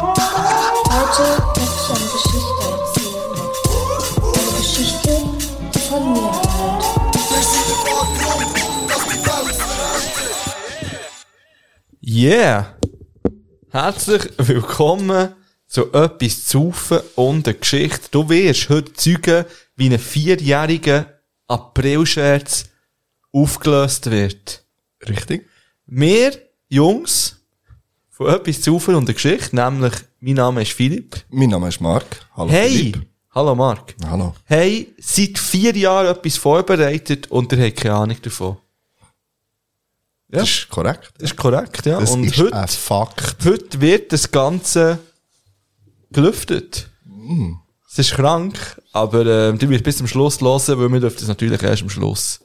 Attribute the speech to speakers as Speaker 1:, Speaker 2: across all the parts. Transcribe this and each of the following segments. Speaker 1: Heute möchte ich eine Geschichte erzählen. Eine Geschichte von mir halt.
Speaker 2: Yeah! Herzlich willkommen zu etwas Zaufen und der Geschichte. Du wirst heute Zeugen, wie ein vierjähriger Aprilscherz aufgelöst wird.
Speaker 3: Richtig.
Speaker 2: Wir, Jungs, von etwas Zaufen und der Geschichte, nämlich, mein Name ist Philipp.
Speaker 3: Mein Name ist Marc. Hallo
Speaker 2: hey!
Speaker 3: Philipp.
Speaker 2: Hallo Marc.
Speaker 3: Hallo.
Speaker 2: Hey, seit vier Jahren etwas vorbereitet und ihr habt keine Ahnung davon. Ja,
Speaker 3: Das ist korrekt.
Speaker 2: das ist korrekt, ja.
Speaker 3: Das
Speaker 2: und
Speaker 3: ist
Speaker 2: heute
Speaker 3: ein Fakt.
Speaker 2: Heute wird das Ganze gelüftet.
Speaker 3: Mm.
Speaker 2: Es ist krank, aber ähm, du wirst bis zum Schluss hören, weil wir dürfen das natürlich erst am Schluss.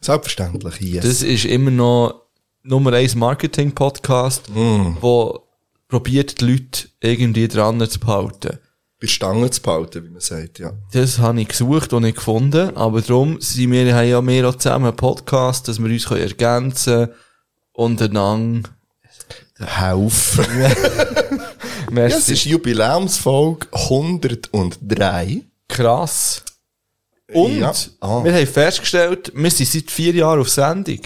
Speaker 3: Selbstverständlich, yes.
Speaker 2: Das ist immer noch Nummer 1 Marketing-Podcast,
Speaker 3: Mm.
Speaker 2: wo probiert die Leute irgendwie dran zu behalten.
Speaker 3: bei Stangen zu behalten, wie man sagt, ja.
Speaker 2: Das habe ich gesucht und nicht gefunden, aber darum sind wir, haben ja mehr auch zusammen einen Podcast, dass wir uns können ergänzen und einander...
Speaker 3: Haufen. Ja, es ist Jubiläumsfolge 103.
Speaker 2: Krass. Und
Speaker 3: Ja. Ah.
Speaker 2: wir haben festgestellt, wir sind seit vier Jahren auf Sendung.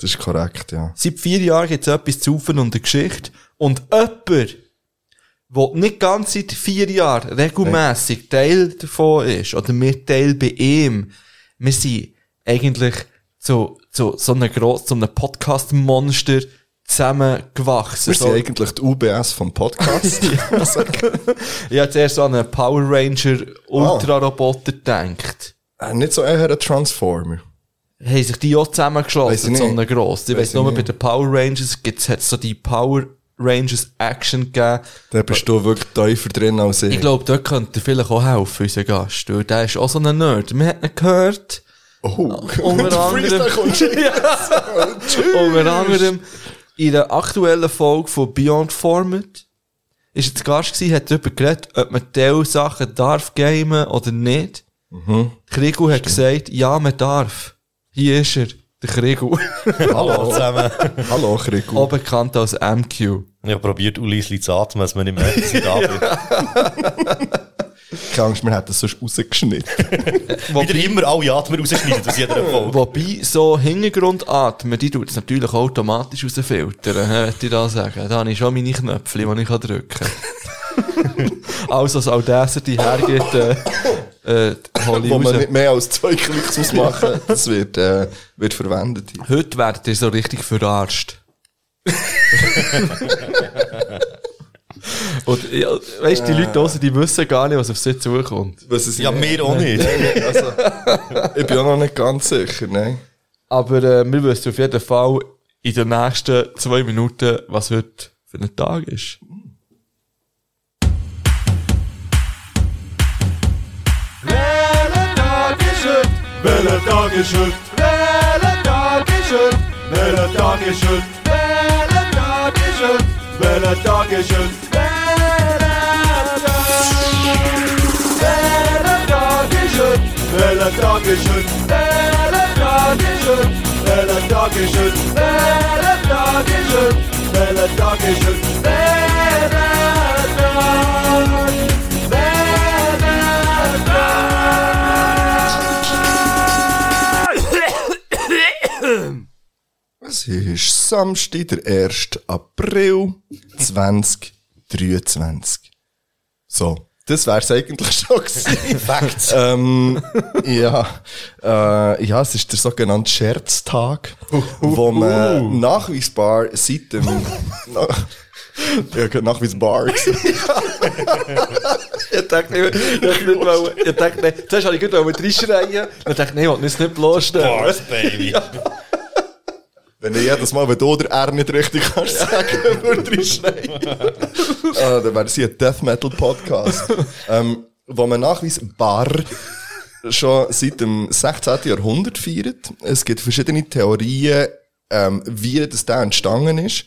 Speaker 3: Das ist korrekt, ja.
Speaker 2: Seit vier Jahren gibt es etwas zu Ufen und eine Geschichte. Und jemand, der nicht ganz seit vier Jahren regelmässig Teil davon ist, oder mit Teil bei ihm, wir sind eigentlich zu, zu so einem grossen, zu einem Podcast-Monster zusammengewachsen.
Speaker 3: Wir
Speaker 2: So-
Speaker 3: sind eigentlich die UBS vom Podcast.
Speaker 2: ich habe zuerst an einen Power Ranger
Speaker 3: Ah.
Speaker 2: Ultraroboter gedacht.
Speaker 3: Äh, Nicht so eher ein Transformer.
Speaker 2: haben sich die auch zusammengeschlossen,
Speaker 3: Weiss ich
Speaker 2: so einen
Speaker 3: nicht.
Speaker 2: grossen. Ich weiss
Speaker 3: Weiss
Speaker 2: nur,
Speaker 3: ich
Speaker 2: bei
Speaker 3: nicht.
Speaker 2: den Power Rangers gibt's, hat's so die Power Rangers Action gegeben.
Speaker 3: Da bist du wirklich tiefer drin als ich.
Speaker 2: Ich glaube, dort könnte vielleicht auch helfen, unser Gast. Weil der ist auch so ein Nerd. Man hat ihn gehört.
Speaker 3: oh.
Speaker 2: Unter anderem,
Speaker 3: Freestyle kommt schon. Oh,
Speaker 2: unter anderem in der aktuellen Folge von Beyond Format ist jetzt Gast gewesen, hat darüber geredet, ob man Teilsachen darf gamen oder nicht.
Speaker 3: Mhm.
Speaker 2: Krigu hat gesagt, ja, man darf. Hier ist er, der Krigu.
Speaker 3: Hallo zusammen. Hallo, Kriku.
Speaker 2: auch bekannt als MQ.
Speaker 4: Ich habe probiert, Ulisli zu atmen, als man im Herzen da bin.
Speaker 3: Keine Angst, wir hätten es sonst rausgeschnitten.
Speaker 4: Wieder immer alle Atmen rausschneiden aus jeder Folge.
Speaker 2: Wobei, so Hintergrundatmen, die tut es natürlich automatisch rausfiltern, hä, würd ich da sagen. Da habe ich schon meine Knöpfe, die ich kann drücken kann. also, als Audacity hergeht, äh, äh, hol ich
Speaker 3: Wo man
Speaker 2: raus.
Speaker 3: nicht mehr als zwei Klicks muss machen. Das wird, äh, wird verwendet hier.
Speaker 2: Heute werdet ihr so richtig verarscht. Und, ja, weißt du, die Leute draussen, die wissen gar nicht, was auf sie zukommt.
Speaker 3: Was es
Speaker 4: Ja, mir auch nicht.
Speaker 3: Also, ich bin auch noch nicht ganz sicher, nein.
Speaker 2: Aber äh, wir wissen auf jeden Fall in den nächsten zwei Minuten, was heute für ein Tag ist.
Speaker 3: Es ist Samstag, der 1. April 2023. So, das wär's eigentlich schon gewesen. Facts. ähm, ja, äh, ja, es ist der sogenannte Scherztag, wo man nachweisbar seit dem... nach, ja, nachweisbar.
Speaker 2: Ich dachte, ich, ich, ich, nicht wollen, ich dachte, nee, zuerst wollte ich gut wollen reinschreien, dann dachte ich, nee, ich will es nicht bloßstellen.
Speaker 4: Bars, Baby.
Speaker 3: Wenn ich jedes Mal, wenn du oder er nicht richtig kannst sagen, würde ich schneiden. ah, dann wäre sie ein Death Metal Podcast. ähm, wo man nachweisbar schon seit dem 16. Jahrhundert feiert. Es gibt verschiedene Theorien, ähm, wie das da entstanden ist.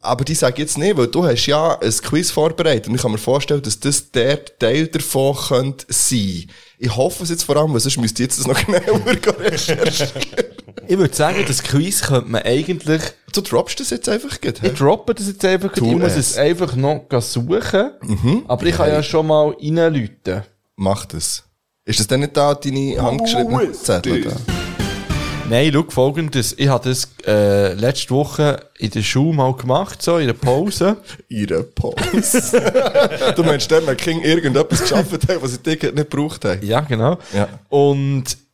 Speaker 3: Aber die sagen jetzt nicht, weil du hast ja ein Quiz vorbereitet und ich kann mir vorstellen, dass das der Teil davon könnte sein. Ich hoffe es jetzt vor allem, weil sonst müsst ihr jetzt das noch genauer recherchieren.
Speaker 2: Ich würde sagen, das Quiz könnte man eigentlich,
Speaker 3: Du droppst das jetzt einfach gut, hä?
Speaker 2: ich droppe das jetzt einfach,
Speaker 3: Tu
Speaker 2: ich muss
Speaker 3: es.
Speaker 2: es einfach noch gehen suchen, aber ich kann Mhm. ja schon mal reinläuten.
Speaker 3: Mach das. Ist das denn nicht da deine handgeschriebene Zettel? Da?
Speaker 2: Nein, schau, folgendes, ich habe das äh, letzte Woche in der Schule mal gemacht, so in der Pause.
Speaker 3: Ihre Pause. du meinst, dann wenn King irgendetwas geschafft hat, was ich Ticket nicht gebraucht habe?
Speaker 2: Ja, genau.
Speaker 3: Ja.
Speaker 2: Und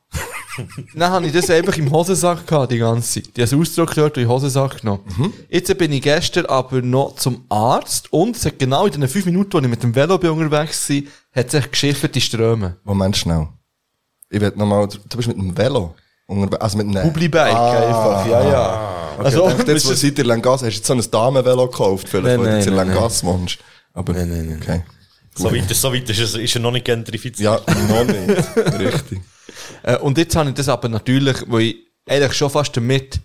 Speaker 2: dann habe ich das einfach im Hosensack gehabt, die ganze Zeit. Die habe es ausgedruckt und in den Hosensack genommen.
Speaker 3: Mhm.
Speaker 2: Jetzt bin ich gestern aber noch zum Arzt und es hat genau in den fünf Minuten, als ich mit dem Velo bin unterwegs war, hat sich geschifft die Ströme.
Speaker 3: Moment schnell. Ich will nochmal, du bist mit dem Velo. unterwegs, Also mit einem
Speaker 2: Publibike einfach, ja, ja. also,
Speaker 3: Ich dachte, jetzt, wo seit ihr Langas, hast du jetzt so ein Damenvelo gekauft, vielleicht,
Speaker 2: Nein,
Speaker 3: weil du
Speaker 2: nein,
Speaker 3: jetzt in
Speaker 2: nein,
Speaker 3: Langas wohnst. Aber, nein, nein, nein. Okay.
Speaker 4: So weit, so weit ist, es, ist er noch nicht gentrifiziert.
Speaker 3: Ja, noch nicht. Richtig.
Speaker 2: äh, und jetzt habe ich das aber natürlich, weil ich eigentlich schon fast damit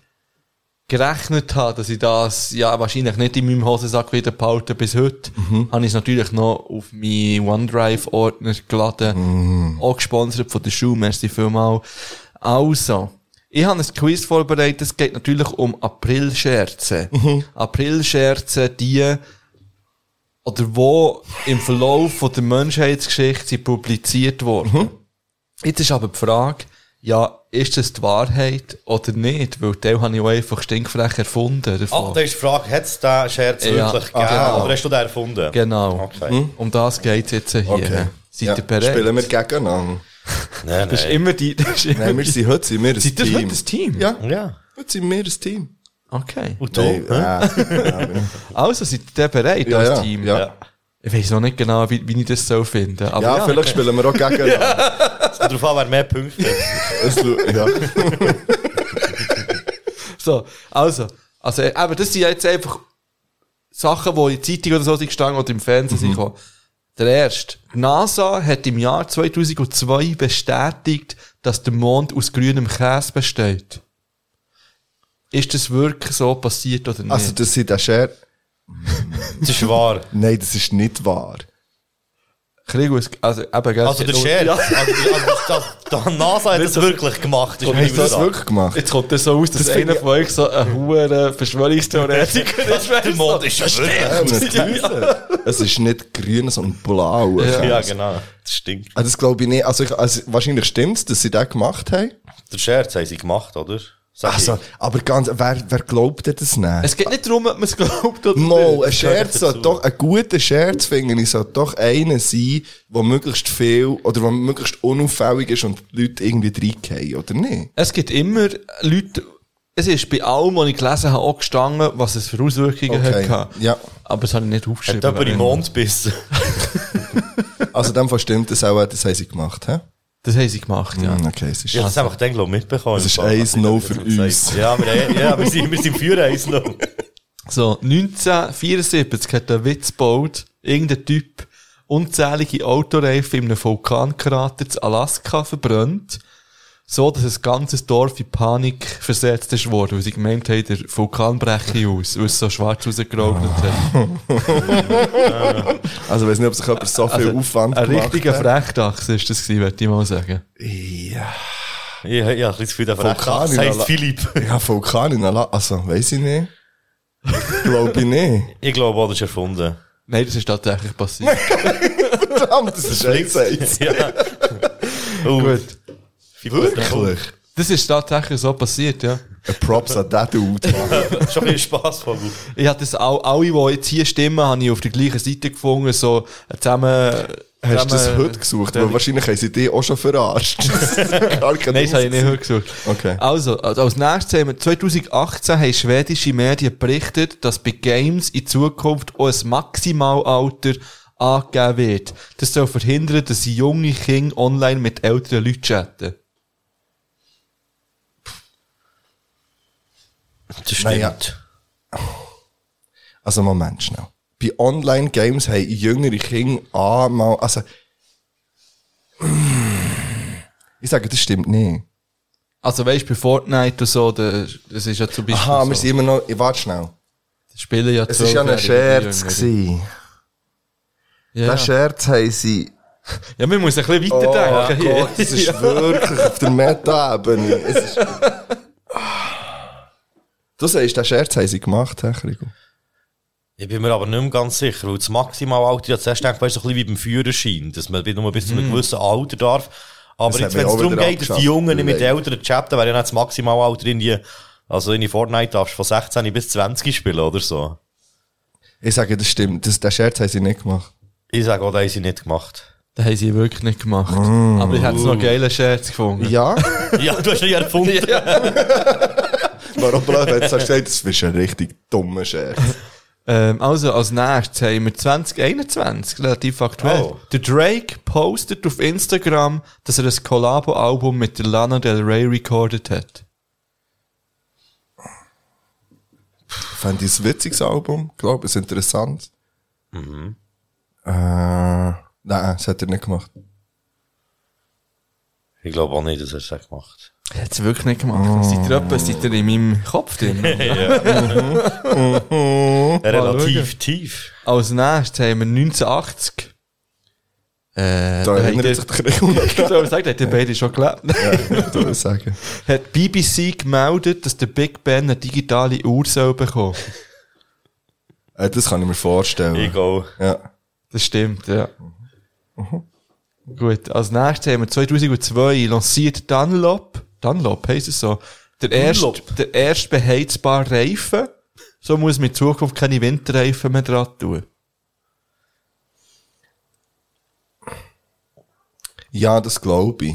Speaker 2: gerechnet habe, dass ich das ja wahrscheinlich nicht in meinem Hosensack wieder behalten bis heute, habe ich es natürlich noch auf meinen OneDrive-Ordner geladen, auch gesponsert von der Schule, merci vielmal. Also, ich habe ein Quiz vorbereitet, es geht natürlich um Aprilscherze. Aprilscherze, die oder wo im Verlauf von der Menschheitsgeschichte sie publiziert wurden.
Speaker 4: Mhm.
Speaker 2: Jetzt ist aber die Frage, ja, ist das die Wahrheit oder nicht? Weil den habe ich auch einfach stinkfrech erfunden.
Speaker 4: Ah,
Speaker 2: Davon.
Speaker 4: da ist die Frage, hat es den Scherz
Speaker 2: Ja.
Speaker 4: wirklich gegeben?
Speaker 2: Ah, genau.
Speaker 4: Oder hast du den erfunden?
Speaker 2: genau.
Speaker 4: Okay.
Speaker 2: Um das geht es jetzt hier.
Speaker 3: Mhm. Okay.
Speaker 2: Seid
Speaker 3: Ja,
Speaker 2: ihr bereit?
Speaker 3: Spielen wir gegeneinander.
Speaker 4: Nein,
Speaker 2: Das ist immer die... Das ist immer
Speaker 3: Nein, wir sind heute sind wir ein
Speaker 2: Seid ihr heute
Speaker 3: Team.
Speaker 2: ein Team?
Speaker 3: Ja,
Speaker 4: Ja.
Speaker 3: heute sind wir ein Team.
Speaker 2: Okay.
Speaker 4: Und
Speaker 3: Nein, äh,
Speaker 4: du? hä?
Speaker 2: Also, seid ihr bereit
Speaker 3: Ja,
Speaker 2: als
Speaker 3: ja,
Speaker 2: Team?
Speaker 3: ja.
Speaker 4: Ja.
Speaker 2: Ich weiß noch nicht genau, wie, wie ich das so finde. Aber
Speaker 3: Ja,
Speaker 2: ja,
Speaker 3: vielleicht spielen wir auch gegeneinander.
Speaker 4: Es kommt Also, darauf an, wer mehr Punkte hat.
Speaker 3: Es lu- ja.
Speaker 2: So, also, also, äh, aber das sind ja jetzt einfach Sachen, die in Zeitung oder so sind gestanden oder im Fernsehen sind gekommen. Der erste. Die NASA hat im Jahr 2002 bestätigt, dass der Mond aus grünem Käse besteht. Ist das wirklich so passiert oder nicht?
Speaker 3: Also, das sind der Scher.
Speaker 4: Das ist wahr.
Speaker 3: Nein, das ist nicht wahr.
Speaker 2: Krieg aus, also, eben, gell,
Speaker 4: Also der Scherz.
Speaker 2: Ja.
Speaker 4: Also, also, das- das- die NASA hat es wirklich gemacht. ist meine
Speaker 3: Hast du das
Speaker 4: Aussage.
Speaker 3: wirklich gemacht?
Speaker 2: Jetzt kommt das so aus, dass
Speaker 3: Das
Speaker 2: einer
Speaker 3: finde ich-
Speaker 2: von euch so ein hoher Verschwörungstheoretiker ist.
Speaker 4: Der
Speaker 2: weißt
Speaker 4: Mond ist ja
Speaker 3: Ja,
Speaker 4: schlecht.
Speaker 3: natürlich. Es ist nicht grün, sondern blau.
Speaker 4: Ja, genau. Das stinkt.
Speaker 3: Also das glaube ich nicht. Also, ich, also wahrscheinlich stimmt es, dass sie das gemacht haben.
Speaker 4: Der Scherz haben sie gemacht, oder? Sag
Speaker 3: Also,
Speaker 4: ich.
Speaker 3: aber ganz, wer, wer glaubt denn das nicht?
Speaker 2: Es geht nicht darum, ob man es glaubt oder
Speaker 3: Mal, ein
Speaker 2: nicht.
Speaker 3: Scherz soll
Speaker 4: dazu.
Speaker 3: doch, ein guter Scherz, finde ich, soll doch einer sein, der möglichst viel, oder der möglichst unauffällig ist und die Leute irgendwie reingehen, oder nicht?
Speaker 2: Es gibt immer Leute, es ist bei allem, was ich gelesen habe, auch gestanden, was es für Auswirkungen
Speaker 3: Okay,
Speaker 2: hat.
Speaker 3: ja.
Speaker 2: Aber das habe ich nicht
Speaker 4: Hat
Speaker 2: aufgeschrieben.
Speaker 4: jemand im Mond gebissen?
Speaker 3: Also, in dem Fall stimmt das auch, das haben sie gemacht, hä?
Speaker 2: Das haben sie gemacht, ja. also-
Speaker 3: Hm, Okay, es ist,
Speaker 4: Ich habe das einfach dann, glaub ich, mitbekommen.
Speaker 3: es ist
Speaker 4: Im Fall.
Speaker 3: eins No für uns.
Speaker 4: Ja, wir, ja, wir sind, wir sind für eins noch.
Speaker 2: So, 1974 hat ein Witz gebaut, irgendein Typ, unzählige Autoreifen in einem Vulkankrater zu Alaska verbrannt, so dass ein ganzes Dorf in Panik versetzt ist worden, weil sie gemeint haben, der Vulkan breche aus, weil es so schwarz rausgeraugt hat.
Speaker 3: Also, ich weiß nicht, ob sich jemand so viel Aufwand
Speaker 2: also, Ein
Speaker 3: gemacht
Speaker 2: richtiger
Speaker 3: hat.
Speaker 2: Frechdachs ist das gewesen, würde ich mal sagen.
Speaker 3: Ja.
Speaker 4: Ich, ich habe ein bisschen das Gefühl, der
Speaker 3: Vulkan
Speaker 4: Frechachs
Speaker 3: in
Speaker 4: heisst
Speaker 3: Ala-
Speaker 4: Philipp.
Speaker 3: Ja, Vulkan in Ala also, weiss ich nicht. Glaube ich nicht.
Speaker 4: Ich glaube, auch, das ist erfunden.
Speaker 2: Nein, das ist tatsächlich passiert.
Speaker 3: Verdammt, das ist scheiße.
Speaker 4: ja. Oh,
Speaker 2: Gut.
Speaker 3: Wirklich?
Speaker 2: Das ist tatsächlich so passiert, ja.
Speaker 3: Ein Props an diesen Dude. Mann.
Speaker 4: Schon ein bisschen Spass, Vogel.
Speaker 2: Ich habe das auch, alle, die jetzt hier stimmen, habe ich auf der gleichen Seite gefunden, so äh, zusammen.
Speaker 3: Hast du das
Speaker 2: zusammen-
Speaker 3: heute gesucht? Weil wahrscheinlich haben sie dich auch schon verarscht.
Speaker 2: Nein, das habe ich nicht heute gesucht.
Speaker 3: Okay.
Speaker 2: Also, als als nächstes haben wir 2018 haben schwedische Medien berichtet, dass bei Games in Zukunft auch ein Maximalalter angegeben wird. Das soll verhindern, dass junge Kinder online mit älteren Leuten chatten.
Speaker 4: Das stimmt.
Speaker 3: Naja. Also Moment schnell. Bei Online-Games haben jüngere Kinder einmal... Also... Ich sage, das stimmt nicht.
Speaker 2: Also, weißt du, bei Fortnite und so, da- das ist ja zum Beispiel.
Speaker 3: Aha,
Speaker 2: so.
Speaker 3: wir sind immer noch... Ich warte schnell.
Speaker 2: Das Spielen ja
Speaker 3: Es war ja ein
Speaker 2: zwölfjährige
Speaker 3: Scherz.
Speaker 2: Jüngere.
Speaker 3: gewesen.
Speaker 2: Ja,
Speaker 3: Der
Speaker 2: ja.
Speaker 3: Scherz haben sie...
Speaker 2: ja, wir müssen ein bisschen
Speaker 3: Oh
Speaker 2: weiterdenken hier.
Speaker 3: Gott, es ist wirklich auf der Meta-Ebene. Es ist... Du sagst, den Scherz haben sie gemacht, hä, Krigo?
Speaker 4: Ich bin mir aber nicht mehr ganz sicher, weil das Maximalalter, ja zuerst denkt man, ist so ein bisschen wie beim Führerschein, dass man nur bis zu einem gewissen Alter darf. Aber
Speaker 3: Mhm. Das haben wir
Speaker 4: jetzt, wenn es
Speaker 3: auch
Speaker 4: darum
Speaker 3: wieder
Speaker 4: geht, dass die
Speaker 3: abgeschafft.
Speaker 4: Jungen nicht mit den
Speaker 3: Nein.
Speaker 4: Eltern chatten, wäre ja dann das Maximalalter in die, also in die Fortnite darfst du von 16 bis 20 spielen oder so.
Speaker 3: Ich sage, das stimmt. Das, den Scherz haben sie nicht gemacht.
Speaker 4: Ich sage auch, das haben sie nicht gemacht.
Speaker 2: Das haben sie wirklich nicht gemacht. Aber ich hätte es noch einen geilen Scherz gefunden.
Speaker 3: Ja?
Speaker 4: Ja, du hast ihn ja erfunden.
Speaker 3: Warum blöd, wenn du so gesagt das ist ein richtig dummer Scherz.
Speaker 2: Ähm, also, als nächstes haben wir 2021, relativ aktuell.
Speaker 4: Oh.
Speaker 2: Der Drake postet auf Instagram, dass er ein Collabo-Album mit der Lana Del Rey recorded hat.
Speaker 3: Fände ich ein witziges Album, glaube ich, ist interessant. Mhm. Äh, nein, das hat er nicht gemacht.
Speaker 4: Ich glaube auch nicht, das hast du gemacht.
Speaker 2: Er hat es wirklich nicht gemacht. Seid ihr etwa, seid ihr in meinem Kopf drin?
Speaker 4: Relativ tief.
Speaker 2: als nächstes haben wir 1980. Äh,
Speaker 3: Da
Speaker 2: haben
Speaker 3: erinnert
Speaker 2: die-
Speaker 3: sich der Krigo nicht.
Speaker 2: Ich glaube, sagt, hat der beide schon gelebt.
Speaker 3: würde ich sagen.
Speaker 2: Hat BBC gemeldet, dass der Big Ben eine digitale Uhr soll bekommen.
Speaker 3: Äh, das kann ich mir vorstellen.
Speaker 4: Ich auch.
Speaker 3: Ja.
Speaker 2: Das stimmt, ja. Gut, als nächstes haben wir 2002 lanciert Dunlop. Dunlop heisst es so. Der erste,
Speaker 4: Dunlop.
Speaker 2: der erste beheizbare Reifen. So muss man in Zukunft keine Winterreifen mehr dran tun.
Speaker 3: ja, das glaube ich.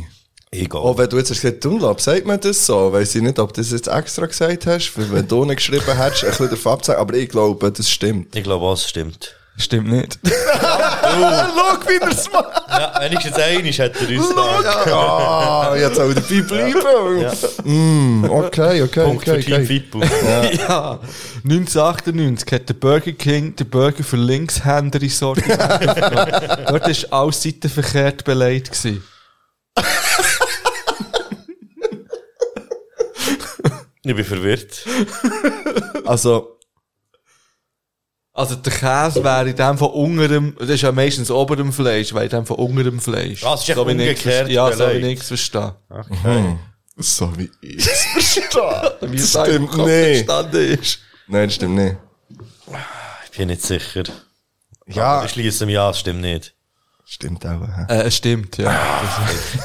Speaker 4: Ich
Speaker 3: Oh,
Speaker 4: auch.
Speaker 3: wenn du jetzt hast gesagt Dunlop, sagt man das so? Weiss ich nicht, ob du das jetzt extra gesagt hast, weil wenn du nicht geschrieben hättest, ein bisschen der Fab sagen, aber ich glaube, das stimmt.
Speaker 4: Ich glaube auch, es stimmt.
Speaker 2: Stimmt nicht.
Speaker 3: Schau, wie er es macht!
Speaker 4: Ja, wenigstens einiges hat er uns gesagt.
Speaker 3: Ja, Ah, jetzt soll er dabei bleiben. Mm, okay, okay,
Speaker 4: Punkt
Speaker 3: okay,
Speaker 4: für Team
Speaker 3: okay.
Speaker 4: Feedback.
Speaker 2: ja. 1998 Ah. hat der Burger King den Burger für Linkshänder in Sorte aufgenommen. Dort war alles seitenverkehrt beleidigt. gewesen.
Speaker 4: Ich bin verwirrt.
Speaker 3: Also,
Speaker 2: Also der Käse wäre in dem von unterem, das ist ja meistens oberem Fleisch, wäre in dem von unterem Fleisch.
Speaker 4: Ah, es ist echt
Speaker 2: wie ich es
Speaker 4: umgekehrt
Speaker 2: verste- Ja, so wie ich
Speaker 4: belegt.
Speaker 2: es verstehe.
Speaker 3: so wie ich es verstehe.
Speaker 2: Wie
Speaker 3: Das
Speaker 2: es eigentlich im
Speaker 3: stimmt
Speaker 2: Kopf
Speaker 3: nicht.
Speaker 2: entstanden ist.
Speaker 3: Nein, das stimmt nicht.
Speaker 4: Ich bin nicht sicher.
Speaker 3: Ja,
Speaker 4: Ich schließe mich ja, es stimmt nicht.
Speaker 3: Ah, stimmt auch. hä?
Speaker 2: Äh, es stimmt, ja.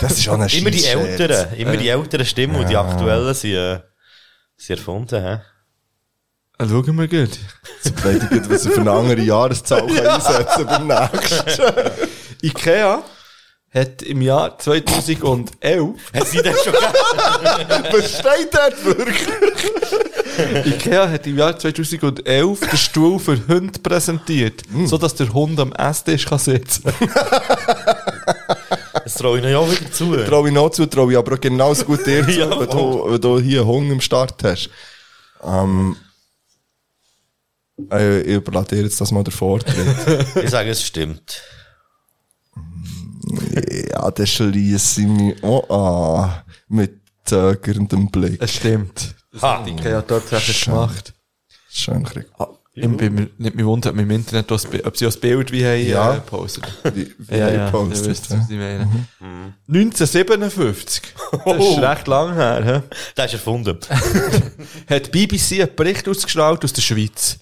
Speaker 3: Das ist auch ein
Speaker 4: Immer die
Speaker 3: Scheissscherz.
Speaker 4: Älteren, immer die Älteren Stimmen und die Aktuellen sind, äh, sind erfunden. He?
Speaker 2: Äh, Schauen wir gut.
Speaker 3: Weiss ich nicht, was er für eine andere Jahreszahl kann einsetzen beim nächsten.
Speaker 2: Ikea hat im Jahr 2011
Speaker 4: Hat sie das schon gegeben?
Speaker 3: Was steht dort wirklich?
Speaker 2: Ikea hat im Jahr 2011 den Stuhl für Hunde präsentiert, so dass der Hund am Esstisch kann sitzen.
Speaker 4: Das traue ich ihnen ja auch wieder zu.
Speaker 3: Traue ich noch zu, traue ich aber auch genauso gut dir zu,
Speaker 4: Ja,
Speaker 3: wenn, du, wenn du hier Hunger im Start hast. Ähm, äh, ich überlasse dir jetzt das mal der Vortritt.
Speaker 4: Ich sage, es stimmt.
Speaker 3: ja, das schließe ich mich auch an. Mit zögerndem Blick.
Speaker 2: Es stimmt. Das
Speaker 4: Ha.
Speaker 2: hat Ikea tatsächlich
Speaker 3: Schön.
Speaker 2: gemacht.
Speaker 3: Schön, Krieg.
Speaker 2: Ah. Ich bin mir nicht mehr wundert, mit dem Internet, ob sie auch das Bild wie haben,
Speaker 3: Ja.
Speaker 2: äh, gepostet.
Speaker 3: Wie, wie
Speaker 2: Ja,
Speaker 3: ich
Speaker 2: ja, ihr
Speaker 3: postet,
Speaker 2: wisst,
Speaker 3: hä?
Speaker 2: was ich meine. 1957. Das ist recht lang her.
Speaker 4: Das ist erfunden.
Speaker 2: He? Hat BBC einen Bericht ausgestrahlt aus der Schweiz.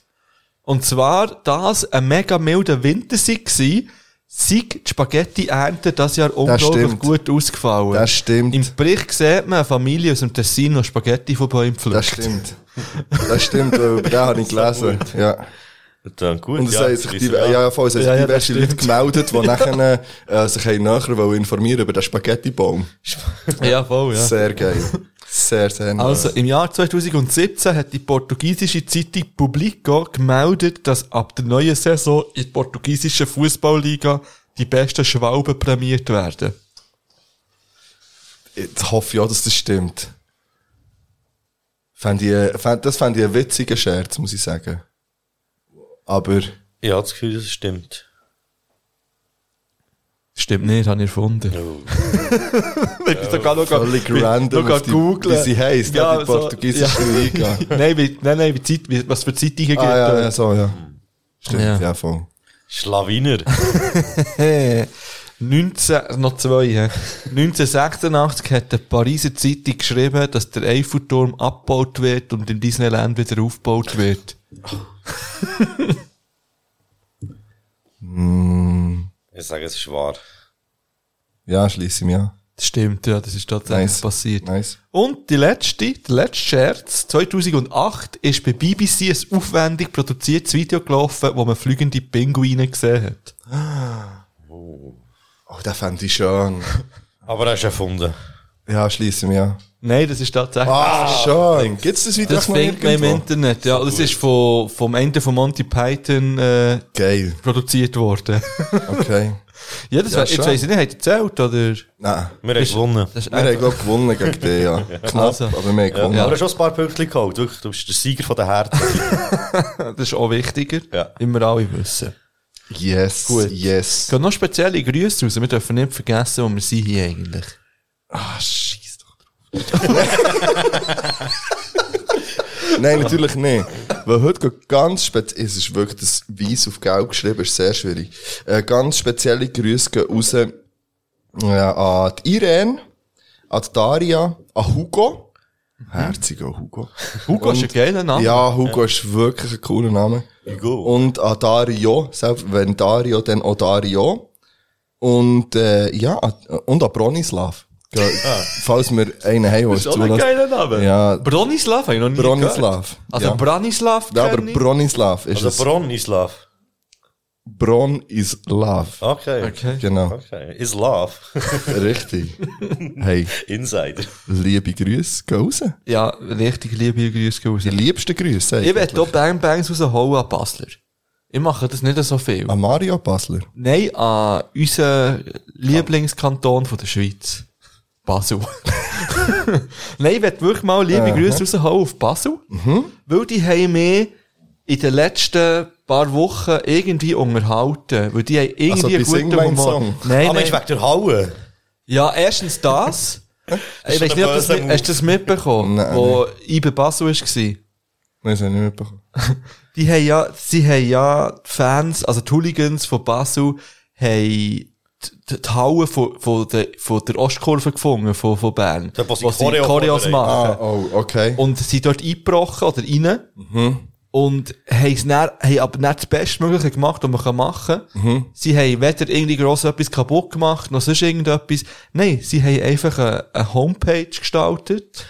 Speaker 2: Und zwar, dass ein mega milder Winter war, sind die Spaghetti-Ernte das Jahr unglaublich
Speaker 3: stimmt.
Speaker 2: gut ausgefallen.
Speaker 3: Das stimmt.
Speaker 2: Im Bericht sieht man eine Familie aus dem Tessin, die Spaghetti von Bäumen
Speaker 3: Das
Speaker 2: pflückt.
Speaker 3: stimmt. Das stimmt, weil über den habe ich gelesen. Ja.
Speaker 4: Dann gut.
Speaker 3: Und es haben sich, die,
Speaker 4: schliessen wir
Speaker 3: ja,
Speaker 4: an.
Speaker 3: ja, voll, es haben sich
Speaker 2: Ja, ja, das
Speaker 3: diverse Leute gemeldet, die nachher äh, sich haben näher wollen informieren über den Spaghettibaum.
Speaker 2: Ja, voll, ja.
Speaker 3: Sehr geil. Sehr, sehr nice.
Speaker 2: Also, im Jahr 2017 hat die portugiesische Zeitung Publico gemeldet, dass ab der neuen Saison in der portugiesischen Fußballliga die besten Schwalben prämiert werden.
Speaker 3: Jetzt hoffe ich auch, dass das stimmt. Fänd ich, äh, fänd, das fände ich einen witzigen Scherz, muss ich sagen. Aber
Speaker 4: Ich habe das Gefühl, es stimmt.
Speaker 2: Stimmt nicht, habe ich erfunden. ich bin sogar noch
Speaker 3: Oh. völlig
Speaker 2: bin
Speaker 3: random,
Speaker 2: noch
Speaker 3: auf die,
Speaker 2: googeln.
Speaker 3: wie sie heisst, ja, die
Speaker 2: so-
Speaker 3: portugiesische
Speaker 2: ja.
Speaker 3: Liga.
Speaker 2: nein, wie, nein, nein, wie Zeit, wie, was für Zeitungen gibt.
Speaker 3: ah ja, ja, so, ja. Stimmt,
Speaker 2: Ja.
Speaker 3: ja, voll.
Speaker 2: Äh,
Speaker 4: Schlawiner.
Speaker 2: Hey. 19, noch zwei, hä? 1986 hat die Pariser Zeitung geschrieben, dass der Eiffelturm abgebaut wird und im Disneyland wieder aufgebaut wird.
Speaker 4: Ich sage, es ist wahr.
Speaker 3: Ja, schließe ich mich an.
Speaker 2: Das stimmt, ja, das ist tatsächlich
Speaker 3: Nice.
Speaker 2: passiert.
Speaker 3: Nice.
Speaker 2: Und die letzte, der letzte Scherz, 2008 ist bei BBC ein aufwendig produziertes Video gelaufen, wo man fliegende Pinguine gesehen hat.
Speaker 3: Oh, den fand ich schön.
Speaker 4: Aber er ist erfunden.
Speaker 3: Ja, schließe ich mich an.
Speaker 2: Nein, das ist tatsächlich...
Speaker 3: Ah, schön. Gibt's das wieder
Speaker 2: Das findet man im Internet, ja. Das ist von, vom Ende von Monty Python äh,
Speaker 3: Geil.
Speaker 2: produziert worden.
Speaker 3: Okay.
Speaker 2: ja, das
Speaker 3: Ja,
Speaker 2: we- jetzt
Speaker 3: schon.
Speaker 2: weiss ich nicht, hat er erzählt, oder?
Speaker 3: Nein.
Speaker 4: Wir haben gewonnen.
Speaker 2: Das ist
Speaker 3: Wir haben, glaube ich, gewonnen gegen den, ja. Knapp,
Speaker 2: Also.
Speaker 3: aber wir haben gewonnen.
Speaker 4: Aber du hast schon ein paar Pünktchen geholt. Wirklich, du bist der Sieger von der Härte.
Speaker 2: das ist auch wichtiger.
Speaker 4: Ja.
Speaker 2: Immer alle wissen.
Speaker 3: Yes,
Speaker 2: Gut. Es
Speaker 3: yes.
Speaker 2: gehen noch spezielle Grüße raus. Wir dürfen nicht vergessen, wo wir sind hier eigentlich.
Speaker 3: Ah, scheiß doch drauf. Nein, natürlich nicht. Weil heute geht ganz speziell, es ist wirklich das Weiß auf Gelb geschrieben, ist sehr schwierig. Äh, ganz spezielle Grüße gehen raus äh, an die Irene, an die Daria, an Hugo. Herziger Hugo.
Speaker 2: Mhm. Hugo ist ein geiler Name.
Speaker 3: Ja, Hugo ist wirklich ein cooler Name.
Speaker 4: Hugo.
Speaker 3: Und an Dario, selbst wenn Dario, dann auch Dario. Und, äh, ja, an- und an Bronislav. Ge- Falls wir einen haben, der uns
Speaker 2: ist auch ein
Speaker 3: zulässt.
Speaker 2: geiler Name.
Speaker 3: Ja.
Speaker 2: Bronislav habe ich noch nie gehört.
Speaker 3: Bronislav.
Speaker 2: Also
Speaker 3: ja.
Speaker 2: Branislav
Speaker 3: ja, aber
Speaker 2: kenne ich.
Speaker 3: Bronislav ist
Speaker 4: Also Bron Islav.
Speaker 3: es. Bronislav.
Speaker 4: Okay.
Speaker 2: Okay.
Speaker 3: Genau,
Speaker 4: Okay. Islav.
Speaker 3: richtig. hey,
Speaker 4: Insider.
Speaker 3: liebe Grüße, geh raus.
Speaker 2: Ja, richtig liebe Grüße gehen raus.
Speaker 3: Die liebsten Grüße.
Speaker 2: Ich will hier Bang Bangs rausholen an Basler. Ich mache das nicht so viel.
Speaker 3: An Mario Basler.
Speaker 2: Nein, an unseren Lieblingskanton von der Schweiz. Basel. Nein, ich will wirklich mal liebe Grüße raushauen auf Basel.
Speaker 3: Mhm.
Speaker 2: Weil die haben mich in den letzten paar Wochen irgendwie unterhalten. Weil die haben
Speaker 3: Also
Speaker 2: irgendwie
Speaker 3: bei Sing
Speaker 2: einen
Speaker 3: Mein
Speaker 2: guten Humor.
Speaker 3: Song.
Speaker 2: Nein,
Speaker 4: Aber ich
Speaker 2: nein.
Speaker 4: wegen der Haue.
Speaker 2: Ja, erstens das. ich
Speaker 4: ist
Speaker 2: weiß
Speaker 4: ein
Speaker 2: nicht, ob das,
Speaker 4: böser
Speaker 2: mit-
Speaker 4: Move.
Speaker 2: hast du das mitbekommen,
Speaker 3: Nein,
Speaker 2: wo ich bei Basel war?
Speaker 3: Nein, das habe ich nicht mitbekommen.
Speaker 2: Die haben ja, sie haben ja die Fans, also die Hooligans von Basel, haben die, die die Hauen von, von, der, von der Ostkurve gefunden, von, von Bern.
Speaker 4: Dort, wo sie
Speaker 2: Wo sie
Speaker 4: Choreo
Speaker 2: Choreos
Speaker 4: vorbereiten.
Speaker 2: machen.
Speaker 3: Ah, oh, okay.
Speaker 2: Und sie dort eingebrochen oder rein.
Speaker 4: Mhm.
Speaker 2: Und haben es dann, haben aber nicht das Bestmögliche gemacht, was man kann machen kann.
Speaker 4: Mhm.
Speaker 2: Sie haben weder irgendwie gross etwas kaputt gemacht, noch sonst irgendetwas. Nein, sie haben einfach eine, eine Homepage gestaltet.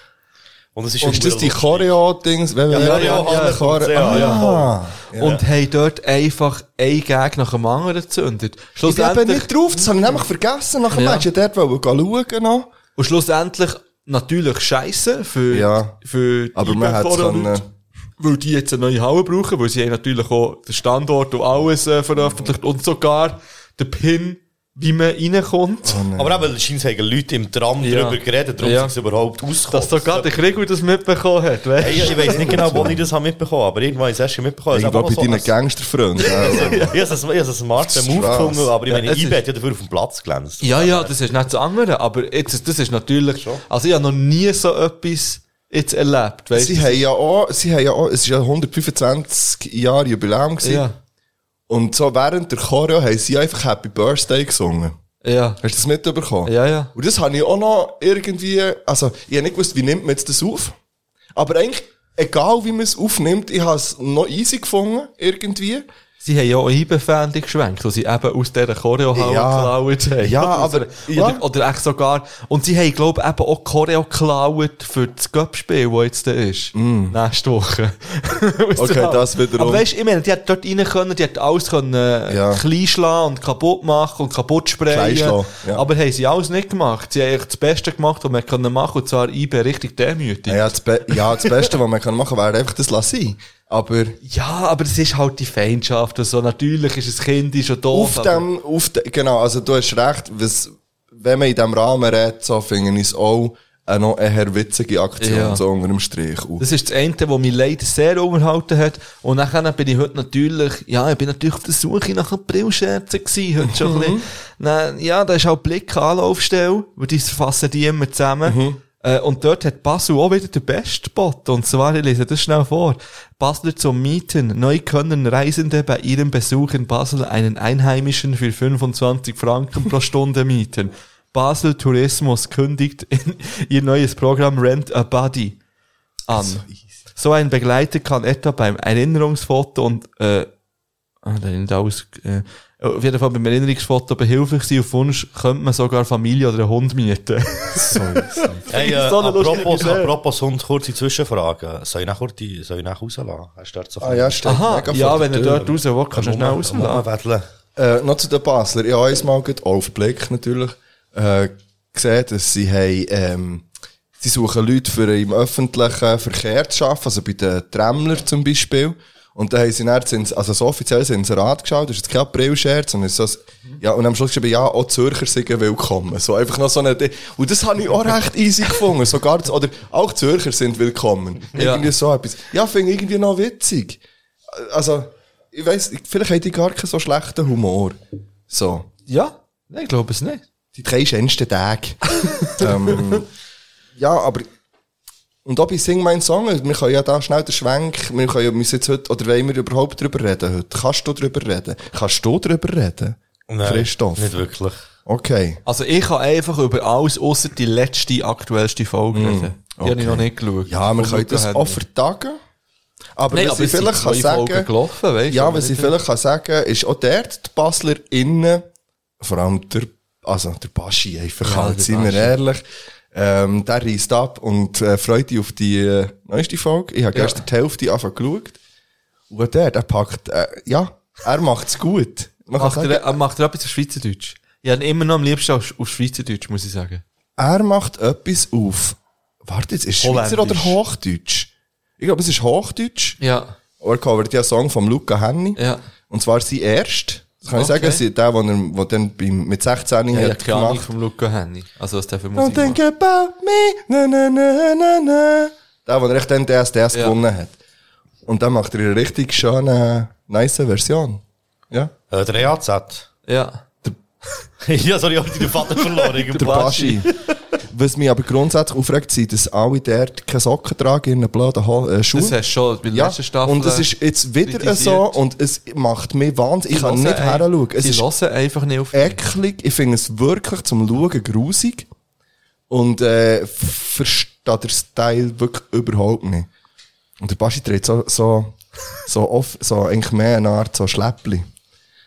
Speaker 4: Und es ist
Speaker 3: ist das die
Speaker 4: lustig.
Speaker 3: Choreo-Dings? Ja,
Speaker 4: Oh, ja, ja, ja,
Speaker 3: Choreo.
Speaker 4: ja, ja,
Speaker 3: Ah.
Speaker 2: Und haben dort einfach einen Gag nach dem anderen gezündet.
Speaker 3: Ich bin eben
Speaker 2: Schlussendlich,
Speaker 3: nicht drauf, das habe ich nämlich vergessen. Nachher
Speaker 2: Ja.
Speaker 3: ja. Also hättest du dort wollen gehen schauen. noch.
Speaker 2: und schlussendlich natürlich scheiße für,
Speaker 3: Ja.
Speaker 2: für die
Speaker 3: Aber man hätte es
Speaker 2: Eventfahrer-Leute,
Speaker 3: können.
Speaker 2: Weil die jetzt eine neue Halle brauchen, weil sie haben natürlich auch den Standort und alles äh, veröffentlicht und sogar den Pin, wie man
Speaker 3: Oh
Speaker 2: reinkommt.
Speaker 4: Aber eben, scheint haben Leute im Tram
Speaker 2: Ja.
Speaker 4: darüber geredet, darum
Speaker 2: Ja.
Speaker 4: sind sie überhaupt ausgekommen.
Speaker 2: Dass sogar der Gregor das mitbekommen hat, weißt
Speaker 4: Hey, ich weiß nicht genau, wo ich das habe mitbekommen habe, aber irgendwann habe ich es erst schon mitbekommen.
Speaker 3: Irgendwo bei
Speaker 4: Es ist
Speaker 3: deinen
Speaker 4: einfach
Speaker 3: Gangsterfreunden.
Speaker 4: so-
Speaker 3: also.
Speaker 4: Ich habe es- ich habe es einen smarten Move
Speaker 3: Strass.
Speaker 4: gefunden, aber ich
Speaker 2: Ja,
Speaker 4: meine,
Speaker 2: es
Speaker 4: ich
Speaker 2: ist-
Speaker 4: werde ja dafür auf dem Platz glänzt.
Speaker 2: Ja, ja, das ist nicht das andere, aber jetzt, das ist natürlich, also ich habe noch nie so etwas jetzt erlebt, weißt
Speaker 3: Sie haben ja auch, sie haben ja auch, es war ja 125 Jahre Jubiläum gewesen.
Speaker 2: Ja,
Speaker 3: Und so während der Choreo haben sie einfach Happy Birthday gesungen.
Speaker 2: ja,
Speaker 3: Hast du das mitbekommen?
Speaker 2: ja, ja.
Speaker 3: Und das habe ich auch noch irgendwie, also ich habe nicht gewusst, wie nimmt man jetzt das auf. Aber eigentlich, egal wie man es aufnimmt, ich habe es noch easy gefunden, irgendwie.
Speaker 2: Sie haben ja auch Eibenfähnchen geschwenkt, die sie eben aus dieser Choreo-Halle
Speaker 3: Ja.
Speaker 2: geklaut haben.
Speaker 3: Ja, aber-
Speaker 2: Oder,
Speaker 3: ja.
Speaker 2: oder, oder echt sogar, und sie haben, glaube ich, eben auch Choreo geklaut für das Göppspiel, das jetzt da ist. Nächste Woche. Aus
Speaker 3: Mm. Okay,
Speaker 2: der Halle.
Speaker 3: das wiederum.
Speaker 2: Aber weißt du, ich meine, die hat dort rein können, die hat alles können, äh,
Speaker 3: Ja.
Speaker 2: kleinschlagen und kaputt machen und kaputt sprayen.
Speaker 3: Kleinschlagen, ja.
Speaker 2: Aber haben sie alles nicht gemacht. Sie haben eigentlich das Beste gemacht, was man können machen, und zwar Eiben richtig demütig.
Speaker 3: Ja, das, Be ja, das Beste, was man kann machen kann, wäre einfach das lassen. sein. Aber
Speaker 2: Ja, aber es ist halt die Feindschaft und so. Natürlich ist es kindisch und doof.
Speaker 3: auf
Speaker 2: aber-
Speaker 3: dem, auf de, genau, also du hast recht, was, wenn man in diesem Rahmen redet, so finde ich es auch eine noch eher witzige Aktion,
Speaker 2: Ja.
Speaker 3: so unter dem Strich. Und
Speaker 2: Das ist das eine, wo mich leider sehr unterhalten hat. Und nachher bin ich heute natürlich, ja, ich bin natürlich auf der Suche nach einem Brillscherzen gewesen, heute schon ein bisschen. Dann, ja, da ist halt Blick Anlaufstelle, weil die fassen die immer zusammen. Äh, und dort hat Basel auch wieder den besten Spot. Und zwar, ich lese das schnell vor. Basler zum Mieten. Neu können Reisende bei ihrem Besuch in Basel einen Einheimischen für 25 Franken pro Stunde mieten. Basel Tourismus kündigt in ihr neues Programm Rent a Body an. So ein Begleiter kann etwa beim Erinnerungsfoto und äh, Ah, da nicht alles, äh, auf jeden Fall beim Erinnerungsfoto behilflich sein. Auf Wunsch könnte man sogar Familie oder einen Hund mieten.
Speaker 4: Hey, äh,
Speaker 2: So eine lustige
Speaker 4: apropos,
Speaker 2: Idee.
Speaker 4: apropos Hund, kurze Zwischenfrage. Soll ich nach kurz, soll ich nach rauslassen? Hast du dort so
Speaker 3: Ah ja, steht
Speaker 2: Aha,
Speaker 3: mega
Speaker 2: ja,
Speaker 3: vor der
Speaker 2: wenn er
Speaker 3: Tür.
Speaker 2: dort raus will, kannst du schnell rauslassen.
Speaker 4: rauslassen?
Speaker 3: Äh, noch zu den Basler. Ich habe eins mal gerade auch auf den Blick natürlich äh, gesehen, dass sie haben, ähm, sie suchen Leute für im öffentlichen Verkehr zu arbeiten, also bei den Tremler zum Beispiel. Und dann haben sie dann, ins- also so offiziell sind sie Rat geschaut, das ist jetzt kein April-Scherz, sondern es ist so, ein- ja, und am Schluss geschrieben, ja, auch Zürcher sind willkommen. So einfach noch so eine, Idee. und das habe ich auch recht easy gefunden, sogar, das- oder auch Zürcher sind willkommen.
Speaker 2: Ja.
Speaker 3: Irgendwie so etwas. Ja, finde ich irgendwie noch witzig also, ich weiss, ich- vielleicht haben die gar keinen so schlechten Humor. So.
Speaker 2: Ja, nein, ich glaube es nicht.
Speaker 3: Die drei schönsten Tage. ähm, ja, aber, und auch bei Sing Mein Song, wir können ja da schnell den Schwenk, wir können ja, müssen jetzt heute, oder wollen wir überhaupt drüber reden heute? Kannst du drüber reden? Kannst du drüber reden?
Speaker 4: Nein,
Speaker 3: Christoph.
Speaker 4: Nicht wirklich.
Speaker 3: Okay.
Speaker 2: Also ich kann einfach über alles außer die letzte, aktuellste Folge reden. Die habe
Speaker 3: okay.
Speaker 2: ich noch nicht geschaut.
Speaker 3: Ja, wir
Speaker 2: Von
Speaker 3: können
Speaker 2: Luca
Speaker 3: das
Speaker 2: Henry.
Speaker 3: auch vertagen. Aber
Speaker 2: Nein,
Speaker 3: was
Speaker 2: aber
Speaker 3: ich
Speaker 2: es sind
Speaker 3: vielleicht
Speaker 2: zwei
Speaker 3: kann
Speaker 2: Folgen
Speaker 3: sagen,
Speaker 2: gelaufen, weißt
Speaker 3: Ja, was ich vielleicht kann sagen ist auch dort die Basler innen, vor allem der, also der Baschi einfach,
Speaker 2: Ja,
Speaker 3: halt,
Speaker 2: der
Speaker 3: sind wir
Speaker 2: Baschi.
Speaker 3: ehrlich, ähm, der reist ab und äh, freut dich auf die äh, neueste Folge. Ich habe
Speaker 2: Ja.
Speaker 3: gestern die Hälfte einfach geschaut. Und auch der, der packt, äh, ja, er macht's gut. Man kann
Speaker 2: Macht
Speaker 3: sagen,
Speaker 2: er, äh, macht er etwas auf Schweizerdeutsch? Ich habe ihn immer noch am liebsten auf, auf Schweizerdeutsch, muss ich sagen.
Speaker 3: er macht etwas auf, warte jetzt, ist Schweizer oder
Speaker 2: Holländisch.
Speaker 3: Hochdeutsch? Ich glaube, es ist Hochdeutsch.
Speaker 2: Ja.
Speaker 3: Er covert ja einen Song von Luca Henny.
Speaker 2: Ja.
Speaker 3: Und zwar sein erst. Das kann ich
Speaker 2: Okay.
Speaker 3: sagen, sie, der, den er wo dann beim, mit 16
Speaker 2: Ich habe
Speaker 3: hat
Speaker 2: keine Ahnung
Speaker 3: gemacht.
Speaker 2: vom Luca Henny. Also was der für
Speaker 3: Don't
Speaker 2: Musik
Speaker 3: think
Speaker 2: macht.
Speaker 3: about me, na na na na na. Der, wo er echt dann DSDS ja.
Speaker 2: Ja.
Speaker 3: gewonnen hat. Und dann macht er eine richtig schöne, nice Version. Ja.
Speaker 4: Äh, der EAZ.
Speaker 2: Ja.
Speaker 4: ja, sorry, ich habe den Vater verloren.
Speaker 3: Der Baschi. Was mich aber grundsätzlich aufregt, sind, dass alle dort keine Socken tragen in einer blöden Ho äh, Schuhe.
Speaker 2: Das hast du schon bei der
Speaker 3: ja,
Speaker 2: letzten Staffel.
Speaker 3: und es ist jetzt wieder
Speaker 2: kritisiert.
Speaker 3: so und es macht mich wahnsinnig. Ich kann nicht heranschauen. Es
Speaker 2: Sie
Speaker 3: ist
Speaker 2: hören einfach nicht auf
Speaker 3: eklig. Ich finde es wirklich zum Schauen grusig. Und äh, f- verstehe den Style wirklich überhaupt nicht. Und der Baschi dreht so, so, so oft, so eigentlich mehr eine Art so Schleppli.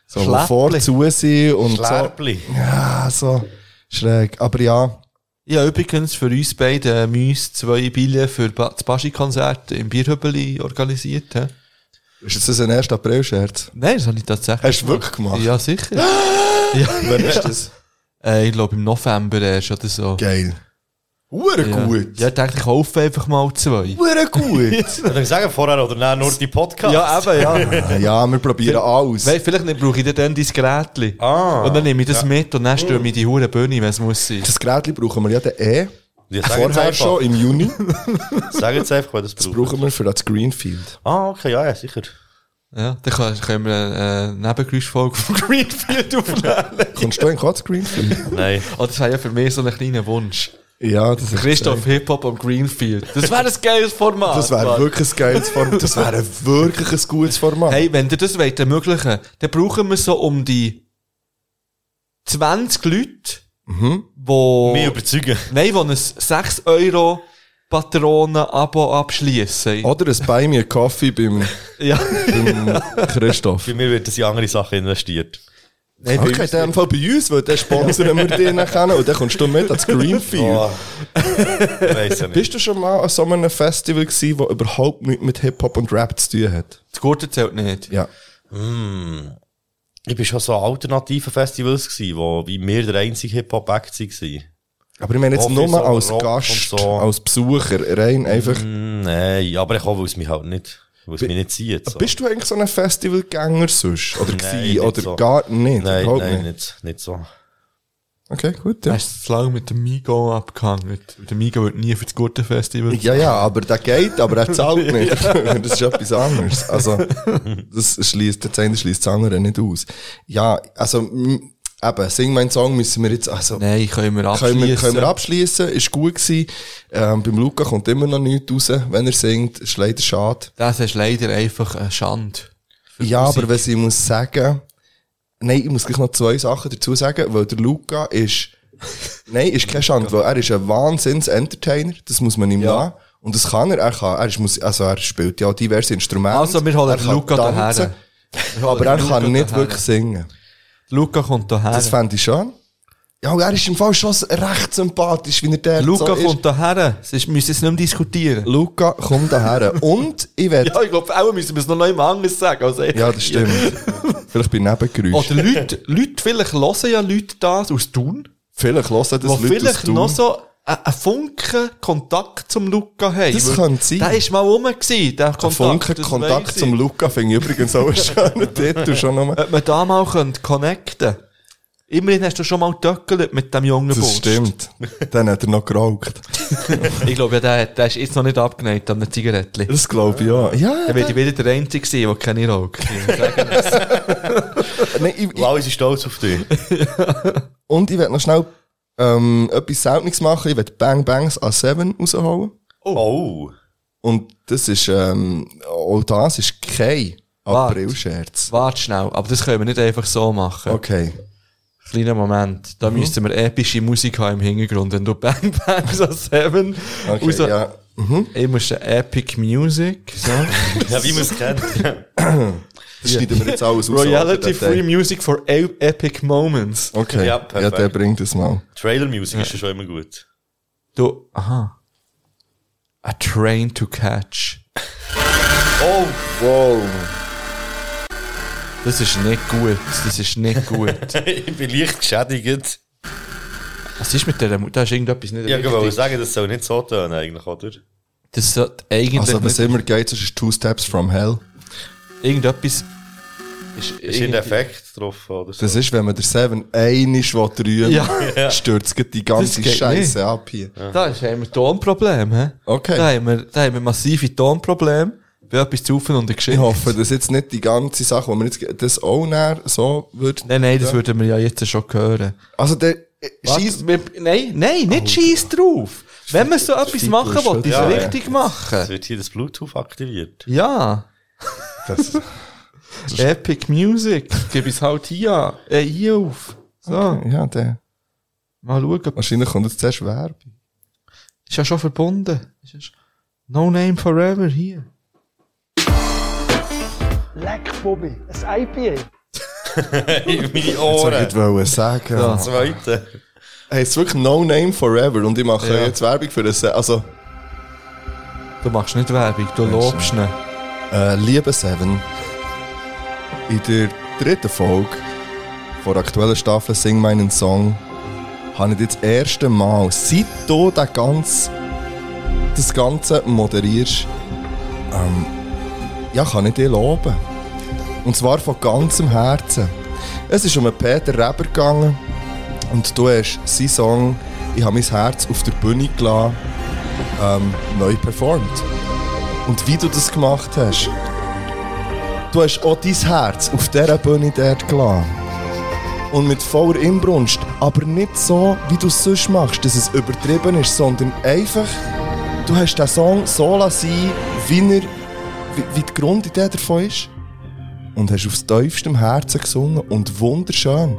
Speaker 3: So, wo
Speaker 2: Schleppli?
Speaker 3: vor zu sind und
Speaker 4: Schlerbli.
Speaker 3: so. Ja, so schräg. Aber ja,
Speaker 2: Ja, übrigens für uns beide äh, Müs zwei Billen für ba das Baschi-Konzert im Bierhübeli organisiert. He?
Speaker 3: ist das ein 1. April-Scherz?
Speaker 2: Nein, das habe ich tatsächlich.
Speaker 3: Hast du wirklich gemacht?
Speaker 2: Ja, sicher.
Speaker 3: Wann ist das?
Speaker 2: äh, ich glaube im November erst oder so.
Speaker 3: Geil. Hure
Speaker 2: ja.
Speaker 3: gut.
Speaker 2: Ja, ich denke, ich kaufe einfach mal zwei.
Speaker 3: Hure gut.
Speaker 4: Soll ich sagen, vorher oder nachher nur die Podcast?
Speaker 2: Ja, eben, ja.
Speaker 3: ja, wir probieren alles.
Speaker 2: Weil, vielleicht nicht brauche ich dann dein Gerätchen.
Speaker 4: Ah.
Speaker 2: Und dann nehme ich das mit und
Speaker 3: Mm.
Speaker 2: dann stürme ich die hure Bühne, wenn es muss sein.
Speaker 3: Das Gerät brauchen wir ja dann eh.
Speaker 4: Ja, sag jetzt
Speaker 3: Vorher
Speaker 4: einfach.
Speaker 3: schon im Juni.
Speaker 4: Sag jetzt einfach, weil das braucht.
Speaker 3: brauchen wir für das Greenfield.
Speaker 4: Ah, okay, ja, ja, sicher.
Speaker 2: Ja, dann kann- können wir eine äh, Nebengeräuschfolge von Greenfield aufnehmen.
Speaker 3: Kommst du in das Greenfield?
Speaker 4: Nein.
Speaker 2: Oh, das wäre ja für mich so ein kleiner Wunsch.
Speaker 3: ja, das ist
Speaker 2: Christoph Hip-Hop am Greenfield. Das wäre ein geiles Format.
Speaker 3: Das wäre
Speaker 2: Mann.
Speaker 3: wirklich ein geiles Format. Das wäre wirklich ein gutes Format.
Speaker 2: Hey, wenn ihr das wollt, ermöglichen, dann brauchen wir so um die 20 Leute, Mhm. wo,
Speaker 4: Mich überzeugen.
Speaker 2: nein, wo ein 6 Euro Patronen-Abo abschliessen.
Speaker 3: Oder ein Buy Me a Coffee beim,
Speaker 2: Ja.
Speaker 3: beim Christoph.
Speaker 4: Bei mir wird das in andere Sachen investiert.
Speaker 2: Nein, bei
Speaker 3: Okay, in
Speaker 2: uns-
Speaker 3: dem Fall bei uns, weil dann sponsern wir den kennen und dann kommst du mit ans Greenfield.
Speaker 4: Oh. Weiß ja nicht.
Speaker 3: Bist du schon mal an so einem Festival gewesen, das überhaupt nichts mit Hip-Hop und Rap zu tun hat?
Speaker 2: Das Gute zählt nicht.
Speaker 3: Ja.
Speaker 4: Ich bin schon so an alternativen Festivals gewesen, wo wie mir der einzige Hip-Hop-Act war.
Speaker 3: Aber ich meine jetzt
Speaker 4: Office
Speaker 3: nur
Speaker 4: oder
Speaker 3: als
Speaker 4: Rock
Speaker 3: Gast,
Speaker 4: und so. Mhm.
Speaker 3: als Besucher, rein einfach.
Speaker 4: Mm, Nein, aber ich hoffe, es mich halt nicht, weil es mich nicht zieht. So.
Speaker 3: Bist du eigentlich so ein Festivalgänger sonst? Oder
Speaker 4: nicht
Speaker 3: gewesen? Oder
Speaker 4: so.
Speaker 3: gar nicht?
Speaker 4: Nein,
Speaker 3: überhaupt
Speaker 4: nein,
Speaker 3: nicht.
Speaker 4: nicht, nicht so.
Speaker 3: Okay, gut, ja.
Speaker 2: Hast du zu lange mit dem Migo abgehangen? Der Migo wird nie für das Gute Festival.
Speaker 3: Ja, ja, aber der geht, aber er zahlt nicht. Das ist etwas anderes. Also, das schließt, der eine schließt das andere nicht aus. Ja, also, m- Eben, Sing mein Song müssen wir jetzt, also,
Speaker 2: Nein, können wir
Speaker 3: können wir, können wir
Speaker 2: abschließen.
Speaker 3: abschließen, ist gut gewesen. Ähm, beim Luca kommt immer noch nichts raus, wenn er singt, ist leider schade.
Speaker 2: Das ist leider einfach eine Schande.
Speaker 3: Ja, aber was ich muss sagen, nein, ich muss gleich noch zwei Sachen dazu sagen, weil der Luca ist, nein, ist kein Schand, weil er ist ein Wahnsinns-Entertainer, das muss man ihm ja. lassen. Und das kann er, er kann, er ist, muss- also er spielt ja diverse Instrumente.
Speaker 2: Also, wir holen
Speaker 3: er kann
Speaker 2: Luca
Speaker 3: tanzen,
Speaker 2: daher.
Speaker 3: Aber er
Speaker 2: Luca
Speaker 3: kann nicht
Speaker 2: daher.
Speaker 3: wirklich singen.
Speaker 2: Luca kommt
Speaker 3: Das
Speaker 2: daher.
Speaker 3: fände ich schon. Ja, und er ist im Fall schon recht sympathisch, wie er der
Speaker 2: Luca
Speaker 3: ist.
Speaker 2: kommt daher. Es ist- Wir müssen es nicht mehr diskutieren.
Speaker 3: Luca, komm daher. Und ich werde. Ja.
Speaker 2: ich glaube, auch müssen wir es noch einmal anders sagen. Also,
Speaker 3: das stimmt. Vielleicht bei Nebengeräusch.
Speaker 2: Oder Leute, Leute, vielleicht hören ja Leute das aus Thun,
Speaker 3: Vielleicht hören das
Speaker 2: wo
Speaker 3: Leute aus
Speaker 2: vielleicht
Speaker 3: Thun.
Speaker 2: noch so einen einen Funken Kontakt zum Luca haben.
Speaker 3: Das
Speaker 2: Weil
Speaker 3: könnte sein.
Speaker 2: Der ist mal rum, gewesen, der
Speaker 3: Ein
Speaker 2: Kontakt.
Speaker 3: Funken
Speaker 2: das
Speaker 3: Kontakt
Speaker 2: weiss ich.
Speaker 3: zum Luca finde ich übrigens auch einen schönen Titel schon nochmal.
Speaker 2: Ob man da mal könnte connecten Immerhin hast du schon mal getöckelt mit dem jungen
Speaker 3: Das
Speaker 2: Bursch.
Speaker 3: stimmt. Dann hat er noch geraucht.
Speaker 2: Ich glaube, ja, der, der ist jetzt noch nicht abgeneigt an einer Zigarette.
Speaker 3: Das glaube ich auch. Ja,
Speaker 2: Dann werde ich wieder der Einzige sein, der keine Augen
Speaker 3: nein, ich, ich,
Speaker 4: Lau ist stolz auf dich.
Speaker 3: Und ich werde noch schnell ähm, etwas Seltenes machen. Ich werde Bang Bangs A7 rausholen.
Speaker 4: Oh.
Speaker 3: Und das ist, ähm, auch das ist kein
Speaker 2: Warte.
Speaker 3: April-Scherz.
Speaker 2: Warte schnell, aber das können wir nicht einfach so machen.
Speaker 3: Okay.
Speaker 2: Kleiner Moment, da müssten wir epische Musik haben im Hintergrund. Wenn du Bang Bang so Seven
Speaker 3: Okay,
Speaker 2: raus-
Speaker 3: ja.
Speaker 2: Ich muss Epic Music, so.
Speaker 4: Ja, wie man es kennt.
Speaker 3: Das schneiden wir jetzt alles raus.
Speaker 2: Royalty
Speaker 3: oder?
Speaker 2: Free Music for e Epic Moments.
Speaker 3: Okay.
Speaker 4: Ja,
Speaker 3: Ja,
Speaker 4: perfekt.
Speaker 3: der bringt es mal.
Speaker 4: Trailer-Music ist ja schon immer gut.
Speaker 2: Du, aha. A Train to Catch.
Speaker 4: Oh,
Speaker 3: Wow.
Speaker 2: Das ist nicht gut, das ist nicht gut.
Speaker 4: ich bin leicht geschädigt.
Speaker 2: Was ist mit der Mu- Da ist irgendetwas nicht
Speaker 4: Ja, ich wollte
Speaker 2: richtig.
Speaker 4: sagen, das soll nicht so tönen eigentlich, oder?
Speaker 2: Das sollte eigentlich
Speaker 3: Also, was
Speaker 2: nicht,
Speaker 3: immer geht, das ist Two Steps from Hell.
Speaker 2: irgendetwas... Ist,
Speaker 4: Ist
Speaker 2: irgend-
Speaker 4: ein Effekt drauf, oder so?
Speaker 3: Das ist, wenn man der Seven einisch will rühren,
Speaker 2: Ja.
Speaker 3: stürzt gleich die ganze
Speaker 2: Das geht nicht.
Speaker 3: Scheiße ab hier.
Speaker 2: Da ist, haben wir Tonprobleme, hä?
Speaker 3: Okay.
Speaker 2: Da haben wir, da haben wir massive Tonprobleme. Bei etwas zu und der
Speaker 3: Ich
Speaker 2: Geschichte.
Speaker 3: hoffe, dass jetzt nicht die ganze Sache, die wir jetzt, ge- das auch näher so wird.
Speaker 2: Nein, nein, das würden wir ja jetzt schon hören.
Speaker 3: Also, der, äh, scheiss,
Speaker 2: Scheiss, wir, nein, nein,
Speaker 3: Oh,
Speaker 2: nicht scheiss drauf. Wenn man so etwas
Speaker 3: Figur
Speaker 2: machen will, ist es
Speaker 3: schon-
Speaker 4: Ja, ja.
Speaker 2: richtig
Speaker 4: Es
Speaker 2: machen.
Speaker 4: wird hier das Bluetooth aktiviert.
Speaker 2: Ja.
Speaker 3: Das-
Speaker 2: Epic Music. Gib es halt hier, an. äh, hier auf. So,
Speaker 3: ja, der,
Speaker 2: mal schauen.
Speaker 3: wahrscheinlich kommt jetzt zuerst Werbung.
Speaker 2: Ist ja schon verbunden. Ist ja schon- No Name Forever hier.
Speaker 5: Leck, Bobby, ein IPA.
Speaker 4: Meine
Speaker 3: Das wollte ich
Speaker 4: Ohren.
Speaker 3: wollen sagen.
Speaker 2: Ja.
Speaker 4: Zweite.
Speaker 3: Hey, es ist wirklich No Name Forever und ich mache
Speaker 2: Ja.
Speaker 3: jetzt Werbung für das, also,
Speaker 2: Du machst nicht Werbung, du lobst ihn.
Speaker 3: Äh, liebe Seven, in der dritten Folge von der aktuellen Staffel Sing meinen Song habe ich jetzt das erste Mal, seit du den ganz, das Ganze moderierst, ähm, ja, kann ich dir loben. Und zwar von ganzem Herzen. Es ist um einen Peter Reber gegangen und du hast seinen Song «Ich habe mein Herz auf der Bühne gelassen» ähm, neu performt und wie du das gemacht hast. Du hast auch dein Herz auf dieser Bühne dort gelassen. Und mit voller Inbrunst, aber nicht so, wie du es sonst machst, dass es übertrieben ist, sondern einfach, du hast den Song so lassen, sein, wie er, wie, wie die Grundidee davon ist. Und hast aufs tiefstem Herzen gesungen und wunderschön.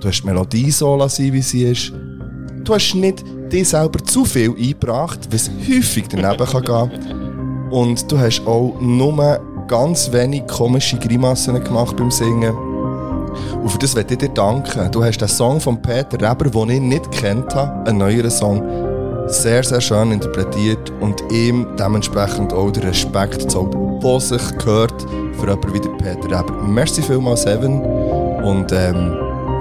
Speaker 3: Du hast die Melodie so lassen, sein, wie sie ist. Du hast nicht dir selber zu viel eingebracht, was häufig daneben kann gehen und du hast auch nur ganz wenig komische Grimassen gemacht beim Singen. Und für das möchte ich dir danken. Du hast den Song von Peter Reber, den ich nicht kennt habe, einen neueren Song, sehr, sehr schön interpretiert und ihm dementsprechend auch den Respekt gezollt, der sich gehört für jemanden wie den Peter Reber. Merci vielmals, Seven. Und ähm,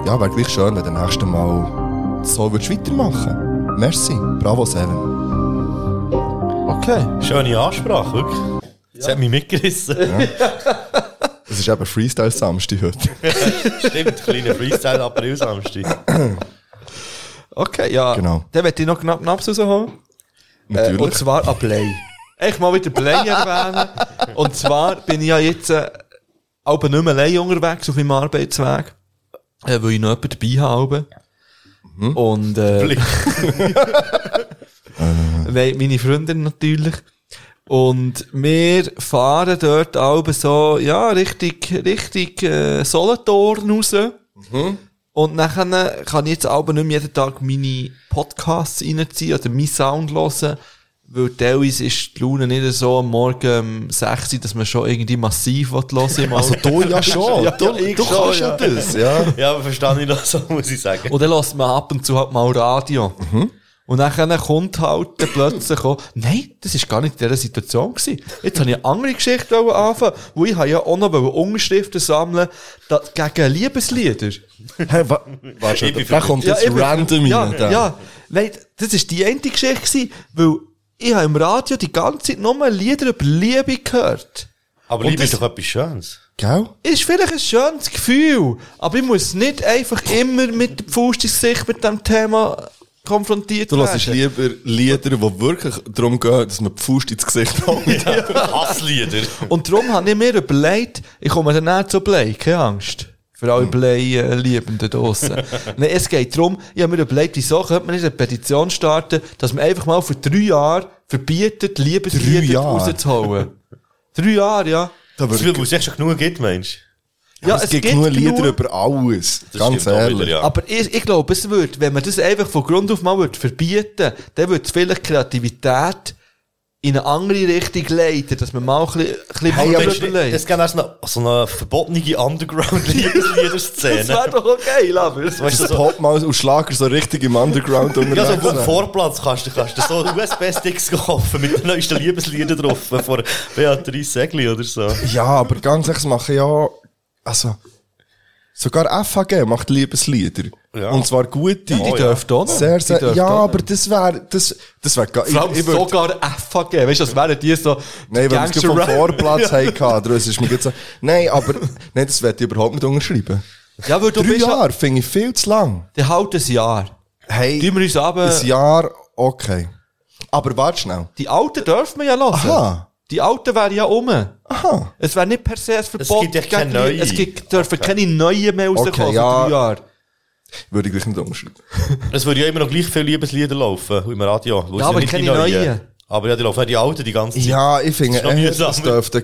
Speaker 3: ja, wäre gleich schön, wenn du nächste Mal so würdest weitermachen Merci. Bravo, Seven.
Speaker 2: Okay.
Speaker 4: Schöne Ansprache, wirklich. Das hat mich mitgerissen.
Speaker 3: Es ist eben Freestyle-Samstag heute.
Speaker 4: Stimmt, kleiner Freestyle April Samstag.
Speaker 2: Okay, ja.
Speaker 3: Genau.
Speaker 2: Dann werde ich noch knapp Naps rausholen. Äh,
Speaker 3: Natürlich.
Speaker 2: und zwar an Play. Ich mal wieder Play erwähnen. Und eh, zwar bin ich ja jetzt äh, aber nicht mehr allein unterwegs auf meinem Arbeitsweg. äh, weil ich noch jemanden dabei habe. Und, äh, Nein, meine Freundin natürlich. Und wir fahren dort alle so, ja, richtig, richtig äh, Solothurn raus. Mhm. Und nachher kann ich jetzt aber nicht mehr jeden Tag meine Podcasts reinziehen oder meinen Sound hören, weil teilweise ist die Laune nicht so am Morgen um 6 Uhr, dass man schon irgendwie massiv hören will. Also
Speaker 3: Du ja schon.
Speaker 2: Ja,
Speaker 3: du
Speaker 2: ja, ich
Speaker 3: du
Speaker 2: schon,
Speaker 3: kannst Oh, ja
Speaker 2: ja.
Speaker 3: das, ja.
Speaker 4: Ja, aber verstehe ich das, so muss ich sagen.
Speaker 2: Und dann lässt man ab und zu halt mal Radio.
Speaker 3: Mhm.
Speaker 2: Und dann kommt halt dann plötzlich auch, nein, das ist gar nicht in dieser Situation gewesen. Jetzt habe ich eine andere Geschichte wollen anfangen, wo ich habe ja auch noch wollte Unterschriften sammeln da- gegen Liebeslieder.
Speaker 3: Hey, wa, warte,
Speaker 4: Ich bin
Speaker 3: da kommt jetzt
Speaker 2: eben.
Speaker 3: random
Speaker 2: ja,
Speaker 3: rein. der.
Speaker 2: ja, nein, das ist die eine Geschichte gewesen, weil ich habe im Radio die ganze Zeit nur Lieder über Liebe gehört.
Speaker 4: Aber
Speaker 2: Und
Speaker 4: Liebe ist
Speaker 2: das-
Speaker 4: doch etwas Schönes.
Speaker 3: Gell?
Speaker 2: Ist vielleicht ein schönes Gefühl, aber ich muss nicht einfach immer mit dem Fuß ins Gesicht mit dem Thema konfrontiert
Speaker 3: Du
Speaker 2: werden.
Speaker 3: hörst lieber Lieder, die wirklich darum gehen, dass man die Faust ins Gesicht hält.
Speaker 4: Hasslieder.
Speaker 2: Und darum habe ich mir überlegt, ich komme dann näher zu Blei, keine Angst. Für
Speaker 3: Hm.
Speaker 2: alle Blei-Liebenden draussen. Nein, es geht darum, ich habe mir überlegt, wieso könnte man nicht eine Petition starten, dass man einfach mal für drei Jahre verbietet,
Speaker 3: Drei
Speaker 2: Liebeslieder
Speaker 3: Jahre?
Speaker 2: rauszuholen. drei Jahre, ja.
Speaker 3: Da
Speaker 4: Das
Speaker 3: wird-
Speaker 4: Film, wo es echt schon genug gibt, Mensch.
Speaker 2: Ja,
Speaker 3: es, gibt nur Lieder über alles.
Speaker 4: Das
Speaker 3: Ganz
Speaker 4: stimmt auch
Speaker 3: ehrlich.
Speaker 4: wieder, ja.
Speaker 2: Aber ich, ich glaube, es wird, wenn man das einfach von Grund auf mal würde verbieten, dann würde es vielleicht Kreativität in eine andere Richtung leiten, dass man mal ein bisschen, ein
Speaker 3: Hey,
Speaker 2: bisschen
Speaker 3: aber
Speaker 4: Das
Speaker 2: überlegt.
Speaker 4: ist gerne erst eine, so eine verbotene
Speaker 2: Das
Speaker 4: Underground-Liederszene.
Speaker 2: wäre doch okay, aber.
Speaker 4: Weißt du,
Speaker 3: Das
Speaker 4: so,
Speaker 3: Pop mal aus Schlager so richtig im Underground
Speaker 4: ja, so auf
Speaker 3: unterwegs
Speaker 4: dem
Speaker 3: sein.
Speaker 4: Vorplatz kannst du, kannst du so USB-Sticks kaufen mit den neuesten Liebesliedern drauf äh, von Beatrice Segli oder so.
Speaker 3: Ja, aber ganz ehrlich, das machen ja, also, sogar FHG macht Liebeslieder.
Speaker 4: Ja.
Speaker 3: Und zwar gute.
Speaker 2: Die dürfen auch nicht.
Speaker 3: Sehr,
Speaker 2: Die
Speaker 3: sehr,
Speaker 2: dürfen
Speaker 3: ja,
Speaker 2: auch
Speaker 3: aber das wäre, das, das wäre geil.
Speaker 2: Vor allem sogar FAG. Weißt du, das wären die so.
Speaker 3: Nein, wenn wir es vom
Speaker 2: Gangster-Rap.
Speaker 3: Vorplatz hatten, darum ist mir jetzt so, nein, aber, nein, das werde ich überhaupt nicht unterschreiben.
Speaker 2: Ja, weil du
Speaker 3: Drei
Speaker 2: bist.
Speaker 3: Jahre finde ich viel zu lang.
Speaker 2: Dann halt ein Jahr.
Speaker 3: Hey,
Speaker 2: Tun wir uns aber.
Speaker 3: ein Jahr, okay. Aber warte schnell.
Speaker 2: Die Alten dürfen wir ja lassen.
Speaker 3: Aha.
Speaker 2: Die Alten wären ja um. Aha. Es wäre nicht per se ein Verbot.
Speaker 4: gibt ja
Speaker 2: gegen
Speaker 4: keine
Speaker 2: die-
Speaker 4: neue.
Speaker 2: Es gibt, dürfen keine neuen mehr rauskommen.
Speaker 3: Okay,
Speaker 2: Okay,
Speaker 3: ja.
Speaker 2: drei Jahre.
Speaker 3: Würde ich gleich nicht unterschreiben.
Speaker 4: Es würden ja immer noch gleich viele Liebeslieder laufen im Radio. weil es
Speaker 2: aber
Speaker 4: nicht die
Speaker 2: keine neuen.
Speaker 4: Aber ja, die laufen ja die alten die ganze Zeit.
Speaker 3: Ja, ich finde,
Speaker 4: ist noch
Speaker 3: eher,
Speaker 4: mühsam.
Speaker 3: das dürfte,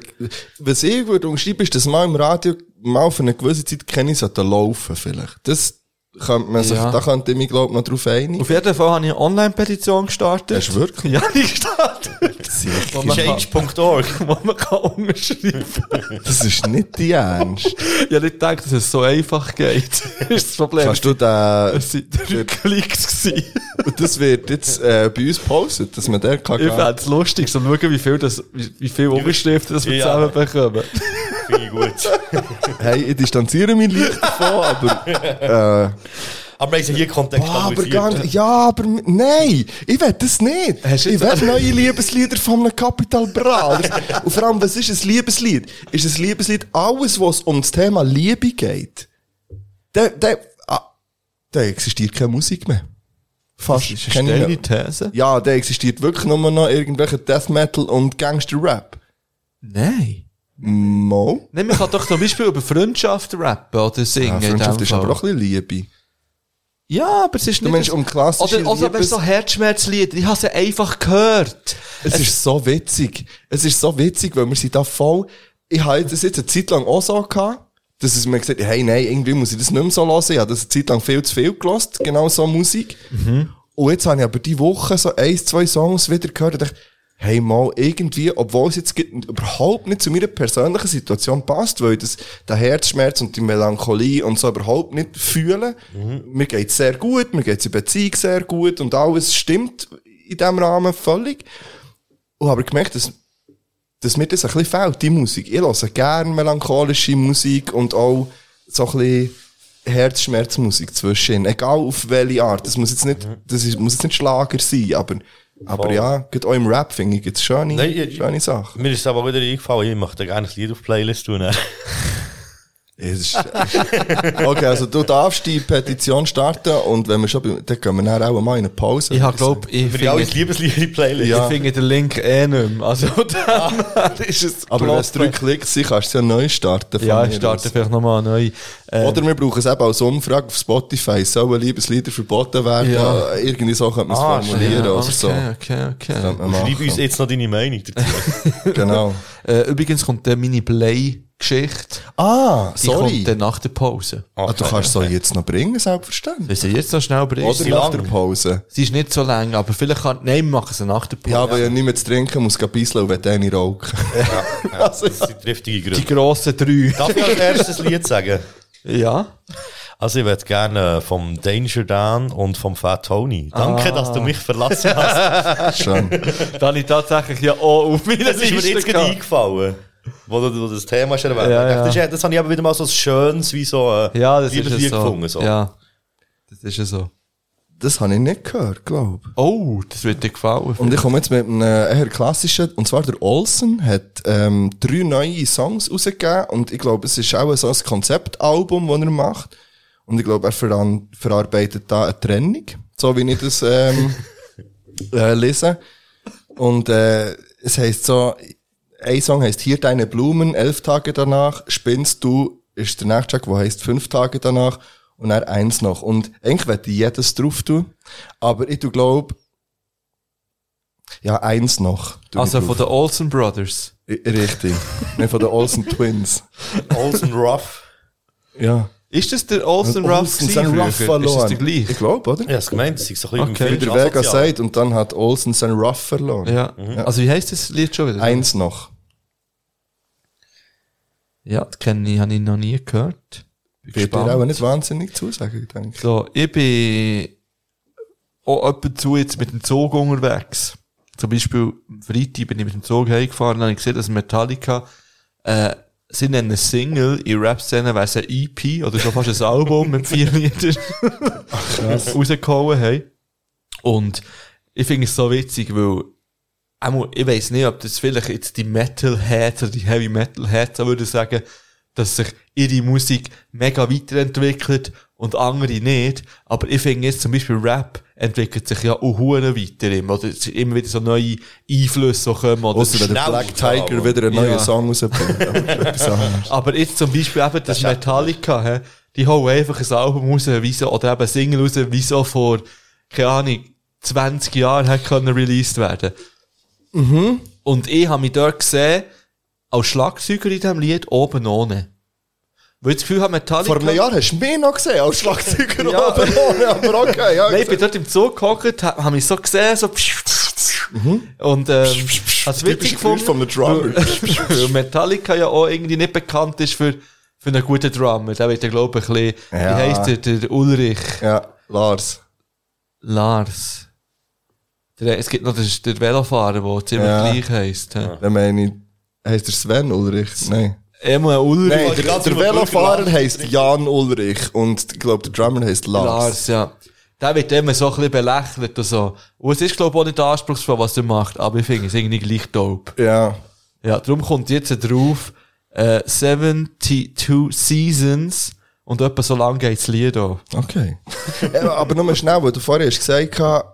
Speaker 3: was ich würde umschreiben, ist, dass mal im Radio mal für eine gewisse Zeit keine sollte laufen, vielleicht. Das könnte man sich,
Speaker 2: Ja.
Speaker 3: da könnte ich mich, glaube ich, noch drauf einigen.
Speaker 2: Auf jeden Fall habe ich eine Online-Petition gestartet.
Speaker 3: Hast du wirklich?
Speaker 2: ja, die gestartet. Wo man kann-
Speaker 4: Change.org.
Speaker 2: Wo man kann unterschreiben.
Speaker 3: Das ist nicht die Ernst.
Speaker 2: Ich habe nicht gedacht, dass es so einfach geht. Das ist das Problem.
Speaker 3: Kannst du den,
Speaker 2: Es sind drei Klicks gewesen.
Speaker 3: Und das wird jetzt äh, bei uns gepostet, dass man der kann.
Speaker 2: Ich fände es lustig, so schauen, wie viel, das, wie, wie viel Unterschriften das wir
Speaker 4: Ja.
Speaker 2: zusammen bekommen.
Speaker 4: Finde ich gut.
Speaker 3: Hey, ich distanziere mich leicht davon, aber. äh,
Speaker 4: Aber wir haben sie hier
Speaker 3: Boah, aber
Speaker 4: kontextualisiert.
Speaker 3: gar nicht. Ja, aber m- nein, ich will das nicht.
Speaker 2: Hast du
Speaker 3: ich
Speaker 2: jetzt
Speaker 3: will neue Liebeslieder von einem Capital Bra. Und vor allem, was ist ein Liebeslied? Ist ein Liebeslied alles, was um das Thema Liebe geht? Da, da, ah, da existiert keine Musik mehr. Fast. Kenn ich nicht.
Speaker 2: These?
Speaker 3: Ja, da existiert wirklich nur noch irgendwelche Death Metal und Gangster Rap.
Speaker 2: Nein.
Speaker 3: Mo?
Speaker 2: Nein, man kann doch zum Beispiel über Freundschaft rappen oder singen.
Speaker 3: Ja,
Speaker 2: in dem
Speaker 3: Freundschaft ist
Speaker 2: Fall.
Speaker 3: aber auch ein bisschen Liebe.
Speaker 2: Ja, aber es ist
Speaker 3: Du
Speaker 2: nicht...
Speaker 3: meinst um klassische
Speaker 2: oder, oder wenn
Speaker 3: Liebes-
Speaker 2: so Herzschmerzlieder, ich habe sie einfach gehört.
Speaker 3: Es ist so witzig. Es ist so witzig, weil wir sind da voll. Ich habe das jetzt eine Zeit lang auch so gehabt, dass es mir gesagt hat, hey, nein, irgendwie muss ich das nicht mehr so hören. Ich habe das eine Zeit lang viel zu viel gelost, genau so Musik. Und jetzt habe ich aber die Woche so ein, zwei Songs wieder gehört und dachte, hey, mal irgendwie, obwohl es jetzt ge- überhaupt nicht zu meiner persönlichen Situation passt, weil ich das, der Herzschmerz und die Melancholie und so überhaupt nicht fühle. Mir geht's sehr gut, mir geht's in Beziehung sehr gut und alles stimmt in diesem Rahmen völlig. Und habe gemerkt, dass, dass mir das ein bisschen fehlt, die Musik. Ich höre gerne melancholische Musik und auch so ein bisschen Herzschmerzmusik zwischen. Egal auf welche Art. Das muss jetzt nicht,
Speaker 4: Mhm.
Speaker 3: das ist, muss jetzt nicht Schlager sein, aber, aber ja, gerade auch im Rap finde ich jetzt schöne,
Speaker 4: Nein, ich-
Speaker 3: schöne Sachen.
Speaker 4: äh. Mir ist aber wieder eingefallen, ich möchte gerne ein Lied auf die Playlist tun.
Speaker 3: Es ist- okay, also du darfst die Petition starten und wenn wir schon, beim- dann gehen wir dann auch mal in eine Pause.
Speaker 2: Ich habe, glaube ich,
Speaker 4: Wir haben
Speaker 2: finde
Speaker 4: alles Liebeslieder-Playlist.
Speaker 3: Ja.
Speaker 2: ich finde den Link eh nicht mehr. Also, dann ist es
Speaker 3: Aber wenn es drei
Speaker 2: gelaufen.
Speaker 3: Klicks sind, kannst du es ja neu starten. von
Speaker 2: Ja,
Speaker 3: mir
Speaker 2: ich starte
Speaker 3: aus.
Speaker 2: vielleicht nochmal neu. Äh,
Speaker 3: Oder wir brauchen es eben als Umfrage auf Spotify. Sollen Liebeslieder verboten werden?
Speaker 2: Ja.
Speaker 3: Ja. Irgendwie so könnte man es
Speaker 4: Ah,
Speaker 3: formulieren oder so.
Speaker 2: Äh, okay, okay, okay.
Speaker 3: Könnte man
Speaker 4: Schreib uns
Speaker 3: machen.
Speaker 4: jetzt noch deine Meinung dazu.
Speaker 3: Genau.
Speaker 2: Äh, übrigens kommt dann meine Play-Geschichte.
Speaker 3: Ah,
Speaker 2: Die kommt
Speaker 3: sorry.
Speaker 2: dann nach der Pause.
Speaker 3: Ah, du kannst es auch jetzt noch bringen, selbstverständlich.
Speaker 2: Wenn sie jetzt noch schnell bringst.
Speaker 3: Oder
Speaker 2: Sie,
Speaker 3: nach
Speaker 4: lang.
Speaker 3: der Pause.
Speaker 2: sie ist nicht so lang, aber vielleicht kann... Nein, wir machen sie nach der Pause.
Speaker 3: Ja, aber ja nicht mehr zu trinken, muss gehen bisschen und wenn eine rauchen.
Speaker 4: Das sind triftige
Speaker 2: Die
Speaker 4: Gründe.
Speaker 2: grossen drei.
Speaker 4: Darf ich als erstes Lied sagen?
Speaker 2: Ja.
Speaker 4: Also ich würde gerne äh, vom Danger Dan und vom Fat Tony.
Speaker 2: Ah.
Speaker 4: Danke, dass du mich verlassen hast.
Speaker 3: Schön.
Speaker 2: Da habe ich tatsächlich ja auch auf meiner
Speaker 4: Das ist mir jetzt gerade
Speaker 2: gehabt.
Speaker 4: eingefallen. Wo, du- wo du das Thema schon erwähnt
Speaker 2: Ja,
Speaker 4: hast.
Speaker 2: ja.
Speaker 4: Das, ist- das habe ich aber wieder mal so ein schönes, wie eh, so ein
Speaker 2: Ja, das ist
Speaker 4: Liebeslied
Speaker 2: ja so.
Speaker 4: gefunden. So.
Speaker 2: Ja. Das ist ja so.
Speaker 3: Das habe ich nicht gehört, glaube
Speaker 2: Oh, das wird dir gefallen.
Speaker 3: Und ich komme jetzt mit einem eher klassischen, und zwar der Olsen hat ähm, drei neue Songs rausgegeben und ich glaube, es ist auch so ein Konzeptalbum, das er macht. Und ich glaube, er veran verarbeitet da eine Trennung, so wie ich das ähm, äh, lese. Und äh, es heißt so, ein Song heißt Hier deine Blumen, elf Tage danach, spinnst du, ist der nächste Track, der heißt fünf Tage danach und dann eins noch. Und eigentlich werde ich jedes drauf tun, aber ich glaube, ja, eins noch. Tu
Speaker 2: also
Speaker 3: ich
Speaker 2: von den Olsen Brothers.
Speaker 3: drauf. I- Richtig. Nein, von den Olsen Twins.
Speaker 4: Olsen Ruff.
Speaker 3: Ja.
Speaker 2: Ist das der Olsen Ruff?
Speaker 3: Olsen
Speaker 2: gewesen
Speaker 3: sind
Speaker 2: früher?
Speaker 3: Ruff verloren.
Speaker 2: Ist das der gleiche?
Speaker 3: Ich glaube, oder?
Speaker 4: Ich habe es gemeint, das ist so ein bisschen
Speaker 2: Okay.
Speaker 4: im
Speaker 3: Wie der
Speaker 4: Film
Speaker 3: Vega
Speaker 4: asozial.
Speaker 3: sagt, und dann hat Olsen sein Ruff verloren.
Speaker 2: Ja. Also wie heisst das Lied schon wieder?
Speaker 3: Eins noch.
Speaker 2: Ja, das kenne ich, habe ich noch nie gehört. Bin
Speaker 3: Wird dir auch nicht wahnsinnig zusagen, denke ich.
Speaker 2: So, ich bin auch ab und zu jetzt mit dem Zug unterwegs. Zum Beispiel am Freitag bin ich mit dem Zug heimgefahren und habe ich gesehen, dass Metallica äh, sie nennen eine Single, in Rap-Szene wäre es ein EP oder schon fast ein Album mit vier Liedern rausgehauen haben. Und ich finde es so witzig, weil einmal, ich weiß nicht, ob das vielleicht jetzt die Metalheads oder die Heavy Metalheads auch würden sagen, dass sich ihre Musik mega weiterentwickelt und andere nicht. Aber ich finde jetzt zum Beispiel Rap entwickelt sich ja auch Huren weiter immer. Oder es sind immer wieder so neue Einflüsse, die kommen. Oder
Speaker 3: Ausser wenn der
Speaker 4: Schnell
Speaker 3: Black Tiger
Speaker 4: aufgehauen.
Speaker 3: wieder einen neuen
Speaker 2: Ja.
Speaker 3: Song rausbringt. Aber das ist etwas anderes.
Speaker 2: Aber jetzt zum Beispiel eben das Metallica, hä, die hauen einfach ein Album raus, wie so, oder eben ein Single raus, wie so vor, keine Ahnung, 20 Jahren hätte können released werden.
Speaker 3: Mhm.
Speaker 2: Und ich habe mich dort gesehen, als Schlagzeuger in diesem Lied, oben ohne. Weil ich das Gefühl habe, Metallica...
Speaker 3: Vor einem Jahr hast du mich noch gesehen als Schlagzeuger
Speaker 2: Ja.
Speaker 3: oben ohne, aber okay. Ja,
Speaker 2: Nein, ich bin dort im Zug gehockt, hab, hab mich so gesehen, so...
Speaker 3: Mhm.
Speaker 2: Und, ähm, hast
Speaker 3: Typisch
Speaker 2: witzig
Speaker 3: Gefühl
Speaker 2: gefunden.
Speaker 3: von einem Drummer.
Speaker 2: Weil Metallica ja auch irgendwie nicht bekannt ist für, für einen guten Drummer. Der wird ja, glaube ich, ein bisschen,
Speaker 3: Ja.
Speaker 2: wie heisst der, der Ulrich
Speaker 3: ja, Lars.
Speaker 2: Lars. Der, es gibt noch den, den Velofahrer, der ziemlich
Speaker 3: Ja.
Speaker 2: gleich heisst. Ja.
Speaker 3: Dann meine ich, heisst der Sven Ulrich? Nein.
Speaker 2: Emma Ulrich.
Speaker 3: Nein,
Speaker 4: die
Speaker 3: der,
Speaker 4: ganze
Speaker 3: der
Speaker 4: Zeit
Speaker 3: Velofahrer
Speaker 4: Bürger-
Speaker 3: heisst Jan Ulrich und ich glaube, der Drummer heisst Lars.
Speaker 2: Lars, ja. Der wird immer so ein bisschen belächelt und so. Und es ist, glaube ich, auch nicht anspruchsvoll, was er macht, aber ich finde es irgendwie gleich dope.
Speaker 3: Ja.
Speaker 2: Ja, darum kommt jetzt drauf, äh, 72 Seasons und etwa so lang geht das Lied auch.
Speaker 3: Okay. Ja, Äh, aber nur schnell, weil du vorher hast gesagt hast,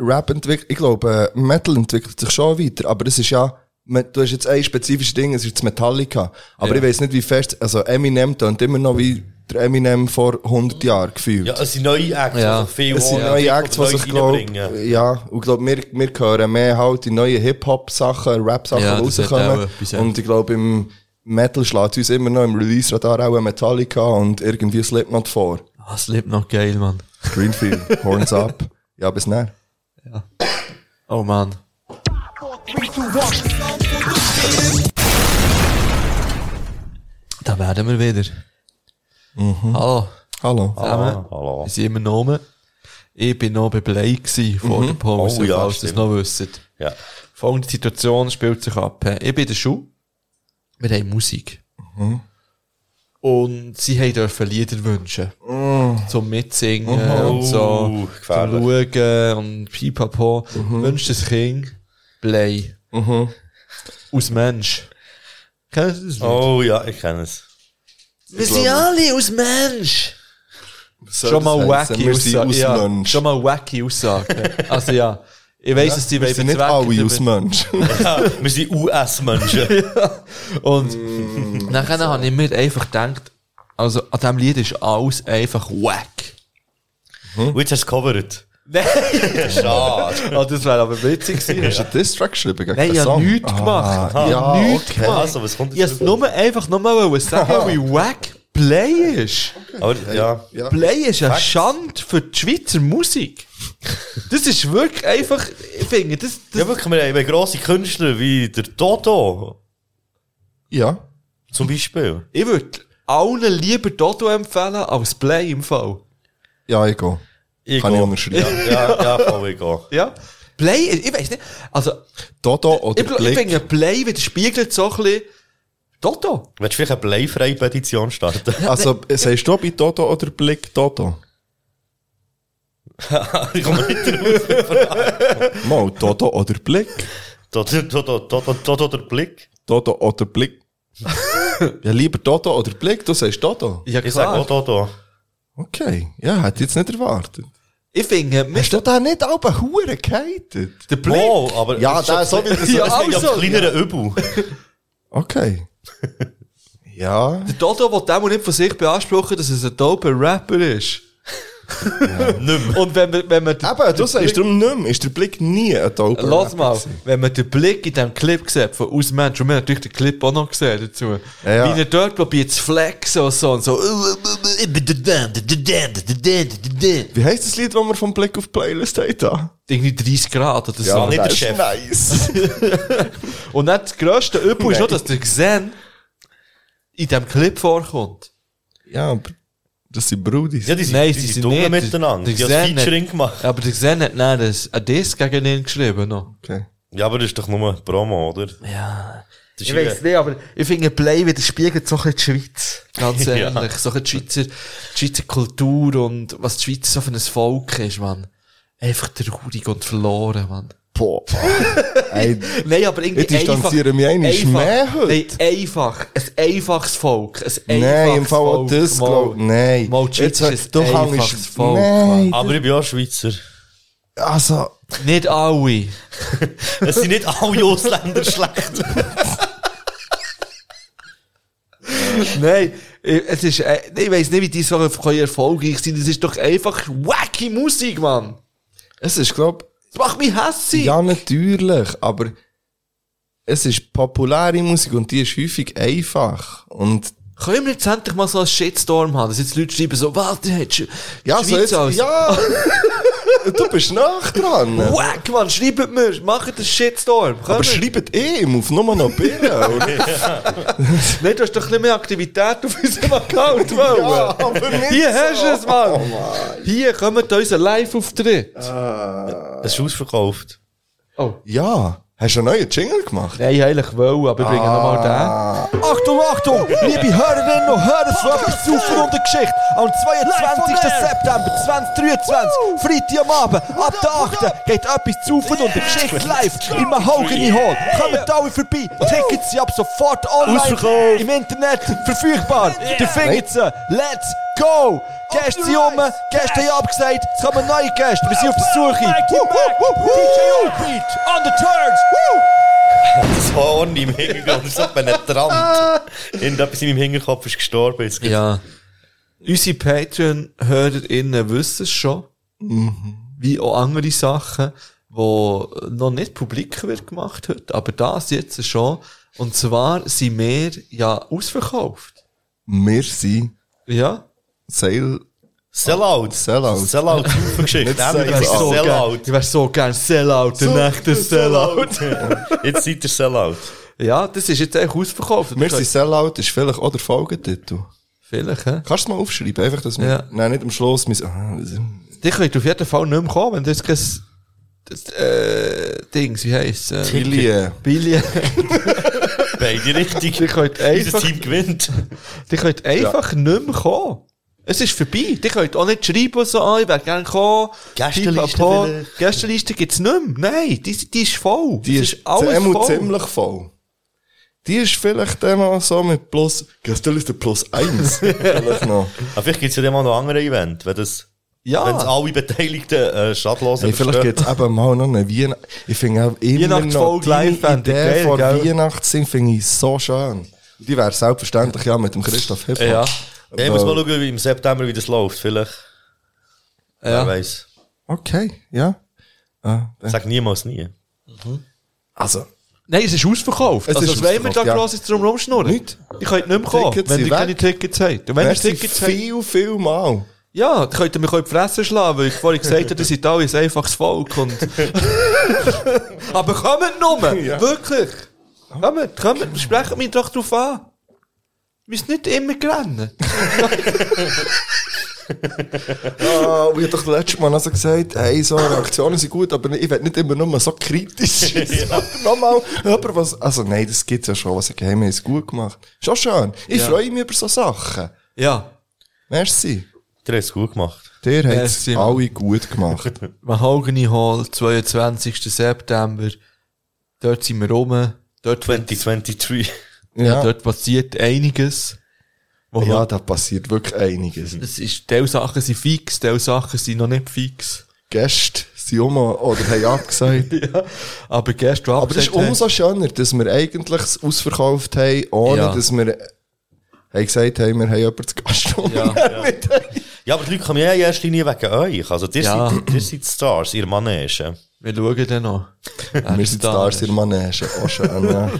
Speaker 3: Rap entwickelt, ich glaube, äh, Metal entwickelt sich schon weiter, aber es ist ja, me- du hast jetzt ein spezifisches Ding, es ist das Metallica. Aber ich weiß nicht, wie fest, also Eminem tönt immer noch wie der Eminem vor 100 Jahren gefühlt.
Speaker 4: Ja, es sind neue Acts,
Speaker 2: Ja.
Speaker 4: ja. die viel
Speaker 3: Es sind
Speaker 4: Ohren
Speaker 3: neue
Speaker 4: entwickeln
Speaker 3: Acts, was
Speaker 4: und
Speaker 3: ich
Speaker 4: neu
Speaker 3: glaube.
Speaker 4: reinbringen.
Speaker 3: Ja, und ich glaube, wir, wir hören mehr halt die neuen Hip-Hop-Sachen, Rap-Sachen
Speaker 2: Ja, das hat auch
Speaker 3: rauskommen.
Speaker 2: etwas, ja.
Speaker 3: Und ich glaube, im Metal schlägt uns immer noch im Release-Radar auch Metallica und irgendwie Slipknot vor.
Speaker 2: Ah, es lebt noch geil, Mann.
Speaker 3: Greenfield, Horns Up. Ja, bis dann.
Speaker 2: Oh Mann. Da werden wir wieder.
Speaker 4: Mhm.
Speaker 2: Hallo.
Speaker 3: Hallo.
Speaker 2: Zusammen.
Speaker 4: hallo.
Speaker 2: Wir sind immer noch oben. Ich bin noch bei Blei gewesen vor der Pause,
Speaker 4: Oh ja,
Speaker 2: falls ihr es
Speaker 4: stimmt.
Speaker 2: noch wisst.
Speaker 4: Ja.
Speaker 2: Folgende Situation spielt sich ab. Ich bin in der Schule. Wir haben Musik.
Speaker 3: Mhm.
Speaker 2: Und sie haben dürfen Lieder wünschen.
Speaker 3: Mhm.
Speaker 2: Zum Mitsingen und so.
Speaker 4: Oh,
Speaker 2: Zum
Speaker 4: gefährlich.
Speaker 2: Schauen und pipapo.
Speaker 3: Mhm.
Speaker 2: Wünscht das Kind Play. Aus Mensch. Kennst du das Lied?
Speaker 3: Oh,
Speaker 4: Oh ja, ich kenne es.
Speaker 2: Wir sind alle aus Mensch. Schon mal wacky
Speaker 3: Wir sind
Speaker 2: Aussage.
Speaker 3: aus
Speaker 2: Ja,
Speaker 3: Mensch.
Speaker 2: schon mal wacky Aussage. Also ja, ich weiss, dass die
Speaker 3: wir sind nicht
Speaker 2: bezwecken,
Speaker 3: alle
Speaker 2: aber-
Speaker 3: aus Mensch.
Speaker 4: Wir sind US-Menschen.
Speaker 2: Und nachher habe ich mir einfach gedacht, also an diesem Lied ist alles einfach wack. Hm?
Speaker 4: Und jetzt hast du es covered. Schade.
Speaker 2: Oh, das wäre aber witzig
Speaker 3: Hast du
Speaker 2: gewesen.
Speaker 3: einen Diss-Track geschrieben gegen
Speaker 2: Nein,
Speaker 3: den
Speaker 2: ich habe
Speaker 3: Song? Ah,
Speaker 2: nichts gemacht. Ich habe nichts
Speaker 3: okay.
Speaker 2: gemacht.
Speaker 4: Also, was kommt
Speaker 2: Ich
Speaker 4: jetzt?
Speaker 2: wollte nur einfach nur mal sagen, wie wack Play ist.
Speaker 4: Aber, Oh, ja.
Speaker 3: Ja.
Speaker 2: Play ist eine Schande für die Schweizer Musik. Das ist wirklich einfach, ich finde, das, das
Speaker 4: ja, wirklich, wir haben grosse Künstler wie der Toto,
Speaker 3: Ja.
Speaker 4: zum Beispiel.
Speaker 2: ich würde allen lieber Dodo empfehlen als Play im Fall.
Speaker 3: Ja, ich gehe.
Speaker 4: Ich
Speaker 3: Kann ich
Speaker 4: gehe.
Speaker 3: unterschreiben.
Speaker 4: Ja, ja, voll, ich gehe.
Speaker 2: Ja? Play, ist- ich weiß nicht, also,
Speaker 3: Dodo oder
Speaker 2: ich, bl- ich
Speaker 3: Blick?
Speaker 2: finde, Play widerspiegelt so ein bisschen Dodo.
Speaker 4: Willst du vielleicht eine Playfrei-Petition starten?
Speaker 3: Also, sagst du bei Dodo oder Blick Dodo?
Speaker 4: ich komme nicht drauf.
Speaker 3: Mal, Dodo oder Blick?
Speaker 4: Toto, Toto, Toto, Toto, der Blick.
Speaker 3: Dodo oder Blick? ja, lieber Dodo oder Blick, du sagst Dodo.
Speaker 2: Ja,
Speaker 4: Ich sage auch Toto.
Speaker 3: Okay, ja, hätte ich jetzt nicht erwartet.
Speaker 2: Ich finde, mit
Speaker 3: Hast du da nicht auch einen Huren gehatet?
Speaker 2: der Blick.
Speaker 4: Wow, aber
Speaker 3: Ja,
Speaker 4: das ist
Speaker 3: der
Speaker 4: schon-
Speaker 3: so wie das
Speaker 2: Ja,
Speaker 4: Das ist
Speaker 2: also,
Speaker 4: ein kleinerer Übel.
Speaker 3: Okay. ja.
Speaker 2: Der Dodo will dem nicht von sich beanspruchen, dass es ein doper Rapper ist.
Speaker 4: Nicht mehr.
Speaker 2: Und wenn man, wenn man den,
Speaker 3: Eben, du sagst darum nicht mehr. Ist der Blick nie ein Tauber?
Speaker 2: lass mal, wenn man den Blick in diesem Clip sieht, von aus Mensch, und wir haben natürlich den Clip auch noch gesehen dazu,
Speaker 3: Ja, ja.
Speaker 2: wie er dort probiert zu flexen und so, und so, ich bin der Dan, der Dan, der Dan, der Dan.
Speaker 3: Wie heisst das Lied, das wir vom Blick auf die Playlist haben?
Speaker 2: Irgendwie 30 Grad oder so.
Speaker 4: nicht der
Speaker 3: das ist
Speaker 4: Chef.
Speaker 3: Nice.
Speaker 2: Und nicht das grösste Übel ist nur, dass der Xen in diesem Clip vorkommt.
Speaker 3: ja, aber das sind Brudis.
Speaker 4: Ja, die sind,
Speaker 2: Nein,
Speaker 4: die
Speaker 2: sie
Speaker 4: sind
Speaker 2: sind
Speaker 4: dumm
Speaker 2: nicht.
Speaker 4: miteinander.
Speaker 2: Die
Speaker 4: Die haben das
Speaker 2: sehen nicht.
Speaker 4: Featuring gemacht.
Speaker 2: Aber der Xen hat dann ein ein Diss gegen ihn geschrieben noch.
Speaker 3: okay.
Speaker 4: Ja, aber das ist doch nur Promo, oder? Ja. Das ist
Speaker 2: Ich weiß nicht, aber ich finde, Play widerspiegelt so ein bisschen die Schweiz. Ganz
Speaker 4: Ja.
Speaker 2: ehrlich. So ein bisschen die Schweizer, die Schweizer Kultur und was die Schweiz so für ein Volk ist, man. Einfach traurig und verloren, man.
Speaker 3: Boah. Ey,
Speaker 2: Nein, aber irgendwie
Speaker 3: Ich distanziere
Speaker 2: einfach-
Speaker 3: mich einmal
Speaker 2: einfach-
Speaker 3: mehr heute.
Speaker 2: Nein, einfach. Ein einfaches Volk. Ein einfaches
Speaker 3: nein, im Fall auch
Speaker 2: Volk.
Speaker 3: das,
Speaker 2: Mal-
Speaker 3: glaub Nein. äh,
Speaker 2: Mal, die Schweiz ist ein
Speaker 3: hängst-
Speaker 2: einfaches Volk.
Speaker 3: Nein.
Speaker 4: Aber ich bin auch Schweizer.
Speaker 3: Also,
Speaker 2: Mann. Nicht alle.
Speaker 4: Es sind nicht alle Ausländer schlecht.
Speaker 2: Nein, ich- es ist, äh, ich weiss nicht, wie die Sachen können erfolgreich sein. Das ist doch einfach wacky Musik, Mann.
Speaker 3: es ist, glaub
Speaker 2: Das macht mich hässlich.
Speaker 3: Ja, natürlich, aber es ist populäre Musik und die ist häufig einfach. Und
Speaker 2: Können wir jetzt endlich mal so einen Shitstorm haben, dass jetzt Leute schreiben so, was, der hat Sch
Speaker 3: ja, so jetzt,
Speaker 2: aus.
Speaker 3: ja, du bist nach dran.
Speaker 2: Wack, Mann, schreibt mir, macht einen Shitstorm.
Speaker 3: Aber
Speaker 2: Aber
Speaker 3: schreibt ihm auf nur noch Bilder. oder?
Speaker 2: Nein, du hast doch ein bisschen mehr Aktivität auf unserem Account, Mann.
Speaker 3: aber nicht
Speaker 2: Hier hast du es, Mann.
Speaker 3: Oh Mann.
Speaker 2: Hier kommt unser Live-Auftritt.
Speaker 4: Es ist ausverkauft.
Speaker 3: Ja, hast du einen neuen Jingle gemacht?
Speaker 2: Nein, eigentlich wollen, aber ich bringe nochmal den. Achtung, Achtung, liebe Hörerinnen und Hörer, es war etwas super und eine Geschichte. Am 22. September 2023, Freitag am Abend, ab der 8. geht etwas zu Ufer und eine Geschichte live in Mahogany Hall. Kommt alle vorbei, Tickets sind ab sofort online
Speaker 4: Ausverkauft.
Speaker 2: im Internet verfügbar. Der Fingerze, let's go! Gäste sind um, Gäste haben abgesagt, es kommen neue Gäste, wir sind auf der Suche. Woo, woo, woo, woo. on the turns, woo!
Speaker 4: Das Horn im Hintergrund ist so penetrant. Irgendetwas in meinem Hinterkopf ist gestorben. Jetzt gibt's-
Speaker 2: Ja. Unsere Patreon-HörerInnen wissen es schon. Wie auch andere Sachen, wo noch nicht publik wird gemacht heute, aber das jetzt schon. Und zwar sind wir ja ausverkauft.
Speaker 3: Wir sind
Speaker 2: Ja.
Speaker 3: Sale.
Speaker 4: Sellout.
Speaker 3: Sellout.
Speaker 4: Sellout. Geschichte.
Speaker 3: Nicht Sellout.
Speaker 4: Sellout.
Speaker 3: So
Speaker 4: Sellout.
Speaker 2: Ich wär so gern Sellout, der nächste Sellout.
Speaker 4: Jetzt seid ihr Sellout.
Speaker 2: Ja, das ist jetzt eigentlich ausverkauft.
Speaker 3: Wir sind Sellout ist vielleicht auch der Folgetitel.
Speaker 2: Vielleicht, hä?
Speaker 3: Kannst du es mal aufschreiben? Einfach, dass wir
Speaker 2: Ja.
Speaker 3: nein, nicht am Schluss müssen. ah,
Speaker 2: Die könnt auf jeden Fall nicht mehr kommen, wenn du jetzt kein, das, äh, Dings, wie heisst es? Äh,
Speaker 3: Billie.
Speaker 2: Billie.
Speaker 4: Beide richtig.
Speaker 2: Die könnt
Speaker 4: Unser
Speaker 2: einfach
Speaker 4: Team gewinnt.
Speaker 2: Die könnt einfach nicht mehr kommen. Es ist vorbei. Die könnt auch nicht schreiben, so, ah, ich wäre gerne gekommen.
Speaker 4: Gästeliste
Speaker 2: Pipapo.
Speaker 4: vielleicht.
Speaker 2: Gästeliste gibt's nicht mehr. Nein, die, die ist voll.
Speaker 3: Die
Speaker 2: Es
Speaker 3: ist, ist alles ziemlich voll. Die ist vielleicht immer so mit plus, gestern ist der plus eins. vielleicht noch.
Speaker 4: Aber Ah, vielleicht gibt es ja dann mal noch andere Event, wenn das,
Speaker 2: Ja.
Speaker 4: wenn es alle Beteiligten äh, schadlos
Speaker 3: Hey, vielleicht gibt es eben mal noch eine Weihnachten. Ich finde auch immer noch
Speaker 2: Weihnachtsfolge
Speaker 3: die
Speaker 2: live fände ich
Speaker 3: Idee
Speaker 2: geil,
Speaker 3: von
Speaker 2: gell?
Speaker 3: Weihnachtssinn finde ich so schön. Die wäre selbstverständlich ja mit dem Christoph Hippo.
Speaker 2: Ja.
Speaker 4: Ja, ich muss mal schauen, wie im September wie das läuft. Vielleicht. Wer
Speaker 2: Ja.
Speaker 4: weiß.
Speaker 3: Okay, ja.
Speaker 4: Sag niemals nie.
Speaker 3: Also,
Speaker 2: Nein, es ist ausverkauft.
Speaker 3: Es
Speaker 2: also,
Speaker 3: ist
Speaker 2: was wollen wir da
Speaker 3: ausverkauft, ja.
Speaker 2: gross jetzt drum rumschnurren?
Speaker 3: Nicht.
Speaker 2: Ihr könnt nicht mehr kommen,
Speaker 3: Tickets
Speaker 2: wenn
Speaker 3: sind
Speaker 2: ihr keine
Speaker 3: weg.
Speaker 2: Tickets habt. Und wenn ihr
Speaker 3: merci
Speaker 2: Tickets habt,
Speaker 3: viel, viel mal.
Speaker 2: ja, dann könnt ihr mich auch in die Fresse schlagen, weil ich vorhin gesagt habe, ihr seid alle ein einfaches Volk. Und Aber kommt nur,
Speaker 3: Ja.
Speaker 2: wirklich. Kommt, kommt, sprecht mich doch drauf an. Wir müssen nicht immer rennen.
Speaker 3: Ah, und ich habe doch letztes Mal also gesagt, hey, so Reaktionen sind gut, aber ich werde nicht immer nur so kritisch sein. Nochmal, aber was, also nein, das gibt's ja schon, was ich hey, wir haben es gut gemacht. Schon schön. Ich
Speaker 2: Ja.
Speaker 3: freue mich über so Sachen.
Speaker 2: Ja,
Speaker 3: Merci.
Speaker 4: Der hat es gut gemacht.
Speaker 3: Dir hat
Speaker 2: Merci, Mann.
Speaker 3: alle gut gemacht.
Speaker 2: Mahogany Hall, 22. September. Dort sind wir rum. Dort,
Speaker 4: 2023.
Speaker 3: ja.
Speaker 2: dort passiert einiges. Wo
Speaker 3: ja, da passiert wirklich einiges.
Speaker 2: Es ist, teil Sachen sind fix, teil Sachen sind noch nicht fix.
Speaker 3: Gäste sind um oder haben abgesagt.
Speaker 2: Aber gestern
Speaker 3: Aber es ist umso schöner, dass wir eigentlich es ausverkauft haben, ohne
Speaker 2: Ja.
Speaker 3: dass wir äh, haben gesagt haben, wir haben jemanden zu Gast.
Speaker 2: Ja.
Speaker 4: Ja, aber die Leute kommen ja in erster Linie wegen euch. Also, ihr,
Speaker 2: Ja.
Speaker 4: seid, ihr seid die Stars, ihr Manege.
Speaker 2: Wir schauen dann noch.
Speaker 3: Wir sind Stars in der Manege. Auch äh, schön, ja.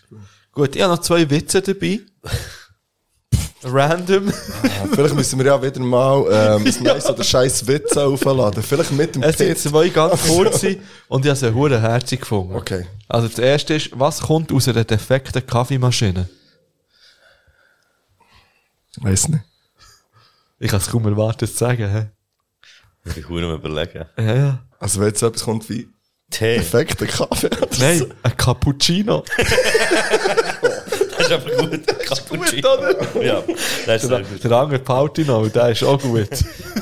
Speaker 2: Gut, ich habe noch zwei Witze dabei. Random.
Speaker 3: Vielleicht müssen wir ja wieder mal ähm, das ja. oder scheiß Witz aufladen. Vielleicht mit dem
Speaker 2: Es sind
Speaker 3: Pizza.
Speaker 2: zwei ganz kurze und ich habe sie hure herzig gefunden.
Speaker 3: Okay.
Speaker 2: Also das erste ist, was kommt aus einer defekten Kaffeemaschine?
Speaker 3: Weiß nicht.
Speaker 2: Ich kann es kaum erwarten zu sagen. hä?
Speaker 4: Ich kann mir überlegen.
Speaker 2: Ja, ja.
Speaker 3: Also wenn jetzt etwas kommt wie
Speaker 4: Tee.
Speaker 3: perfekter Kaffee. oder
Speaker 2: Nein, ein Cappuccino.
Speaker 4: Das ist aber gut. Cappuccino.
Speaker 2: oder?
Speaker 4: Ja, das ist sehr gut.
Speaker 2: Der andere Pautino, der ist auch gut.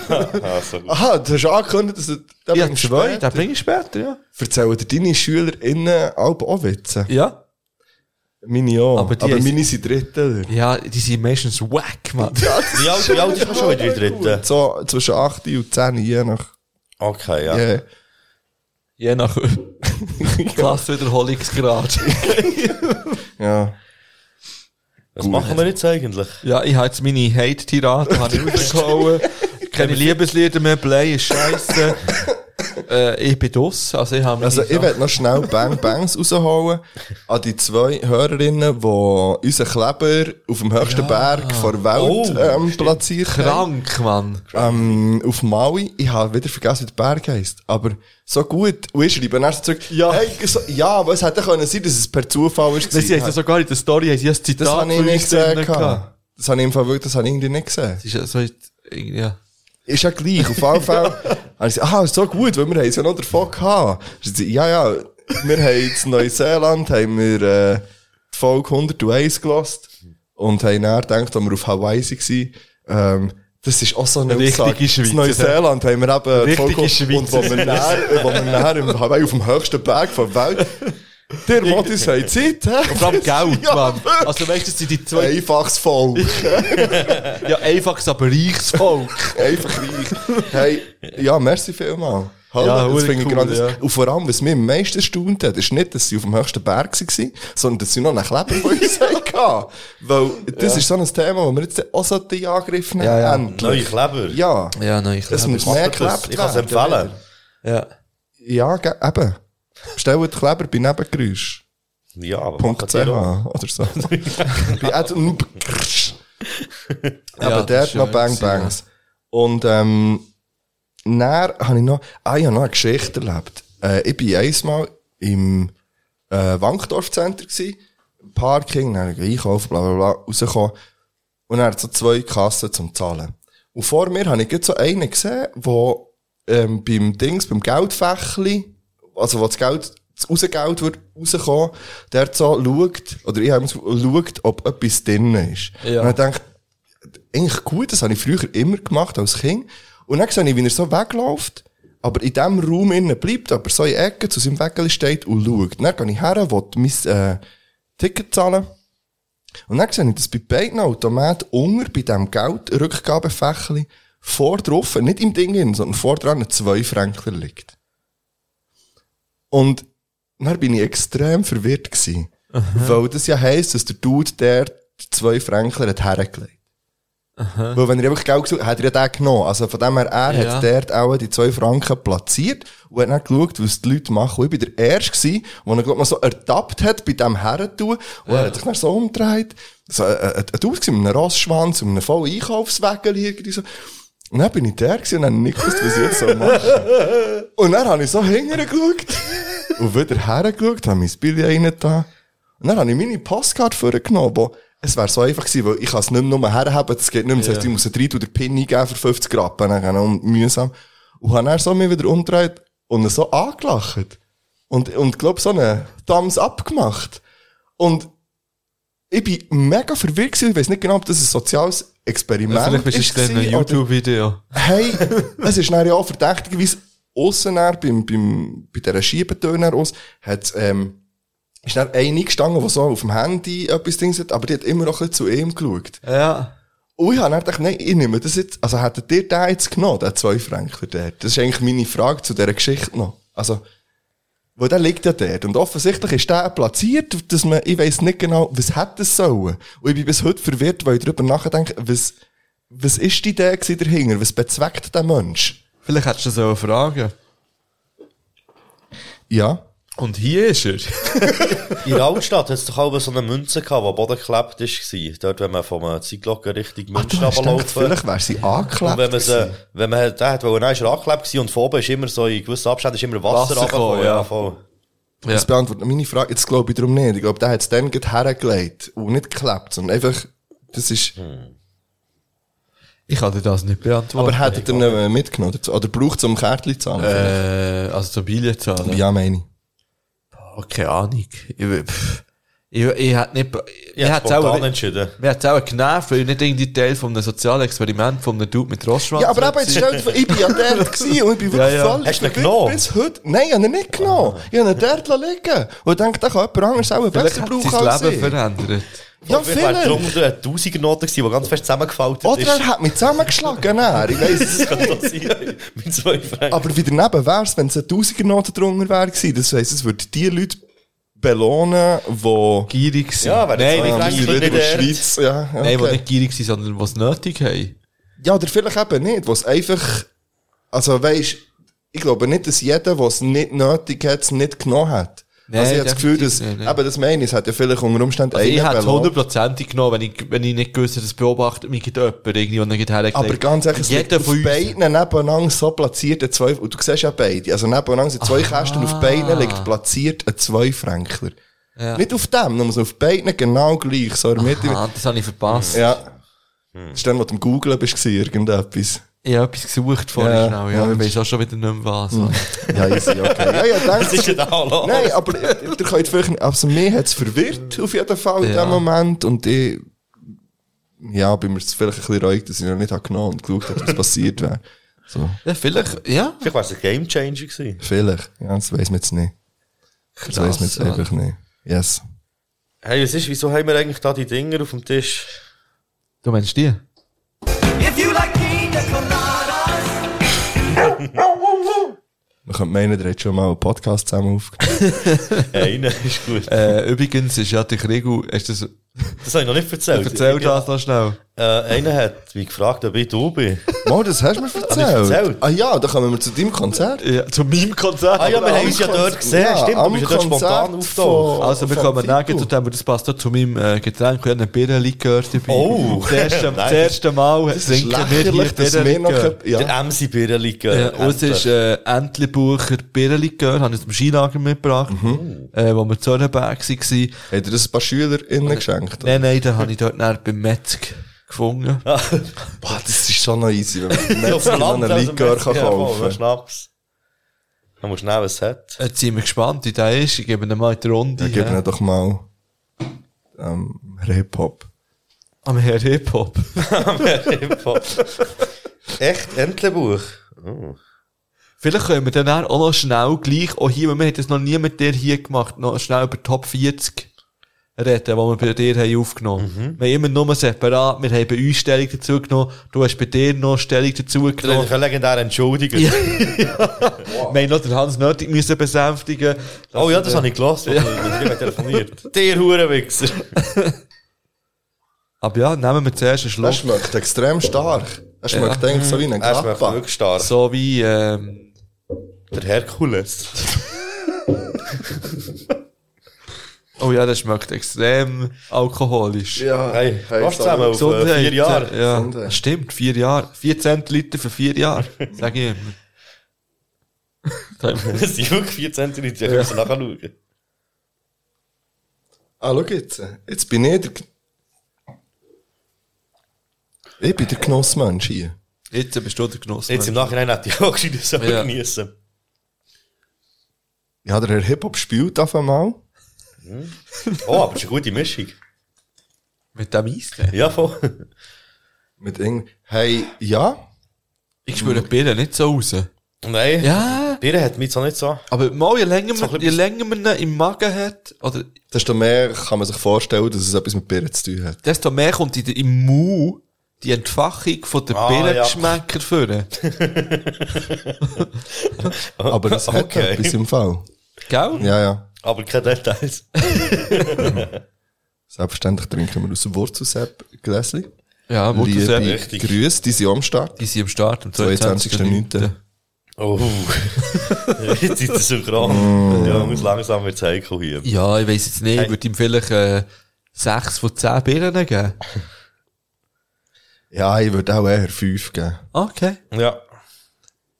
Speaker 4: Also, gut.
Speaker 3: Aha, du hast angekündigt, dass du da
Speaker 2: Ich habe zwei, den bringe ich später, ja.
Speaker 3: Erzählen dir deine SchülerInnen auch, auch Witze?
Speaker 2: Ja.
Speaker 3: Meine auch.
Speaker 2: Aber
Speaker 3: Aber,
Speaker 2: die ist-
Speaker 3: meine sind Drittel.
Speaker 2: Ja, die sind meistens wack, Mann.
Speaker 4: Wie alt, wie alt ist man schon wieder in der dritten?
Speaker 3: So zwischen 8 und 10, je nach...
Speaker 4: Okay, ja.
Speaker 3: Yeah.
Speaker 2: Je nach Klasswiederholungsgrad.
Speaker 3: Ja.
Speaker 4: Was machen wir jetzt eigentlich?
Speaker 2: ja, ich habe jetzt meine Hate-Tirade habe ich rausgehauen. Keine Liebeslieder mehr, Play ist scheiße. äh, ich bin dus, also ich habe
Speaker 3: Also
Speaker 2: meine
Speaker 3: ich
Speaker 2: Sachen-
Speaker 3: werde noch schnell Bang Bangs rausholen an die zwei Hörerinnen, die unseren Kleber auf dem höchsten Berg vor Welt ähm, platziert haben.
Speaker 2: Oh, krank, Mann.
Speaker 3: Ähm, auf Maui, ich habe wieder vergessen, wie der Berg heisst. Aber so gut. Und ich schreibe dann erst zurück, ja, hey, so, ja aber es hätte können sein, dass es per Zufall ist.
Speaker 2: Sie haben ja sogar in der Story haben sie ein Zitat
Speaker 3: das habe ich
Speaker 2: von
Speaker 3: nicht
Speaker 2: uns drin
Speaker 3: gesehen.
Speaker 2: gehabt.
Speaker 3: gehabt. Das habe ich im Fall wirklich, das habe ich irgendwie nicht gesehen.
Speaker 2: Das ist ja so, irgendwie- ja.
Speaker 3: Ist ja gleich, auf jeden Fall. Habe ich gesagt, ah, ist so gut, weil wir haben es ja noch davon gehabt. Dann hat sie gesagt, Ja, ja, wir haben in Neuseeland, haben wir, äh, die Folge 101 gelost und haben dann gedacht, als wir auf Hawaii waren, ähm, das ist auch so eine
Speaker 2: Richtige Schweizer.
Speaker 3: In Neuseeland haben wir eben die
Speaker 2: Richtige Schweizer.
Speaker 3: und wo wir näher, wo wir näher im Hawaii auf dem höchsten Berg der Welt, der Matthias hat Zeit, hä?
Speaker 2: Vor allem Geld,
Speaker 3: Ja,
Speaker 2: Mann.
Speaker 3: wirklich.
Speaker 2: Also weißt du, das sind die zwei,
Speaker 3: Einfaches Volk.
Speaker 2: ja, einfaches, aber reiches Volk.
Speaker 3: Einfach reich. Hey, ja, merci vielmal. Hallo,
Speaker 2: Ja,
Speaker 3: das
Speaker 2: hure
Speaker 3: finde ich
Speaker 2: cool,
Speaker 3: grandios.
Speaker 2: ja.
Speaker 3: Und vor allem, was mich am meisten erstaunt hat, ist nicht, dass sie auf dem höchsten Berg waren, sondern dass sie noch einen Kleber von uns hatten. Weil das ist so ein Thema, wo wir jetzt auch so die Angriff nehmen. Ja,
Speaker 2: ja.
Speaker 4: Neue
Speaker 3: Endlich.
Speaker 4: Kleber.
Speaker 3: Ja,
Speaker 2: ja, nein, ich
Speaker 3: es
Speaker 2: glaube-
Speaker 3: muss mehr
Speaker 4: Macht das.
Speaker 3: geklebt
Speaker 4: Ich kann es
Speaker 3: werden.
Speaker 4: empfehlen.
Speaker 2: Ja.
Speaker 3: Ja, ge- eben. Bestellt Kleber bei Nebengeräusch.
Speaker 4: Ja, aber
Speaker 3: Punkt
Speaker 4: macht ihr auch.
Speaker 3: oder so. bei Ad und Aber
Speaker 2: Ja,
Speaker 3: der
Speaker 2: das
Speaker 3: hat
Speaker 2: ist
Speaker 3: noch
Speaker 2: schön
Speaker 3: Bang
Speaker 2: gewesen,
Speaker 3: Bangs. Und ähm, dann habe ich noch, ah, ich habe noch eine Geschichte erlebt. Äh, ich war einmal im äh, Wankdorf-Center, gewesen, Parking, dann habe ich einkaufen, bla bla bla, rausgekommen. Und er hat so zwei Kassen zum Zahlen. Und vor mir habe ich gerade so einen gesehen, der ähm, beim Dings, beim Geldfächli, also wo das Geld, das Rausgeld wird rauskommen, der hat so schaut, oder ich habe ihm so geschaut, ob etwas drin ist.
Speaker 2: Ja.
Speaker 3: Und ich denkt, eigentlich gut, das habe ich früher immer gemacht als Kind. Und dann sehe ich, wie er so wegläuft, aber in diesem Raum innen bleibt, aber so in Ecke zu seinem Wägel steht und schaut. Und dann gehe ich her, will mein, äh, Ticket zahlen. Und dann sehe ich, dass bei beiden Automaten unter bei diesem Geldrückgabefächli vor drauf, nicht im Ding hin, sondern vor dran ein 2 Frankler liegt. Und dann bin ich extrem verwirrt gewesen. Weil das ja heisst, dass der Dude der 2 Frankler hat hergelegt. Weil wenn er einfach Geld gesucht hat, hat er ja den genommen. Also von dem her, er
Speaker 2: Ja.
Speaker 3: hat dort auch die 2 Franken platziert und hat dann geschaut, was die Leute machen. Und ich war der Erste, gewesen, wo er, glaub ich, mal so ertappt hat bei dem Herentun. Und er hat sich dann so umgedreht. So, äh, äh, ein Dude gewesen mit einem Rossschwanz und einem vollen Einkaufswagen irgendwie so. Und dann bin ich der gewesen und habe nicht gewusst, was ich jetzt so mache. Und dann habe ich so hinterher geschaut und wieder hergeschaut, habe mein Billett reingetan. Und dann habe ich meine Passkarte vorgenommen, wo es wäre so einfach gewesen, weil ich kann es nicht mehr nur herhaben, das geht nicht mehr. Das heisst, ich muss einen 3 oder Pin eingeben für 50 Rappen, dann und mühsam. Und habe dann so mich wieder umgedreht und ihn so angelacht. Und, und glaub, so einen Thumbs up gemacht. Und ich bin mega verwirrt gewesen. Ich weiß nicht genau, ob das ein soziales Experiment
Speaker 2: Vielleicht bist du
Speaker 3: ist
Speaker 2: in einem
Speaker 3: gewesen oder-
Speaker 2: YouTube-Video.
Speaker 3: Hey, es ist dann ja auch verdächtigerweise aussen dann beim, beim, bei dieser Schiebetür dann aus, hat, ähm, ist dann eine gestanden, die so auf dem Handy etwas Dings hat, aber die hat immer noch ein bisschen zu ihm geschaut.
Speaker 2: Ja.
Speaker 3: Und ich habe Oh dann gedacht, nein, ich nehme das jetzt, also hättet ihr den jetzt genommen, den Zweifränkler dort? Das ist eigentlich meine Frage zu dieser Geschichte noch. Also, weil der liegt ja dort. Und offensichtlich ist der platziert, dass man, ich weiss nicht genau, was hätte es sollen. Und ich bin bis heute verwirrt, weil ich darüber nachdenke, was, was ist die Idee gewesen dahinter? Was bezweckt der Mensch?
Speaker 2: Vielleicht hättest du das auch fragen.
Speaker 3: Ja.
Speaker 2: Und hier ist er.
Speaker 4: In der Altstadt hat es doch auch so eine Münze gehabt, die am Boden geklebt ist. Dort, wenn man vom äh, Zeitglocken Richtung
Speaker 3: Ach, Ah, du
Speaker 4: Münster
Speaker 3: hast gedacht,
Speaker 4: runterlaufen.
Speaker 3: vielleicht wäre sie
Speaker 4: Und wenn man
Speaker 3: angeklebt.
Speaker 4: sie, wenn man halt- hat, hat wollte, dann ist er angeklebt gewesen und vorne ist immer so, in gewissen Abständen ist immer Wasser,
Speaker 2: Wasser gekommen,
Speaker 4: runtergekommen.
Speaker 2: ja.
Speaker 4: Ja, voll.
Speaker 3: Das beantwortet meine Frage. Jetzt glaube ich darum nicht. Ich glaube, der hat es dann gerade hergelegt und nicht geklebt, sondern einfach, das ist,
Speaker 2: Ich kann dir das nicht beantworten.
Speaker 3: Aber hättet ihr ihn
Speaker 2: oh.
Speaker 3: äh, mitgenommen? dazu? Oder braucht es um Kärtchen zu zahlen?
Speaker 2: äh, also zur Billet zahlen.
Speaker 3: Ja, meine ich.
Speaker 2: Oh, keine Ahnung. Ich, pff. ich, ich hätte nicht, ich
Speaker 4: Ich
Speaker 2: hätte
Speaker 4: habe
Speaker 2: es
Speaker 4: spontan
Speaker 2: auch,
Speaker 4: entschieden.
Speaker 2: mir hat's auch genervt, weil ich nicht irgendwie Teil von einem sozialen Experiment von einem Dude mit Rossschwanz
Speaker 3: Ja, aber eben, jetzt stell dir vor, ich bin ja dort gewesen und ich bin wirklich
Speaker 2: Ja, Ah. ja.
Speaker 3: völlig
Speaker 4: Hast du ihn
Speaker 3: verwirrt
Speaker 4: genommen?
Speaker 3: bis heute. Nein, ich habe ihn nicht genommen. Ich habe ihn dort liegen Und denke, da kann jemand anderes auch
Speaker 2: Vielleicht
Speaker 3: besser
Speaker 2: hat
Speaker 3: brauchen
Speaker 2: sein
Speaker 3: als
Speaker 2: Leben
Speaker 3: ich.
Speaker 2: verändert.
Speaker 3: Ja,
Speaker 4: Ich wäre
Speaker 3: vielleicht.
Speaker 4: drunter eine Tausigernote äh, gewesen, die ganz fest zusammengefaltet
Speaker 3: Oder
Speaker 4: ist.
Speaker 3: er hat mich zusammengeschlagen. Nein, ich weiss es
Speaker 4: Das kann doch sein. Mit zwei Franken.
Speaker 3: Aber wie daneben wär's, wenn es eine Tausigernote drunter wäre gewesen. Das heisst, es würde die Leute belohnen, die...
Speaker 2: Gierig sind.
Speaker 4: Ja, wenn
Speaker 2: Nein,
Speaker 4: jetzt
Speaker 2: nicht
Speaker 4: einer
Speaker 2: gierig.
Speaker 4: Franken-
Speaker 3: Wieder in der
Speaker 4: dort.
Speaker 3: Schweiz, ja. ja,
Speaker 2: Nein, die
Speaker 3: okay.
Speaker 2: nicht gierig sind, sondern die es nötig haben.
Speaker 3: Ja, oder vielleicht eben nicht, was einfach, also weisst, ich glaube nicht, dass jeder, der es nicht nötig hat, es nicht genommen hat.
Speaker 2: Nein,
Speaker 3: also ich habe das Gefühl, dass,
Speaker 2: definitiv nicht, nein.
Speaker 3: eben das meine ich, es hat ja vielleicht unter Umständen
Speaker 2: Also ich
Speaker 3: einen
Speaker 2: hätte es
Speaker 3: belohnt.
Speaker 2: hundertprozentig genommen, wenn ich, wenn ich nicht gewusst hätte, dass beobachtet mich gerade jemand, irgendjemand nicht hergelegt.
Speaker 3: Aber ganz ehrlich, es liegt
Speaker 2: jeder
Speaker 3: auf
Speaker 2: von uns.
Speaker 3: beiden nebeneinander so platziert ein zwei, und du siehst ja beide, also nebeneinander sind zwei
Speaker 2: Ah.
Speaker 3: Kästen, auf beiden liegt platziert ein Zweifränkler.
Speaker 2: Ja.
Speaker 3: Nicht auf dem, sondern auf beiden genau gleich, so in der Mitte.
Speaker 2: Ah, das habe ich verpasst.
Speaker 3: Ja. Das ist dann, wo du am Googlen bist, gewesen, irgendetwas.
Speaker 2: Ich habe etwas gesucht vorhin
Speaker 3: Ja,
Speaker 2: schnell, ja.
Speaker 3: ja.
Speaker 2: Ich weiß auch schon wieder nicht mehr was.
Speaker 3: Ja, easy, okay. Ja, ja,
Speaker 4: Was ist
Speaker 3: danke.
Speaker 4: denn da los?
Speaker 3: Nein, aber ihr ihr könnt vielleicht, nicht- also mich hat's verwirrt, auf jeden Fall in
Speaker 2: Ja.
Speaker 3: dem Moment, und ich, ja, bin mir jetzt vielleicht ein bisschen reuig, dass ich noch nicht hab genommen und geschaut habe, was passiert wäre. So.
Speaker 2: Ja, vielleicht, ja.
Speaker 4: Vielleicht wäre es ein Gamechanger gewesen.
Speaker 3: Vielleicht. Ja, das weiss man jetzt nicht. Das weiss man jetzt
Speaker 2: Mann.
Speaker 3: einfach nicht. Yes.
Speaker 4: Hey, was ist, wieso haben wir eigentlich da die Dinger auf dem Tisch?
Speaker 2: Du meinst die?
Speaker 6: If you like pina coladas,
Speaker 3: Man könnte meinen, der hat schon mal einen Podcast zusammen aufgenommen.
Speaker 4: Einer ist gut.
Speaker 2: Äh, übrigens ist ja der Krigu, hast du das,
Speaker 4: Das habe ich noch nicht erzählt.
Speaker 2: erzähl
Speaker 4: Ich-
Speaker 2: das noch schnell.
Speaker 4: Äh, einer hat mich gefragt, ob ich da bin.
Speaker 3: Mal, das hast du mir erzählt.
Speaker 4: erzählt?
Speaker 3: Ah ja, dann kommen wir zu deinem Konzert.
Speaker 2: Ja, zu meinem Konzert.
Speaker 4: Ah ja, wir
Speaker 3: Am
Speaker 4: haben uns ja dort
Speaker 3: Konzert-
Speaker 4: gesehen. Stimmt, du
Speaker 3: am
Speaker 4: bist ja dort spontan
Speaker 3: Konzert
Speaker 4: aufgetaucht.
Speaker 3: von-
Speaker 2: also, wir
Speaker 3: von
Speaker 2: kommen nachher
Speaker 3: Fico.
Speaker 2: zu dem, weil das passt auch zu meinem äh, Getränk. Ich habe einen Birreli gehört dabei.
Speaker 4: Oh.
Speaker 2: das erste,
Speaker 4: Nein.
Speaker 2: das erste Mal trinken wir hier
Speaker 3: lächerlich, dass wir noch...
Speaker 2: Birreli.
Speaker 3: kein- Ja.
Speaker 4: Der MC Birreli
Speaker 2: Ja, und es ist äh, Entlebucher Birreli gehört, habe ich aus dem Skilager mitgebracht, äh, wo wir zu Zörenberg waren.
Speaker 3: Hat er das ein paar SchülerInnen geschenkt?
Speaker 2: Nein, nein, den habe ich dort nachher beim Metzg gefunden.
Speaker 3: Boah, das ist schon noch easy, wenn man
Speaker 4: Auf
Speaker 3: Metzger
Speaker 4: dem
Speaker 3: noch einen
Speaker 4: Land, also
Speaker 3: Likör
Speaker 4: Messi,
Speaker 3: kann
Speaker 4: ja, voll,
Speaker 3: kaufen
Speaker 4: einen Schnaps. Man muss schnell was hat.
Speaker 2: Jetzt sind wir gespannt, wie der ist. Ich gebe ihm mal die Runde.
Speaker 3: Dann geben
Speaker 2: ja.
Speaker 3: wir doch mal ähm, Hip-Hop.
Speaker 2: Am Herr Hip-Hop.
Speaker 4: Echt Entlebuch.
Speaker 2: Vielleicht können wir dann auch oh, noch schnell gleich, auch hier, weil wir haben das noch nie mit dir hier gemacht, noch schnell über die Top 40 reden, die wir bei dir haben aufgenommen
Speaker 4: Mhm.
Speaker 2: haben. Wir haben immer nur separat, wir haben bei uns Stellung dazu genommen, du hast bei dir noch Stellung dazu
Speaker 4: Ich
Speaker 2: genommen.
Speaker 4: kann legendär entschuldigen.
Speaker 2: Wir haben noch den Hans Nötig müssen besänftigen.
Speaker 4: Oh ja, das habe ich gelassen, als ich mit dir telefoniert Der Hurenwichser.
Speaker 2: Aber ja, nehmen wir zuerst einen Schluck.
Speaker 3: Das schmeckt extrem stark. Das schmeckt eigentlich so wie ein
Speaker 4: Er schmeckt
Speaker 3: Klapper.
Speaker 4: wirklich stark.
Speaker 2: So wie, ähm,
Speaker 4: Der Herkules.
Speaker 2: oh ja, das schmeckt extrem alkoholisch.
Speaker 3: Ja,
Speaker 4: Hey, warst du
Speaker 3: sorry.
Speaker 4: zusammen auf äh, vier Jahre?
Speaker 2: Ja,
Speaker 3: Gesundheit.
Speaker 2: stimmt, vier Jahre. Vier Zentiliter für vier Jahre, sag ich immer.
Speaker 4: Das sind wirklich vier Zentiliter, ich muss nachher schauen.
Speaker 3: Ah, schau jetzt. Jetzt bin ich der... G- Ich bin der Genossmensch hier.
Speaker 2: Jetzt bist du der Genosse.
Speaker 4: Jetzt im Nachhinein hätte ich auch geschrieben, das soll
Speaker 2: Ja.
Speaker 4: genießen.
Speaker 3: Ja, der Herr Hip-Hop spielt auf einmal.
Speaker 4: Oh, aber es ist eine gute Mischung.
Speaker 2: Mit dem Eis. gell?
Speaker 4: Ja, voll.
Speaker 3: Mit irgend... Hey, ja.
Speaker 2: Ich spüre die Birne nicht so raus.
Speaker 4: Nein,
Speaker 2: Ja.
Speaker 4: Bier hat mich zwar nicht so.
Speaker 2: Aber mal, je länger
Speaker 4: So ein
Speaker 2: man, je
Speaker 4: bisschen-
Speaker 2: länger man ihn im Magen hat, oder
Speaker 3: Desto mehr kann man sich vorstellen, dass es etwas mit Birnen zu tun hat.
Speaker 2: desto mehr kommt in der, im Mund die Entfachung von der
Speaker 4: Ah,
Speaker 2: ah, Birnengeschmäcker
Speaker 3: Aber es hat
Speaker 4: Ah, Okay.
Speaker 3: etwas im Fall.
Speaker 2: Gell?
Speaker 3: Ja, ja.
Speaker 4: Aber keine Details.
Speaker 3: Selbstverständlich trinken wir aus dem Wurzelsepp-Gläschen.
Speaker 2: Ja, Muttersepp.
Speaker 3: Liebe
Speaker 4: richtig.
Speaker 3: Grüße, die sind am Start.
Speaker 2: Die sind am Start am
Speaker 3: 22.09.
Speaker 2: 22.09.
Speaker 4: Oh. Mm. Jetzt ist das so krank. Ja, muss langsam wird's heikel hier.
Speaker 2: Ja, ich weiss jetzt nicht, ich
Speaker 4: Hey.
Speaker 2: würde ihm vielleicht äh, 6 von 10 Birnen geben.
Speaker 3: Ja, ich würde auch eher 5 geben.
Speaker 2: Okay.
Speaker 4: Ja.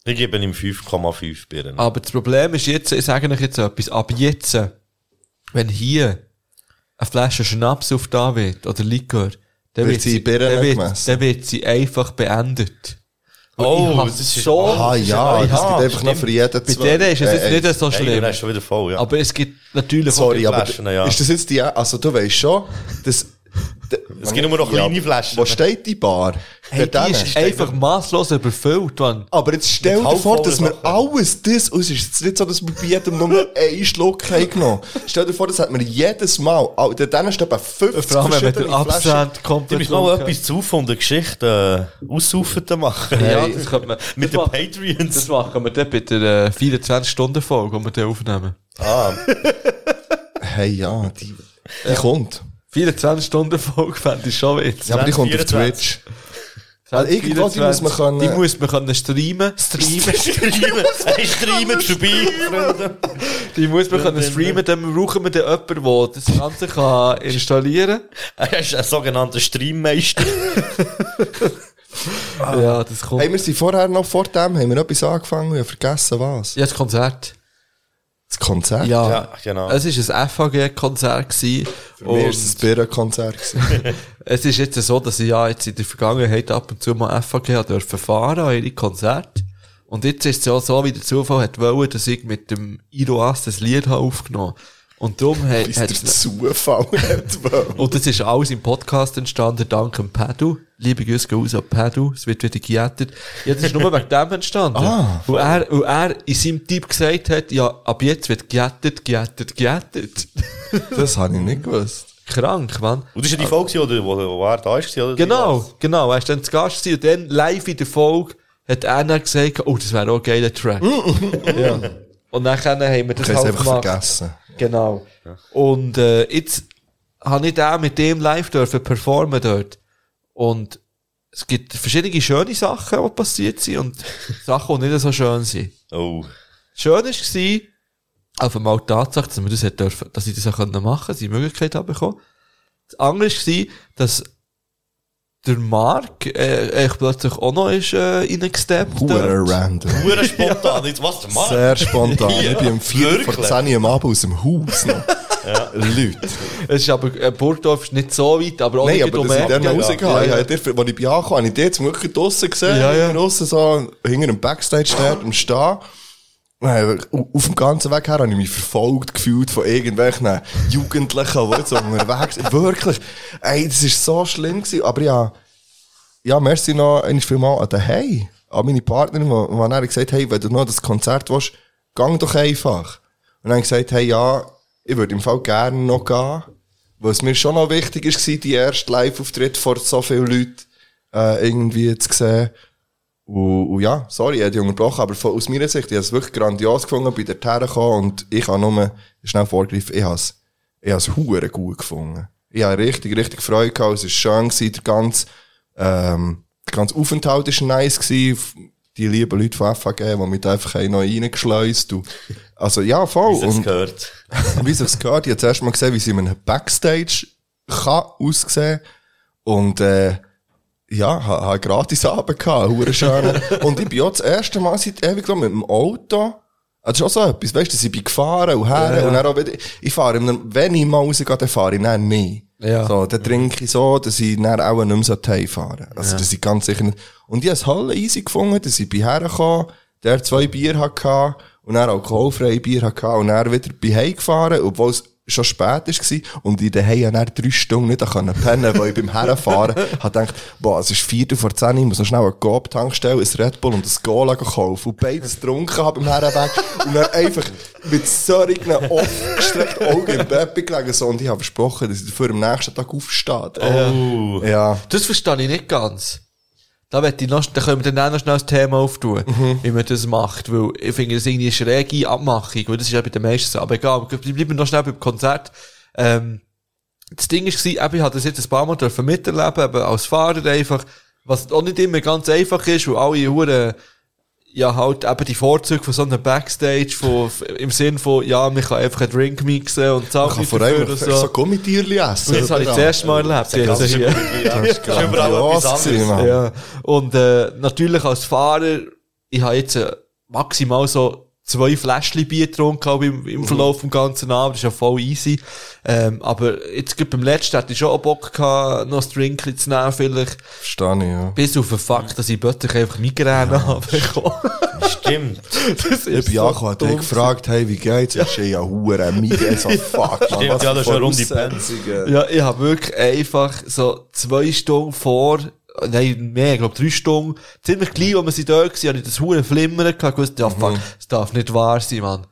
Speaker 4: Ich gebe ihm 5,5 Bieren.
Speaker 2: Aber das Problem ist jetzt, ich sage euch jetzt etwas, ab jetzt, wenn hier eine Flasche Schnaps auf da wird, oder Likör, dann
Speaker 3: Wird
Speaker 2: wird
Speaker 3: sie
Speaker 2: sie,
Speaker 3: in Birnen
Speaker 2: dann wird,
Speaker 3: gemessen.
Speaker 2: dann wird sie einfach beendet. Und
Speaker 4: Oh,
Speaker 2: ich hab
Speaker 4: das ist-
Speaker 2: so,
Speaker 3: Ah ja,
Speaker 2: ich
Speaker 3: es
Speaker 2: hab-
Speaker 3: gibt einfach noch für jeden Äh,
Speaker 2: bei denen ist es jetzt nicht so
Speaker 4: Hey,
Speaker 2: schlimm.
Speaker 4: dann ist schon wieder voll, ja.
Speaker 2: aber es gibt natürlich
Speaker 3: Sorry,
Speaker 4: die
Speaker 3: aber
Speaker 4: Flaschen, ja.
Speaker 3: ist das jetzt die... Also du weißt schon, das...
Speaker 4: Es gibt nur noch kleine Flaschen.
Speaker 3: Wo steht die Bar?
Speaker 2: hey,
Speaker 3: Dort
Speaker 2: die
Speaker 3: hinten.
Speaker 2: ist einfach masslos überfüllt, Mann.
Speaker 3: Aber jetzt stell
Speaker 4: Mit
Speaker 3: dir vor, dass
Speaker 4: halbvollen
Speaker 3: wir
Speaker 4: Sachen.
Speaker 3: alles das, und es ist jetzt nicht so, dass wir bei jedem nur einen Schluck haben genommen. Stell dir vor, das hat man jedes Mal, oh, dann ist etwa 50
Speaker 2: Vor allem, wenn der
Speaker 3: verschiedene Flaschen.
Speaker 2: Abstand kommt.
Speaker 4: Du musst mal etwas zu von der Geschichte äh, aussaufen zu machen.
Speaker 2: Ja, das könnte man.
Speaker 4: Mit den
Speaker 2: das, ma das
Speaker 4: Patreons.
Speaker 2: machen wir dann bei der äh, 24-Stunden-Folge, die wir dann aufnehmen.
Speaker 4: Ah,
Speaker 3: Hey, ja, die, die kommt.
Speaker 2: 24-Stunden-Folge fände ich schon witzig.
Speaker 3: Ja, aber die kommt auf
Speaker 4: 24.
Speaker 3: Twitch. Also irgendwo, die muss man können-
Speaker 2: Die muss man können streamen. Streamen.
Speaker 4: streamen. Hey, streamen vorbei, Freunde.
Speaker 2: die muss man können streamen, dann brauchen wir dann jemanden, der das Ganze kann installieren
Speaker 4: Er ist ein sogenannter Streammeister.
Speaker 2: kann. Ja, das kommt.
Speaker 3: Ah. Hey, wir sind vorher noch, vor dem haben wir etwas angefangen, ich habe vergessen was.
Speaker 2: ja, das Konzert.
Speaker 3: Das Konzert.
Speaker 2: Ja.
Speaker 4: Ja, genau.
Speaker 2: Es war ein FAG-Konzert. gewesen.
Speaker 3: Für mich war
Speaker 2: Und-
Speaker 3: es ein Birrenkonzert. gewesen.
Speaker 2: Es ist jetzt so, dass ich ja jetzt in der Vergangenheit ab und zu mal FAG habe dürfen fahren an ihre Konzerte. Und jetzt ist es ja so, wie der Zufall hat wollen, dass ich mit dem Iroas das Lied habe aufgenommen Und darum hat,
Speaker 3: Bis der
Speaker 2: hat
Speaker 3: Zufall nicht wollte.
Speaker 2: und das ist alles im Podcast entstanden, dank dem Pedro. Liebe Grüße gehen raus an Pedro, es wird wieder gejettet. Ja, das ist nur wegen dem entstanden.
Speaker 3: Ah.
Speaker 2: weil, er, weil er in seinem Typ gesagt hat, ja, ab jetzt wird gejettet, gejettet, gejettet.
Speaker 3: Das habe ich nicht gewusst.
Speaker 2: Krank, Mann.
Speaker 4: Und das war ja die Folge, oder, wo, wo er da ist, oder?
Speaker 2: Genau, genau. Er war dann zu Gast gewesen und dann live in der Folge hat er dann gesagt, oh, das wäre auch ein geiler Track. ja. Und dann haben wir das
Speaker 3: Mm. Ich habe es
Speaker 2: halt
Speaker 3: einfach
Speaker 2: gemacht.
Speaker 3: vergessen.
Speaker 2: Genau. Und äh, jetzt habe ich da mit dem live dürfen performen dort. Und es gibt verschiedene schöne Sachen, die passiert sind und Sachen, die nicht so schön sind.
Speaker 4: Oh.
Speaker 2: Schön war, auf einmal die Tatsache, dass wir das hätten dürfen, dass ich das auch machen konnte, dass ich die Möglichkeit habe bekommen. Das andere war, dass der Mark, äh, echt plötzlich auch noch ist, äh, reingesteppt.
Speaker 3: Pure
Speaker 2: dort.
Speaker 3: random.
Speaker 4: Pure spontan. Jetzt, was der Mann?
Speaker 3: Sehr spontan. Ich bin um 4 vor
Speaker 4: Wirklich?
Speaker 3: 10 Uhr am Abend aus dem Haus noch. Leute.
Speaker 2: Es ist aber, äh, Burgdorf ist nicht so weit, aber auch
Speaker 3: Nein,
Speaker 2: nicht
Speaker 3: aber
Speaker 2: um
Speaker 3: dass ich
Speaker 2: Ecke.
Speaker 3: den noch
Speaker 2: Ja,
Speaker 3: rausgehauen
Speaker 2: ja.
Speaker 3: habe, als ich bei ankam, habe ich den zum Glück draussen gesehen.
Speaker 2: Ja, ja.
Speaker 3: Draussen so, hinter dem Backstage-Stern, am Stehen. Nein, Auf dem ganzen Weg her habe ich mich verfolgt gefühlt von irgendwelchen Jugendlichen, die jetzt unterwegs sind. Wirklich. Ey, das war so schlimm. Gewesen. Aber ja, ja, merci noch einmal vielmal an den Hey, an meine Partnerin, die die dann gesagt hat, hey, wenn du noch das Konzert willst, gang doch einfach. Und dann habe ich gesagt, hey, ja, ich würde im Fall gerne noch gehen. Was mir schon noch wichtig war, die erste Live-Auftritt vor so vielen Leuten äh, irgendwie zu sehen. Und, und ja, sorry, ich habe dich unterbrochen, aber von, aus meiner Sicht, ich habe es wirklich grandios gefunden, bei der Terre gekommen und ich habe nur schnell vorgegriffen, ich habe es, ich habe es hure gut gefunden. Ich habe richtig, richtig Freude gehabt, es war schön, gewesen, der ganze, ähm, der ganze Aufenthalt war nice, gewesen, die lieben Leute von FAG, die mich da einfach haben noch reingeschleust haben. Also ja, voll.
Speaker 4: Wie es
Speaker 3: Und-
Speaker 4: gehört.
Speaker 3: wie es sich gehört, ich habe zuerst mal gesehen, wie sie in einem Backstage kann aussehen Und, äh, ja, ha- ha gratis Abend gehabt, hure schön. Und ich bin auch das erste Mal seit ewig lang mit dem Auto. Ah, Das ist auch so etwas, weißt du, dass ich bin gefahren und her, und dann auch wieder, ich fahre, immer- wenn ich mal rausgehe, dann fahre ich dann nie.
Speaker 2: Ja.
Speaker 3: So, dann trinke ich so, dass ich dann auch nicht mehr so fahren Also, dass ich ganz sicher nicht. Und ich habe es Halle easy gefunden, dass ich bin hergekommen, der zwei Bier hatte, und dann alkoholfreie Bier hatte, und dann wieder bei Hause gefahren, obwohl es schon spät war, und ich daheim ja dann drei Stunden nicht pennen konnte, weil ich beim Herfahren habe gedacht, boah, es ist viertel vor zehn, ich muss noch schnell eine Coop-Tankstelle, ein Red Bull und ein Cola kaufen, und beides getrunken habe beim Herrenweg, und dann einfach mit solchen aufgestreckten Augen im Bett bin gelegen, so, und ich habe versprochen, dass ich dafür am nächsten Tag aufstehe. Oh. Ja.
Speaker 2: Das verstehe ich nicht ganz. Da, möchte ich noch, da können wir dann auch noch schnell das Thema auftun, wie man das macht. Weil ich finde, das ist irgendwie eine schräge Abmachung, weil das ist ja bei den meisten so. Aber egal, wir bleiben noch schnell beim Konzert. Ähm, das Ding war, eben, ich habe das jetzt ein paar Mal dürfen miterleben, aber als Fahrer einfach, was auch nicht immer ganz einfach ist, weil alle Huren ja halt eben die Vorzüge von so einem Backstage, von, im Sinn von, ja, man kann einfach einen Drink mixen und zahlt
Speaker 3: Ich kann
Speaker 2: nicht
Speaker 3: vor
Speaker 2: dafür
Speaker 3: allem
Speaker 2: und
Speaker 3: so, so Gummitierli essen.
Speaker 2: das habe ich das erste Mal erlebt.
Speaker 4: Das
Speaker 2: jetzt
Speaker 4: ist
Speaker 2: hier.
Speaker 4: überall
Speaker 3: Das ist grandios
Speaker 4: etwas
Speaker 3: gewesen,
Speaker 4: anderes.
Speaker 3: Mann.
Speaker 2: Ja. Und äh, natürlich als Fahrer, ich habe jetzt äh, maximal so zwei Fläschchen Bier getrunken auch im,
Speaker 3: Mhm.
Speaker 2: im Verlauf des ganzen Abends. Das ist ja voll easy. Ähm, aber jetzt gerade beim letzten hatte ich schon auch Bock gehabt, noch ein Drinkchen zu nehmen vielleicht.
Speaker 3: Verstehe ich, ja.
Speaker 2: Bis auf den Fakt, dass ich plötzlich einfach Migräne habe bekommen.
Speaker 4: Stimmt.
Speaker 2: Das
Speaker 3: Ich
Speaker 2: ist
Speaker 3: bin
Speaker 2: so
Speaker 3: angekommen, hat
Speaker 2: dumm.
Speaker 3: dich gefragt, hey, wie geht's? Ja. Ich ja hure Miete, so fuck, Mann,
Speaker 4: Stimmt,
Speaker 3: was
Speaker 4: ja, das ist eine
Speaker 3: für
Speaker 4: runde
Speaker 3: Voraussetzungen.
Speaker 2: Ja, ich hab wirklich einfach so zwei Stunden vor, nein, mehr, ich glaub drei Stunden, ziemlich gleich, als wir sie da waren, hab ich das Huren flimmern gehabt, gewusst, ja fuck, das darf nicht wahr sein, Mann.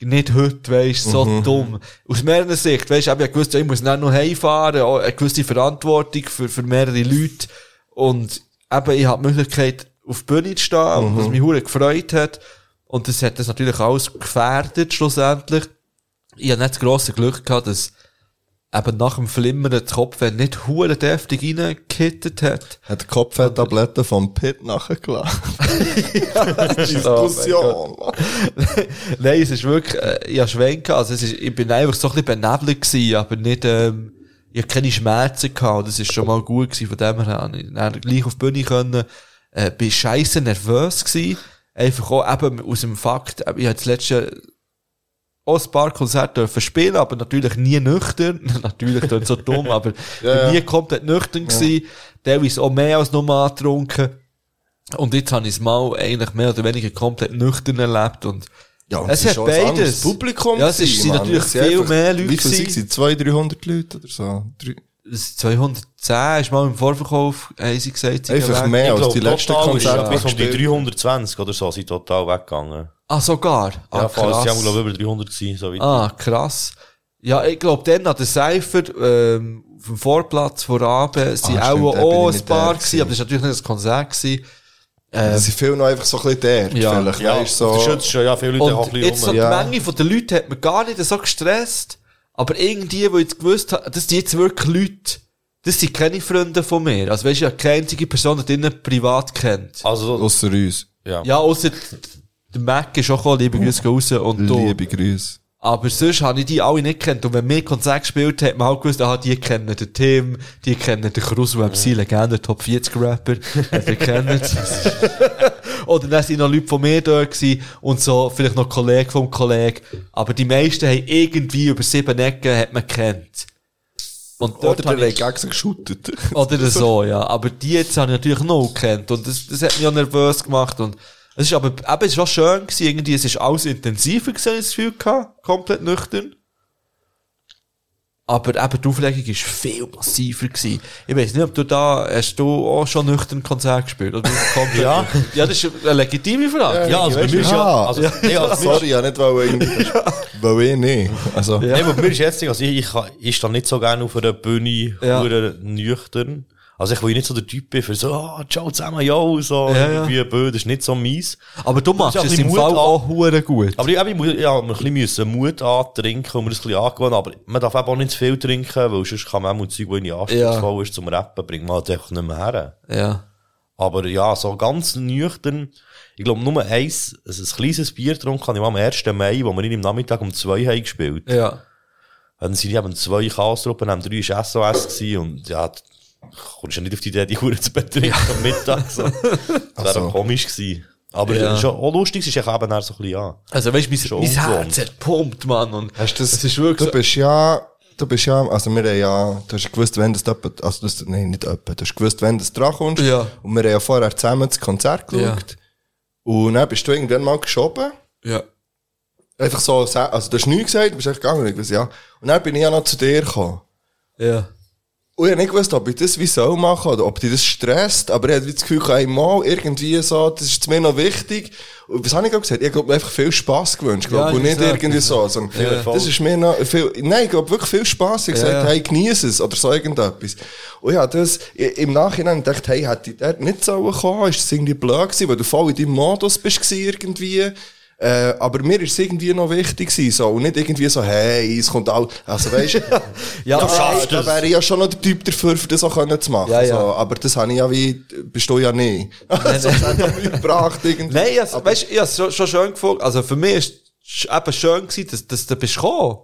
Speaker 2: Nicht heute, weisst, so dumm. Aus mehreren Sicht, weisst, eben, ich gewusst, ja, ich muss dann noch heimfahren, auch eine gewisse Verantwortung für, für mehrere Leute. Und eben, ich hab die Möglichkeit, auf die Bühne zu stehen, was mich Huren gefreut hat. Und das hat das natürlich alles gefährdet, schlussendlich. Ich hab nicht das grosse Glück gehabt, dass eben nach dem Flimmern der Kopf, wenn nicht hure deftig reingekittet hat.
Speaker 3: Hat die Kopfhörtabletten vom Pit Oh nachgelacht. Diskussion.
Speaker 2: Nein, es ist wirklich, äh, ich hab Schwenken, also es ist, ich bin einfach so ein bisschen benebelt gewesen, aber nicht, ähm, ich hab keine Schmerzen gehabt, das ist schon mal gut gewesen, von dem her habe ich dann gleich auf die Bühne können, äh, bin scheisse nervös gewesen, einfach auch eben aus dem Fakt, äh, ich habe das letzte auch ein paar Konzerte dürfen spielen, aber natürlich nie nüchtern. natürlich klingt so dumm, aber
Speaker 3: Ja, ja.
Speaker 2: nie komplett nüchtern gewesen. Teilweise auch mehr als nur angetrunken. Und jetzt habe ich es mal eigentlich mehr oder weniger komplett nüchtern erlebt und
Speaker 3: Ja, und
Speaker 2: es
Speaker 3: ist
Speaker 2: hat
Speaker 3: auch ein anderes
Speaker 2: beides.
Speaker 3: Publikum
Speaker 2: Ja, es
Speaker 3: gewesen,
Speaker 2: ist- sind
Speaker 3: Mann.
Speaker 2: natürlich
Speaker 3: Es sind
Speaker 2: viel
Speaker 3: einfach-
Speaker 2: mehr Leute
Speaker 3: Wie viel
Speaker 2: gewesen.
Speaker 3: sind 200, 300 Leute oder so? Drei-
Speaker 2: das 210 ist mal im Vorverkauf, haben sie gesagt, sie
Speaker 3: Einfach
Speaker 2: gehen weg.
Speaker 3: mehr
Speaker 4: Ich
Speaker 3: als
Speaker 4: glaube,
Speaker 3: die letzten
Speaker 4: total ist
Speaker 3: Konzerte.
Speaker 4: etwas um die
Speaker 3: gespielt.
Speaker 4: 320 oder so, sind total weggegangen.
Speaker 2: Ah, sogar. Ah,
Speaker 4: ja, falls sie haben,
Speaker 2: krass.
Speaker 4: glaube ich, über 300 sein, so weit.
Speaker 2: Ah, krass. Ja, ich glaube, dann an der Seifer, ähm, auf dem Vorplatz vor Abend, sind
Speaker 3: Ah, stimmt,
Speaker 2: auch,
Speaker 3: da bin
Speaker 2: auch
Speaker 3: ich
Speaker 2: ein
Speaker 3: nicht
Speaker 2: paar
Speaker 3: da
Speaker 2: gewesen, aber das war natürlich nicht ein Konzert gewesen.
Speaker 3: Das sind viele noch einfach so ein bisschen der.
Speaker 2: Äh, Ja.
Speaker 3: Vielleicht,
Speaker 4: ja,
Speaker 3: weißt du,
Speaker 4: das
Speaker 3: so.
Speaker 4: schützt schon, ja, viele Leute haben auch
Speaker 2: Und
Speaker 4: ein bisschen
Speaker 2: jetzt so
Speaker 4: rum.
Speaker 2: die
Speaker 3: Ja.
Speaker 2: Menge von den Leuten hat mir gar nicht so gestresst. Aber irgendwie, wo ich jetzt gewusst habe, das sind jetzt wirklich Leute, das sind keine Freunde von mir. Also weißt du, ich habe keine einzige Person, die drinnen privat kennt.
Speaker 4: Also,
Speaker 3: Ausser uns.
Speaker 4: ja.
Speaker 2: Ja, außer der Mac ist auch gekommen, liebe Grüße gehen raus und du.
Speaker 3: Liebe Grüße.
Speaker 2: Aber sonst habe ich die alle nicht kennt. Und wenn wir Konzert gespielt haben, hat man halt gewusst, aha, die kennen den Tim, die kennen den Krus, der MC Legende, Top 40 Rapper, die kennen es. Oder dann sind noch Leute von mir da gewesen und so, vielleicht noch Kollegen vom Kollegen. Aber die meisten haben irgendwie über sieben Ecken hat man kennt. Und dort
Speaker 3: Oder
Speaker 2: habe
Speaker 3: der
Speaker 2: ich,
Speaker 3: hat gegen geschuttet.
Speaker 2: oder so, ja. Aber die jetzt habe ich natürlich noch kennt und das, das hat mich ja nervös gemacht und es ist aber, eben, es ist auch schön gewesen, irgendwie, es ist alles intensiver gewesen, als ich das Gefühl hatte, komplett nüchtern. Aber eben die Aufregung war viel massiver. Gewesen. Ich weiß nicht, ob du da, hast du auch schon nüchtern Konzert gespielt? Oder komplett-
Speaker 4: Ja.
Speaker 2: ja, das ist eine legitime Frage.
Speaker 4: Ja, also bei mir ist ja...
Speaker 3: Ah.
Speaker 4: Also, nee, also,
Speaker 3: Sorry, ich nicht wollte irgendwie. Weil ich nicht. Also,
Speaker 4: nee, aber bei mir ist jetzt... Also ich, ich, kann- ich stehe nicht so gerne auf einer Bühne,
Speaker 2: Ja.
Speaker 4: hure nüchtern. Also ich will nicht so der Typ bin für so, ah, ciao zusammen, yo, so,
Speaker 2: Ja, ja.
Speaker 4: irgendwie ja. Bö, das ist nicht so mies.
Speaker 2: Aber du machst
Speaker 4: Das ist
Speaker 2: es
Speaker 4: ja ein
Speaker 2: im
Speaker 4: bisschen
Speaker 2: Fall
Speaker 4: Mut
Speaker 2: auch hure gut.
Speaker 4: Aber ich, eben, ich muss- ja, wir ein bisschen Mut antrinken und mir das ein bisschen angewöhnen, aber man darf eben auch nicht zu viel trinken, weil sonst kann man auch mal Zeug, das in die anspruchsvoll ist, zum Rappen bringen, man halt einfach nicht mehr her.
Speaker 2: Ja.
Speaker 4: Aber ja, so ganz nüchtern. Ich glaube, nur eins, also ein kleines Bier getrunken habe ich mal am 1. Mai, wo wir ihn am Nachmittag um zwei haben gespielt. Ja.
Speaker 2: Ja.
Speaker 4: Dann sind eben zwei Chaos-Truppen, haben drei war SOS gewesen und ja, d- kommst ja nicht auf die Idee, die Uhr zu betrinken am Mittag. So. Das wäre
Speaker 3: so.
Speaker 4: auch komisch gewesen. Aber
Speaker 2: Ja.
Speaker 4: schon auch lustig, es ist eben dann so ein bisschen an.
Speaker 2: Also weißt du, mein,
Speaker 4: Schon
Speaker 2: mein Herz
Speaker 4: ungewohnt.
Speaker 2: hat pumpt, Mann. Und
Speaker 3: hast du das,
Speaker 2: es ist wirklich
Speaker 3: du
Speaker 2: so,
Speaker 3: bist ja, du bist ja, also wir haben ja, du hast gewusst, wenn das jemand, also das, nein, nicht jemand, du hast gewusst, wenn das dran kommst.
Speaker 2: Ja.
Speaker 3: Und wir haben ja vorher zusammen das Konzert geschaut.
Speaker 2: Ja.
Speaker 3: Und dann bist du irgendwann mal geschoben.
Speaker 2: ja.
Speaker 3: Einfach so, sa- also du hast nichts gesagt, du bist einfach gegangen. Ich weiss, ja. Und dann bin ich ja noch zu dir gekommen.
Speaker 2: Ja.
Speaker 3: Und Oh, ich hab nicht gewusst, ob ich das wie soll machen oder ob dich das stresst, aber ich hatte wie das Gefühl, einmal irgendwie so, das ist mir noch wichtig. Und was habe ich gerade gesagt? Ich glaube, mir einfach viel Spass gewünscht, glaub,
Speaker 2: Ja,
Speaker 3: ich. und
Speaker 2: ich
Speaker 3: nicht
Speaker 2: sag,
Speaker 3: irgendwie so. sondern Das ist mir noch viel, nein, ich glaube wirklich viel Spass. Ich hab gesagt,
Speaker 2: Ja.
Speaker 3: hey, genieße es oder so irgendetwas. Und ja, das, i- im Nachhinein dachte ich, hey, hätte ich dort nicht sollen kommen, ist das irgendwie blöd gewesen, weil du voll in deinem Modus bist gewesen irgendwie. Äh, aber mir ist es irgendwie noch wichtig gewesen, so. Und nicht irgendwie so, hey, es kommt all, also weisst du,
Speaker 2: Ja,
Speaker 3: da-
Speaker 4: schaffst
Speaker 3: da
Speaker 4: es.
Speaker 3: wäre ich ja schon noch der Typ dafür, für das auch können zu machen.
Speaker 2: Ja, ja.
Speaker 3: So, aber das habe ich ja wie, bist du ja nicht. Also, das hat ja nichts gebracht irgendwie.
Speaker 2: Nein, ich also, weißt, ich hab's schon, schon schön gefunden. Also für mich ist es eben schön gewesen, dass, dass du bist gekommen.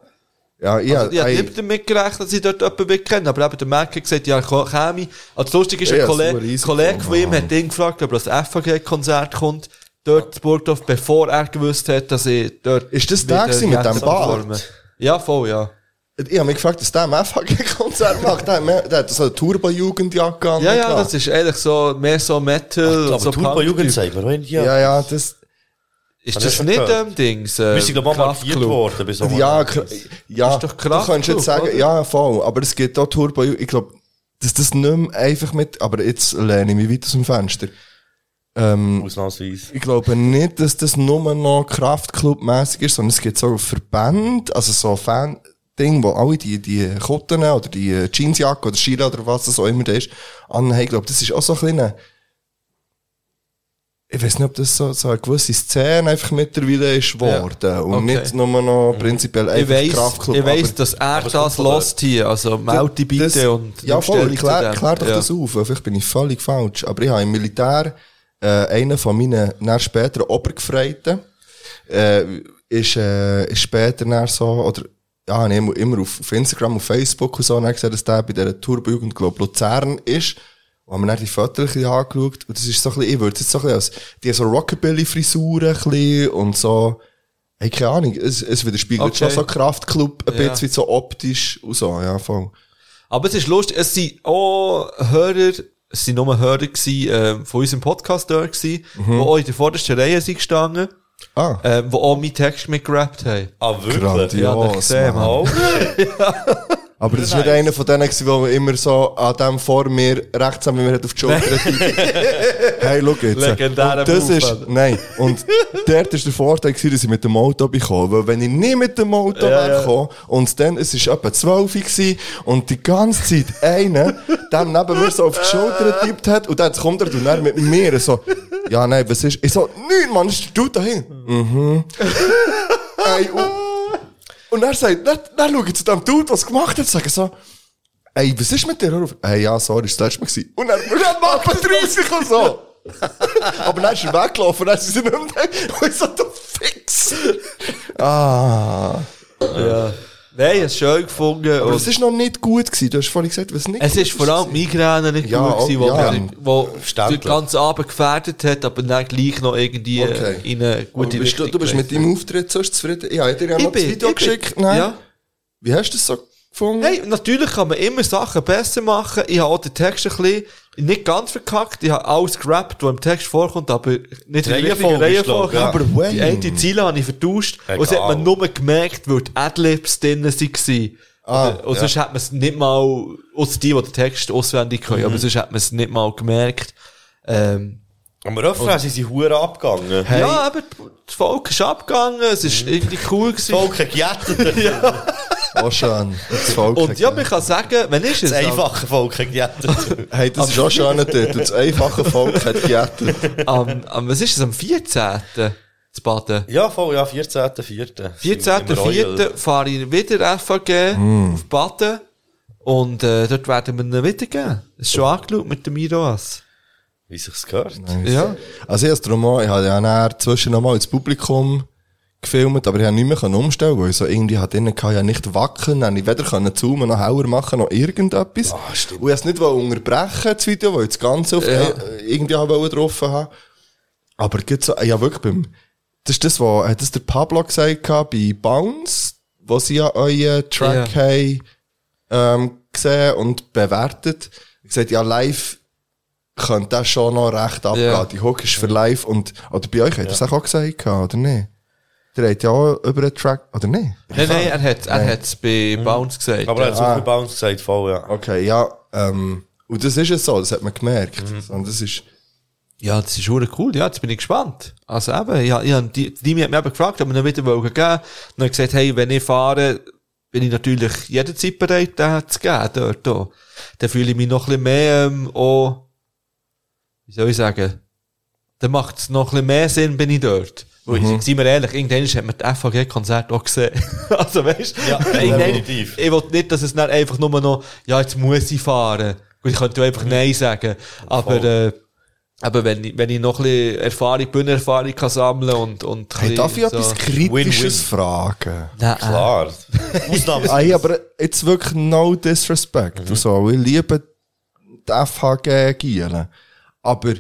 Speaker 3: Ja, ich,
Speaker 2: Also, ich hab
Speaker 3: ey,
Speaker 2: nicht damit gerechnet, dass ich dort jemanden mitkenne, aber eben der Mac hat gesagt, ja, ich käme. Also das Lustige ist,
Speaker 3: Ja,
Speaker 2: ein
Speaker 3: ja,
Speaker 2: Kollege,
Speaker 3: super riesig.
Speaker 2: Kollege von ihm hat ihn gefragt, ob er das FAG-Konzert kommt, dort in Burgdorf, bevor er gewusst hat, dass ich dort... eh,
Speaker 3: Ist das der
Speaker 2: wieder
Speaker 3: gewesen mit dem
Speaker 2: jetzt
Speaker 3: Bart?
Speaker 2: performe. Ja, voll,
Speaker 3: Oh,
Speaker 2: ja.
Speaker 3: ich habe mich gefragt, dass der ein FHG-Konzert macht. Der, hat mehr- der hat so eine Turbo-Jugendjacke an.
Speaker 2: Ja, ja, das ist eigentlich so, mehr so Metal,
Speaker 4: Aber
Speaker 2: Äh, so
Speaker 4: Turbo
Speaker 2: Punk-Typ.
Speaker 4: Jugend sagt man, ja.
Speaker 3: Ja, ja, das,
Speaker 2: Ist
Speaker 4: Hast du
Speaker 2: das
Speaker 4: schon
Speaker 2: nicht
Speaker 4: gehört?
Speaker 2: ähm, Dings? Äh,
Speaker 4: Wir sind, glaube ich, mal markiert
Speaker 2: Kraftclub?
Speaker 4: worden. bei so einem-
Speaker 3: ja, kr- ja.
Speaker 2: Ist doch krass,
Speaker 3: Du kannst jetzt
Speaker 2: doch,
Speaker 3: sagen,
Speaker 2: oder?
Speaker 3: ja, voll. Aber es gibt auch Turbo, ich glaube, dass das nicht mehr einfach mit, aber jetzt lehne ich mich weit aus dem Fenster.
Speaker 4: Ausnahmsweise.
Speaker 3: Ich glaube nicht, dass das nur noch Kraftclub-mässig ist, sondern es gibt so Verbände, also so Fan-Ding, wo alle die, die Kotten oder die Jeansjacke oder Skira oder was das auch immer da ist, anhaben. Ich glaube, das ist auch so ein kleiner, ich weiß nicht, ob das so, so eine gewisse Szene einfach mittlerweile ist worden und
Speaker 2: okay.
Speaker 3: nicht nur noch prinzipiell
Speaker 2: Ich
Speaker 3: einfach
Speaker 2: weiss,
Speaker 3: Kraftclub.
Speaker 2: ich
Speaker 3: aber-
Speaker 2: weiss, dass er
Speaker 4: es kommt
Speaker 2: das
Speaker 4: von dort.
Speaker 2: lost hier. Also, melde bitte
Speaker 3: das-
Speaker 2: und
Speaker 3: dus Ja,
Speaker 2: nimm
Speaker 3: voll,
Speaker 2: Stellung zu
Speaker 3: klär,
Speaker 2: dem.
Speaker 3: klär doch
Speaker 2: Ja.
Speaker 3: das auf. weil Vielleicht bin ich völlig falsch. Aber ich habe im Militär äh, einen von meinen dann später Obergefreiten äh, ist, äh, ist später dann so, oder ja, habe ich immer, immer auf, auf Instagram, auf Facebook und so dann gesehen, dass der bei dieser Tourbugend, glaube Luzern ist. Und haben mir dann die Fotos ein bisschen angeschaut. Und das ist so ein bisschen, ich würde es jetzt so ein bisschen als, die haben so Rockabilly-Frisuren ein bisschen und so, hey, keine Ahnung, es, es widerspiegelt
Speaker 2: Okay.
Speaker 3: schon so Kraftclub ein
Speaker 2: Ja.
Speaker 3: bisschen so optisch und so, ja, voll.
Speaker 2: Aber es ist lustig, es sind auch Hörer, es sind nur Hörer gewesen, äh, von unserem Podcast da gewesen,
Speaker 3: Mhm.
Speaker 2: die auch in der vordersten Reihe sind gestanden,
Speaker 3: Ah.
Speaker 2: äh, die auch meinen Text mitgerappt haben.
Speaker 4: Ah, wirklich?
Speaker 3: Grandios,
Speaker 2: Ja, das gesehen,
Speaker 3: Mann.
Speaker 4: Oh,
Speaker 3: Aber das war nicht
Speaker 4: Nice.
Speaker 3: einer von denen, gewesen, wo man immer so an dem vor mir rechts haben, wenn wir auf die Schulter tippt. Hey, schau jetzt.
Speaker 2: Legendärer
Speaker 3: Und das
Speaker 2: Move,
Speaker 3: ist,
Speaker 2: Alter.
Speaker 3: nein. Und dort war der Vorteil, gewesen, dass ich mit dem Auto bin gekommen. Weil wenn ich nie mit dem Auto
Speaker 2: Ja,
Speaker 3: ja,
Speaker 2: ja.
Speaker 3: wäre gekommen, und dann, es war etwa 12 Uhr gewesen, und die ganze Zeit einer, dem neben mir so auf die Schulter getippt hat, und dann kommt er und dann mit mir so, ja, nein, was ist, ich so, nein, Mann, ist du dahin? Mhm. Ey, und, und er sagt, dann, dann schau ich zu dem Dude, was gemacht hat, sage so, ey, was ist mit dir? Hör auf. Ey, ja, sorry, das war das letzte Mal. Gewesen. Und dann, und dann macht man 30 und so. Aber dann ist er weggelaufen, dann sind sie nicht mehr da. Und ich so, du Fix. Ah.
Speaker 2: Ja. Nein, ich hab's schön gefunden.
Speaker 3: Aber
Speaker 2: und
Speaker 3: es ist noch nicht gut gewesen. Du hast vorhin gesagt, was nicht
Speaker 2: es
Speaker 3: gut
Speaker 2: ist vor allem die Migräne nicht
Speaker 3: Ja, oh,
Speaker 2: gut gewesen, wo,
Speaker 3: ja.
Speaker 2: mir- wo den
Speaker 4: Verständlich.
Speaker 2: ganzen Abend gefährdet hat, aber dann gleich noch irgendwie äh,
Speaker 3: Okay.
Speaker 2: in eine
Speaker 3: Aber
Speaker 2: gute
Speaker 3: bist du,
Speaker 2: Richtung
Speaker 3: du bist mit
Speaker 2: geleitet.
Speaker 3: deinem Auftritt sonst zufrieden. Ich habe dir ja
Speaker 2: Ich
Speaker 3: noch das
Speaker 2: bin-
Speaker 3: Video
Speaker 2: ich bin-
Speaker 3: geschickt. Nein.
Speaker 2: Ja.
Speaker 3: Wie hast du das so gefunden?
Speaker 2: Hey, natürlich kann man immer Sachen besser machen. Ich habe auch den Text ein bisschen nicht ganz verkackt. Ich habe alles gerappt, was im Text vorkommt, aber nicht in der richtigen
Speaker 4: Reihenfolge ist,
Speaker 2: Reihenfolge.
Speaker 4: glaub ich, ja.
Speaker 2: Aber
Speaker 3: Wayne.
Speaker 2: die eine Zeile habe ich vertauscht. Und das hat man
Speaker 4: Egal.
Speaker 2: nur gemerkt, weil die Adlibs drin waren.
Speaker 3: Ah,
Speaker 2: Oder- und sonst hat man es nicht mal, aus die, die den Text auswendig können, aber sonst hat man es nicht mal gemerkt. Ähm,
Speaker 4: Am Refrain sind sie Huren abgegangen.
Speaker 2: Ja, aber Mhm. das Volk ist abgegangen, es ist irgendwie cool gewesen.
Speaker 4: Volk hat gejettet.
Speaker 3: Auch schön. Das Volk
Speaker 2: Und ja,
Speaker 3: hat-
Speaker 2: man kann sagen, wann ist es?
Speaker 4: Das einfache Volk hat gejettet.
Speaker 3: Hey, das ist auch schön dort. Und Das einfache Volk hat gejettet.
Speaker 2: Am, am, was ist es, am 14. zu baden?
Speaker 4: ja, voll, ja, 14.04.
Speaker 2: 14.04. fahre ich wieder FAG auf Baden und äh, dort werden wir ihn wieder geben. Das ist schon angeschaut mit dem Miroas.
Speaker 4: Wie sich's gehört.
Speaker 2: Ja.
Speaker 3: Also ich hab's darum auch, ich habe ja nachher zwischen nochmal ins Publikum gefilmt, aber ich habe nicht mehr können umstellen, weil ich so irgendwie hat innen ja nicht wackeln, dann ich weder können zoomen noch hauer machen noch irgendetwas. und ich hab's nicht wollen unterbrechen, das Video, weil ich das Ganze auf äh, irgendwie habe wollen getroffen haben. Aber gibt's so, ja wirklich beim, das ist das, was, hat das der Pablo gesagt gehabt, bei Bounce, wo sie ja euren Track
Speaker 2: Ja.
Speaker 3: haben, ähm, gesehen und bewertet. Ich gesagt, ja, live könnte das schon noch recht abgehen.
Speaker 2: Ja.
Speaker 3: Die Hook ist für live und, oder bei euch hat er es auch gesagt, gehabt, oder nicht? Der hat ja auch über den Track, oder nicht?
Speaker 2: Nein, nein, er hat er hat's bei Bounce gesagt.
Speaker 4: Hm. Aber er hat so
Speaker 3: Ah.
Speaker 4: viel Bounce gesagt, voll, ja.
Speaker 3: Okay, ja, ähm, und das ist es so, das hat man gemerkt. Und das ist,
Speaker 2: Ja, das ist hure cool. Ja, jetzt bin ich gespannt. Also eben, ja, ja, die, die Dimi hat mich eben gefragt, ob wir ihn wieder wollen geben wollen. Und er hat gesagt, hey, wenn ich fahre, bin ich natürlich jederzeit bereit, den zu geben, dort, da. Dann fühle ich mich noch ein bisschen mehr, ähm, auch, wie soll ich sagen, dann macht es noch ein bisschen mehr Sinn, bin ich dort. Weil,
Speaker 4: Mhm.
Speaker 2: seien wir ehrlich, irgendwann hat man das FAG-Konzert auch gesehen. also weißt du,
Speaker 4: Ja,
Speaker 2: irgendwann-
Speaker 4: definitiv.
Speaker 2: ich will nicht, dass es dann einfach nur noch, ja, jetzt muss ich fahren. Gut, ich könnte ja
Speaker 3: Mhm.
Speaker 2: einfach Nein sagen. Aber, äh, aber wenn ich, wenn ich noch ein bisschen Erfahrung, Bühnenerfahrung kann sammeln und, und,
Speaker 3: hey, darf ich etwas äh. Kritisches
Speaker 4: Win-win.
Speaker 3: fragen?
Speaker 2: Nein, Klar.
Speaker 4: Klar. Ausnahmsweise.
Speaker 3: Ey, aber jetzt wirklich no disrespect. und So. Ich liebe die FHG Gielen. Aber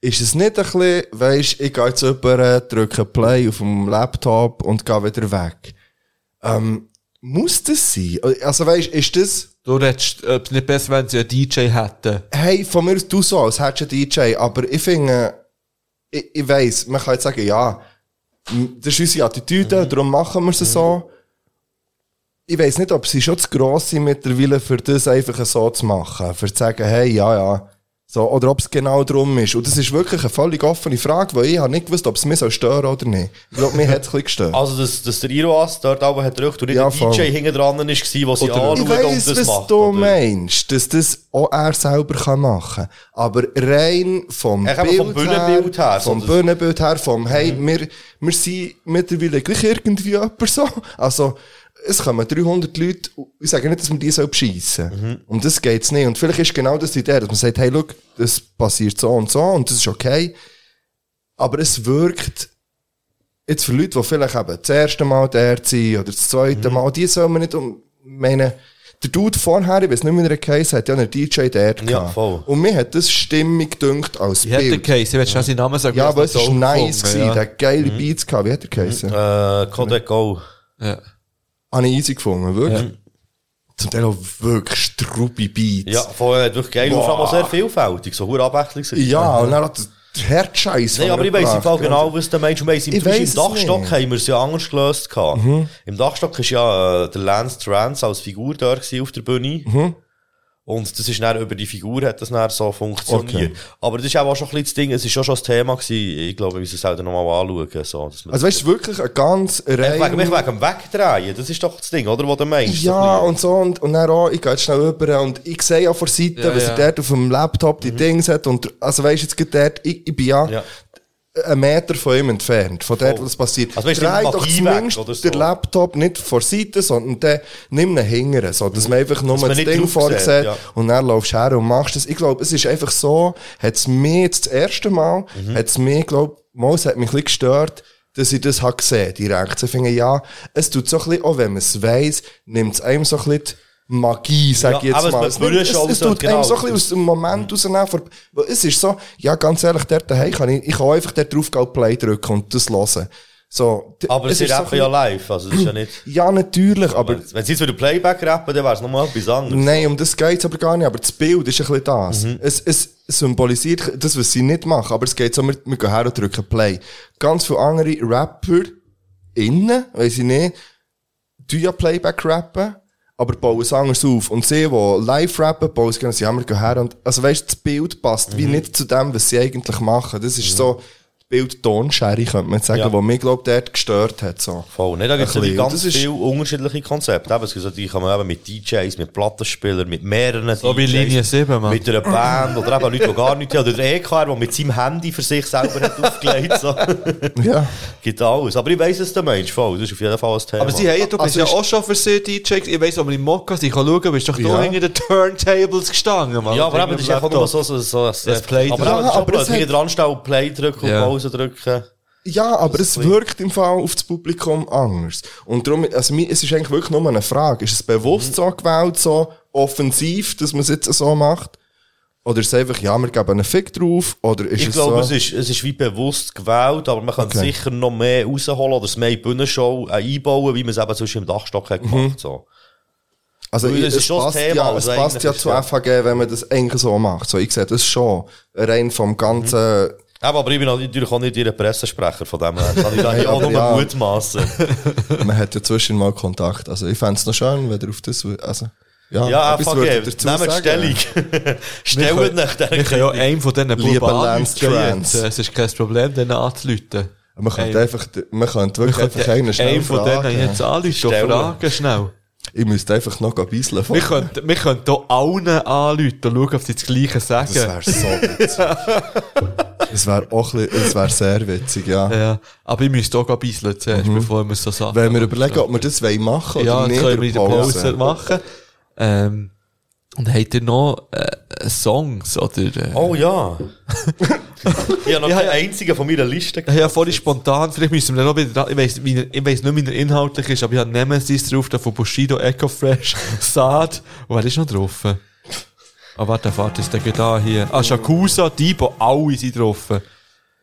Speaker 3: ist es nicht ein bisschen, weisst, ich gehe jetzt rüber, drücke Play auf dem Laptop und gehe wieder weg. Ähm, muss das sein? Also weisst, ist das,
Speaker 2: Du redest, ob es nicht besser wenn sie einen DJ hätten.
Speaker 3: hey, von mir aus du so, als hättest du einen DJ, aber ich finde, ich, ich weiss, man kann jetzt sagen, ja, m- das ist unsere Attitüde, darum machen wir es so. Ich weiss nicht, ob sie schon zu gross sind mittlerweile, für das einfach so zu machen, für zu sagen, hey, ja, ja. So, oder ob es genau drum ist. Und das ist wirklich eine völlig offene Frage, weil ich habe nicht gewusst, ob es mich soll stören oder nicht. Ich glaube, mir hat es ein bisschen gestört.
Speaker 4: Also, dass, dass der Iroas dort auch hat gedrückt und nicht
Speaker 3: Ja,
Speaker 4: der
Speaker 3: voll.
Speaker 4: DJ hinten dran war, der sie anschaut
Speaker 3: Ich
Speaker 4: und
Speaker 3: weiss,
Speaker 4: das
Speaker 3: was
Speaker 4: macht.
Speaker 3: du
Speaker 4: oder?
Speaker 3: meinst, dass das auch er selber kann machen kann. Aber rein vom
Speaker 4: Ja, aber vom Bühnenbild her,
Speaker 3: Vom
Speaker 4: so das- Mhm.
Speaker 3: Bühnenbild her, vom, hey, wir, wir sind mittlerweile gleich irgendwie jemand so. Also, es kommen 300 Leute und ich sage nicht, dass wir die so bescheissen.
Speaker 4: Mhm.
Speaker 3: Um das geht's nicht. Und vielleicht ist genau das die Idee, dass man sagt, hey, look, das passiert so und so und das ist okay. Aber es wirkt jetzt für Leute, die vielleicht eben das erste Mal dort sind oder das zweite
Speaker 4: Mhm.
Speaker 3: Mal, die soll man nicht um, meine, der Dude vorher, ich weiß nicht mehr, wie er geheißen hat, ja, einen DJ dort
Speaker 4: Ja,
Speaker 3: gehabt.
Speaker 4: voll.
Speaker 3: Und mir hat das stimmig gedüngt als
Speaker 2: Ich hätte den
Speaker 3: Bild.
Speaker 2: Case, ich will schon seinen Namen sagen.
Speaker 3: Ja,
Speaker 2: weil
Speaker 3: aber es
Speaker 2: nicht
Speaker 3: war
Speaker 2: so
Speaker 3: nice, gewesen,
Speaker 2: gefunden,
Speaker 3: der hat geile
Speaker 4: Mhm.
Speaker 3: Beats gehabt, wie hat er geheißen?
Speaker 4: Äh, Codec Go.
Speaker 2: ja. ja.
Speaker 3: Habe ich easy gefunden, wirklich. Zum Teil auch wirklich strube Beats.
Speaker 4: Ja, eh, vorher hat wirklich geil. Und vor allem auch sehr vielfältig, so verdammt abwechslungsreich.
Speaker 3: Ja, und dann hat er den Herzscheiß
Speaker 4: Nein,
Speaker 3: von
Speaker 4: aber
Speaker 3: mir
Speaker 4: ich weiss im Fall
Speaker 3: gebracht.
Speaker 4: genau, was du meinst. Und weiss,
Speaker 3: Ich
Speaker 4: Im, zum Beispiel
Speaker 3: weiss
Speaker 4: im
Speaker 3: es
Speaker 4: Dachstock
Speaker 3: nicht.
Speaker 4: haben wir es ja anders gelöst. Mhm. Im Dachstock war ja äh, der Lance Trance als Figur da gewesen auf der Bühne.
Speaker 3: Mhm.
Speaker 4: Und das ist dann über die Figur hat das dann so funktioniert.
Speaker 3: Okay.
Speaker 4: Aber das ist auch schon ein bisschen das Ding, es ist schon schon das Thema gewesen. Ich glaube, wir müssen es halt nochmal anschauen. So, dass man
Speaker 3: Also weißt du, wirklich ein ganz
Speaker 4: Echt wegen, mich
Speaker 3: rein...
Speaker 4: wegen dem Wegdrehen, das ist doch das Ding, oder, was du meinst?
Speaker 3: Ja, oh.
Speaker 4: So ein
Speaker 3: und so. Und, und dann auch, ich gehe jetzt schnell rüber und ich sehe ja von Seite,
Speaker 2: Ja,
Speaker 3: was
Speaker 2: ja. Mhm.
Speaker 3: er dort auf dem Laptop die Dings hat. Und, also weißt du, jetzt geht dort, ich, ich bin ja,
Speaker 4: bisschen- ja.
Speaker 3: einen Meter von ihm entfernt, von dort,
Speaker 4: Voll.
Speaker 3: was passiert.
Speaker 4: Also weißt du,
Speaker 3: Dreh
Speaker 4: die
Speaker 3: doch
Speaker 4: Magie
Speaker 3: zumindest
Speaker 4: weg oder so.
Speaker 3: den Laptop nicht vor Seite, sondern den, nimm ihn hingern, so, dass man einfach nur
Speaker 4: man
Speaker 3: das
Speaker 4: nicht
Speaker 3: Ding
Speaker 4: drauf
Speaker 3: vorne
Speaker 4: sieht,
Speaker 3: sieht
Speaker 4: ja.
Speaker 3: und dann laufst du her und machst das. Ich glaube, es ist einfach so, hat es mir jetzt das erste Mal,
Speaker 4: Mhm.
Speaker 3: hat es mir, glaube mal, es hat mich ein bisschen gestört, dass ich das habe gesehen, direkt. Ich finde, ja, es tut so ein bisschen, auch wenn man es weiss, nimmt es einem so ein bisschen die Magie, sage
Speaker 4: Ja,
Speaker 3: ich jetzt
Speaker 4: aber es-
Speaker 3: mal.
Speaker 4: man
Speaker 3: Es, nimmt-
Speaker 4: spürt
Speaker 3: es,
Speaker 4: schon,
Speaker 3: es
Speaker 4: dass-
Speaker 3: tut einem so ein bisschen
Speaker 4: genau.
Speaker 3: aus dem Moment rausnehmen. Vor, weil es ist so, ja, ganz ehrlich, dort daheim kann ich, ich kann auch einfach dort drauf Go Play drücken und das hören. So, d-
Speaker 4: Aber es ist einfach
Speaker 3: so
Speaker 4: ja
Speaker 3: ein
Speaker 4: live, also das ist ja nicht...
Speaker 3: bisschen- Ja, natürlich, aber,
Speaker 4: Wenn wenn sie jetzt wieder Playback rappen, dann wäre es nochmal etwas anderes.
Speaker 3: nein, um das geht's aber gar nicht, aber das Bild ist ein bisschen das. Es, es symbolisiert das, was sie nicht machen, aber es geht so, wir, wir gehen her und drücken Play. Ganz viele andere Rapper, innen, weiss ich nicht, tun ja Playback rappen, aber bauen es anders auf. Und sie, die live rappen, bauen es gerne, sie haben wir her. Und, also weißt, das Bild passt wie nicht zu dem, was sie eigentlich machen. Das ist so, Bild Tonschere, könnte man jetzt sagen,
Speaker 4: Ja.
Speaker 3: wo mich, glaub dort gestört hat, so.
Speaker 4: Voll, ne? Da gibt es
Speaker 3: Ein bisschen.
Speaker 4: natürlich ganz
Speaker 3: Das ist-
Speaker 4: viele unterschiedliche Konzepte. Eben, es gibt natürlich, kann man eben mit DJs, mit Plattenspielern, mit mehreren
Speaker 2: So wie
Speaker 4: DJs,
Speaker 2: Linie 7, Mann.
Speaker 4: Mit einer Band oder eben Leute, die gar nichts haben. Oder E der EKR, der mit seinem Handy für sich selber hat aufgelegt so.
Speaker 3: Ja.
Speaker 4: gibt alles. Aber ich weiss es, der Mensch, voll. Das ist auf jeden Fall ein Thema.
Speaker 2: Aber sie haben, du bist
Speaker 3: Also
Speaker 2: ja
Speaker 3: ist-
Speaker 2: auch schon für sie DJs. Ich weiss, aber im Mokka, ich kann schauen, bist doch
Speaker 3: Ja.
Speaker 2: da hinter den Turntables gestanden, Mann.
Speaker 4: ja, aber eben, das ist einfach nur so, so, so
Speaker 2: Das Play drücken.
Speaker 4: aber eben, das ist
Speaker 3: Ja,
Speaker 4: schon
Speaker 3: aber
Speaker 4: blöd.
Speaker 3: es
Speaker 4: Wenn
Speaker 3: hat-
Speaker 4: ich dran stehe und Play drücken
Speaker 2: Ja.
Speaker 4: und Pause drücken.
Speaker 3: Ja, aber es
Speaker 4: bisschen-
Speaker 3: wirkt im Fall auf das Publikum anders. Und darum, also mi- es ist eigentlich wirklich nur eine Frage. Ist es bewusst
Speaker 4: Mhm.
Speaker 3: so gewählt, so offensiv, dass man es jetzt so macht? Oder ist es einfach, ja, wir geben einen Fick drauf? Oder ist
Speaker 4: Ich
Speaker 3: es
Speaker 4: glaube, es,
Speaker 3: so?
Speaker 4: ist, es ist wie bewusst gewählt, aber man kann
Speaker 3: Okay.
Speaker 4: sicher noch mehr rausholen oder es mehr in die Bühnenshow äh, einbauen, wie man es eben zwischen im Dachstock hat gemacht So.
Speaker 3: also,
Speaker 4: weil
Speaker 3: ich-
Speaker 4: es ist schon das
Speaker 3: passt
Speaker 4: Thema,
Speaker 3: ja, es
Speaker 4: also
Speaker 3: passt
Speaker 4: eigentlich
Speaker 3: ja
Speaker 4: ist
Speaker 3: zu
Speaker 4: ja-
Speaker 3: FAG, wenn man das eigentlich so macht. So, ich sehe das schon. Rein vom ganzen,
Speaker 4: Eben, aber ich bin natürlich auch nicht Ihr Pressesprecher von dem her. Kann ich da hier auch
Speaker 3: aber
Speaker 4: nur
Speaker 3: ja.
Speaker 4: mutmaßen. Mhm.
Speaker 3: man hat ja zwischen mal Kontakt. Also, ich fänd's noch schön, wenn ihr auf das, wür- also, ja,
Speaker 4: Ja,
Speaker 3: etwas
Speaker 4: FAG,
Speaker 3: würdet ihr dazu
Speaker 4: nehmt
Speaker 3: sagen.
Speaker 4: Stellung. Stellt euch der
Speaker 2: Ich kann ja einen von diesen
Speaker 3: Lieber
Speaker 2: Buben
Speaker 3: Lance
Speaker 2: anrufen
Speaker 3: Trance.
Speaker 2: jetzt. Es ist kein Problem, denen anzuleuten.
Speaker 3: Man könnte
Speaker 2: Ey.
Speaker 3: einfach, man könnte wirklich einfach einen schnell
Speaker 2: Einen von denen
Speaker 3: fragen.
Speaker 2: jetzt anrufen und
Speaker 4: Stellen.
Speaker 2: fragen schnell.
Speaker 3: Ich müsste einfach noch ein bisschen von.
Speaker 2: Wir könnten wir könnten hier allen anrufen und schauen, ob sie das Gleiche
Speaker 3: Das
Speaker 2: sagen.
Speaker 3: wäre so witzig. Es wäre auch ein bisschen, es wäre sehr witzig, ja.
Speaker 2: Ja, aber ich müsste auch ein bisschen zuerst, bevor wir es so sagen.
Speaker 3: Wenn wir überlegen, ob wir das wollen machen Mhm. oder
Speaker 2: ja, das
Speaker 3: nicht.
Speaker 2: können wir in der
Speaker 3: Pause.
Speaker 2: Pause machen. Ähm, und habt ihr noch äh, Songs oder... Äh,
Speaker 4: Oh ja. ich habe noch
Speaker 2: Ja,
Speaker 4: keinen
Speaker 2: ja.
Speaker 4: einzigen von meiner Liste
Speaker 2: Ich habe vorhin spontan, vielleicht müssen wir noch wieder, ich weiss, wie, ich weiss nicht, wie er inhaltlich ist, aber ich habe Nemesis drauf, der von Bushido, Echo Fresh, Saad, und wer ist noch drauf? Ah, warte, warte, ist der geht da hier. Ah, Shakusa, Dibo, alle sind drauf.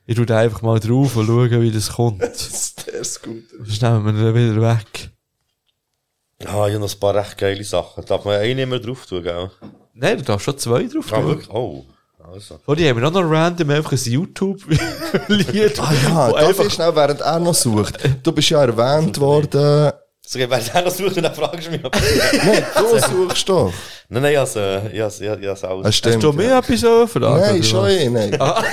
Speaker 2: Ich tu da einfach mal drauf und schaue, wie das kommt.
Speaker 3: Das ist gut.
Speaker 2: Sonst nehmen wir ihn wieder weg.
Speaker 4: Ah, ich habe noch ein paar recht geile Sachen. Darf man einen nicht mehr drauf tun, gell?
Speaker 2: Nein, du darfst schon zwei drauf
Speaker 4: Ah,
Speaker 2: tun.
Speaker 4: wirklich? Oh. Also.
Speaker 2: Vorhin haben wir auch noch random einfach ein YouTube-Lied.
Speaker 3: Ah ja,
Speaker 2: wo
Speaker 3: darf
Speaker 2: einfach,
Speaker 3: ich schnell, während er noch sucht. Du bist ja erwähnt worden.
Speaker 4: So, wenn der noch sucht, dann fragst du mich. ob-
Speaker 3: Nein, du suchst doch.
Speaker 4: nein, nein, also, ich habe es auch.
Speaker 3: Das
Speaker 2: hast
Speaker 3: stimmt.
Speaker 2: du mir etwas gefragt?
Speaker 3: Nein,
Speaker 2: oder
Speaker 3: schon
Speaker 2: was?
Speaker 3: eh, nein.
Speaker 2: Ah.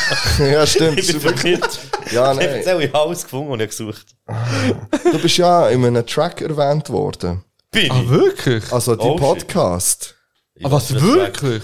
Speaker 3: Ja, stimmt.
Speaker 4: Ich bin
Speaker 3: super.
Speaker 4: verwirrt.
Speaker 3: Ja,
Speaker 4: Ich
Speaker 3: nein.
Speaker 4: habe alles gefunden und ich gesucht.
Speaker 3: Du bist ja in einem Track erwähnt worden.
Speaker 4: Bin ich?
Speaker 2: Ah, wirklich?
Speaker 3: Also, die
Speaker 4: Oh, shit.
Speaker 3: Podcast.
Speaker 2: Ah, was, wirklich?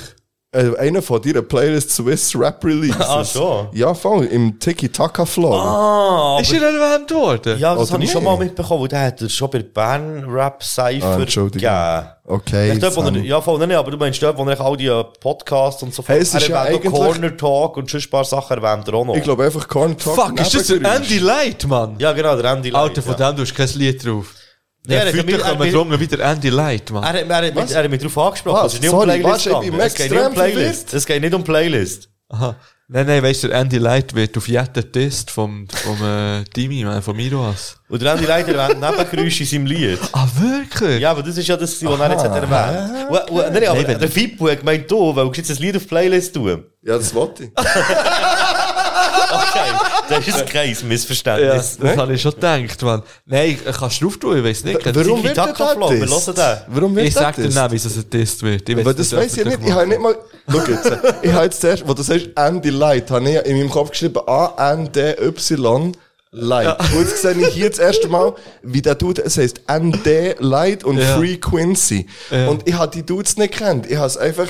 Speaker 3: Äh, einer von deiner Playlist Swiss Rap Releases.
Speaker 4: Ah, schon?
Speaker 3: Ja, voll, im Tiki-Taka-Flow.
Speaker 4: Ah,
Speaker 2: Ist er erwähnt worden?
Speaker 4: ja, das
Speaker 3: Oder
Speaker 4: habe ich schon
Speaker 3: Also nicht?
Speaker 4: mal mitbekommen, weil der hat er schon bei der Bern Rap
Speaker 3: Ah,
Speaker 4: Cypher
Speaker 3: Entschuldigung.
Speaker 4: gegeben.
Speaker 3: Okay.
Speaker 4: Echt dort, wo
Speaker 3: Sam.
Speaker 4: er, ja, voll, nein, nein, aber du meinst dort, wo er all die äh, Podcasts und so
Speaker 3: Hey, es ist
Speaker 4: er
Speaker 3: ja
Speaker 4: erwähnt auch
Speaker 3: eigentlich-
Speaker 4: Corner Talk und schon ein paar Sachen erwähnt er auch noch.
Speaker 3: ich glaube einfach Corn Talk.
Speaker 2: Fuck, ist das der Andy Light, Mann?
Speaker 4: ja, genau, der Andy
Speaker 2: Alter, von
Speaker 4: ja.
Speaker 2: dem du hast kein Lied drauf.
Speaker 4: Ja,
Speaker 2: Ja,
Speaker 4: er hat
Speaker 2: ja,
Speaker 4: mir-
Speaker 2: Fütter
Speaker 4: er hat
Speaker 2: kommen wir
Speaker 4: mir-
Speaker 2: drum wieder Andy Light, Mann.
Speaker 4: Er hat, er, hat mich, er hat mich darauf angesprochen.
Speaker 3: Was?
Speaker 4: Es ist nicht
Speaker 3: Sorry,
Speaker 4: um Playlist.
Speaker 3: was? Ich bin
Speaker 4: gegangen. Es geht nicht um
Speaker 3: extrem
Speaker 4: Playlist.
Speaker 3: verwirrt.
Speaker 4: Es geht nicht um Playlist.
Speaker 2: Aha. Nein, nein, weißt du, der Andy Light wird auf jeden Test vom, vom äh, Timmy, Mann, vom Miroas.
Speaker 4: Und der Andy Leiter erwähnt Nebengeräusche in seinem Lied.
Speaker 2: Ah, wirklich?
Speaker 4: Ja, aber das ist ja das, was er jetzt hat erwähnt Und- und- Nein, aber
Speaker 2: wenn-
Speaker 4: der Fippo hat gemeint, du willst jetzt ein Lied auf die Playlist tun.
Speaker 3: Ja, das wollte ich.
Speaker 4: Okay, das ist ein kleines
Speaker 2: Ja,
Speaker 4: Missverständnis.
Speaker 2: das habe ich schon gedacht, Mann. Nein, kannst du drauf tun, ich weiß nicht.
Speaker 3: Warum
Speaker 4: Tiki
Speaker 3: wird der
Speaker 4: Taka Flow, wir
Speaker 3: Test?
Speaker 4: hören den.
Speaker 3: Warum wird
Speaker 2: Ich
Speaker 3: der
Speaker 2: sag dir
Speaker 3: Test?
Speaker 2: nicht, wie es ein Test wird. Ich weiss
Speaker 3: Aber das
Speaker 2: ob
Speaker 3: weiss ich
Speaker 2: er
Speaker 3: nicht.
Speaker 2: das
Speaker 3: Ich habe nicht
Speaker 2: macht.
Speaker 3: mal. Schau jetzt. äh, Ich habe jetzt zuerst, wo du sagst Andy Light, habe ich ja in meinem Kopf geschrieben A-N-D-Y Light. Und jetzt sehe ich hier das erste Mal, wie der Dude, es heisst Andy Light und
Speaker 2: Ja.
Speaker 3: Frequency. Und ich habe die Dudes nicht gekannt. Ich habe es einfach.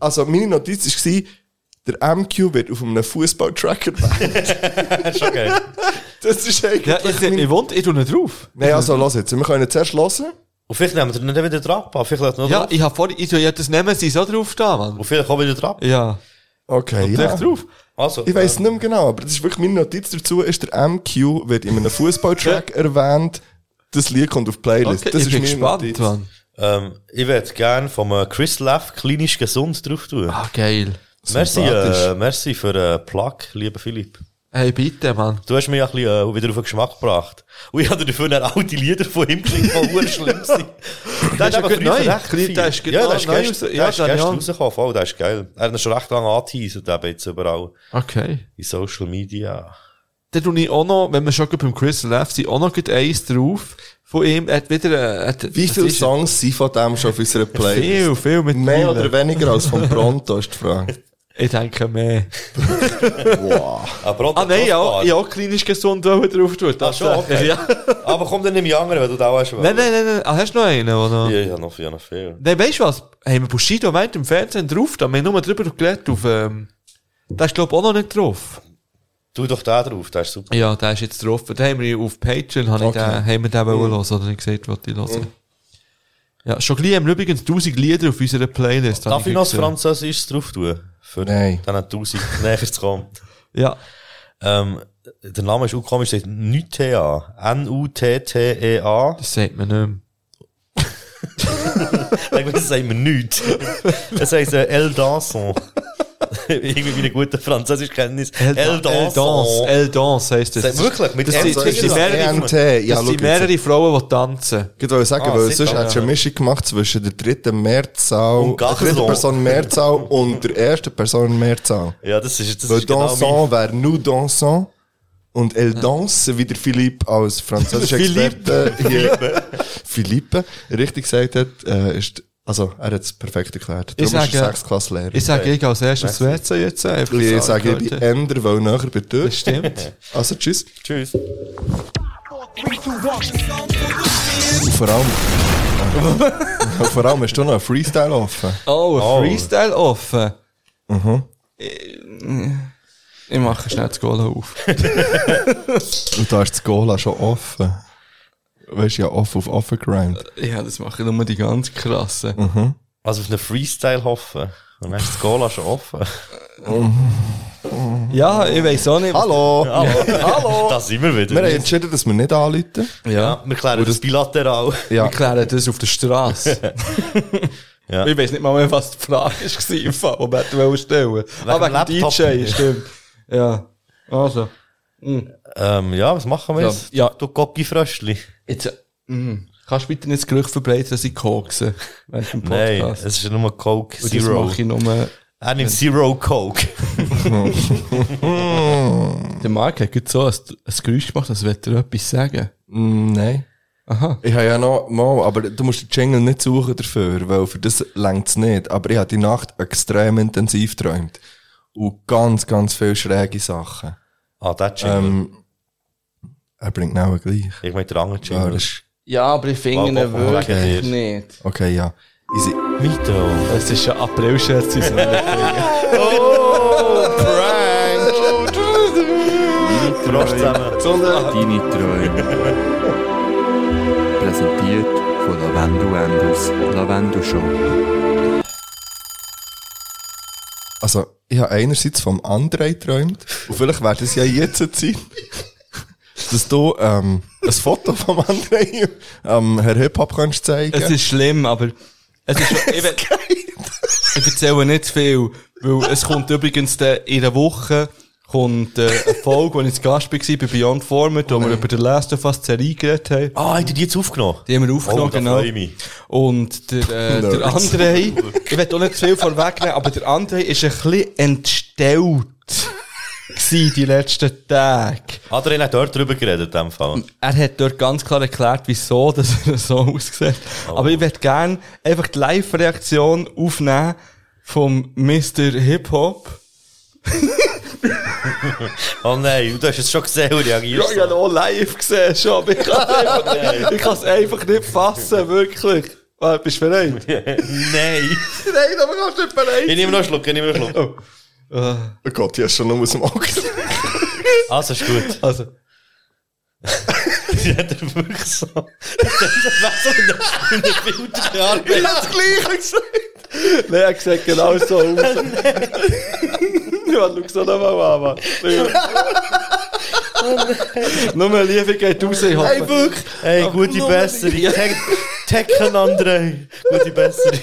Speaker 3: Also meine Notiz war, der MQ wird auf einem Fußballtracker.
Speaker 4: Das ist okay.
Speaker 3: Das ist eigentlich.
Speaker 2: Ja, ich, ich, ich wohnt, ich tu ihn drauf.
Speaker 3: Nein, also los jetzt. Wir können zuerst hören.
Speaker 4: Und vielleicht nehmen wir nicht wieder Trap an. Vielleicht lässt er noch
Speaker 2: Ja,
Speaker 4: drauf.
Speaker 2: ich habe vorhin, ich tu ja das Nemesis auch drauf da, Mann.
Speaker 4: Und vielleicht auch wieder Trap.
Speaker 2: Ja.
Speaker 3: Okay,
Speaker 2: Ja.
Speaker 3: ja.
Speaker 2: drauf.
Speaker 4: Also,
Speaker 3: Ich weiß nicht mehr genau, aber das ist wirklich meine Notiz dazu, ist der MQ wird in einem Fußballtrack erwähnt. Das Lied kommt auf die Playlist.
Speaker 2: Okay,
Speaker 3: das
Speaker 2: ich
Speaker 3: ist
Speaker 2: bin
Speaker 3: meine
Speaker 2: gespannt,
Speaker 3: Notiz.
Speaker 2: Mann.
Speaker 4: Ähm, ich würde gerne vom äh, Chris Leff klinisch gesund drauf tun.
Speaker 2: Ah, geil.
Speaker 4: merci,
Speaker 3: sympathisch.
Speaker 4: äh, merci für den Plug, lieber Philipp.
Speaker 2: Hey, bitte, Mann.
Speaker 4: Du hast mich ein bisschen äh, wieder auf den Geschmack gebracht. Und ich habe dir dafür dann alte Lieder von ihm geschickt, die verdammt schlimm sind. Der
Speaker 2: ist ja
Speaker 4: eben
Speaker 2: gut
Speaker 4: früher
Speaker 2: neu.
Speaker 4: recht
Speaker 2: Klein-
Speaker 4: viel-
Speaker 2: der ist gut
Speaker 4: ja, der
Speaker 2: neu-
Speaker 4: ist
Speaker 2: neu
Speaker 4: gestern,
Speaker 2: raus-
Speaker 4: der
Speaker 2: ja,
Speaker 4: ist
Speaker 2: den
Speaker 4: gestern
Speaker 2: hab ich
Speaker 4: rausgekommen. Voll, der ist geil. Er hat ihn schon recht lange angeteasert, eben jetzt überall
Speaker 2: Okay.
Speaker 4: in Social Media.
Speaker 2: Dann tue ich auch noch, wenn wir schon gerade beim Chris Left sind, auch noch gerade eins drauf von ihm. Er hat wieder, äh, hat,
Speaker 3: Wie
Speaker 2: was
Speaker 3: viele
Speaker 2: ist
Speaker 3: Songs sind von dem schon auf unserer
Speaker 2: er?
Speaker 3: Playlist?
Speaker 2: Viel, viel mit
Speaker 3: Mehr
Speaker 2: Meilen.
Speaker 3: oder weniger als vom Pronto ist die Frage.
Speaker 2: Ich denke mehr.
Speaker 3: Wow.
Speaker 4: Aber auch
Speaker 2: Ah nein, ja, auch-
Speaker 4: Crossbar.
Speaker 2: ich auch klinisch gesund wollen drauf tun.
Speaker 4: Ah, schon, okay.
Speaker 2: Ja.
Speaker 4: Aber komm, dann nimm die anderen, wenn du da auch hast.
Speaker 2: Nein, nein, nein, nein. Ah, hast du noch einen, oder? noch?
Speaker 4: Ja, ich habe noch vier, noch vier.
Speaker 2: Nein, weißt du was? Haben wir Bushido meint im Fernsehen drauf, da haben wir nur drüber geredet auf, ähm, der ist glaub auch noch nicht drauf.
Speaker 4: Tu doch den drauf, der ist super.
Speaker 2: Ja, der ist jetzt drauf. Da haben wir auf Patreon, habe
Speaker 3: Okay.
Speaker 2: ich den, haben wir den wollen hören, oder nicht gesagt, was ich hören. Ja, schon gleich haben wir übrigens 1000 Lieder auf unserer Playlist. habe
Speaker 4: Darf ich noch das
Speaker 2: gesehen.
Speaker 4: Französisches drauf tun? Für
Speaker 3: Nein.
Speaker 4: dann 1000 näher zu kommen.
Speaker 2: Ja.
Speaker 4: Ähm, der Name ist auch komisch, steht Nutea. N-U-T-T-E-A.
Speaker 2: Das sagt man nicht mehr.
Speaker 4: Irgendwie das sagt man nichts. Das heisst äh, El Danson. Irgendwie meine gute Französischkenntnis. El,
Speaker 2: El Dance.
Speaker 4: Danson.
Speaker 2: El Dance heisst das.
Speaker 4: Sagt wirklich? Mit
Speaker 2: das
Speaker 4: El
Speaker 3: Also,
Speaker 2: sind, das
Speaker 4: Dance?
Speaker 2: sind mehrere,
Speaker 3: ENT. E Ja,
Speaker 2: das sind
Speaker 3: schau jetzt.
Speaker 2: mehrere Frauen, die tanzen.
Speaker 3: Ich wollte sagen,
Speaker 4: Ah,
Speaker 3: weil
Speaker 4: sicher,
Speaker 3: sonst
Speaker 4: ja.
Speaker 3: hättest du eine Mischung gemacht zwischen der dritten Mehrzahl,
Speaker 4: Und
Speaker 3: der
Speaker 4: Garçon.
Speaker 3: dritten Person Mehrzahl und der ersten Person Mehrzahl.
Speaker 4: Ja, das ist, das
Speaker 3: Weil
Speaker 4: ist genau mein-
Speaker 3: Dansant wäre nous dansons und elle danse, wie der Philippe als französischer Experte hier, Philippe, richtig gesagt hat, äh, ist, also, er hat es perfekt erklärt. Darum ist
Speaker 2: sage-
Speaker 3: er Sechsklasse-Lehrer.
Speaker 2: Ich sage, ich gehe als erstes WC jetzt. äh, einfach
Speaker 3: Ich
Speaker 2: so,
Speaker 3: sage, ich bin
Speaker 2: Leute.
Speaker 3: Ender, weil näher bei dir.
Speaker 2: Das stimmt.
Speaker 3: Also, tschüss.
Speaker 4: Tschüss.
Speaker 3: Und vor allem, Ja, vor allem hast du noch einen Freestyle offen.
Speaker 2: Oh, ein
Speaker 4: Oh.
Speaker 2: Freestyle offen. Ich, ich mache schnell das Goal auf.
Speaker 3: Und da ist das Gola schon offen. Weißt du, ja, off auf offen grind.
Speaker 2: Ja, das mache ich nur die ganz krassen.
Speaker 4: Also auf einen Freestyle hoffen. Und dann ist das Gola schon offen.
Speaker 2: Ja, ich weiß auch nicht. was-
Speaker 3: Hallo!
Speaker 4: Hallo! Da sind wir wieder.
Speaker 2: Äh,
Speaker 3: Wir haben entschieden, dass wir nicht anrufen.
Speaker 4: ja, wir klären das bilateral.
Speaker 3: Ja.
Speaker 2: Wir klären das auf der Straße.
Speaker 4: Ja.
Speaker 2: Ich weiß nicht mal mehr, was die Frage war, im Fall, ob er die stellen
Speaker 4: dem
Speaker 2: Aber wegen
Speaker 4: Laptop.
Speaker 2: DJ, stimmt. Ja. Also.
Speaker 4: Ähm, ja, was machen wir
Speaker 2: Ja.
Speaker 4: jetzt?
Speaker 2: Ja.
Speaker 4: Du Goppi-Fröschli.
Speaker 2: Jetzt, mm, kannst du bitte nicht das Gerücht verbreiten, dass ich kokse? Während dem
Speaker 4: Nein,
Speaker 2: Podcast.
Speaker 4: es ist ja nur Coke
Speaker 2: Und das
Speaker 4: Zero.
Speaker 2: mache ich nur.
Speaker 4: Er nimmt Zero Coke.
Speaker 2: Der Marc hat gerade so ein, ein Geräusch gemacht, als wollte er etwas sagen.
Speaker 3: Mm, nein.
Speaker 2: Aha.
Speaker 3: Ich habe ja noch mal, aber du musst den Jingle nicht suchen dafür, weil für das längt es nicht. Aber ich habe die Nacht extrem intensiv geträumt. Und ganz, ganz viele schräge Sachen.
Speaker 4: Ah, der Jingle.
Speaker 3: Ähm, er bringt genau gleich.
Speaker 4: ich meine den anderen Jingle.
Speaker 3: Ja, das ist,
Speaker 2: Ja, aber ich finde
Speaker 4: Wegen
Speaker 2: ihn wirklich
Speaker 4: dir.
Speaker 2: nicht.
Speaker 3: okay, ja. Easy.
Speaker 4: Weiter.
Speaker 2: Es ist ein April-Scherz. so ein
Speaker 4: Prost zusammen.
Speaker 7: Deine Träume. Präsentiert von Lavendu Enders Lavendu Shop.
Speaker 3: Also, ich habe einerseits vom André geträumt. Und vielleicht wäre das ja jetzt eine Zeit, dass du, ähm, ein Foto vom André, ähm, Herr Hip-Hop kannst zeigen.
Speaker 2: es ist schlimm, aber es ist schon, ich, will- ich erzähle nicht zu viel, weil es kommt übrigens dann in der Woche kommt, äh, eine Folge, wo ich zu Gast war bei Beyond Format,
Speaker 4: Oh,
Speaker 2: wo wir über den Last of Us Serie geredet haben.
Speaker 4: Ah, habt ihr die jetzt aufgenommen?
Speaker 2: Die haben wir aufgenommen,
Speaker 4: Oh, da
Speaker 2: genau.
Speaker 4: freue ich mich.
Speaker 2: Und der, äh, der
Speaker 3: Nerds.
Speaker 2: André, ich will auch nicht zu viel vorwegnehmen, aber der André ist ein bisschen entstellt gewesen die letzten Tage.
Speaker 4: Adrian hat dort drüber geredet, in dem Fall.
Speaker 2: Er hat dort ganz klar erklärt, wieso dass er so aussieht. Aber ich würde gerne einfach die Live-Reaktion aufnehmen vom Mr. Hip-Hop.
Speaker 4: Oh nein, du hast es schon gesehen, wie reagierst.
Speaker 2: ihn auch live gesehen schon, aber ich kann es einfach, nicht fassen, wirklich. Bist du bereit? Nein,
Speaker 4: nein.
Speaker 2: aber kannst nicht bereit.
Speaker 4: Ich nehme noch einen Schluck, ich nehme noch einen Schluck.
Speaker 3: Oh Gott, ich habe schon nur aus dem Auge.
Speaker 4: Also, ist gut.
Speaker 2: Also.
Speaker 4: Die hat er wirklich so... Das ist so in der Filterarbeit.
Speaker 2: Nein, er sieht genau so aus. ja, schau so nochmal an, Mann. Nur mehr Liebe geht raus, ich hoffe.
Speaker 4: Hey, wirklich. Hey, gute Besserung. Tek- Tekken, André. Gute Besserung.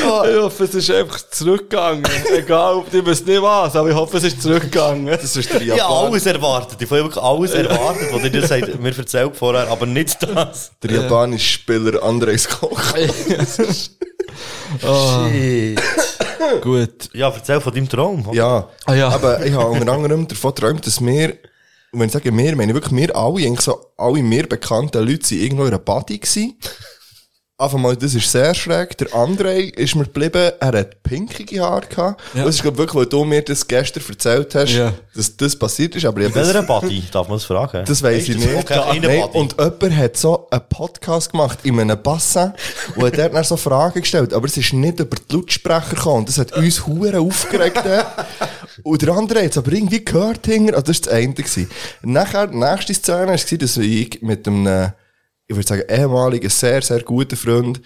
Speaker 2: Ich hoffe, es ist einfach zurückgegangen. Egal, ob ich weiß nicht was, aber ich hoffe, es ist zurückgegangen.
Speaker 3: Das ist der
Speaker 4: Ich habe
Speaker 3: Japaner.
Speaker 4: alles erwartet. Ich habe wirklich alles erwartet, was ihr dir sagt. Mir erzählt vorher, aber nicht das.
Speaker 3: Der japanische Spieler Andres Koch.
Speaker 2: Oh. Shit. Gut.
Speaker 4: Ja, erzähl von deinem Traum.
Speaker 3: Ja.
Speaker 2: Ah ja.
Speaker 3: Aber ich habe unter anderem davon geträumt, dass wir, Und wenn ich sage wir, meine ich wirklich wir alle, eigentlich so alle mir bekannten Leute sind irgendwo in einer Party gewesen. Einfach mal, das ist sehr schräg. Der André ist mir geblieben, er hat pinkige Haare gehabt.
Speaker 8: Ja.
Speaker 3: Und das ist, glaube wirklich, weil du mir das gestern erzählt hast,
Speaker 8: Ja.
Speaker 3: dass das passiert ist, aber ich hab
Speaker 4: Bei
Speaker 3: das-
Speaker 4: welcher Party? Darf man das fragen?
Speaker 3: das weiss ich
Speaker 4: das
Speaker 3: nicht.
Speaker 4: okay? Eine
Speaker 3: Nein,
Speaker 4: Party.
Speaker 3: und jemand hat so einen Podcast gemacht in einem Bassin und hat dort dann so Fragen gestellt, aber es ist nicht über die Lautsprecher gekommen. Und Das hat uns Huren aufgeregt. dort. und der andere hat es aber irgendwie gehört. Hinger. Also das war das eine. Gewesen. Nachher, die nächste Szene war, dass ich mit einem, ich würde sagen, ehemaligen, sehr, sehr guten Freund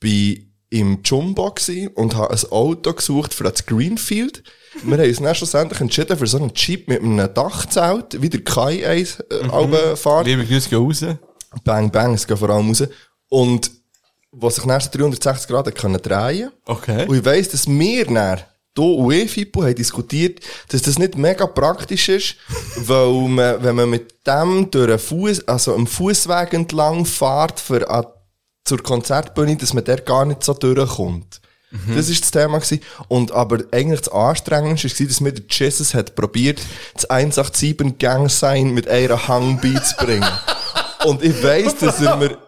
Speaker 3: bei im Jumbo gsi und habe ein Auto gesucht für das Greenfield. Wir haben uns dann schlussendlich entschieden für so einen Jeep mit einem Dachzelt, wie der Kai eins äh, mhm. fährt.
Speaker 8: Liebe Grüße gehen raus.
Speaker 2: Ah,
Speaker 3: Bang Bang, es geht vor allem raus. Und was sich dann so 360 Grad hat können drehen
Speaker 8: Okay.
Speaker 3: Und ich weiss, dass wir dann, du und ich, Fippo, haben diskutiert, dass das nicht mega praktisch ist, weil man, wenn man mit dem durch einen Fuß, also am Fußweg entlang fährt für an, zur Konzertbühne, dass man der gar nicht so durchkommt. Das ist das Thema gewesen. Und aber eigentlich das Anstrengendste war, dass mir der Jesus hat probiert, das 187 Gang sein mit einer Hangbeat zu bringen. Und ich weiss, dass er mir,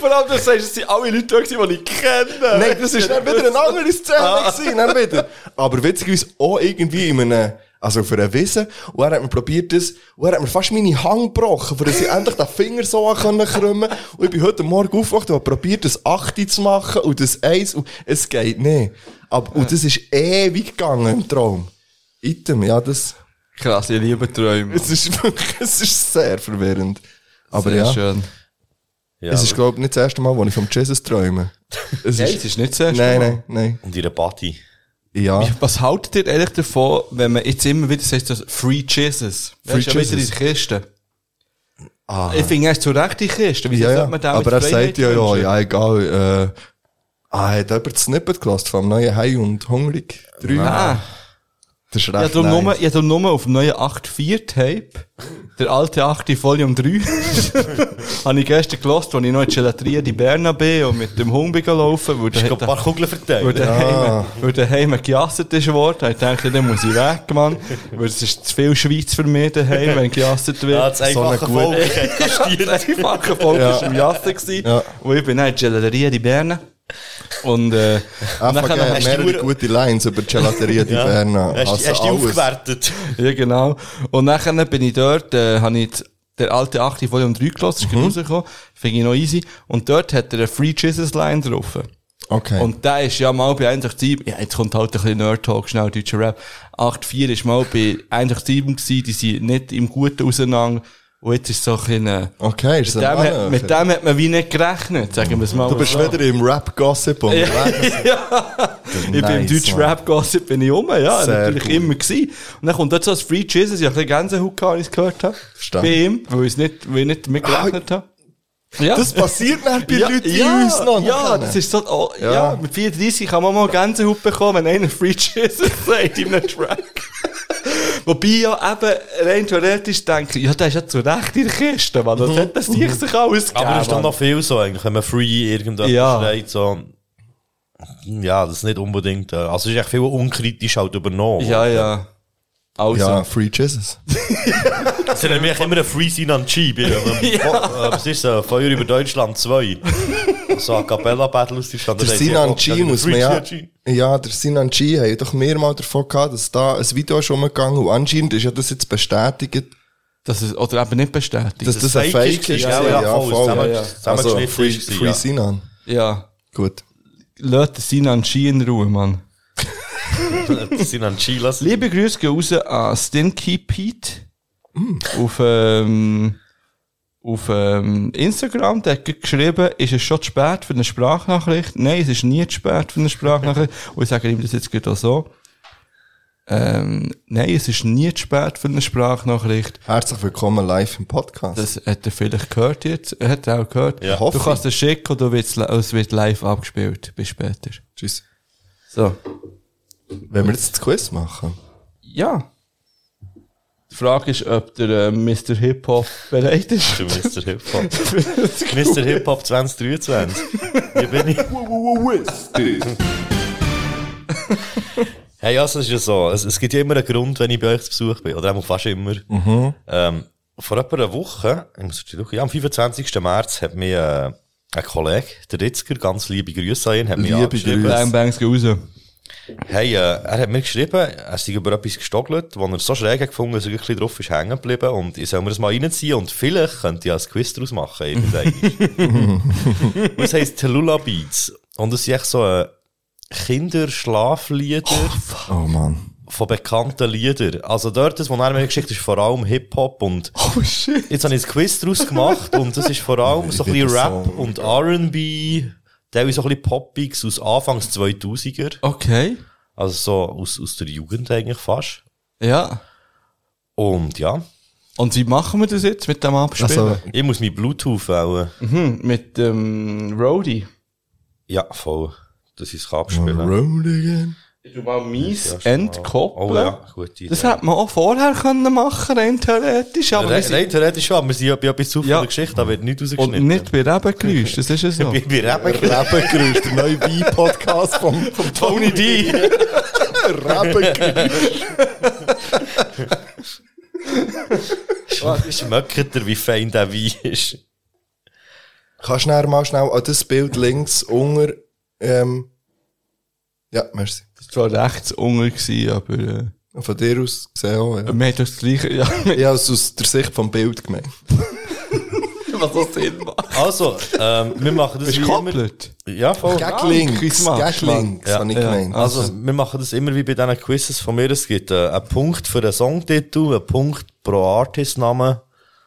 Speaker 8: Vor allem, du sagst, es sind alle Leute da gewesen, die ich kenne.
Speaker 3: Nein, das ist dann wieder eine andere
Speaker 8: Ah.
Speaker 3: Szene gewesen, dann wieder. Aber witzigerweise auch irgendwie in einem, also für ein Wissen. Und er hat mir probiert das, und er hat mir fast meine Hand gebrochen, für dass ich endlich den Finger so an können krümmen. Und ich bin heute Morgen aufgewacht und habe probiert, das 8 zu machen und das 1 und es geht nicht. Aber, und das ist ewig gegangen im Traum. Item, ja, das,
Speaker 8: Krass, ich liebe Träume.
Speaker 3: es ist wirklich, es ist sehr verwirrend. Aber
Speaker 8: Sehr
Speaker 3: ja.
Speaker 8: schön.
Speaker 4: ja,
Speaker 3: Es ist, glaube ich, nicht das erste Mal, wo ich vom Jesus träume. Es
Speaker 8: Nein, es ist nicht das erste
Speaker 3: Nein,
Speaker 8: Mal.
Speaker 3: nein, nein.
Speaker 4: und ihre Party.
Speaker 3: Ja.
Speaker 8: Was haltet ihr eigentlich davon, wenn man jetzt immer wieder sagt, das Free Jesus? Free
Speaker 3: Free
Speaker 8: ist Jesus. Ja wieder in
Speaker 3: Jesus. Ah.
Speaker 8: die Kiste. Ich finde, er ist zu Recht in die Kiste. Wieso
Speaker 3: Ja, ja.
Speaker 8: sollte man dem
Speaker 3: Aber er
Speaker 8: jetzt Freiheit
Speaker 3: sagt ja, ja,
Speaker 8: wünschen?
Speaker 3: ja, egal. Äh, ah, hat jemand das Snippet gelassen vom neuen Hai und Hungrig 3?
Speaker 8: Ah,
Speaker 3: Das ist recht
Speaker 8: ich habe
Speaker 3: nice.
Speaker 8: darum nur- ich habe darum nur auf dem neuen 8.4-Tape, der alte 8. Folium 3, habe ich gestern gelost, als ich noch in die Gelateria di Berna bin und mit dem Hund bin gelaufen, weil
Speaker 4: Ich
Speaker 8: der,
Speaker 4: glaube, ein paar Kugeln
Speaker 8: weil
Speaker 4: verteilt.
Speaker 3: ah.
Speaker 8: daheim, weil daheim gejasset ist worden. Ich dachte, dann muss ich weg, Mann. Weil es ist zu viel Schweiz für mich daheim, wenn gejasset wird.
Speaker 4: Ja, das einfache
Speaker 3: eine gute-
Speaker 4: Volk hat kastiert.
Speaker 8: Die fucking Folge war im Jassen. gewesen.
Speaker 3: Ja.
Speaker 8: Und ich bin dann in die Gelateria di Berna. Und, äh,
Speaker 3: Ah, fuck, er hat
Speaker 4: hast du
Speaker 3: mehrere
Speaker 4: Uhr-
Speaker 3: gute Lines über die Gelateria di Berna.
Speaker 4: Hast,
Speaker 3: Also
Speaker 4: hast du die
Speaker 3: nou, alles.
Speaker 4: aufgewertet?
Speaker 8: ja, genau. Und nachher bin ich dort, äh, habe ich der alte 8. Volume 3 gelassen, ist mhm. rausgekommen, finde ich noch easy. Und dort hat er eine Free Jesus Line drauf.
Speaker 3: Okay.
Speaker 8: Und der ist ja mal bei 187, ja, jetzt kommt halt ein bisschen Nerd-Talk, schnell deutscher Rap. 84 ist mal bei 187 gewesen, die sind nicht im Guten auseinander. Und jetzt ist so ein bisschen, äh,
Speaker 3: okay, ist
Speaker 8: mit, dem
Speaker 3: ein
Speaker 8: hat, mit dem hat man wie nicht gerechnet, sagen wir es mal.
Speaker 3: Du bist
Speaker 8: so.
Speaker 3: wieder im Rap-Gossip und
Speaker 8: Ich bin im
Speaker 3: Nice,
Speaker 8: deutschen
Speaker 3: Mann.
Speaker 8: Rap-Gossip bin ich um, ja,
Speaker 3: Sehr
Speaker 8: natürlich
Speaker 3: cool.
Speaker 8: immer gewesen. Und dann kommt dort so ein Free Jesus, ich hab ein bisschen Gänsehaut gehabt, als ich's gehört habe.
Speaker 3: Verstanden.
Speaker 8: Bei ihm, weil ich nicht, weil ich nicht
Speaker 3: Ah,
Speaker 8: mitgerechnet habe. Ja.
Speaker 3: Das passiert dann bei
Speaker 8: ja,
Speaker 3: Leuten
Speaker 8: ja,
Speaker 3: in uns noch.
Speaker 8: Ja, das ist so, oh, ja.
Speaker 3: Ja.
Speaker 8: mit 34 kann man mal Gänsehaut bekommen, wenn einer Free Jesus sagt in einem Track. Wobei ja eben rein theoretisch denke ich, ja, der ist ja zu Recht in der Kiste, weil
Speaker 3: Mhm.
Speaker 8: das hat das sich sich alles
Speaker 4: Aber es ist doch
Speaker 8: gegeben,
Speaker 4: noch viel so eigentlich, wenn man free irgendetwas
Speaker 8: Ja.
Speaker 4: schreit, so... Ja, das ist nicht unbedingt... äh, Also es ist echt viel unkritisch halt übernommen.
Speaker 8: Ja, ja. Also.
Speaker 3: Ja, Free Jesus.
Speaker 4: Sie nennen mich immer einen Free Sin an Cheap. eh, Ja. Was ist das? Feuer über Deutschland 2. So ein Capella-Battle aus Deutschland.
Speaker 3: Der
Speaker 4: Da sagt sie,
Speaker 3: Sinan
Speaker 4: oh,
Speaker 3: G
Speaker 4: ja,
Speaker 3: muss
Speaker 4: Free
Speaker 3: man ja.
Speaker 4: Sinan G.
Speaker 3: Ja, der Sinan G hat ja doch mehrmals davon gehabt, dass da ein Video ist rumgegangen und anscheinend ist ja das jetzt bestätigt,
Speaker 8: Das ist, oder eben nicht bestätigt.
Speaker 3: dass das, ein Fake ist.
Speaker 4: Ja, ja, voll. Zusammen-
Speaker 3: Also,
Speaker 4: Zusammengeschnitten
Speaker 3: Free,
Speaker 4: ist
Speaker 3: free
Speaker 4: es. ja.
Speaker 3: Sinan.
Speaker 8: ja.
Speaker 3: Gut.
Speaker 8: Lädt den Sinan Chi in Ruhe, Mann.
Speaker 4: Sinan G lassen.
Speaker 8: Liebe Grüße gehen raus an Stinky Pete. Auf, ähm, auf ähm, Instagram, der hat gerade geschrieben, ist es schon zu spät für eine Sprachnachricht? Nein, es ist nie zu spät für eine Sprachnachricht. Und ich sage ihm das jetzt gerade auch so. Ähm, nein, es ist nie zu spät für eine Sprachnachricht.
Speaker 3: Herzlich willkommen live im Podcast.
Speaker 8: Das hat er vielleicht gehört jetzt. Er hat er auch gehört.
Speaker 4: Ja.
Speaker 8: Du
Speaker 3: Hoffe
Speaker 8: kannst es schicken oder wird's li- es wird live abgespielt. Bis später.
Speaker 3: Tschüss.
Speaker 8: So.
Speaker 3: Wenn wir jetzt das Quiz machen.
Speaker 8: Ja. Die Frage ist, ob der äh, Mr. Hip-Hop bereit ist.
Speaker 4: Für Mr. Hip-Hop. Mr. Hip-Hop 2023. Hier bin ich. Hey, also es ist ja so, es, es gibt ja immer einen Grund, wenn ich bei euch zu Besuch bin, oder auch fast immer. Ähm, vor etwa einer Woche, ich muss jetzt schauen, ja, am 25. März hat mir äh, ein Kollege, der Ritzker, ganz liebe Grüße an ihn, hat mich
Speaker 3: Liebe
Speaker 4: angeschrieben.
Speaker 3: Grüße.
Speaker 2: Bang, bangs, geh raus.
Speaker 4: Hey, äh, er hat mir geschrieben, er sei über etwas gestogelt, wo er so schräg hat gefunden, dass er ein bisschen drauf ist hängen geblieben und ich soll mir das mal reinziehen und vielleicht könnte ich als Quiz daraus machen, irgendwann. Und es heisst Tallulah Beats und es sind echt so äh, Kinderschlaflieder
Speaker 3: Oh Mann.
Speaker 4: von bekannten Liedern. Also dort, das, was er mir geschickt hat, ist vor allem Hip-Hop und
Speaker 3: Oh shit.
Speaker 4: jetzt habe ich ein Quiz daraus gemacht und das ist vor allem so ein bisschen Rap und R&B, teilweise so ein bisschen Poppigs aus Anfangs 2000er.
Speaker 2: Okay.
Speaker 4: Also so aus, aus der Jugend eigentlich fast.
Speaker 2: Ja.
Speaker 4: Und ja,
Speaker 2: Und wie machen wir das jetzt mit dem Abspielen?
Speaker 3: Also,
Speaker 4: ich muss mein Bluetooth wählen.
Speaker 2: Hm, mit ähm, dem Roadie.
Speaker 4: Ja, voll. Das ist abspielen.
Speaker 3: road again.
Speaker 2: Du mal mies entkoppeln.
Speaker 4: Oh ja, gut.
Speaker 2: Das hätte man auch vorher können machen, rein theoretisch, aber wir sind-
Speaker 4: Nein, theoretisch schon, aber wir sind ja bei etwas zu viel
Speaker 2: Ja.
Speaker 4: der Geschichte, da wird nicht
Speaker 2: und
Speaker 4: rausgeschnitten.
Speaker 2: nicht bei Rebengeräusch, das ist es noch.
Speaker 4: Bei, bei Rappen-
Speaker 3: Rappengeräusch, der neue Wein-Podcast vom, vom
Speaker 4: Tony D.
Speaker 3: Rappengeräusch.
Speaker 4: Schmeckt er, wie fein der Wein ist.
Speaker 3: Kannst du nachher mal schnell an das Bild links unter, ähm, ja, merci.
Speaker 2: Das war rechts unten, gewesen, aber äh,
Speaker 3: Von dir aus gesehen auch, ja.
Speaker 2: wir haben das gleiche, ja,
Speaker 3: Ich habe es aus der Sicht vom Bild gemeint.
Speaker 2: was das Sinn macht.
Speaker 4: Also, ähm, wir machen das
Speaker 2: Bist du
Speaker 4: wie immer.
Speaker 2: gekoppelt?
Speaker 4: Ja, voll.
Speaker 3: Gag links,
Speaker 2: Christmas,
Speaker 3: gag links,
Speaker 4: Ja,
Speaker 3: habe ich
Speaker 2: ja.
Speaker 3: gemeint.
Speaker 4: Also, wir machen das immer wie bei diesen Quizzes von mir. Es gibt äh, einen Punkt für den Songtitel, einen Punkt pro Artistnamen.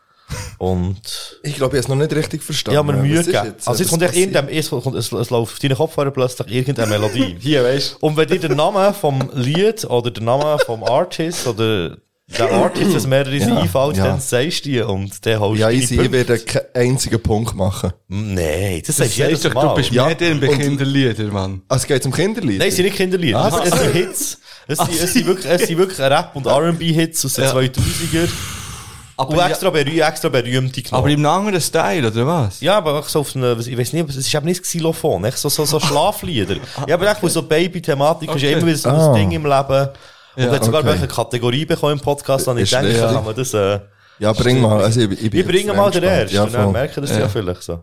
Speaker 4: Und,
Speaker 3: Ich glaube, ich habe es noch nicht richtig verstanden.
Speaker 4: ja, mir Mühe
Speaker 3: Was ist
Speaker 4: gegeben.
Speaker 3: jetzt?
Speaker 4: Also,
Speaker 3: Was
Speaker 4: jetzt kommt echt
Speaker 3: passiert?
Speaker 4: irgendein, es, kommt, es, es läuft auf deinen Kopfhörer plötzlich irgendeine Melodie.
Speaker 2: Hier, weißt
Speaker 4: Und wenn dir der Name vom Lied oder der Name vom Artist oder der Artist, das mehrere sind, einfällt,
Speaker 3: ja.
Speaker 4: dann sagst du die und der holst
Speaker 3: Ja,
Speaker 4: deine
Speaker 3: easy, ich
Speaker 4: Punkte.
Speaker 3: werde keinen einzigen Punkt machen.
Speaker 4: Nein, das,
Speaker 2: Das
Speaker 4: sagst du
Speaker 2: ist
Speaker 4: jedes
Speaker 2: doch,
Speaker 4: Mal.
Speaker 2: du bist
Speaker 3: Ja,
Speaker 2: mehr drin bei
Speaker 3: und-
Speaker 2: Kinderlieder, Mann.
Speaker 3: Also geht es um Kinderlied?
Speaker 4: Nein, es sind nicht Kinderlieder. es, es sind Hits. Es, sind, es, sind wirklich, es sind wirklich Rap- und R&B-Hits aus den 2000er. Und
Speaker 2: ja-
Speaker 4: extra, berüh extra berühmte genommen.
Speaker 2: Aber im anderen Style, oder was?
Speaker 4: ja, aber auch so auf eine, ich weiß nicht, es ist eben nicht das Xylophon, echt so, so, so Schlaflieder. ja, aber echt, weil so Baby-Thematik ist ja
Speaker 2: Okay.
Speaker 4: immer wieder so
Speaker 3: Ah.
Speaker 4: ein Ding im Leben. Und hat sogar
Speaker 3: okay.
Speaker 4: welche Kategorie bekommen im Podcast, dann ich
Speaker 3: Ist
Speaker 4: denke,
Speaker 3: richtig.
Speaker 4: kann man das, äh,
Speaker 3: Ja, bring mal. Also ich, ich, bin
Speaker 4: ich bringe
Speaker 3: jetzt
Speaker 4: mal den
Speaker 3: gespannt.
Speaker 4: ersten, ne,
Speaker 3: Ja,
Speaker 4: und dann
Speaker 3: voll.
Speaker 4: merken das ja.
Speaker 2: Ja.
Speaker 4: vielleicht so.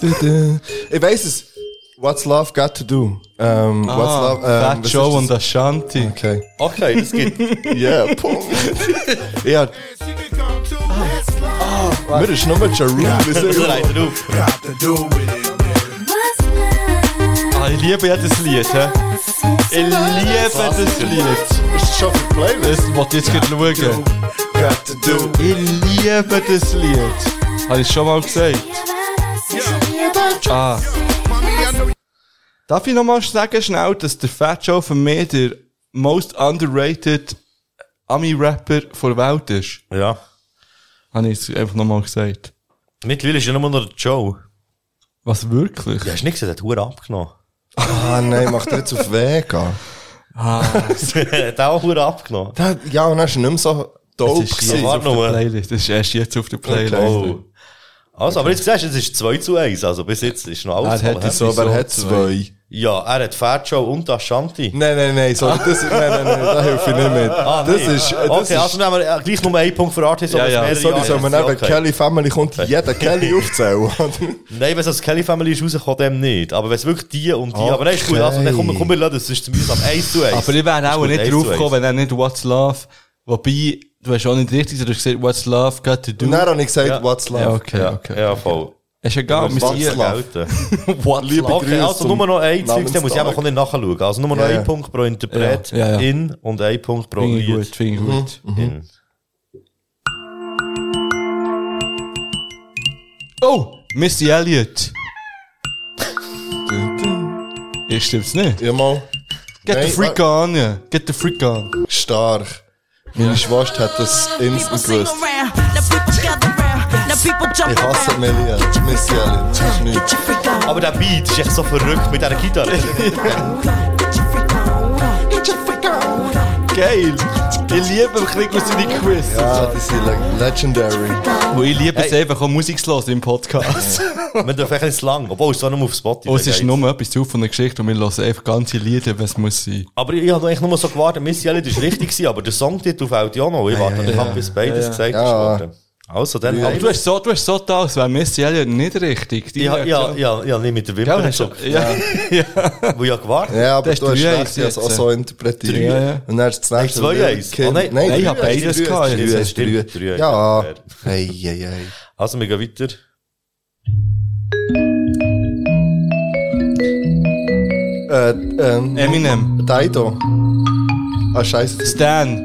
Speaker 3: Tudu. Ich weiss es. What's love got to do? Ähm, what's
Speaker 2: Ah,
Speaker 3: love? Ähm,
Speaker 2: Fat
Speaker 3: was
Speaker 2: Joe
Speaker 3: ist
Speaker 2: und
Speaker 3: das?
Speaker 2: Ashanti.
Speaker 3: Okay.
Speaker 4: Okay, das gibt,
Speaker 3: Yeah, Punkt. ja, mir ist nur Ja
Speaker 4: das
Speaker 3: Rule.
Speaker 4: reicht auf.
Speaker 2: Ah, ich liebe ja das Lied, hä? Ich liebe das Lied.
Speaker 3: Ist das schon für die Playlist?
Speaker 2: Das wollte ich jetzt gerade schauen.
Speaker 3: Got to do.
Speaker 2: Ich liebe das Lied. Habe ich schon mal gesagt. Ah. Darf ich nochmal sagen, schnell, dass der Fat Joe für mich der most underrated Ami-Rapper der Welt ist?
Speaker 4: Ja.
Speaker 2: Habe ich es einfach nochmal gesagt.
Speaker 4: Mittlerweile ist ja nur noch der Joe.
Speaker 2: Was wirklich?
Speaker 4: Ja, hast du nicht gesehen, der hat Huren abgenommen.
Speaker 3: Ah, nein, macht er jetzt auf Vega.
Speaker 4: hat auch Huren abgenommen.
Speaker 3: Da- Ja, und dann ist er nicht mehr so dope.
Speaker 2: Das ist
Speaker 3: gewesen.
Speaker 2: jetzt auf
Speaker 4: Warte
Speaker 2: der
Speaker 4: mal.
Speaker 2: Playlist. Das ist erst jetzt auf der Playlist.
Speaker 4: Oh. Also, aber jetzt siehst du, es ist 2 zu 1, also bis jetzt ist noch alles.
Speaker 2: Er hat
Speaker 4: voll,
Speaker 2: es
Speaker 4: hä?
Speaker 3: So, wer
Speaker 2: so
Speaker 3: hat zwei?
Speaker 4: Ja, er hat Fairchow und Ashanti.
Speaker 3: Nein, nein, nein, sorry, das, nein, nein, nein, da helfe ich nicht mit. das
Speaker 4: nee.
Speaker 3: ist, äh, das
Speaker 4: Ah, Okay,
Speaker 3: ist,
Speaker 4: also nehmen wir äh, gleich nur einen Punkt für Artist,
Speaker 2: Ja,
Speaker 4: aber es
Speaker 2: ja.
Speaker 4: mehrere
Speaker 3: sorry,
Speaker 4: Jahre
Speaker 3: soll man
Speaker 4: sind,
Speaker 3: eben
Speaker 4: okay.
Speaker 3: Kelly Family kommt jeder Kelly aufzählen, oder?
Speaker 4: Nein, wenn es als Kelly Family ist, rauskommt dem nicht. Aber wenn es wirklich die und die, aber nein, ist gut,
Speaker 3: Okay.
Speaker 4: also dann komm, komm, wir lassen, es ist zu mühsam. 1 zu 1.
Speaker 2: Aber ich wäre auch
Speaker 4: gut,
Speaker 2: nicht
Speaker 4: eins
Speaker 2: drauf
Speaker 4: zu eins.
Speaker 2: gekommen, wenn er nicht What's Love. Wobei, du hast auch nicht richtig, du hast gesagt, What's Love got to do.
Speaker 3: Und dann habe ich gesagt, what's
Speaker 2: ja,
Speaker 3: love?
Speaker 2: okay,
Speaker 4: Ja,
Speaker 2: okay.
Speaker 4: ja, voll.
Speaker 2: Ist egal, wir
Speaker 4: What's
Speaker 2: sind hier.
Speaker 4: love?
Speaker 2: What's
Speaker 3: Liebe
Speaker 2: Love.
Speaker 4: Okay,
Speaker 3: Grüße
Speaker 4: also
Speaker 3: zum
Speaker 4: nur noch ein Zeug, dann muss ich
Speaker 3: Namenstag.
Speaker 4: einfach nicht nachschauen. Also nur noch
Speaker 3: Ja, ja.
Speaker 4: ein Punkt pro Interpret
Speaker 2: Ja, ja, ja.
Speaker 4: in und ein Punkt pro
Speaker 2: Finde ich
Speaker 4: Lied
Speaker 2: gut, finde ich gut.
Speaker 4: in.
Speaker 2: Oh, Missy Elliott. Ja, stimmt's nicht?
Speaker 3: Ja, mal.
Speaker 2: Get
Speaker 3: Nein,
Speaker 2: the freak on, ja. Get the freak on.
Speaker 3: Stark. Meine Schwester hat das instant gewusst. Ich hasse Melia. Miss Jelly. Das ist nichts.
Speaker 4: Aber der Beat ist echt so verrückt mit dieser Gitarre.
Speaker 2: geil. Ich liebe Krieg und seine Quiz.
Speaker 3: Ja, die sind le- legendary.
Speaker 2: Und ich liebe es
Speaker 4: Hey.
Speaker 2: einfach auch Musik zu hören im Podcast.
Speaker 4: Wir dürfen echt nicht zu lang, obwohl es zwar nur auf Spotify
Speaker 2: Und
Speaker 3: Oh,
Speaker 2: es ist
Speaker 4: geht.
Speaker 2: nur etwas zu von der Geschichte und wir hören einfach ganze Lieder, was muss sein.
Speaker 4: Aber ich habe eigentlich nur so gewartet, Missy Elliott ist richtig gewesen, aber der Songtitel fällt ja noch. Ich warte nicht ab, bis beides gesagt ist
Speaker 3: Ah, Ja.
Speaker 4: worden. Also dann...
Speaker 2: Aber du hast so, du hast so da, als wäre Missy Elliott nicht richtig. Die
Speaker 4: ja, ja,
Speaker 2: Reaktion.
Speaker 4: ja, ja, nicht mit der
Speaker 2: Gell,
Speaker 4: Wimper
Speaker 2: hast du?
Speaker 4: gezuckt,
Speaker 2: Ja.
Speaker 4: wo ich ja gewartet habe.
Speaker 3: Ja, aber
Speaker 2: Das
Speaker 3: du
Speaker 2: ist
Speaker 3: hast
Speaker 2: drei
Speaker 3: recht,
Speaker 2: Eins
Speaker 3: ich habe es auch
Speaker 2: jetzt.
Speaker 3: so interpretiert.
Speaker 2: Drei, ja, ja.
Speaker 3: Und dann ist das nächste.
Speaker 4: Nein, zwei
Speaker 3: wieder
Speaker 4: Eins.
Speaker 3: Kind.
Speaker 4: Oh, nein,
Speaker 3: nein,
Speaker 2: nein, ich
Speaker 3: drei
Speaker 2: habe
Speaker 3: Eins,
Speaker 2: beides
Speaker 3: drei
Speaker 2: gehabt.
Speaker 3: Eins,
Speaker 4: Jetzt
Speaker 3: drei
Speaker 4: hast du
Speaker 3: Eins,
Speaker 4: drei
Speaker 3: drei Eins.
Speaker 4: Eins.
Speaker 3: Ja.
Speaker 4: Ja.
Speaker 3: Hey, hey, hey.
Speaker 4: Also, wir gehen weiter.
Speaker 3: Äh, ähm,
Speaker 2: Eminem.
Speaker 3: Daido. Ah, scheiße.
Speaker 2: Stan.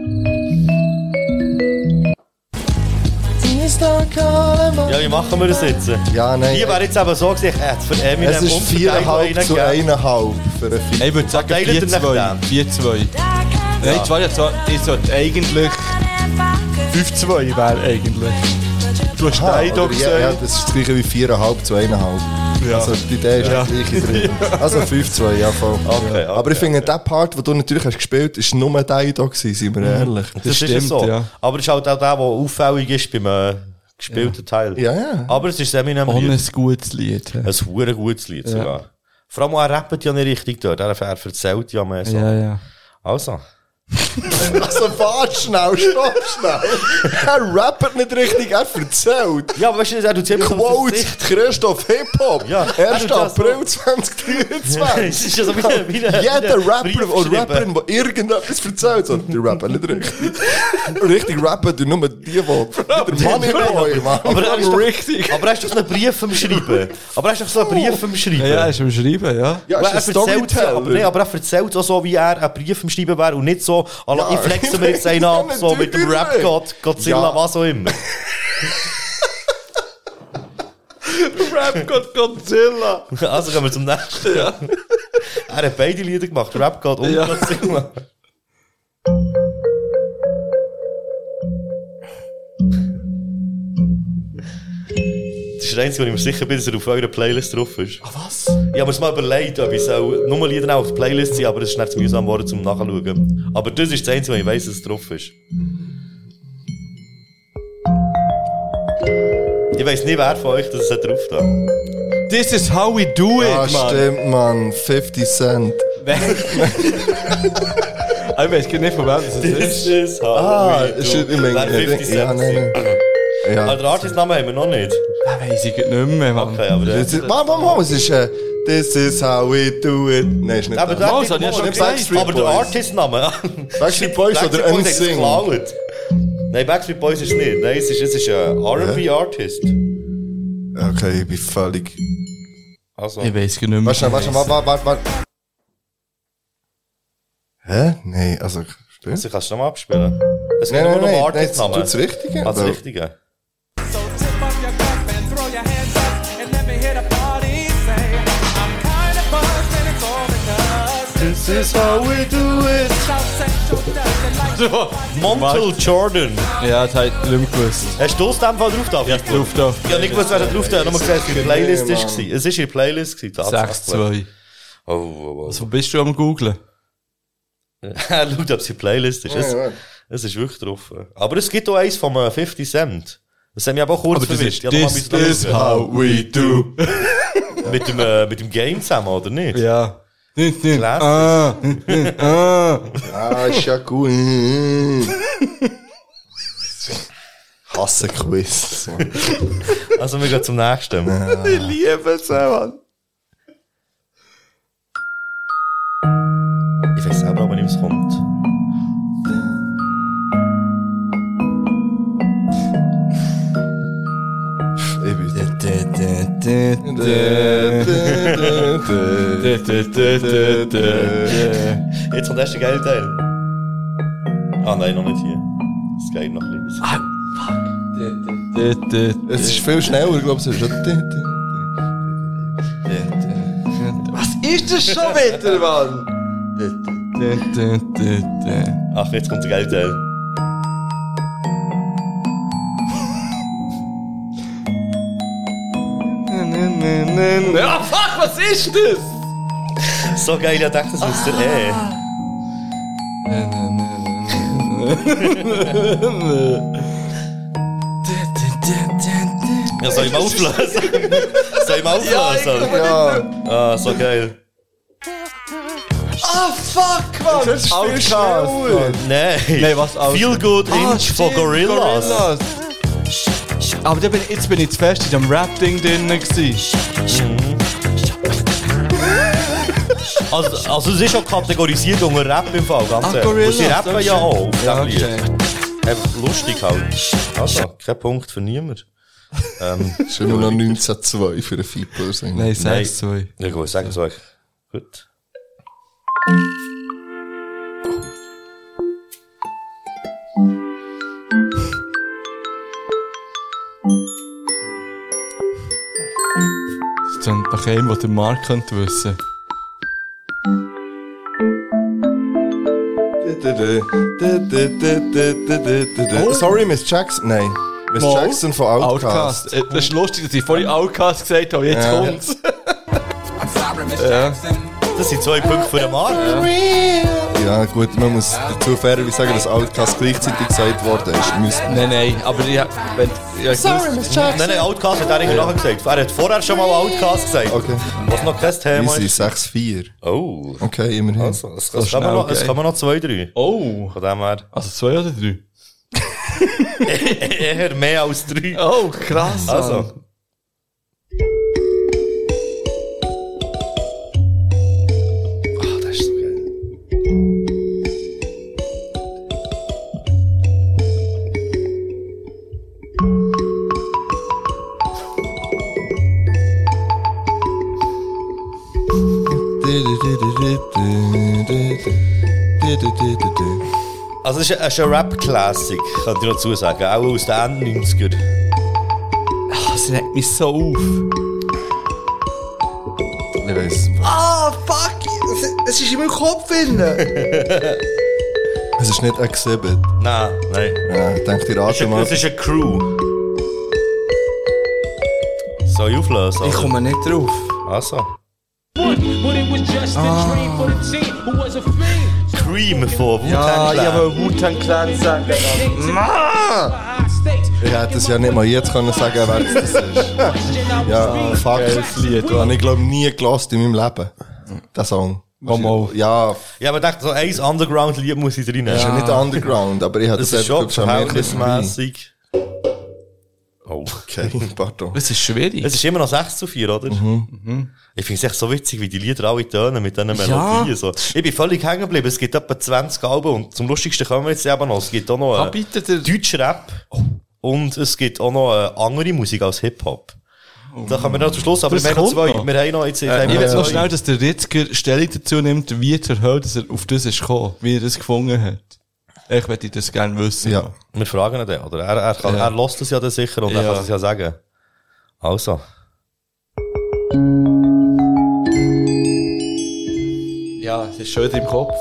Speaker 4: Ja, wie machen wir das jetzt?
Speaker 3: Ja, nein.
Speaker 4: Hier wäre jetzt aber so gewesen, ich hätte für Eminem
Speaker 3: Es ist
Speaker 4: und für Daido
Speaker 3: 4,5
Speaker 4: einen
Speaker 3: zu
Speaker 4: gegeben.
Speaker 3: 1,5 für einen Film.
Speaker 2: Ich würde sagen
Speaker 4: teilt ihr
Speaker 2: 4-2.
Speaker 4: nach
Speaker 2: 4-2. Nein, ich war ja ich sollte eigentlich 5-2 wäre eigentlich. Du hast Daido
Speaker 3: oder Ah, ja, ja,
Speaker 2: gesagt.
Speaker 3: das ist das gleiche wie 4,5 zu 1,5.
Speaker 2: Ja.
Speaker 3: Also die Idee ist
Speaker 2: Ja.
Speaker 3: ja. gleiche drin. Also 5-2, ja voll.
Speaker 4: Okay,
Speaker 3: ja. Aber ich
Speaker 4: okay,
Speaker 3: finde, der Part, den du natürlich hast gespielt hast, war nur dein da, gewesen, sind wir ehrlich.
Speaker 4: Das, ist
Speaker 2: stimmt,
Speaker 4: ist so.
Speaker 2: ja.
Speaker 4: Aber es ist halt auch der, der auffällig ist beim äh, gespielten Teil.
Speaker 3: Ja, ja.
Speaker 4: Aber es ist Eminem
Speaker 2: Ohne
Speaker 4: Lied.
Speaker 2: Oh, ein gutes Lied.
Speaker 4: Ein hure gutes Lied sogar. Vor allem, auch, er rappt ja nicht richtig dort. Er er erzählt ja mehr so.
Speaker 2: Ja, ja.
Speaker 4: Also.
Speaker 3: Also warte schnell, stopp schnell. Er rappt nicht richtig, er erzählt.
Speaker 4: Ja, aber weißt du, er tut ziemlich
Speaker 3: Quote Christoph Hip-Hop.
Speaker 4: Ja, er
Speaker 3: 1.
Speaker 4: tut das so.
Speaker 3: April 2023.
Speaker 4: Es ist ja so wie ein- wie
Speaker 3: Jeder
Speaker 4: ein- wie ein
Speaker 3: Rapper
Speaker 4: Brief
Speaker 3: oder
Speaker 4: geschrieben.
Speaker 3: Rapperin, die irgendetwas erzählt, so, die rappen nicht richtig. richtig rappen tun nur die, die der Mann in Boy, Mann.
Speaker 4: Aber er ist doch,
Speaker 2: Richtig.
Speaker 4: aber er ist doch so einen Brief am Schreiben. Aber er ist doch so einen Brief am Schreiben.
Speaker 2: Ja, ja, ist am Schreiben, ja.
Speaker 3: Ja,
Speaker 4: Aber
Speaker 3: ist
Speaker 4: er
Speaker 3: ein
Speaker 4: erzählt,
Speaker 3: Storyteller.
Speaker 4: aber, nee, aber er erzählt auch so, wie er einen Brief am Schreiben wäre und nicht so, à la,
Speaker 3: Ja,
Speaker 4: ich flexe mir jetzt einen
Speaker 3: ja,
Speaker 4: ab, so mit dem
Speaker 3: natürlich.
Speaker 4: Rap-Gott, Godzilla,
Speaker 3: Ja.
Speaker 4: was auch immer.
Speaker 2: Rap God Godzilla.
Speaker 4: Also gehen wir zum nächsten. Er hat beide Lieder gemacht, Rap-Gott und
Speaker 2: Ja.
Speaker 4: Godzilla. Das ist das Einzige, wo ich mir sicher bin, dass er auf eurer Playlist drauf ist.
Speaker 2: Ah, Was?
Speaker 4: Ich habe mir mal überlegt, ob ich soll nur Lieder auf die Playlist sind, aber es ist nicht zu mühsam geworden, zum Nachschauen. Aber das ist das Einzige, wo ich weiss, dass es drauf ist. Ich weiss nicht, wer von euch das hat drauf da.
Speaker 2: This is how we do it,
Speaker 3: Ah,
Speaker 2: man.
Speaker 3: stimmt, Mann. 50 Cent.
Speaker 2: Ich weiß gar nicht, von wem das ist.
Speaker 4: Das ist Halloween.
Speaker 3: Ah,
Speaker 4: du.
Speaker 3: ist ich meine,
Speaker 4: Wer 50 Cent.
Speaker 3: ja, nein, nein.
Speaker 4: Aber
Speaker 3: Ja.
Speaker 4: den Artist-Namen haben wir noch nicht.
Speaker 2: Das weiss ich nicht mehr, Mann.
Speaker 4: Okay, aber der.
Speaker 3: Das ist, Mann, Mann, Mann, es ist, äh, this is how we do it. Nein, ist nicht
Speaker 4: Aber
Speaker 3: das.
Speaker 4: der
Speaker 2: Maus, hab ich ja schon
Speaker 3: gesagt.
Speaker 4: Aber der
Speaker 3: Boys.
Speaker 4: Artist-Name.
Speaker 3: Backstreet Boys oder
Speaker 4: Boys hat's
Speaker 3: Unsing.
Speaker 4: geklaut. Nein, Backstreet Boys ist nicht. Nein, es ist, es ist ein RB-Artist.
Speaker 3: Okay, ich bin völlig...
Speaker 4: Also.
Speaker 2: Ich weiß gar nicht mehr.
Speaker 3: Warte, schnell, warte, warte, warte, warte, warte. Hä? Nein, also... Stimmt.
Speaker 4: Also kannst du nochmal abspielen. Es geht
Speaker 3: Nein,
Speaker 4: nur
Speaker 3: nein, nein, nein,
Speaker 4: noch um
Speaker 3: das
Speaker 4: Artist-Namen.
Speaker 3: tut's richtig,
Speaker 4: Ah, das
Speaker 3: aber-
Speaker 4: Richtige. This is how we do it. Montel Jordan.
Speaker 2: Ja, das hat nicht mehr gewusst.
Speaker 4: Hast du es dem Fall drauf, David? Ja,
Speaker 2: Drauf da.
Speaker 4: Ich hab nicht gewusst, wer da drauf hat. Ich hab nur gesagt, es war in der Playlist. war. Es war in der Playlist. gewesen,
Speaker 2: 6-2.
Speaker 4: tatsächlich. Oh, oh, oh.
Speaker 2: Also bist du am googlen?
Speaker 4: Er schaut, ob es in der Playlist ist. Es,
Speaker 3: Ja, ja.
Speaker 4: es ist wirklich drauf. Aber es gibt auch eins von äh, 50 Cent. Das haben wir aber auch kurz
Speaker 2: Aber das ist
Speaker 4: verwischt. Ich hab noch mal
Speaker 2: This
Speaker 4: müssen
Speaker 2: is
Speaker 4: nachschauen.
Speaker 2: how we do.
Speaker 4: mit, dem, äh, mit dem Game zusammen, oder nicht?
Speaker 2: Ja. Nicht, nicht.
Speaker 4: Klasse.
Speaker 2: Ah, nicht, nicht. ah.
Speaker 3: Ah, ist ja gut. Hasse Quiz.
Speaker 4: Also wir gehen zum nächsten.
Speaker 2: Ich liebe es, Mann.
Speaker 4: Ich weiß selber, wann ihm es kommt.
Speaker 3: Ich bin der
Speaker 4: Jetzt kommt erst der geile Teil. Ah nein, noch nicht hier. Es geht noch ein bisschen.
Speaker 2: Ah.
Speaker 3: Es ist viel schneller, glaube ich. Schon.
Speaker 2: Ist das schon wieder, Mann?
Speaker 4: Ach, jetzt kommt der geile Teil.
Speaker 2: Ah, fuck, was ist das? Ah.
Speaker 4: So geil, ich dachte, das müsste er eh. Ja, soll ich mal auflösen? soll ich mal auflösen? Ah, so geil.
Speaker 2: Ah, fuck, Mann! Das ist
Speaker 3: viel
Speaker 4: Ah, Nein.
Speaker 2: Nein, was auch-
Speaker 4: Feel Good
Speaker 2: Ah,
Speaker 4: Inch von
Speaker 2: stimmt,
Speaker 4: Gorillas.
Speaker 2: Gorillas. Aber da bin, jetzt bin ich zu fest in dem Rap-Ding drin gewesen.
Speaker 4: Also, also es ist auch kategorisiert unter Rap im Fall,
Speaker 2: Ah,
Speaker 4: ganz ehrlich.
Speaker 2: Gorillas,
Speaker 4: Und Sie rappen
Speaker 2: okay.
Speaker 4: ja auch auf
Speaker 2: Ja,
Speaker 4: diesem Lied.
Speaker 2: okay.
Speaker 4: Einfach lustig halt. Also, kein Punkt für niemand. Ähm,
Speaker 3: Das ist immer noch 19-2 für einen Feedball-Sänger.
Speaker 2: Nein,
Speaker 4: Nein.
Speaker 2: 6 2.
Speaker 4: Ja gut, sagen Sie euch. Gut.
Speaker 2: Das klingt nach einem, was der Mark könnte wissen.
Speaker 3: Oh. Sorry, Miss Jackson. Nein. Miss
Speaker 2: Mal.
Speaker 3: Jackson von Outcast.
Speaker 2: Outcast. Äh, Das ist lustig, dass ich vorhin Outcast gesagt habe, jetzt
Speaker 3: Ja.
Speaker 2: kommt's.
Speaker 4: Das sind zwei Punkte für den Markt.
Speaker 3: Ja, gut, man muss dazu fairerweise sagen, dass Outcast gleichzeitig gesagt worden ist. Müsste
Speaker 2: Nein, nein, aber ich hab... Wenn, ich Sorry, Miss Jackson.
Speaker 4: Nein, nein, Outcast hat er eigentlich nachher gesagt. Er hat vorher schon mal Outcast gesagt.
Speaker 3: Okay.
Speaker 4: Was noch kein Thema
Speaker 3: Easy,
Speaker 4: ist.
Speaker 3: 6-4.
Speaker 4: Oh.
Speaker 3: Okay, immerhin.
Speaker 4: Also, es, es,
Speaker 2: schnell,
Speaker 4: kommen noch, es
Speaker 2: okay.
Speaker 4: kommen noch zwei, drei.
Speaker 2: Oh.
Speaker 4: Von dem her
Speaker 2: Also 2 oder 3?
Speaker 4: eher mehr als drei.
Speaker 2: Oh, krass.
Speaker 4: Also. Ah, das ist so geil. Also, es ist ein- es ist ein Rap-Classic, könnte ich noch zusagen. Auch aus den Ende 90er.
Speaker 2: Das regt mich so auf.
Speaker 3: Ich weiss.
Speaker 2: Ah, fuck. Es ist in meinem Kopf drin.
Speaker 3: Es ist nicht Exhibit.
Speaker 4: Nein, nein.
Speaker 3: Ja, ich denke, die Rate mal.
Speaker 4: Das ist eine Crew. Soll ich auflösen?
Speaker 2: Ich komme nicht drauf.
Speaker 4: Also.
Speaker 9: But it was just a dream for the team who was a fiend.
Speaker 4: Cream von Wu-Tang
Speaker 2: Ah, ich
Speaker 4: Clan.
Speaker 2: habe Wu-Tang Clan sagen.
Speaker 9: High stakes.
Speaker 3: Ich hätte es ja nicht mal jetzt können sagen, wer es das ist.
Speaker 9: Question I was
Speaker 3: Ja, fuck.
Speaker 2: Geiles Lied,
Speaker 3: Das habe ich, glaube nie gelost in meinem Leben. Der Song.
Speaker 2: mal.
Speaker 3: Ja,
Speaker 4: Ja, aber ich dachte, so ein Underground-Lied muss ich drin
Speaker 3: ist ja
Speaker 4: haben.
Speaker 3: nicht Underground, aber ich hätte
Speaker 4: Das ist schon verhältnismäßig. Oh.
Speaker 3: Okay, pardon.
Speaker 2: Es ist schwierig.
Speaker 4: Es ist immer noch 6 zu 4, oder?
Speaker 2: Mhm,
Speaker 4: Ich finde es echt so witzig, wie die Lieder alle tönen mit diesen Melodien. So. Ich bin völlig hängen geblieben. Es gibt etwa 20 Alben und zum lustigsten kommen wir jetzt eben noch. Es gibt auch noch
Speaker 2: Ah,
Speaker 4: äh,
Speaker 2: bitte, der-
Speaker 4: Deutschrap
Speaker 2: Oh.
Speaker 4: und es gibt auch noch äh, andere Musik als Hip-Hop. Da kommen wir noch zum Schluss, aber
Speaker 2: Das
Speaker 4: wir haben noch
Speaker 2: kommt
Speaker 4: zwei.
Speaker 2: noch.
Speaker 4: Wir haben noch jetzt...
Speaker 2: Äh,
Speaker 4: haben
Speaker 2: ich
Speaker 4: wir
Speaker 2: will
Speaker 4: zwei.
Speaker 2: noch schnell, dass der Ritzger Stellung dazu nimmt, wie zur Hölle dass er auf das ist gekommen, wie er das gefunden hat. Ich möchte das gerne wissen.
Speaker 3: Ja.
Speaker 4: Wir fragen ihn dann, oder? Er, er, kann,
Speaker 2: Ja.
Speaker 4: er lässt es ja dann sicher und er
Speaker 2: Ja.
Speaker 4: kann es ja sagen. Also.
Speaker 2: ja, es ist schön im Kopf.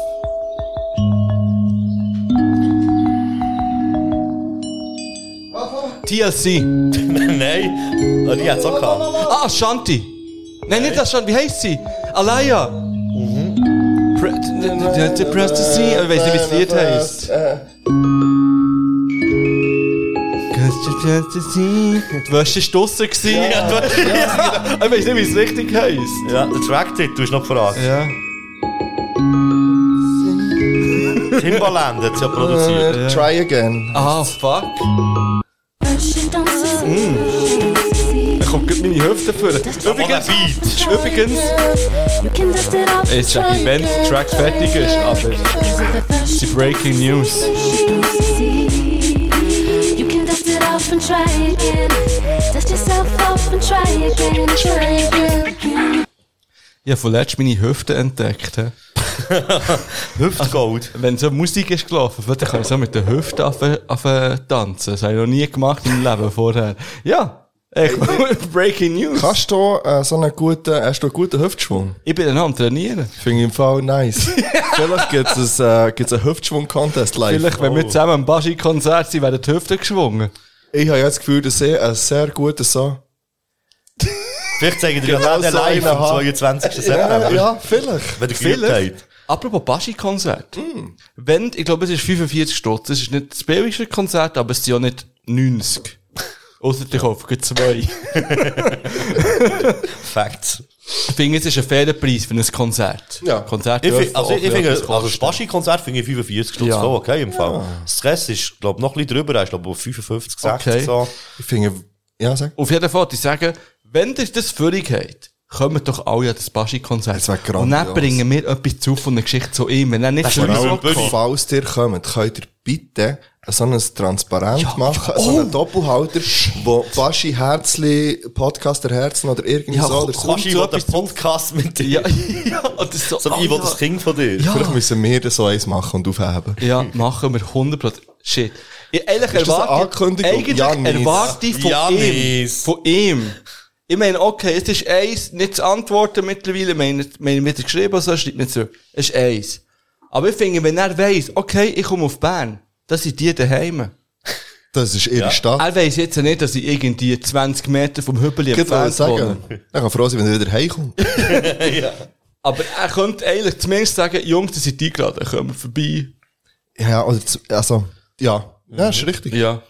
Speaker 2: TLC.
Speaker 4: Nein, die hat es auch gehabt.
Speaker 2: Ah, Shanti. Nein, nicht das Shanti. Wie heisst sie? Alaya. Mhm. Pre d- d- d- press to see. Ich weiß nicht, wie das Lied heisst. Cause you press to see. Die Wäsche war draussen. gewesen.
Speaker 4: Ja, du,
Speaker 2: Ich weiß nicht, wie es richtig heisst.
Speaker 4: ja, der Track-Titel ist noch gefragt.
Speaker 2: Ja.
Speaker 4: Timbaland hat es ja produziert.
Speaker 3: Äh, Try again.
Speaker 2: Ah, fuck. Da kommt gerade meine Hüfte vor.
Speaker 4: Übrigens,
Speaker 2: Übrigens,
Speaker 4: Beat.
Speaker 2: übrigens, ist ein Event, der Track fertig ist, aber die Breaking News.
Speaker 10: You can dust it off and try again. Dust yourself off and try again. Try again.
Speaker 2: Ich habe vorletzt meine Hüfte entdeckt. hä.
Speaker 4: Hüftgold.
Speaker 2: Wenn so Musik ist gelaufen, dann kann ich so mit der Hüfte anfangen- anfangen tanzen. Das habe ich noch nie gemacht im Leben vorher. Ja, echt, Breaking News.
Speaker 3: Kannst du äh, so einen guten, hast du einen guten Hüftschwung?
Speaker 2: Ich bin dann am Trainieren.
Speaker 3: Finde ich im Fall nice. Vielleicht gibt es äh, gibt's einen Hüftschwung-Contest live.
Speaker 2: Vielleicht, wenn wir zusammen am Baschi-Konzert sind, werden die Hüfte geschwungen.
Speaker 3: Ich habe jetzt das Gefühl, dass ich einen sehr guten Song.
Speaker 4: Vielleicht zeigen die gerade
Speaker 3: so
Speaker 4: live
Speaker 3: einen
Speaker 4: am
Speaker 3: haben.
Speaker 4: 22.
Speaker 3: Ja,
Speaker 4: September.
Speaker 3: ja, vielleicht.
Speaker 4: Wenn ihr geübt habt.
Speaker 2: Apropos Baschi-Konzert. Wenn, ich glaube, es ist 45 Stutz. Es ist nicht das billigste Konzert, aber es sind auch nicht 90. Außer ich kaufe gleich zwei.
Speaker 4: Facts.
Speaker 2: Ich finde, es ist ein fairer Preis für ein Konzert.
Speaker 3: Ja.
Speaker 2: Konzert
Speaker 4: Ich
Speaker 2: dürfen
Speaker 4: find, also,
Speaker 2: auch
Speaker 4: ich finde,
Speaker 2: etwas
Speaker 4: also das
Speaker 2: kosten.
Speaker 4: Baschi-Konzert finde ich 45 Stutz
Speaker 2: Ja.
Speaker 4: voll okay im Fall. Stress ist, glaube ich, noch ein bisschen drüber. Er ist, glaube ich, auf 55, 60
Speaker 2: Okay.
Speaker 4: so.
Speaker 3: Ich finde, ja, sag.
Speaker 2: Auf jeden Fall, die sagen, wenn ihr das völlig habt, kommt doch alle an das Baschi-Konzert.
Speaker 3: Das wär
Speaker 2: Und dann
Speaker 3: grandios.
Speaker 2: bringen wir etwas zu von der Geschichte zu ihm. Wenn er nicht
Speaker 4: ist
Speaker 2: zu uns
Speaker 4: genau-
Speaker 2: kommt.
Speaker 4: Bühne.
Speaker 3: Falls ihr kommt, könnt ihr bitte so ein Transparent machen, so einen Doppelhalter, wo Baschi Herzli, Podcaster Herzen oder irgendwie
Speaker 2: Ja,
Speaker 3: so. Oder so.
Speaker 4: Baschi will den Podcast mit dir.
Speaker 2: Ja, ja, und das so.
Speaker 4: So wie ich will das Kind von dir.
Speaker 2: Ja.
Speaker 3: Vielleicht müssen wir das so eins machen und aufheben.
Speaker 2: Ja, machen wir 100%. Shit. Ich, ehrlich,
Speaker 3: Ist das eine
Speaker 2: erwarte,
Speaker 3: Ankündigung?
Speaker 2: eigentlich
Speaker 3: Ja, nice.
Speaker 2: erwarte ich von ihm,
Speaker 4: Janis.
Speaker 2: von ihm. Ich meine, okay, es ist eins, nicht zu antworten mittlerweile, meine, meine wieder geschrieben, so schreibt nicht zurück. Es ist eins. Aber ich finde, wenn er weiss, okay, ich komme auf Bern, das sind die daheim.
Speaker 3: Das ist ihre Stadt.
Speaker 2: Er weiss jetzt ja nicht, dass ich irgendwie 20 Meter vom Hübeli
Speaker 3: Ich kann
Speaker 2: entfernt wohne.
Speaker 3: sagen, ich kann froh sein, wenn ihr wieder heimkommt.
Speaker 2: Aber er könnte eigentlich zumindest sagen, Jungs, das sind die gerade, kommen vorbei.
Speaker 3: Ja, oder zu- also, ja. Ja, ist richtig.
Speaker 2: Ja.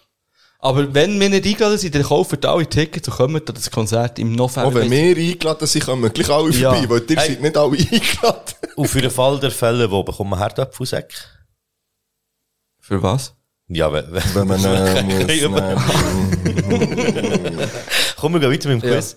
Speaker 2: Aber wenn wir nicht eingeladen sind, dann kaufen alle Tickets und kommen an das Konzert im November.
Speaker 3: Auch Oh, wenn wir eingeladen sind, kommen gleich alle
Speaker 2: Ja.
Speaker 3: vorbei, weil ihr
Speaker 4: Hey.
Speaker 3: seid nicht alle eingeladen.
Speaker 4: Und für den Fall der Fälle, wo bekommt man Herdöpfelsäck?
Speaker 2: Für was?
Speaker 4: Ja, we- we-
Speaker 3: Wenn man äh, muss,
Speaker 4: Okay, aber- komm, wir gehen weiter mit dem Quiz.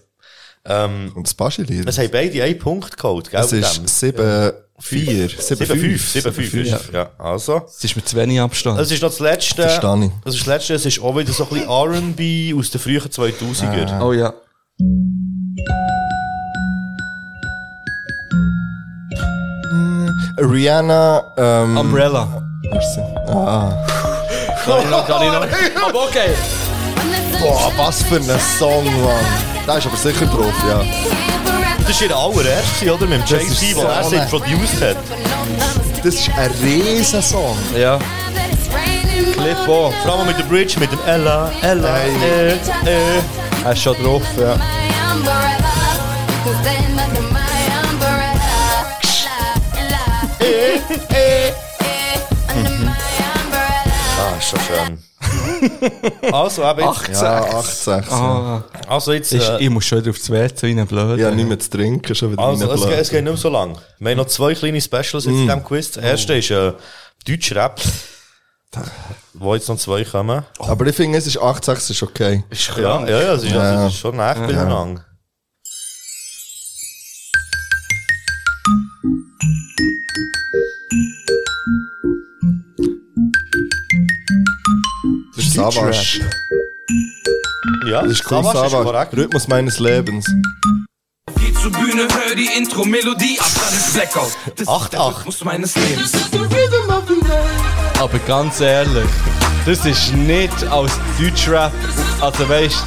Speaker 4: Ähm,
Speaker 3: Und das Baschi-Lied.
Speaker 4: es haben beide einen Punkt geholt, gell?
Speaker 3: Es ist
Speaker 4: mit dem?
Speaker 3: 7-4.
Speaker 4: 7-5. 7-5
Speaker 3: Ja.
Speaker 4: ist, ja, also.
Speaker 2: Es ist mit zu wenig Abstand.
Speaker 4: Das ist noch das Letzte.
Speaker 3: Verstehe ich.
Speaker 4: Das ist das Letzte, es ist auch wieder so ein bisschen R&B aus den frühen 2000er.
Speaker 3: Ah.
Speaker 2: oh ja.
Speaker 3: Rihanna, ähm,
Speaker 2: Umbrella.
Speaker 3: Merci. Ah.
Speaker 2: Kann ich noch, kann ich noch. Aber okay.
Speaker 3: Boah, was für ein Song, Mann. Da ist aber sicher drauf, ja.
Speaker 4: Das ist ihr allererste, oder? Mit dem
Speaker 3: Das ist
Speaker 4: Jay-Z,
Speaker 3: so
Speaker 4: den er sie
Speaker 3: eine-
Speaker 4: produced hat.
Speaker 3: Das ist ein riesen Song.
Speaker 2: Ja. Clip on.
Speaker 4: Vor allem mit der Bridge, mit dem Ella, Ella, äh, äh.
Speaker 2: Er ist schon drauf, ja.
Speaker 4: Ah, ist schon schön. also, aber jetzt,
Speaker 3: Ja, 8-6. ja.
Speaker 4: also jetzt,
Speaker 2: Ist,
Speaker 4: äh,
Speaker 2: ich muss schon wieder aufs WC rein, blöd.
Speaker 3: Ja, nicht mehr zu trinken, schon wieder
Speaker 4: also es, geht-
Speaker 3: reinblasen.
Speaker 4: es geht nicht mehr so lang. Wir haben noch zwei kleine Specials jetzt
Speaker 3: Mm.
Speaker 4: in diesem Quiz. Das erste ist äh, deutscher Rap, wo jetzt noch zwei kommen.
Speaker 3: Aber ich finde, es ist 8-6 ist okay.
Speaker 2: Ist krank.
Speaker 4: Ja, ja, ja, es ist,
Speaker 3: Ja.
Speaker 4: Also, es ist schon nah beieinander.
Speaker 3: Das ist Savage.
Speaker 4: Ja,
Speaker 3: Das ist cool,
Speaker 4: Savas
Speaker 3: Savage.
Speaker 4: korrekt.
Speaker 3: Rhythmus meines Lebens.
Speaker 6: Geh zur Bühne, hör die Intro-Melodie, ab dann ist Blackout. Das ist
Speaker 4: 8-8.
Speaker 6: der Rhythmus meines Lebens.
Speaker 2: Aber ganz ehrlich, das ist nicht als Deutschrap. Also weißt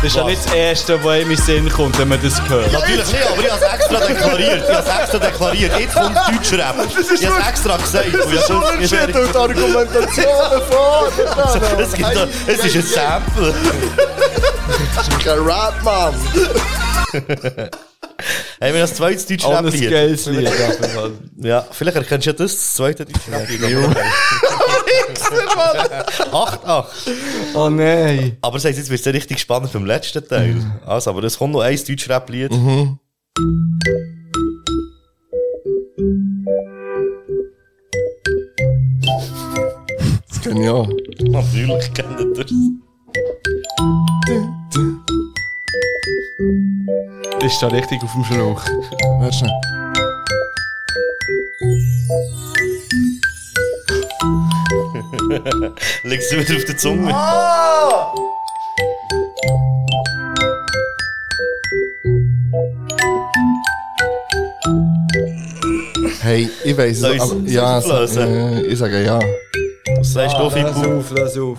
Speaker 2: das ist ja
Speaker 4: Was?
Speaker 2: nicht das Erste, was in meinen Sinn kommt, wenn man das hört.
Speaker 4: Natürlich nicht, aber ich habe es extra deklariert. Ich habe es extra deklariert. Jetzt kommt deutscher Rap. Ich habe es extra gesagt. Und ich habe- ich habe-
Speaker 3: die Argumentationen vor.
Speaker 4: Es gibt da- es ist ein Sample.
Speaker 3: Kein Rap, Mann.
Speaker 4: Haben wir das zweite deutsche
Speaker 2: Ohne ein
Speaker 4: Rap-Lied?
Speaker 2: geiles Lied. aber halt.
Speaker 4: Ja, vielleicht erkennst du ja das, das zweite deutsche Rap-Lied. 8-8.
Speaker 2: Oh nein.
Speaker 4: Aber es heisst, jetzt wird es richtig spannend beim letzten Teil.
Speaker 3: Mhm.
Speaker 4: Also, aber es kommt noch ein deutsches Rap-Lied.
Speaker 3: Das kenne ich auch.
Speaker 4: Natürlich kennt ihr das.
Speaker 2: Ist da richtig auf dem Schlauch.
Speaker 3: Warte schnell.
Speaker 4: Legst du wieder auf die Zunge. Ah!
Speaker 3: Hey, ich weiß es
Speaker 4: Soll ich's-
Speaker 3: aber-
Speaker 4: soll
Speaker 3: Ja,
Speaker 4: ich's
Speaker 3: so-
Speaker 4: auflösen?
Speaker 3: äh, ich sage ja.
Speaker 4: Was sagst du, Fipu?
Speaker 2: auf, lass auf.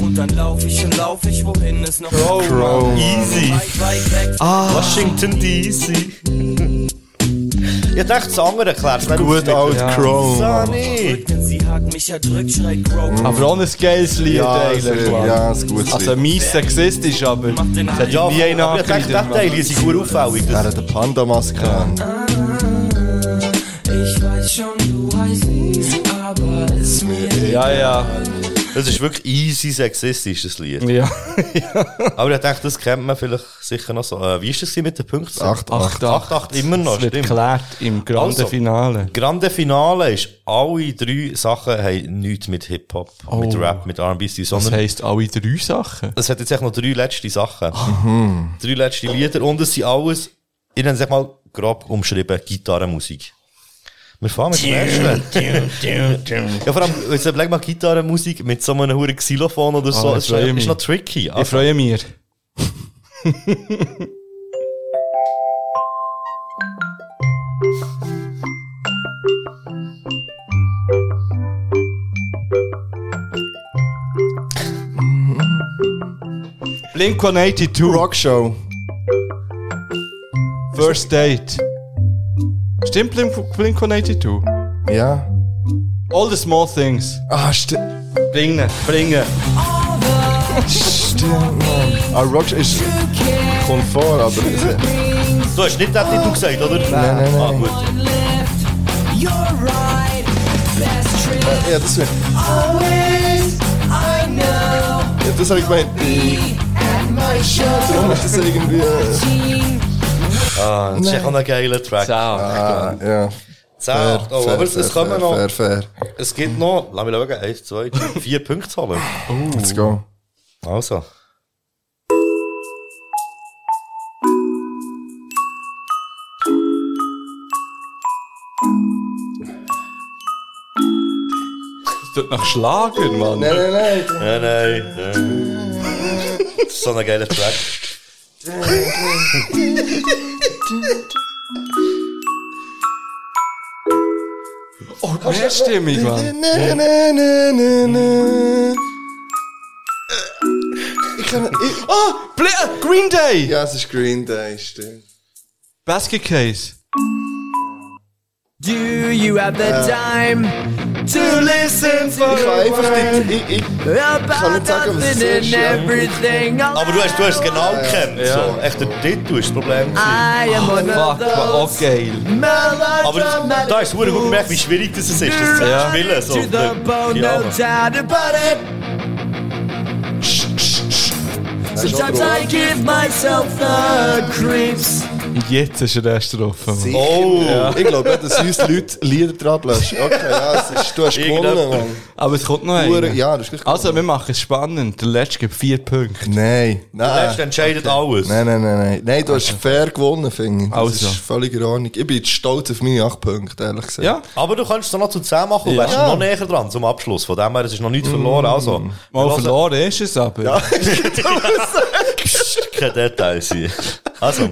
Speaker 6: Und dann lauf ich und lauf ich, wohin es noch
Speaker 4: Easy.
Speaker 6: weit, weit weg.
Speaker 4: Washington DC. Ich dachte, das andere erklärt es
Speaker 3: Good old Crow.
Speaker 4: Sunny.
Speaker 6: Denn sie hakt mich, erdrückt, schreit Crow.
Speaker 2: Aber auch ein geiles Lied
Speaker 3: Ja, es
Speaker 2: eigentlich.
Speaker 3: ist-
Speaker 2: Mann.
Speaker 3: ja, es ist ein gutes
Speaker 2: also
Speaker 3: Lied.
Speaker 2: mies sexistisch, aber es hat
Speaker 4: Ja,
Speaker 2: ja, nie einen
Speaker 4: aber ich dachte,
Speaker 2: angekreidet,
Speaker 4: das
Speaker 2: Mann.
Speaker 4: Teil ist gut auffällig.
Speaker 3: Er
Speaker 4: Das
Speaker 3: hat eine Panda-Maske an.
Speaker 6: Ich weiß schon, du heißt Lisa, aber es mir
Speaker 2: Ja, ja.
Speaker 4: Das ist wirklich easy sexistisch, das Lied.
Speaker 2: Ja.
Speaker 4: Aber ich dachte, das kennt man vielleicht sicher noch so. Äh, wie ist das hier mit den Punkten?
Speaker 3: 8, 8.
Speaker 2: 8, 8,
Speaker 4: 8, immer noch,
Speaker 2: Das wird
Speaker 4: stimmt.
Speaker 2: geklärt im Grande
Speaker 4: Also.
Speaker 2: Finale.
Speaker 4: Grande Finale ist, alle drei Sachen haben nichts mit Hip-Hop, mit
Speaker 2: Oh.
Speaker 4: Rap, mit R&B, zu tun,
Speaker 2: Das
Speaker 4: sondern
Speaker 2: heisst alle drei Sachen.
Speaker 4: es hat jetzt echt noch drei letzte Sachen.
Speaker 3: Ah. Mhm.
Speaker 4: Drei letzte Lieder und es sind alles, ich nenne es echt mal grob umschrieben, Gitarrenmusik. Wir fahren mit dem ersten. ja, vor allem, jetzt überleg mal Gitarrenmusik mit so einem huren Xylophon oder so,
Speaker 2: Ah, ich
Speaker 4: ist, noch,
Speaker 2: freue
Speaker 4: ist
Speaker 2: mich.
Speaker 4: noch tricky. Also,
Speaker 2: Ich freue mich. Blink 182,
Speaker 3: Rockshow.
Speaker 2: First Date. Stimmt Blink, Blink 182?
Speaker 3: Ja.
Speaker 2: All the small things.
Speaker 3: Ah, stimmt.
Speaker 2: Bringen, bringen.
Speaker 3: Stimmt, Mann. Ah, Rockshow ist. Kommt vor, aber.
Speaker 4: Du hast nicht das Titel gesagt, oder? Nein,
Speaker 3: nein, nein.
Speaker 4: Ah, gut.
Speaker 3: Ja, das wird. Ja, das habe ich gemeint. Warum ist das irgendwie. äh,
Speaker 4: Ah, das ist echt auch ein geiler Track.
Speaker 2: Ciao.
Speaker 3: Ah, ja. Ah,
Speaker 4: Zehn. Oh, aber es, es kommen noch...
Speaker 3: Fair, fair.
Speaker 4: Es gibt noch, lass mich schauen, eins, zwei, drei, vier Punkte zu holen.
Speaker 3: Let's go.
Speaker 4: Also.
Speaker 2: Das tut nach Schlager, Mann.
Speaker 3: Nein, nein, nein.
Speaker 4: Nein, nein, nein. Das ist so ein geiler Track.
Speaker 2: Oh, mehrstimmig, Mann.
Speaker 3: Nein, nein, nein, nein, nein. Ich kann. Ich,
Speaker 2: Ah, Bl- Green Day!
Speaker 3: ja, es ist Green Day, stimmt.
Speaker 2: Basket Case.
Speaker 11: Do you have the time to listen for
Speaker 3: Ich kann einfach nicht. Ich, ich, kann
Speaker 11: about
Speaker 3: nicht sagen, was es
Speaker 11: nothing
Speaker 3: ist,
Speaker 11: and
Speaker 3: ja.
Speaker 11: everything?
Speaker 4: Aber du hast, du hast es genau gekannt. So. Echt, der Titel ist das Problem. gewesen.
Speaker 11: I am one
Speaker 2: Fuck,
Speaker 11: of
Speaker 2: war auch
Speaker 11: those
Speaker 2: geil.
Speaker 4: Aber
Speaker 11: melodramatic
Speaker 4: da ist es verdammt gut gemerkt, wie schwierig das ist, das zu
Speaker 2: Ja.
Speaker 4: spielen. So.
Speaker 11: to the
Speaker 4: Ja,
Speaker 11: bone, no
Speaker 4: aber-
Speaker 11: doubt about it. Sometimes I give myself the creeps.
Speaker 2: Jetzt ist er erst getroffen, Mann.
Speaker 4: Oh,
Speaker 3: Ich glaube, dass uns Leute Lieder dran löschen. Okay, ja, es ist, du hast gewonnen,
Speaker 4: Irgendjemand.
Speaker 3: Mann.
Speaker 2: Aber es kommt noch
Speaker 3: Hure-
Speaker 2: einer.
Speaker 3: Ja, das ist gleich
Speaker 2: Also, wir machen es spannend. Der Letzte gibt vier Punkte.
Speaker 3: Nein,
Speaker 4: der Letzte
Speaker 3: nein.
Speaker 4: entscheidet alles.
Speaker 3: Nein, nein, nein, nein. Nein, du hast fair gewonnen, finde ich. Das
Speaker 2: Also.
Speaker 3: ist völlig in Ordnung. Ich bin jetzt stolz auf meine 8 Punkte, ehrlich gesagt.
Speaker 2: Ja?
Speaker 4: Aber du kannst es doch noch zu 10 machen und
Speaker 2: Ja. Mm.
Speaker 4: wärst noch näher dran zum Abschluss. Von dem her, es ist noch nichts verloren. Also, wir
Speaker 2: Mal
Speaker 4: hören-
Speaker 2: verloren ist es aber. Ja.
Speaker 4: Psst, Keine Details hier. Also.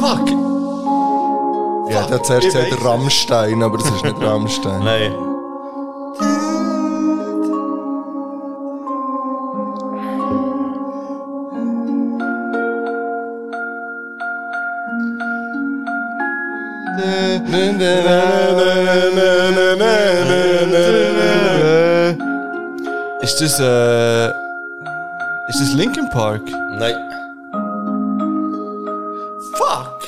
Speaker 2: Fuck.
Speaker 3: Ja, der hat zuerst
Speaker 4: Ich
Speaker 3: gesagt
Speaker 4: weiss
Speaker 3: Rammstein, aber das ist nicht Rammstein.
Speaker 4: Nein.
Speaker 2: Ist das, äh, ist das Linkin Park?
Speaker 4: Nein.
Speaker 2: Fuck.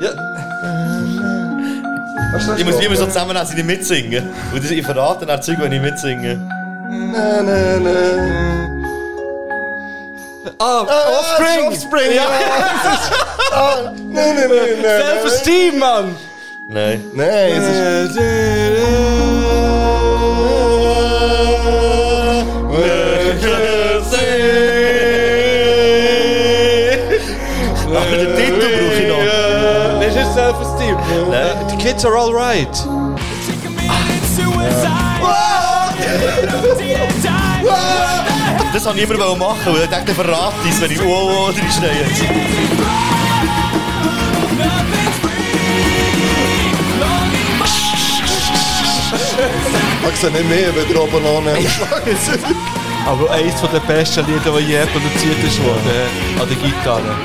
Speaker 2: Ja.
Speaker 4: Ich muss immer so zusammen dass ich nicht mitsingen. Und das- ich verrate dann Zeug, wenn ich mitsinge.
Speaker 2: Ah, Offspring! Offspring, ja! Self-Esteem, Mann! Äh,
Speaker 4: Nein.
Speaker 3: Nein, es ist...
Speaker 4: Aber den Titel brauche ich noch.
Speaker 2: Das ist Self-Esteem.
Speaker 4: Nein.
Speaker 2: The Ne? kids are alright.
Speaker 4: Das wollte ich immer machen, weil ich dachte, ich verrate es, wenn ich wow, wow reinstehe.
Speaker 3: Ich sehe nicht mehr, wenn der oben noch nicht
Speaker 2: Aber eines der besten Lieder, die je produziert ist äh, worden, an der Gitarre.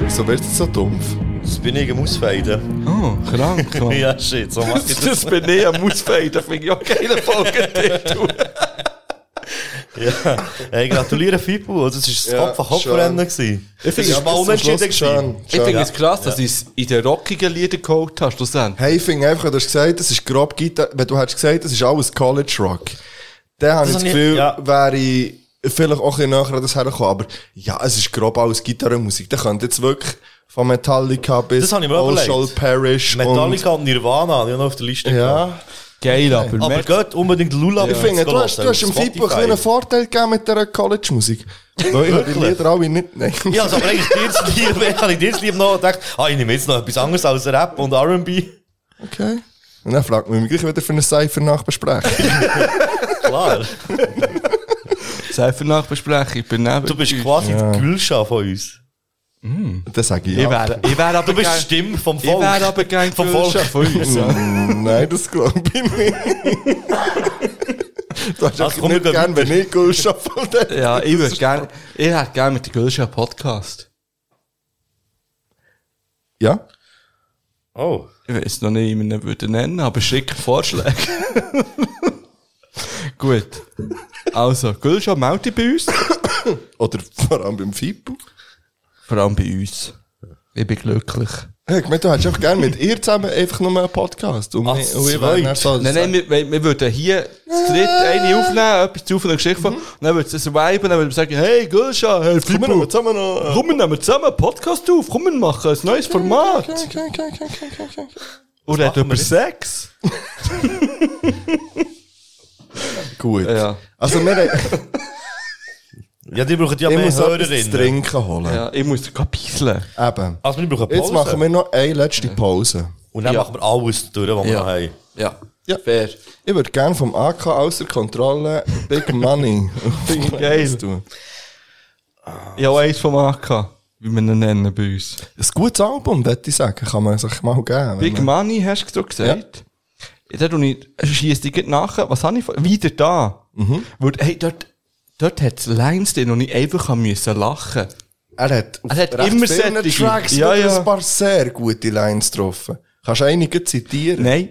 Speaker 3: Wieso wird es so dumpf?
Speaker 4: Das bin ich am Ausfeiden.
Speaker 2: Oh, krank. Mann.
Speaker 4: Ja, shit, so macht ich das.
Speaker 2: Das bin ich am Ausfeiden, finde ich auch geiler Folgetitel.
Speaker 4: ja. Hey, gratuliere Fibu, das war
Speaker 3: Ja,
Speaker 4: das Kopf-an-Kopf-Rennen. gewesen.
Speaker 3: Ich finde
Speaker 4: ist
Speaker 3: es
Speaker 4: aber
Speaker 3: bis zum
Speaker 4: unentschieden
Speaker 3: Schluss
Speaker 4: gewesen.
Speaker 3: schön.
Speaker 2: Ich
Speaker 3: schön.
Speaker 2: finde es krass, dass du es in den rockigen Liedern geholt hast, schlussendlich.
Speaker 3: Hey, ich finde einfach, du hast gesagt, das ist grob Gitarre. Wenn du hättest gesagt, das ist alles College Rock, dann habe ich
Speaker 4: Das
Speaker 3: das
Speaker 4: hab ich-
Speaker 3: Gefühl,
Speaker 4: ja.
Speaker 3: wäre ich vielleicht auch ein bisschen näher an das hergekommen. Aber ja, es ist grob alles Gitarrenmusik. Da könnte jetzt wirklich von Metallica bis
Speaker 4: Das hab ich mir auch
Speaker 3: All
Speaker 4: überlegt.
Speaker 3: Shall Perish
Speaker 4: Metallica und Nirvana, die haben noch auf der Liste
Speaker 3: und...
Speaker 4: gehabt.
Speaker 3: Ja.
Speaker 2: Geil, aber,
Speaker 4: Aber
Speaker 2: merk-
Speaker 4: geht unbedingt Lullaby.
Speaker 3: Ich finde, du hast, du hast im Fippo ein einen Vorteil gegeben mit dieser College-Musik. Weil ich die
Speaker 4: Wirklich?
Speaker 3: Lieder alle nicht... Nein.
Speaker 4: Ja, also, aber eigentlich dir zu lieb, ich habe dir zu lieb noch gedacht, ah, ich nehme jetzt noch etwas anderes als Rap und R&B.
Speaker 3: Okay. Und dann fragt man mich gleich wieder für eine Cypher nachbesprechen.
Speaker 4: Klar.
Speaker 2: Seifer-Nachbesprechung, ich bin neben.
Speaker 4: Du bist quasi die Gülscha von uns.
Speaker 3: das sage ich
Speaker 2: Ich
Speaker 3: ja.
Speaker 2: wäre ich wär aber
Speaker 4: Du bist die
Speaker 2: gern-
Speaker 4: Stimme vom
Speaker 2: Ich
Speaker 4: Volk.
Speaker 2: wäre aber gern
Speaker 4: Vom
Speaker 2: Gülscha
Speaker 4: Volk.
Speaker 2: von uns.
Speaker 3: Mm, Nein, das glaube ich nicht. Du hast
Speaker 4: Also, komm,
Speaker 3: also, nicht
Speaker 4: wir gehen
Speaker 3: gern, wenn ich Gulschaft von dir.
Speaker 2: Ja, ich würde gerne, ich hätte gerne mit der Gülscha einen Podcast.
Speaker 3: Ja?
Speaker 4: Oh.
Speaker 2: Ich weiß noch nicht, wie man ihn würde nennen, aber schicke Vorschläge. Gut. Also, Gülscha, melde dich bei uns.
Speaker 3: Oder vor allem beim Fippo.
Speaker 2: Vor allem bei uns. Ich bin glücklich.
Speaker 3: Hey, ich meine, du hättest auch gern mit ihr zusammen einfach nur einen Podcast. Und
Speaker 4: Ach,
Speaker 3: ich- und ich wär
Speaker 4: zweit.
Speaker 3: dann so-
Speaker 2: Nein, nein, wir, wir, wir würden hier zu dritt eine aufnehmen, etwas zu von der Geschichte von, und dann würden sie es viben, dann würden wir sagen, hey Gülscha, hey
Speaker 3: Komm, wir nehmen
Speaker 2: Fibu,
Speaker 3: zusammen noch... äh.
Speaker 2: komm, wir nehmen zusammen einen Podcast auf, komm, wir machen ein neues Format.
Speaker 3: Okay, okay, okay, okay, okay, okay.
Speaker 2: Und reden über Sex.
Speaker 3: Gut.
Speaker 2: Ja.
Speaker 3: Also, wir, ich
Speaker 4: Ja, die brauchen ja mehr
Speaker 3: muss etwas zu
Speaker 4: Hörerinnen.
Speaker 3: trinken holen.
Speaker 2: Ja, Oh, ich muss gerade pieseln.
Speaker 3: Eben.
Speaker 4: Also, wir brauchen Pause.
Speaker 3: Jetzt machen wir noch eine letzte Pause.
Speaker 4: Und dann
Speaker 2: Ja.
Speaker 4: machen wir alles durch, was wir
Speaker 2: Ja.
Speaker 4: noch haben.
Speaker 2: Ja.
Speaker 3: Ja. Fair. Ich würde gerne vom AK außer Kontrolle Big Money
Speaker 2: Finde ich geil.
Speaker 3: tun.
Speaker 2: Ich habe auch eins vom AK, wie wir ihn nennen bei uns.
Speaker 3: Ein gutes Album, würde ich sagen, kann man sich mal geben. wenn
Speaker 2: Big
Speaker 3: man-
Speaker 2: Money hast du gesagt. Ja. Dann schießt dich gleich nachher. Was habe ich vor- Wieder da.
Speaker 3: Mhm.
Speaker 2: Weil, hey, dort, dort hat es Lines drin und ich einfach haben müssen lachen.
Speaker 3: Er hat, auf
Speaker 2: Er hat
Speaker 3: recht
Speaker 2: immer
Speaker 3: vielen
Speaker 2: solche.
Speaker 3: Tracks
Speaker 2: Ja,
Speaker 3: wieder
Speaker 2: ja.
Speaker 3: ein paar sehr gute Lines getroffen. Kannst du einige zitieren?
Speaker 2: Nein.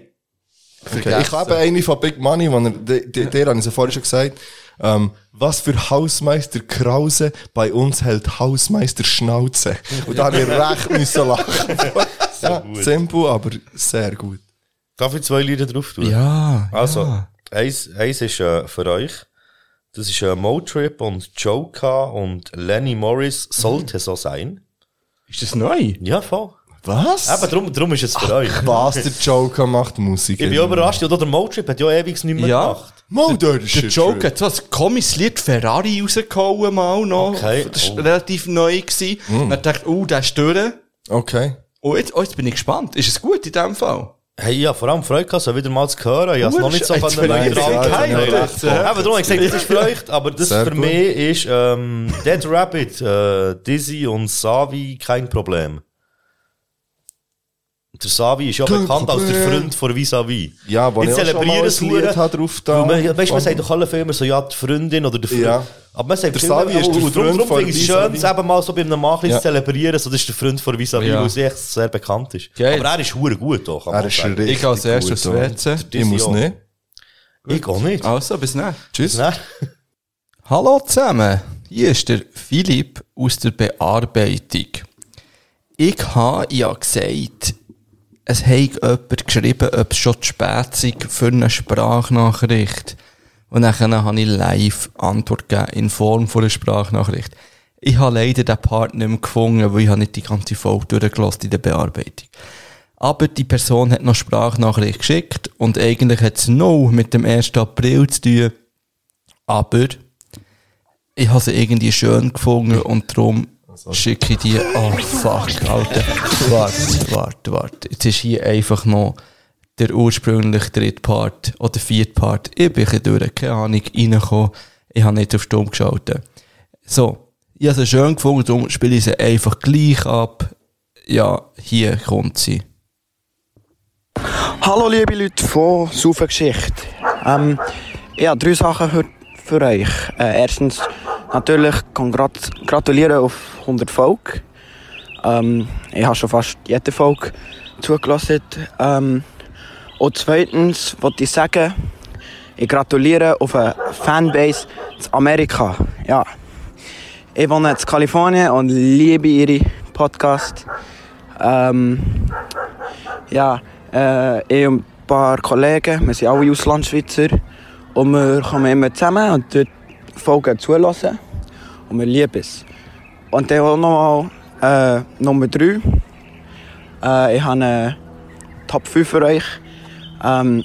Speaker 3: okay. Ich habe eine von Big Money, wo er, die, die, der habe ich ja vorhin schon gesagt. Ähm, was für Hausmeister Krause, bei uns hält Hausmeister Schnauze. Und da habe ich recht müssen lachen. ja,
Speaker 4: gut.
Speaker 3: simpel, aber sehr gut.
Speaker 4: Darf ich zwei Lieder drauf tun?
Speaker 2: Ja.
Speaker 4: Also,
Speaker 2: Ja.
Speaker 4: eins, eins ist äh, für euch. Das ist äh, Motrip und Joker und Lenny Morris
Speaker 3: Mhm.
Speaker 4: sollte so sein.
Speaker 2: Ist das neu?
Speaker 4: Ja, voll.
Speaker 3: Was?
Speaker 4: Eben, drum, drum ist es für euch.
Speaker 3: Was der Joker macht Musik.
Speaker 4: Ich bin überrascht, ja, der Motrip hat ja ewig nicht mehr
Speaker 2: Ja.
Speaker 4: gemacht.
Speaker 3: Mal der,
Speaker 2: Der Joker hat so ein komisches Lied Ferrari rausgehauen mal noch.
Speaker 4: Okay.
Speaker 2: Das war
Speaker 4: Oh.
Speaker 2: relativ neu. Gewesen. Und dann dachte ich, oh, der ist durch.
Speaker 3: Okay.
Speaker 2: Und jetzt, oh, jetzt bin ich gespannt. Ist es gut in dem Fall?
Speaker 4: Hey, ja, vor allem Freude gehabt, so wieder mal zu hören. Ich hab's
Speaker 2: Gut,
Speaker 4: noch nicht so
Speaker 2: jetzt
Speaker 4: von
Speaker 2: bin
Speaker 4: den Leuten
Speaker 2: ich jetzt
Speaker 4: dran.
Speaker 3: geheim,
Speaker 4: Eben,
Speaker 3: oder?
Speaker 4: darum habe ich gesagt, das ist für euch, aber das
Speaker 3: Sehr
Speaker 4: für
Speaker 3: gut.
Speaker 4: mich ist ähm, Dead Rabbit, äh, Dizzy und Savi kein Problem. Der Savi ist ja
Speaker 3: Kein
Speaker 4: bekannt als der
Speaker 3: Problem.
Speaker 4: Freund von Vis-a-Vis.
Speaker 3: Ja, wo
Speaker 4: Ich
Speaker 3: ich auch schon mal
Speaker 4: zelebriere es
Speaker 3: ein Lied
Speaker 4: verdammt.
Speaker 3: habe drauf da.
Speaker 4: Weil man- ja, Weißt du, man
Speaker 3: Und-
Speaker 4: sagt doch alle Filme so, ja, die Freundin oder der Freund.
Speaker 3: Ja.
Speaker 4: Aber man sagt,
Speaker 3: Der
Speaker 4: viel mehr-
Speaker 3: Savi ist
Speaker 4: und
Speaker 3: der
Speaker 4: darum-
Speaker 3: Freund
Speaker 4: darum
Speaker 3: von
Speaker 4: finde ich es
Speaker 3: Vis-a-Vis.
Speaker 4: schön, es eben mal so bei einem Machlis
Speaker 3: Ja.
Speaker 4: zu zelebrieren, so, das ist der Freund von Vis-a-Vis,
Speaker 2: Ja.
Speaker 4: weil sie echt sehr bekannt ist.
Speaker 2: Geil.
Speaker 4: Aber er ist hure gut, doch.
Speaker 3: Er ist richtig
Speaker 2: Ich gehe als erstes aufs
Speaker 3: gut, oder?
Speaker 2: WC.
Speaker 3: Ich muss
Speaker 4: Jahr.
Speaker 3: nicht.
Speaker 4: Ich auch nicht.
Speaker 2: Also, bis dann.
Speaker 3: Tschüss.
Speaker 4: Nein.
Speaker 2: Hallo zusammen, hier ist der Philipp aus der Bearbeitung. Ich habe ja gesagt, es hat jemand geschrieben, ob es schon zu spät sei für eine Sprachnachricht. Und dann habe ich live Antwort gegeben in Form von einer Sprachnachricht. Ich habe leider den Part nicht mehr gefunden, weil ich habe nicht die ganze Folge durchgelassen in der Bearbeitung. Aber die Person hat noch Sprachnachricht geschickt und eigentlich hat es null mit dem 1. April zu tun. Aber ich habe sie irgendwie schön gefunden und darum schicke ich die. Oh fuck, Alter. Warte, warte, warte. Jetzt ist hier einfach noch der ursprüngliche dritte Part oder vierte Part. Ich bin hier durch, keine Ahnung, reingekommen. Ich habe nicht auf Stumm geschaltet. So, ich habe sie schön gefunden, darum spiele ich sie einfach gleich ab. Ja, hier kommt sie.
Speaker 11: Hallo liebe Leute von Saufengeschichte. Ähm, ich habe drei Sachen heute für euch. Äh, erstens natürlich kongrat gratulieren auf 100 Folge. Ähm, ich habe schon fast jede Folge zugelassen. Ähm, und zweitens wollte ich sagen, ich gratuliere auf eine Fanbase zu Amerika. Ja. Ich wohne in Kalifornien und liebe ihre Podcast. Ähm, ja, äh, ich und ein paar Kollegen, wir sind alle Auslandschweizer und wir kommen immer zusammen und dort Folgen zulassen und wir lieben es. Und dann auch nochmal äh, Nummer 3. Äh, ich habe eine Top 5 für euch. Ähm,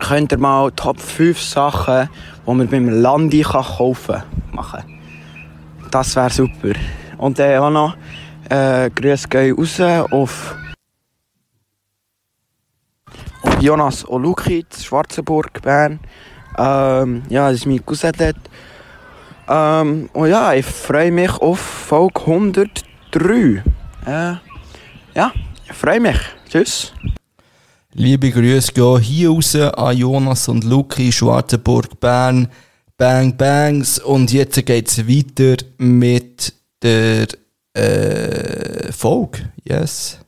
Speaker 11: könnt ihr mal Top 5 Sachen, die man beim Landi kann kaufen kann, machen. Das wäre super. Und dann auch noch äh, Grüße gehen raus auf, auf Jonas Oluki, zu Schwarzenburg, Bern. Ähm, ja, das ist mein Cousin dort. Ähm, und ja, ich freue mich auf Folge 103. Äh, ja, ich freue mich. Tschüss.
Speaker 8: Liebe Grüße gehen hier raus an Jonas und Luki, Schwarzenburg, Bern, Bang Bangs. Und jetzt geht's weiter mit der äh, Folge. Yes.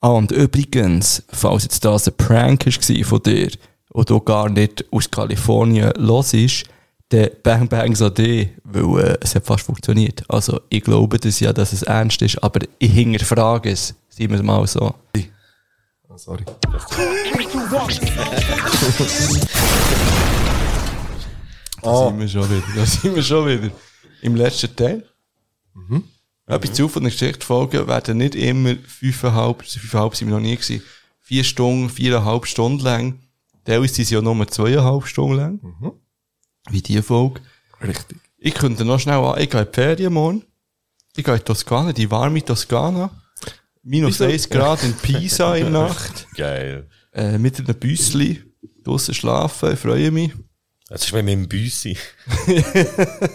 Speaker 8: Ah, und übrigens, falls jetzt das ein Prank war von dir und du gar nicht aus Kalifornien los ist, dann Bang Bangs an dich, weil äh, es hat fast funktioniert. Also ich glaube das ja, dass es ernst ist, aber ich hinterfrage es, sagen wir mal so.
Speaker 3: Sorry.
Speaker 2: Da sind wir schon wieder. Da sind wir schon wieder. Im letzten Teil. Mhm. Ja, bei Zufall und Geschichtsfolgen werden nicht immer fünfeinhalb, fünfeinhalb sind wir noch nie gewesen, vier Stunden, viereinhalb Stunden lang. Teilweise sind sie ja nur zweieinhalb Stunden lang. Wie die Folge.
Speaker 3: Richtig.
Speaker 2: Ich könnte noch schnell an, ich gehe in die Ferien morgen. Ich gehe in die Toskana, die warme Toskana. Minus 1 Grad in Pisa in der Nacht.
Speaker 4: Geil.
Speaker 2: Äh, mit einem Büsli. Draussen schlafen, ich freue mich.
Speaker 4: Das ist mit meinem Büssi.
Speaker 2: Das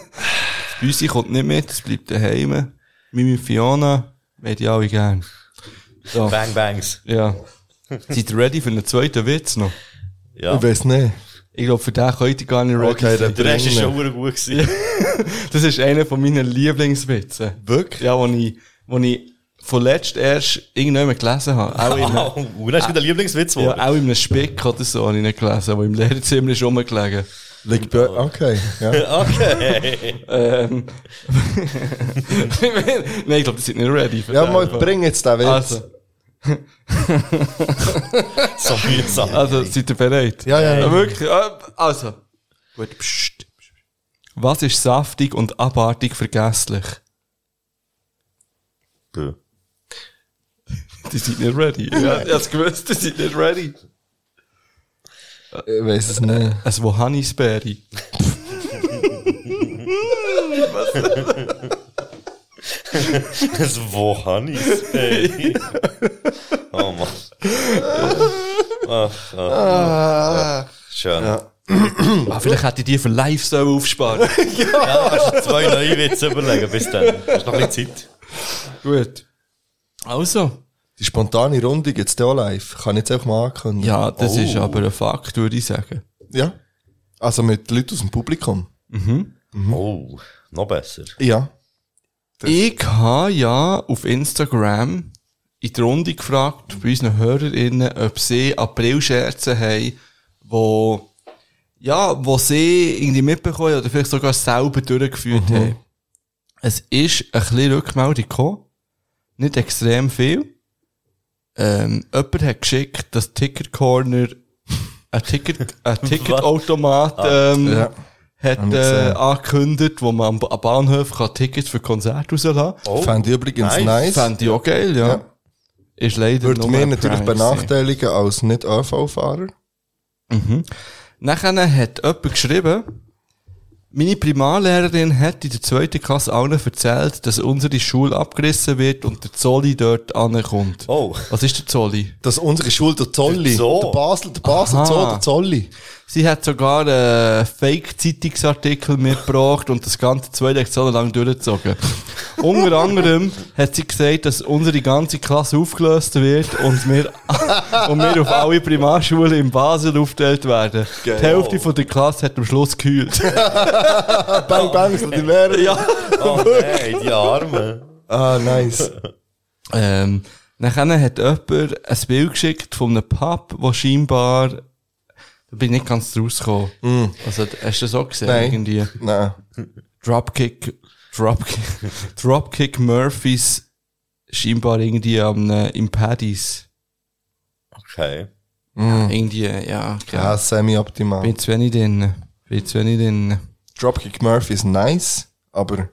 Speaker 2: Büsli kommt nicht mit, es bleibt daheim. Mimi und Fiona, wir die alle gern. So,
Speaker 4: Bang Bangs.
Speaker 2: ja. Seid ihr ready für einen zweiten Witz noch?
Speaker 4: Ja.
Speaker 3: Ich weiß nicht.
Speaker 2: Ich glaube, für den könnt ihr gar nicht ready
Speaker 3: Okay,
Speaker 2: sein.
Speaker 3: dann
Speaker 4: Der Rest ist
Speaker 3: drinnen.
Speaker 4: schon verdammt gut gewesen.
Speaker 2: Das ist einer von meinen Lieblingswitzen.
Speaker 3: Wirklich?
Speaker 2: Ja, den ich, wo ich vorletzt erst irgendjemand gelesen habe. Auch in,
Speaker 4: Oh, und das ist wieder ein Lieblingswitz geworden.
Speaker 2: ja, auch in einem Spick oder so habe ich ihn gelesen, der im Lehrerzimmer ist rumgelegen.
Speaker 3: Liegt bei, okay, ja.
Speaker 2: Ähm. Nein, ich glaube, die sind nicht ready für
Speaker 3: Ja,
Speaker 2: den.
Speaker 3: mal, bring jetzt den Witz.
Speaker 2: Also,
Speaker 4: So mühsam.
Speaker 2: also, seid ihr bereit?
Speaker 3: Ja, ja, ja.
Speaker 2: wirklich? äh, Also. Gut, pst, pst. Was ist saftig und abartig vergesslich?
Speaker 4: Bö.
Speaker 2: Die sind nicht ready. Ja, ich hab's gewusst, die sind nicht ready.
Speaker 3: Ich weiß es nicht.
Speaker 2: Ein Johannisbeere.
Speaker 4: Das Wohannis, ey. Oh Mann.
Speaker 2: Ah.
Speaker 4: Ach, ach, Schön. Ja.
Speaker 2: Ah, vielleicht hätte ich die für live so aufsparen.
Speaker 4: Zwei neue Witze überlegen bis dann. Hast noch ein bisschen Zeit.
Speaker 2: Gut. Also.
Speaker 3: Die spontane Runde gibt es auch live. Kann ich jetzt einfach mal ankündigen.
Speaker 2: Ja, das
Speaker 3: Oh.
Speaker 2: ist aber ein Fakt, würde ich sagen.
Speaker 3: Ja. Also mit Leuten aus dem Publikum.
Speaker 4: Oh, noch besser.
Speaker 3: Ja.
Speaker 2: Ich habe ja auf Instagram in der Runde gefragt, bei unseren HörerInnen, ob sie April-Scherze haben, wo, ja, wo sie irgendwie mitbekommen oder vielleicht sogar selber durchgeführt haben. Es ist ein bisschen Rückmeldung gekommen. Nicht extrem viel. Ähm, jemand hat geschickt, dass Ticket Corner ein Ticket, ein Ticketautomat,
Speaker 8: Ah,
Speaker 2: ähm,
Speaker 3: Ja. Hab
Speaker 2: hat
Speaker 3: ich
Speaker 2: äh,
Speaker 3: gesehen.
Speaker 2: angekündigt, wo man am Ba- am Bahnhof kann Tickets für Konzerte rauslassen kann.
Speaker 4: Oh,
Speaker 3: Fände ich übrigens
Speaker 4: nice.
Speaker 3: nice.
Speaker 2: Fände ich auch geil, ja.
Speaker 3: Ja.
Speaker 2: Ist leider
Speaker 3: Würde
Speaker 2: nur
Speaker 3: mir
Speaker 2: ein
Speaker 3: natürlich
Speaker 2: Prank sein.
Speaker 3: benachteiligen als nicht ÖV-Fahrer.
Speaker 2: Nachher hat jemand geschrieben, meine Primarlehrerin hat in der zweiten Klasse allen erzählt, dass unsere Schule abgerissen wird und der Zolli dort ankommt.
Speaker 4: Oh.
Speaker 2: Was ist der Zolli?
Speaker 3: Dass unsere Schule der Zolli,
Speaker 4: Der Zoo.
Speaker 3: der Basel, der Basel
Speaker 2: Aha.
Speaker 3: Zoo, der Zolli.
Speaker 2: Sie hat sogar einen Fake-Zeitungsartikel mitgebracht und das Ganze zwei Lektionen lang durchgezogen. Unter anderem hat sie gesagt, dass unsere ganze Klasse aufgelöst wird und wir, und wir auf alle Primarschulen in Basel aufgeteilt werden.
Speaker 3: Geil.
Speaker 2: Die Hälfte von der Klasse hat am Schluss gehüllt.
Speaker 3: bang, bang, so die Lehrer.
Speaker 2: Ja.
Speaker 4: Oh nein, die Arme.
Speaker 3: Ah, nice.
Speaker 2: Ähm, nachher hat jemand ein Bild geschickt von einem Pub, wo scheinbar, da bin ich nicht ganz draus gekommen. Also, hast du das auch gesehen?
Speaker 3: Nein.
Speaker 2: Irgendwie.
Speaker 3: Nein.
Speaker 2: Dropkick, Dropkick, Dropkick Murphys, scheinbar irgendwie am, äh, im Paddies.
Speaker 4: Okay.
Speaker 2: Irgendwie, ja, klar.
Speaker 3: Ja, semi-optimal.
Speaker 2: Bin zu wenig drin. Bin zu wenig drin.
Speaker 3: Dropkick Murphy ist nice, aber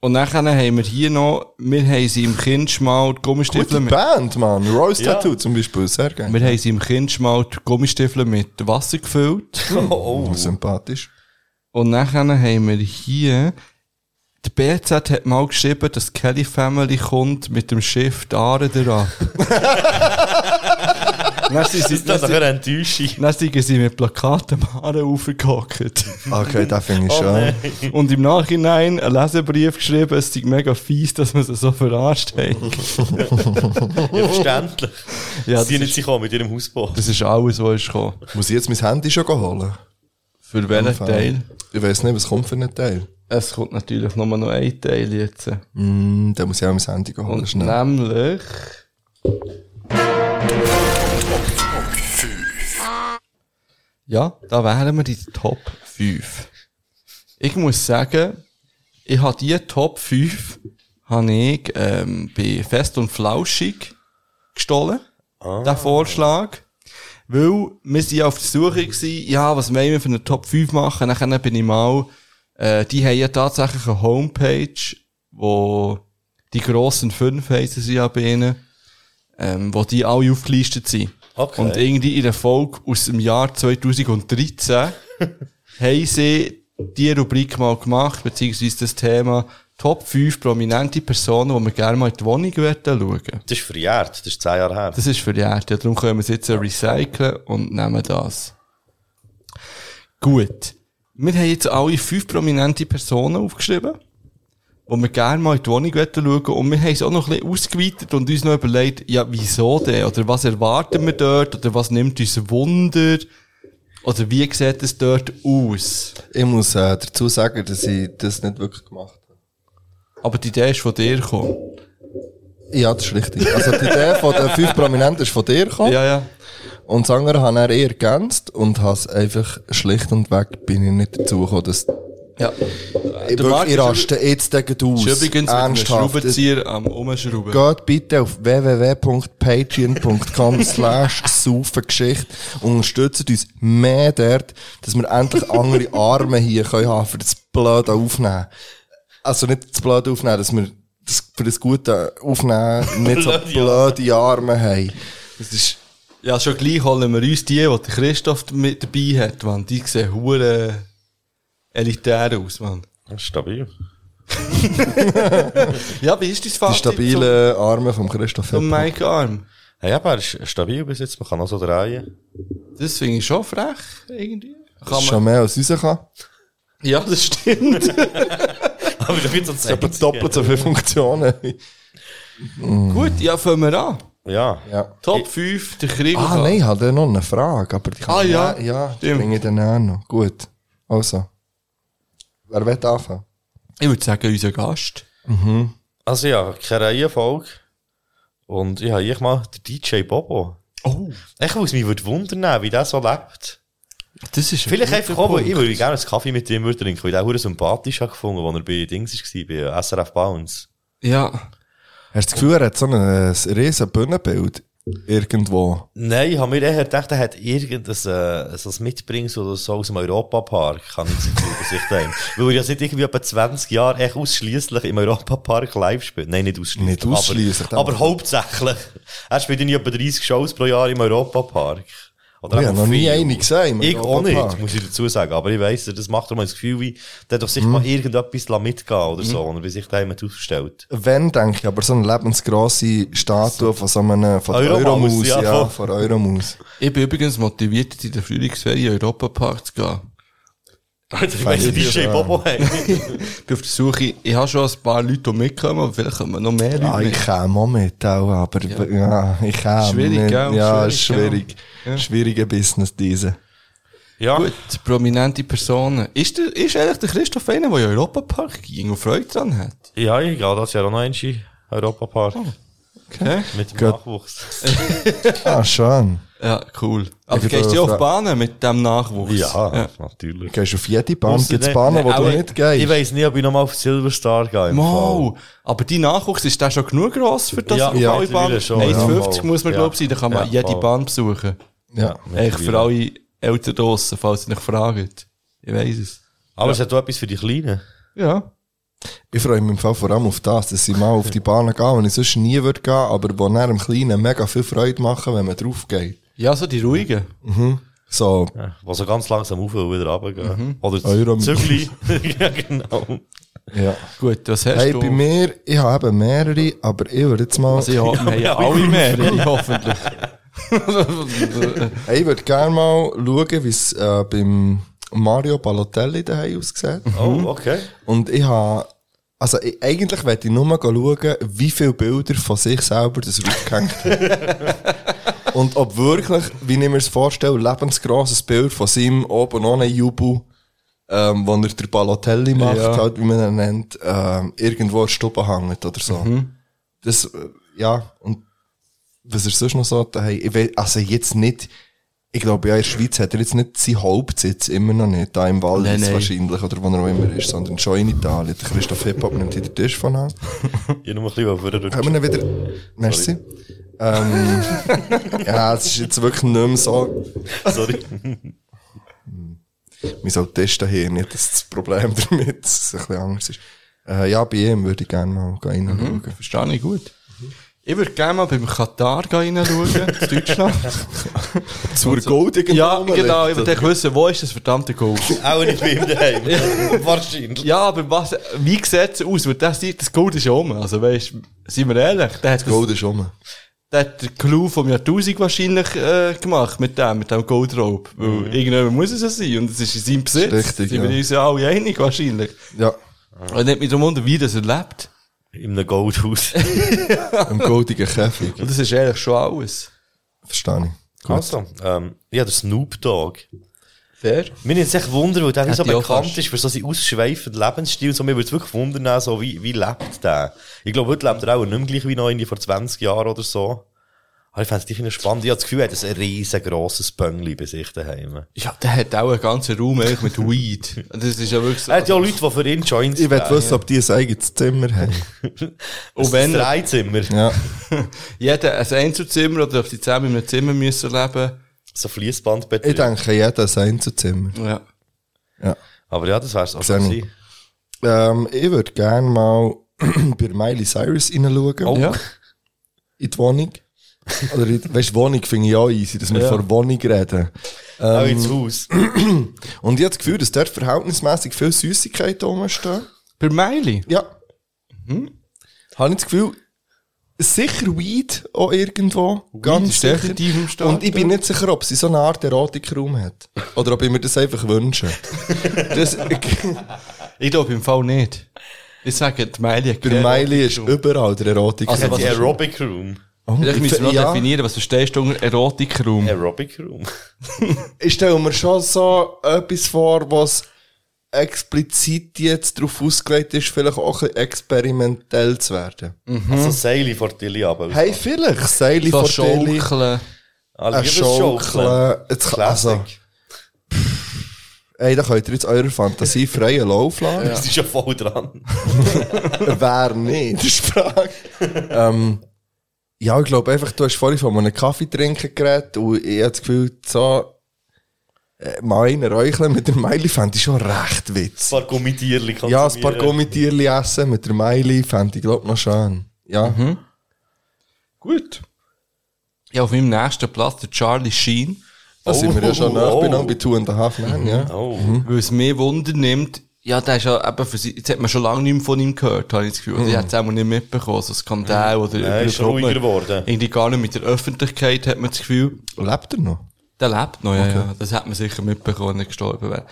Speaker 2: Und nachher haben wir hier noch, wir haben sie im Kindschmal die
Speaker 3: gute
Speaker 2: Gummistiefel mit.
Speaker 3: Band, man. Rose Tattoo zum Beispiel, sehr geil.
Speaker 2: Wir haben sie im Kindschmal die Gummistiefel mit Wasser gefüllt.
Speaker 3: Oh, sympathisch.
Speaker 2: Und nachher haben wir hier, die BZ hat mal geschrieben, dass die Kelly Family kommt mit dem Schiff die Aare ab. dann sind sie,
Speaker 4: Ist das
Speaker 2: dann,
Speaker 4: doch
Speaker 2: sind-
Speaker 4: eine Enttäuschung?
Speaker 2: dann sind sie mit Plakaten am Aare raufgehockt.
Speaker 3: Okay, das finde
Speaker 2: Oh,
Speaker 3: ich schon.
Speaker 2: Und im Nachhinein einen Leserbrief geschrieben, es sei mega fies, dass man sie so verarscht hat.
Speaker 4: Ja, verständlich.
Speaker 2: Ja, das
Speaker 4: Sie nicht
Speaker 2: ist,
Speaker 4: sich auch mit ihrem Hausboot.
Speaker 2: das ist alles, was ist gekommen.
Speaker 3: Muss ich jetzt mein Handy schon holen?
Speaker 2: Für welchen Teil?
Speaker 3: Ich weiß nicht, was kommt für einen Teil.
Speaker 2: Es kommt natürlich nur noch ein Teil jetzt.
Speaker 3: Hm, dann muss ich auch mein Handy holen,
Speaker 2: Und
Speaker 3: schnell.
Speaker 2: nämlich. Ja, da wären wir in der Top 5. Ich muss sagen, ich habe die Top 5 habe ich, ähm, bei Fest und Flauschig gestohlen. Der Vorschlag. Weil wir sind ja auf der Suche gewesen, ja, was wollen wir für eine Top 5 machen? Nachher bin ich mal, äh, die haben ja tatsächlich eine Homepage, wo die grossen fünf heissen sie ja bei ihnen, ähm, wo die alle aufgelistet sind.
Speaker 4: Okay.
Speaker 2: Und irgendwie in der Folge aus dem Jahr 2013 haben sie die Rubrik mal gemacht, beziehungsweise das Thema Top 5 prominente Personen, die wir gerne mal in die Wohnung schauen würden.
Speaker 4: Das ist verjährt, das ist zehn Jahre her.
Speaker 2: Das ist für die Erde. Darum können wir es jetzt recyceln und nehmen das. Gut. Wir haben jetzt alle fünf prominente Personen aufgeschrieben, die wir gerne mal in die Wohnung schauen wollten. Und wir haben es auch noch ein bisschen ausgeweitet und uns noch dus überlegt, ja, wieso denn? Oder was erwarten wir dort? Oder was nimmt uns Wunder? Oder wie sieht es dort aus?
Speaker 3: Ich muss äh, dazu sagen, dass ich das nicht wirklich gemacht habe.
Speaker 2: Aber die Idee ist von dir gekommen.
Speaker 3: Ja, das ist richtig. Also die Idee von den fünf Prominenten ist von dir gekommen.
Speaker 2: Ja, ja.
Speaker 3: Und das andere habe ich eher ergänzt und habe es einfach schlicht und weg bin ich nicht dazu gekommen, dass
Speaker 2: Ja.
Speaker 3: Ich,
Speaker 2: Der Marc
Speaker 3: wirklich,
Speaker 2: ist
Speaker 3: ich raste jetzt gegen aus.
Speaker 2: Ist übrigens mit einem
Speaker 3: Ernsthaft.
Speaker 2: Schraubenzieher am Umschrauben.
Speaker 3: Geht bitte auf www.patreon.com slash saufengeschichte und unterstützt uns mehr dort, dass wir endlich andere Arme hier können haben für das blöde Aufnehmen. Also nicht das blöde Aufnehmen, dass wir das, für das gute Aufnehmen nicht so blöde Arme haben. Das ist,
Speaker 2: Ja, schon gleich holen wir uns die, die der Christoph mit dabei hat, man. Die sehen hure elitär aus, man.
Speaker 4: Das ist stabil.
Speaker 2: Ja, wie ist dein Fazit
Speaker 3: die stabilen Arme vom Christoph.
Speaker 2: zum, zum
Speaker 3: Hepper.
Speaker 2: Mike Arm?
Speaker 4: Hey, aber er ist stabil bis jetzt, man kann auch so drehen.
Speaker 2: Das finde ich schon frech, irgendwie.
Speaker 3: Das
Speaker 2: Kann
Speaker 3: ist
Speaker 2: man,
Speaker 3: schon mehr als raus kann.
Speaker 2: ja, das stimmt.
Speaker 4: Aber ich bin so
Speaker 3: Das hat aber doppelt so viele Funktionen.
Speaker 2: Gut, ja, fangen wir an.
Speaker 4: Ja.
Speaker 3: Ja.
Speaker 2: Top 5, der Krieg.
Speaker 3: Ah, nein, ich hatte noch eine Frage, aber die kann
Speaker 2: Ah,
Speaker 3: ich-
Speaker 2: ja.
Speaker 3: ja, die
Speaker 2: Stimmt.
Speaker 3: bringe ich dann auch noch. Gut. Also. Wer will anfangen?
Speaker 2: Ich würde sagen, unser Gast.
Speaker 4: Also ja, keine Reihenfolge. Und ja, ich mal den DJ Bobo.
Speaker 2: Oh,
Speaker 4: Ich muss mich würd wundern, wie der so lebt.
Speaker 2: das ist
Speaker 4: Vielleicht
Speaker 2: ein
Speaker 4: einfach
Speaker 2: guter
Speaker 4: auch, weil
Speaker 2: Punkt.
Speaker 4: ich würde gerne einen Kaffee mit ihm würd trinken, weil ich den auch sympathisch habe gefunden, als er bei Dings war, bei äh, SRF Bounce.
Speaker 2: Ja.
Speaker 3: Hast du das Gefühl, er hat so ein äh, riesen Bühnenbild irgendwo?
Speaker 4: Nein, ich habe mir eher gedacht, er hat irgendein äh, so ein Mitbringsel oder so aus dem Europapark, kann ich nicht über sich denken. Weil er ja seit irgendwie etwa 20 Jahren echt ausschliesslich im Europapark live spielt. Nein, nicht ausschliesslich.
Speaker 3: Nicht ausschliesslich,
Speaker 4: Aber, aber
Speaker 3: aber-
Speaker 4: hauptsächlich. Er spielt irgendwie etwa 30 Shows pro Jahr im Europapark. Oder
Speaker 3: Ich
Speaker 4: eben
Speaker 3: hab noch nie
Speaker 4: viel.
Speaker 3: eine gesehen im
Speaker 4: Ich auch
Speaker 3: Europa
Speaker 4: nicht,
Speaker 3: Park.
Speaker 4: muss ich dazu sagen. Aber ich weiss, das macht immer das Gefühl, wie, der hat doch
Speaker 3: Mhm.
Speaker 4: sicher mal irgendetwas lassen mitgehen oder so, und er sich da jemand aufgestellt.
Speaker 3: Wenn, denke ich, aber so eine lebensgrosse Statue von so einem, von der
Speaker 4: Euromaus,
Speaker 3: Euromaus,
Speaker 4: ja.
Speaker 3: ja, von der Euromaus.
Speaker 8: Ich bin übrigens motiviert, jetzt in der Frühlingsferie in den Europapark zu gehen.
Speaker 4: Alter, ich weiss, wie schön Bobo hat.
Speaker 8: Ich bin auf der Suche, ich habe schon ein paar Leute, die mitkommen, aber vielleicht kommen noch mehr Leute
Speaker 3: Ja, Ah, ich
Speaker 8: mit.
Speaker 3: käme auch mit, auch, aber, ja, ich käme
Speaker 8: Schwierig,
Speaker 3: mit.
Speaker 8: gell?
Speaker 3: Ja,
Speaker 8: Schwierig,
Speaker 3: ist schwierig.
Speaker 8: gell? Ja.
Speaker 3: Schwieriger Business, diese.
Speaker 4: Ja.
Speaker 8: Gut, prominente Personen. Ist, der, ist eigentlich der Christoph einer, der in den Europapark ging und Freude dran hat?
Speaker 4: Ja, ich gehe das Jahr auch noch einmal in den Europapark.
Speaker 3: Oh.
Speaker 8: Okay.
Speaker 4: Mit dem Nachwuchs.
Speaker 3: Ah, schön.
Speaker 8: Ja, cool. Aber
Speaker 3: Ich
Speaker 8: gehst
Speaker 3: bin
Speaker 8: du auch
Speaker 3: fra-
Speaker 8: auf Bahnen mit dem Nachwuchs?
Speaker 4: natürlich.
Speaker 3: Du gehst auf jede Bahn,
Speaker 4: Ausser
Speaker 3: gibt's
Speaker 4: nicht-
Speaker 3: Bahnen, wo
Speaker 4: Nein,
Speaker 3: du
Speaker 4: aber
Speaker 3: nicht gehst.
Speaker 4: Ich weiss nicht, ob ich nochmal auf Silverstar gehe. im
Speaker 8: Mal. Aber dein Nachwuchs ist der schon genug gross für das
Speaker 4: Ja,
Speaker 8: auf
Speaker 4: ja,
Speaker 8: alle Bahnen?
Speaker 4: mittlerweile schon, ja,
Speaker 8: 1,50
Speaker 4: voll.
Speaker 8: muss man,
Speaker 4: Ja.
Speaker 8: glaube ich, sein, da kann man
Speaker 4: Ja,
Speaker 8: jede
Speaker 4: voll.
Speaker 8: Bahn besuchen.
Speaker 3: ja.
Speaker 4: Fall.
Speaker 8: Eigentlich für alle Eltern draussen, falls ihr euch fragt. Ich weiss es.
Speaker 4: Aber es hat auch etwas für die Kleinen.
Speaker 8: Ja.
Speaker 3: Ich freue mich im Fall vor allem auf das, dass ich mal auf die Bahnen gehe, wenn ich sonst nie würde gehen, aber wo nach dem Kleinen mega viel Freude machen, wenn man drauf geht.
Speaker 8: Ja, so die ruhigen.
Speaker 3: So,
Speaker 4: Ja, die so ganz langsam auf und wieder runtergehen.
Speaker 3: Mhm.
Speaker 4: Oder
Speaker 3: Euro-
Speaker 4: das Zügli. ja, genau.
Speaker 3: ja.
Speaker 8: Gut, was hast
Speaker 3: Hey,
Speaker 8: du?
Speaker 3: bei mir, ich habe eben mehrere, aber ich würde jetzt mal,
Speaker 8: Also, ja, wir haben ja alle mehr, hoffentlich.
Speaker 3: hey, ich würde gerne mal schauen, wie es äh, beim Mario Balotelli daheim aussieht.
Speaker 4: Oh, okay.
Speaker 3: Und ich habe, also ich, eigentlich wollte ich nur mal schauen, wie viele Bilder von sich selber das aufgehängt hat. Und ob wirklich, wie ich mir es vorstelle, lebensgrosses Bild von seinem oben ohne Jubel, ähm, wo er der Balotelli macht, halt, wie man ihn nennt, ähm, irgendwo an der Stube hängt oder so. Das, äh, ja, und was er sonst noch so daheim, ich weiß, also jetzt nicht, ich glaube, ja, in der Schweiz hat er jetzt nicht seinen Hauptsitz, immer noch nicht, da im Wallis
Speaker 8: Nein, nein.
Speaker 3: wahrscheinlich, oder wo er auch immer ist, sondern schon in Italien. Der Christoph Hip-Hop nimmt hier den Tisch von an.
Speaker 4: Ich nur ein bisschen auf
Speaker 3: Können wir ihn wieder... Merci. Ähm, ja, es ist jetzt wirklich nicht mehr so...
Speaker 4: Sorry.
Speaker 3: Mein Autist daher nicht das das Problem damit, dass es ein bisschen anders ist. Äh, ja, bei ihm würde ich gerne mal
Speaker 8: Mhm.
Speaker 3: reinschauen.
Speaker 8: Verstehe ich gut. Ich würde gerne mal beim Katar gehen reinschauen, in Deutschland.
Speaker 3: Zur goldigen
Speaker 8: ja,
Speaker 3: Nummer.
Speaker 8: genau. Ich würde echt wissen, wo ist das verdammte Gold?
Speaker 4: Auch nicht bei ihm daheim. Wahrscheinlich.
Speaker 8: Ja, aber was, wie sieht es aus? Weil der sieht, das Gold ist um. Also, weißt, sind wir ehrlich, der hat, das,
Speaker 3: Gold ist um.
Speaker 8: der hat den Clou vom Jahrtausend wahrscheinlich äh, gemacht mit dem, mit dem Goldraub. Weil irgendjemand muss es ja sein und es ist in seinem Besitz.
Speaker 3: Mhm. richtig,
Speaker 8: sind wir
Speaker 3: ja.
Speaker 8: uns ja alle einig wahrscheinlich.
Speaker 3: Ja,
Speaker 8: Und nicht mich darum wunder, wie das er lebt.
Speaker 4: In einem Goldhaus.
Speaker 3: im goldigen Käfig.
Speaker 8: Und das ist eigentlich schon alles.
Speaker 3: Verstehe ich.
Speaker 4: also, ähm, ja, der Snoop Dogg.
Speaker 8: Fair?
Speaker 4: Mir nimmt es echt Wunder, weil der
Speaker 8: Hätte
Speaker 4: so
Speaker 8: ich auch
Speaker 4: bekannt
Speaker 8: fast.
Speaker 4: ist für so seinen ausschweifenden Lebensstil. und So, mir würde es wirklich wundern, so, wie, wie lebt der? Ich glaube, heute lebt er auch nicht mehr gleich wie noch irgendwie vor 20 Jahren oder so. Aber ich fände es dich spannend. Ich habe das Gefühl, er hat ein riesengroßes Böngli bei sich daheim.
Speaker 8: Ja, der hat auch einen ganzen Raum eigentlich mit Weed. Das ist ja wirklich so.
Speaker 4: Er hat ja auch Leute, die für ihn Joints
Speaker 3: Ich will wissen, ob die ein eigenes Zimmer haben.
Speaker 4: Und wenn
Speaker 8: wenn-
Speaker 4: drei Zimmer.
Speaker 3: Ja.
Speaker 8: Jeder ein Einzelzimmer oder auf die zusammen in einem Zimmer müssen leben.
Speaker 4: So Fließbandbetrieb.
Speaker 3: Ich denke, jeder ein Einzelzimmer.
Speaker 8: Ja.
Speaker 4: Aber ja, das wär's auch
Speaker 3: Sehe
Speaker 4: schon
Speaker 3: ich.
Speaker 4: gewesen.
Speaker 3: Ähm, ich würde gerne mal bei Miley Cyrus hineinschauen.
Speaker 4: Oh.
Speaker 8: Ja.
Speaker 3: In die Wohnung. Oder, in- weißt du, Wohnung finde ich auch easy, dass wir
Speaker 8: Ja.
Speaker 3: vor Wohnung reden.
Speaker 4: Auch
Speaker 8: Ähm,
Speaker 4: ins Haus.
Speaker 3: Und ich habe das Gefühl, dass dort verhältnismäßig viel Süßigkeiten rumstehen.
Speaker 8: Per Meili?
Speaker 3: Ja. Habe ich das Gefühl, sicher Weed auch irgendwo. ganz
Speaker 8: ist
Speaker 3: sicher.
Speaker 8: definitiv am Start,
Speaker 3: Und ich bin
Speaker 8: ja.
Speaker 3: nicht sicher, ob sie so eine Art Erotikraum hat. Oder ob ich mir das einfach wünsche.
Speaker 2: dus
Speaker 8: Das, ich glaube im Fall nicht. Ich sage, die Meili hat
Speaker 3: Bei
Speaker 8: keine
Speaker 3: Miley ist
Speaker 8: Erotikraum.
Speaker 3: überall der Erotikraum.
Speaker 8: Also,
Speaker 4: Hat die
Speaker 8: was-
Speaker 4: Aerobic Room.
Speaker 3: Oh,
Speaker 8: Vielleicht müssen wir noch
Speaker 3: ja.
Speaker 8: definieren, was verstehst du unter
Speaker 2: Hm.
Speaker 8: Erotikraum?
Speaker 4: Aerobic Room.
Speaker 3: ich stelle mir schon so etwas vor, was explizit jetzt darauf ausgelegt ist, vielleicht auch ein bisschen experimentell zu werden.
Speaker 4: Also Seile vor Tilly aber.
Speaker 3: Hey, vielleicht, Seile
Speaker 8: Mhm. So
Speaker 3: von Deli,
Speaker 8: schaukeln.
Speaker 4: ah,
Speaker 3: ein Schaukeln. Jetzt kann-
Speaker 4: Classic.
Speaker 3: Also, ey, da könnt ihr jetzt eurer Fantasie freien Lauf lassen.
Speaker 4: Das ist ja voll dran.
Speaker 3: Wer nicht, ist die Frage. ähm, ja, ich glaube einfach, du hast vorhin von einem Kaffee trinken geredet und ich habe das Gefühl, so äh, mal einen räucheln mit der Meile fände ich schon recht witzig.
Speaker 4: Ein paar Gummitierli konsumieren.
Speaker 3: Ja, ein paar Gummitierli essen mit der Meili fände ich, glaube noch schön. Ja.
Speaker 8: Gut. Ja, auf meinem nächsten Platz der Charlie Sheen.
Speaker 3: Da sind wir ja schon nach beieinander bei Two and a Half Men, ja.
Speaker 4: Oh,
Speaker 8: Hm.
Speaker 2: Weil es mir Wunder nimmt, ja, der ist ja eben für sie, jetzt hat man schon lange nicht mehr von ihm gehört, habe ich das Gefühl.
Speaker 8: Mhm.
Speaker 2: Oder Ich hat es auch nicht mitbekommen, so Skandal oder
Speaker 4: Nein, ist
Speaker 2: überhaupt
Speaker 4: ruhiger
Speaker 2: nicht.
Speaker 4: geworden.
Speaker 2: Irgendwie gar nicht mit der Öffentlichkeit hat man das Gefühl.
Speaker 3: Lebt er noch?
Speaker 2: Der lebt noch, ja, ja. Das hat man sicher mitbekommen, wenn er gestorben wäre.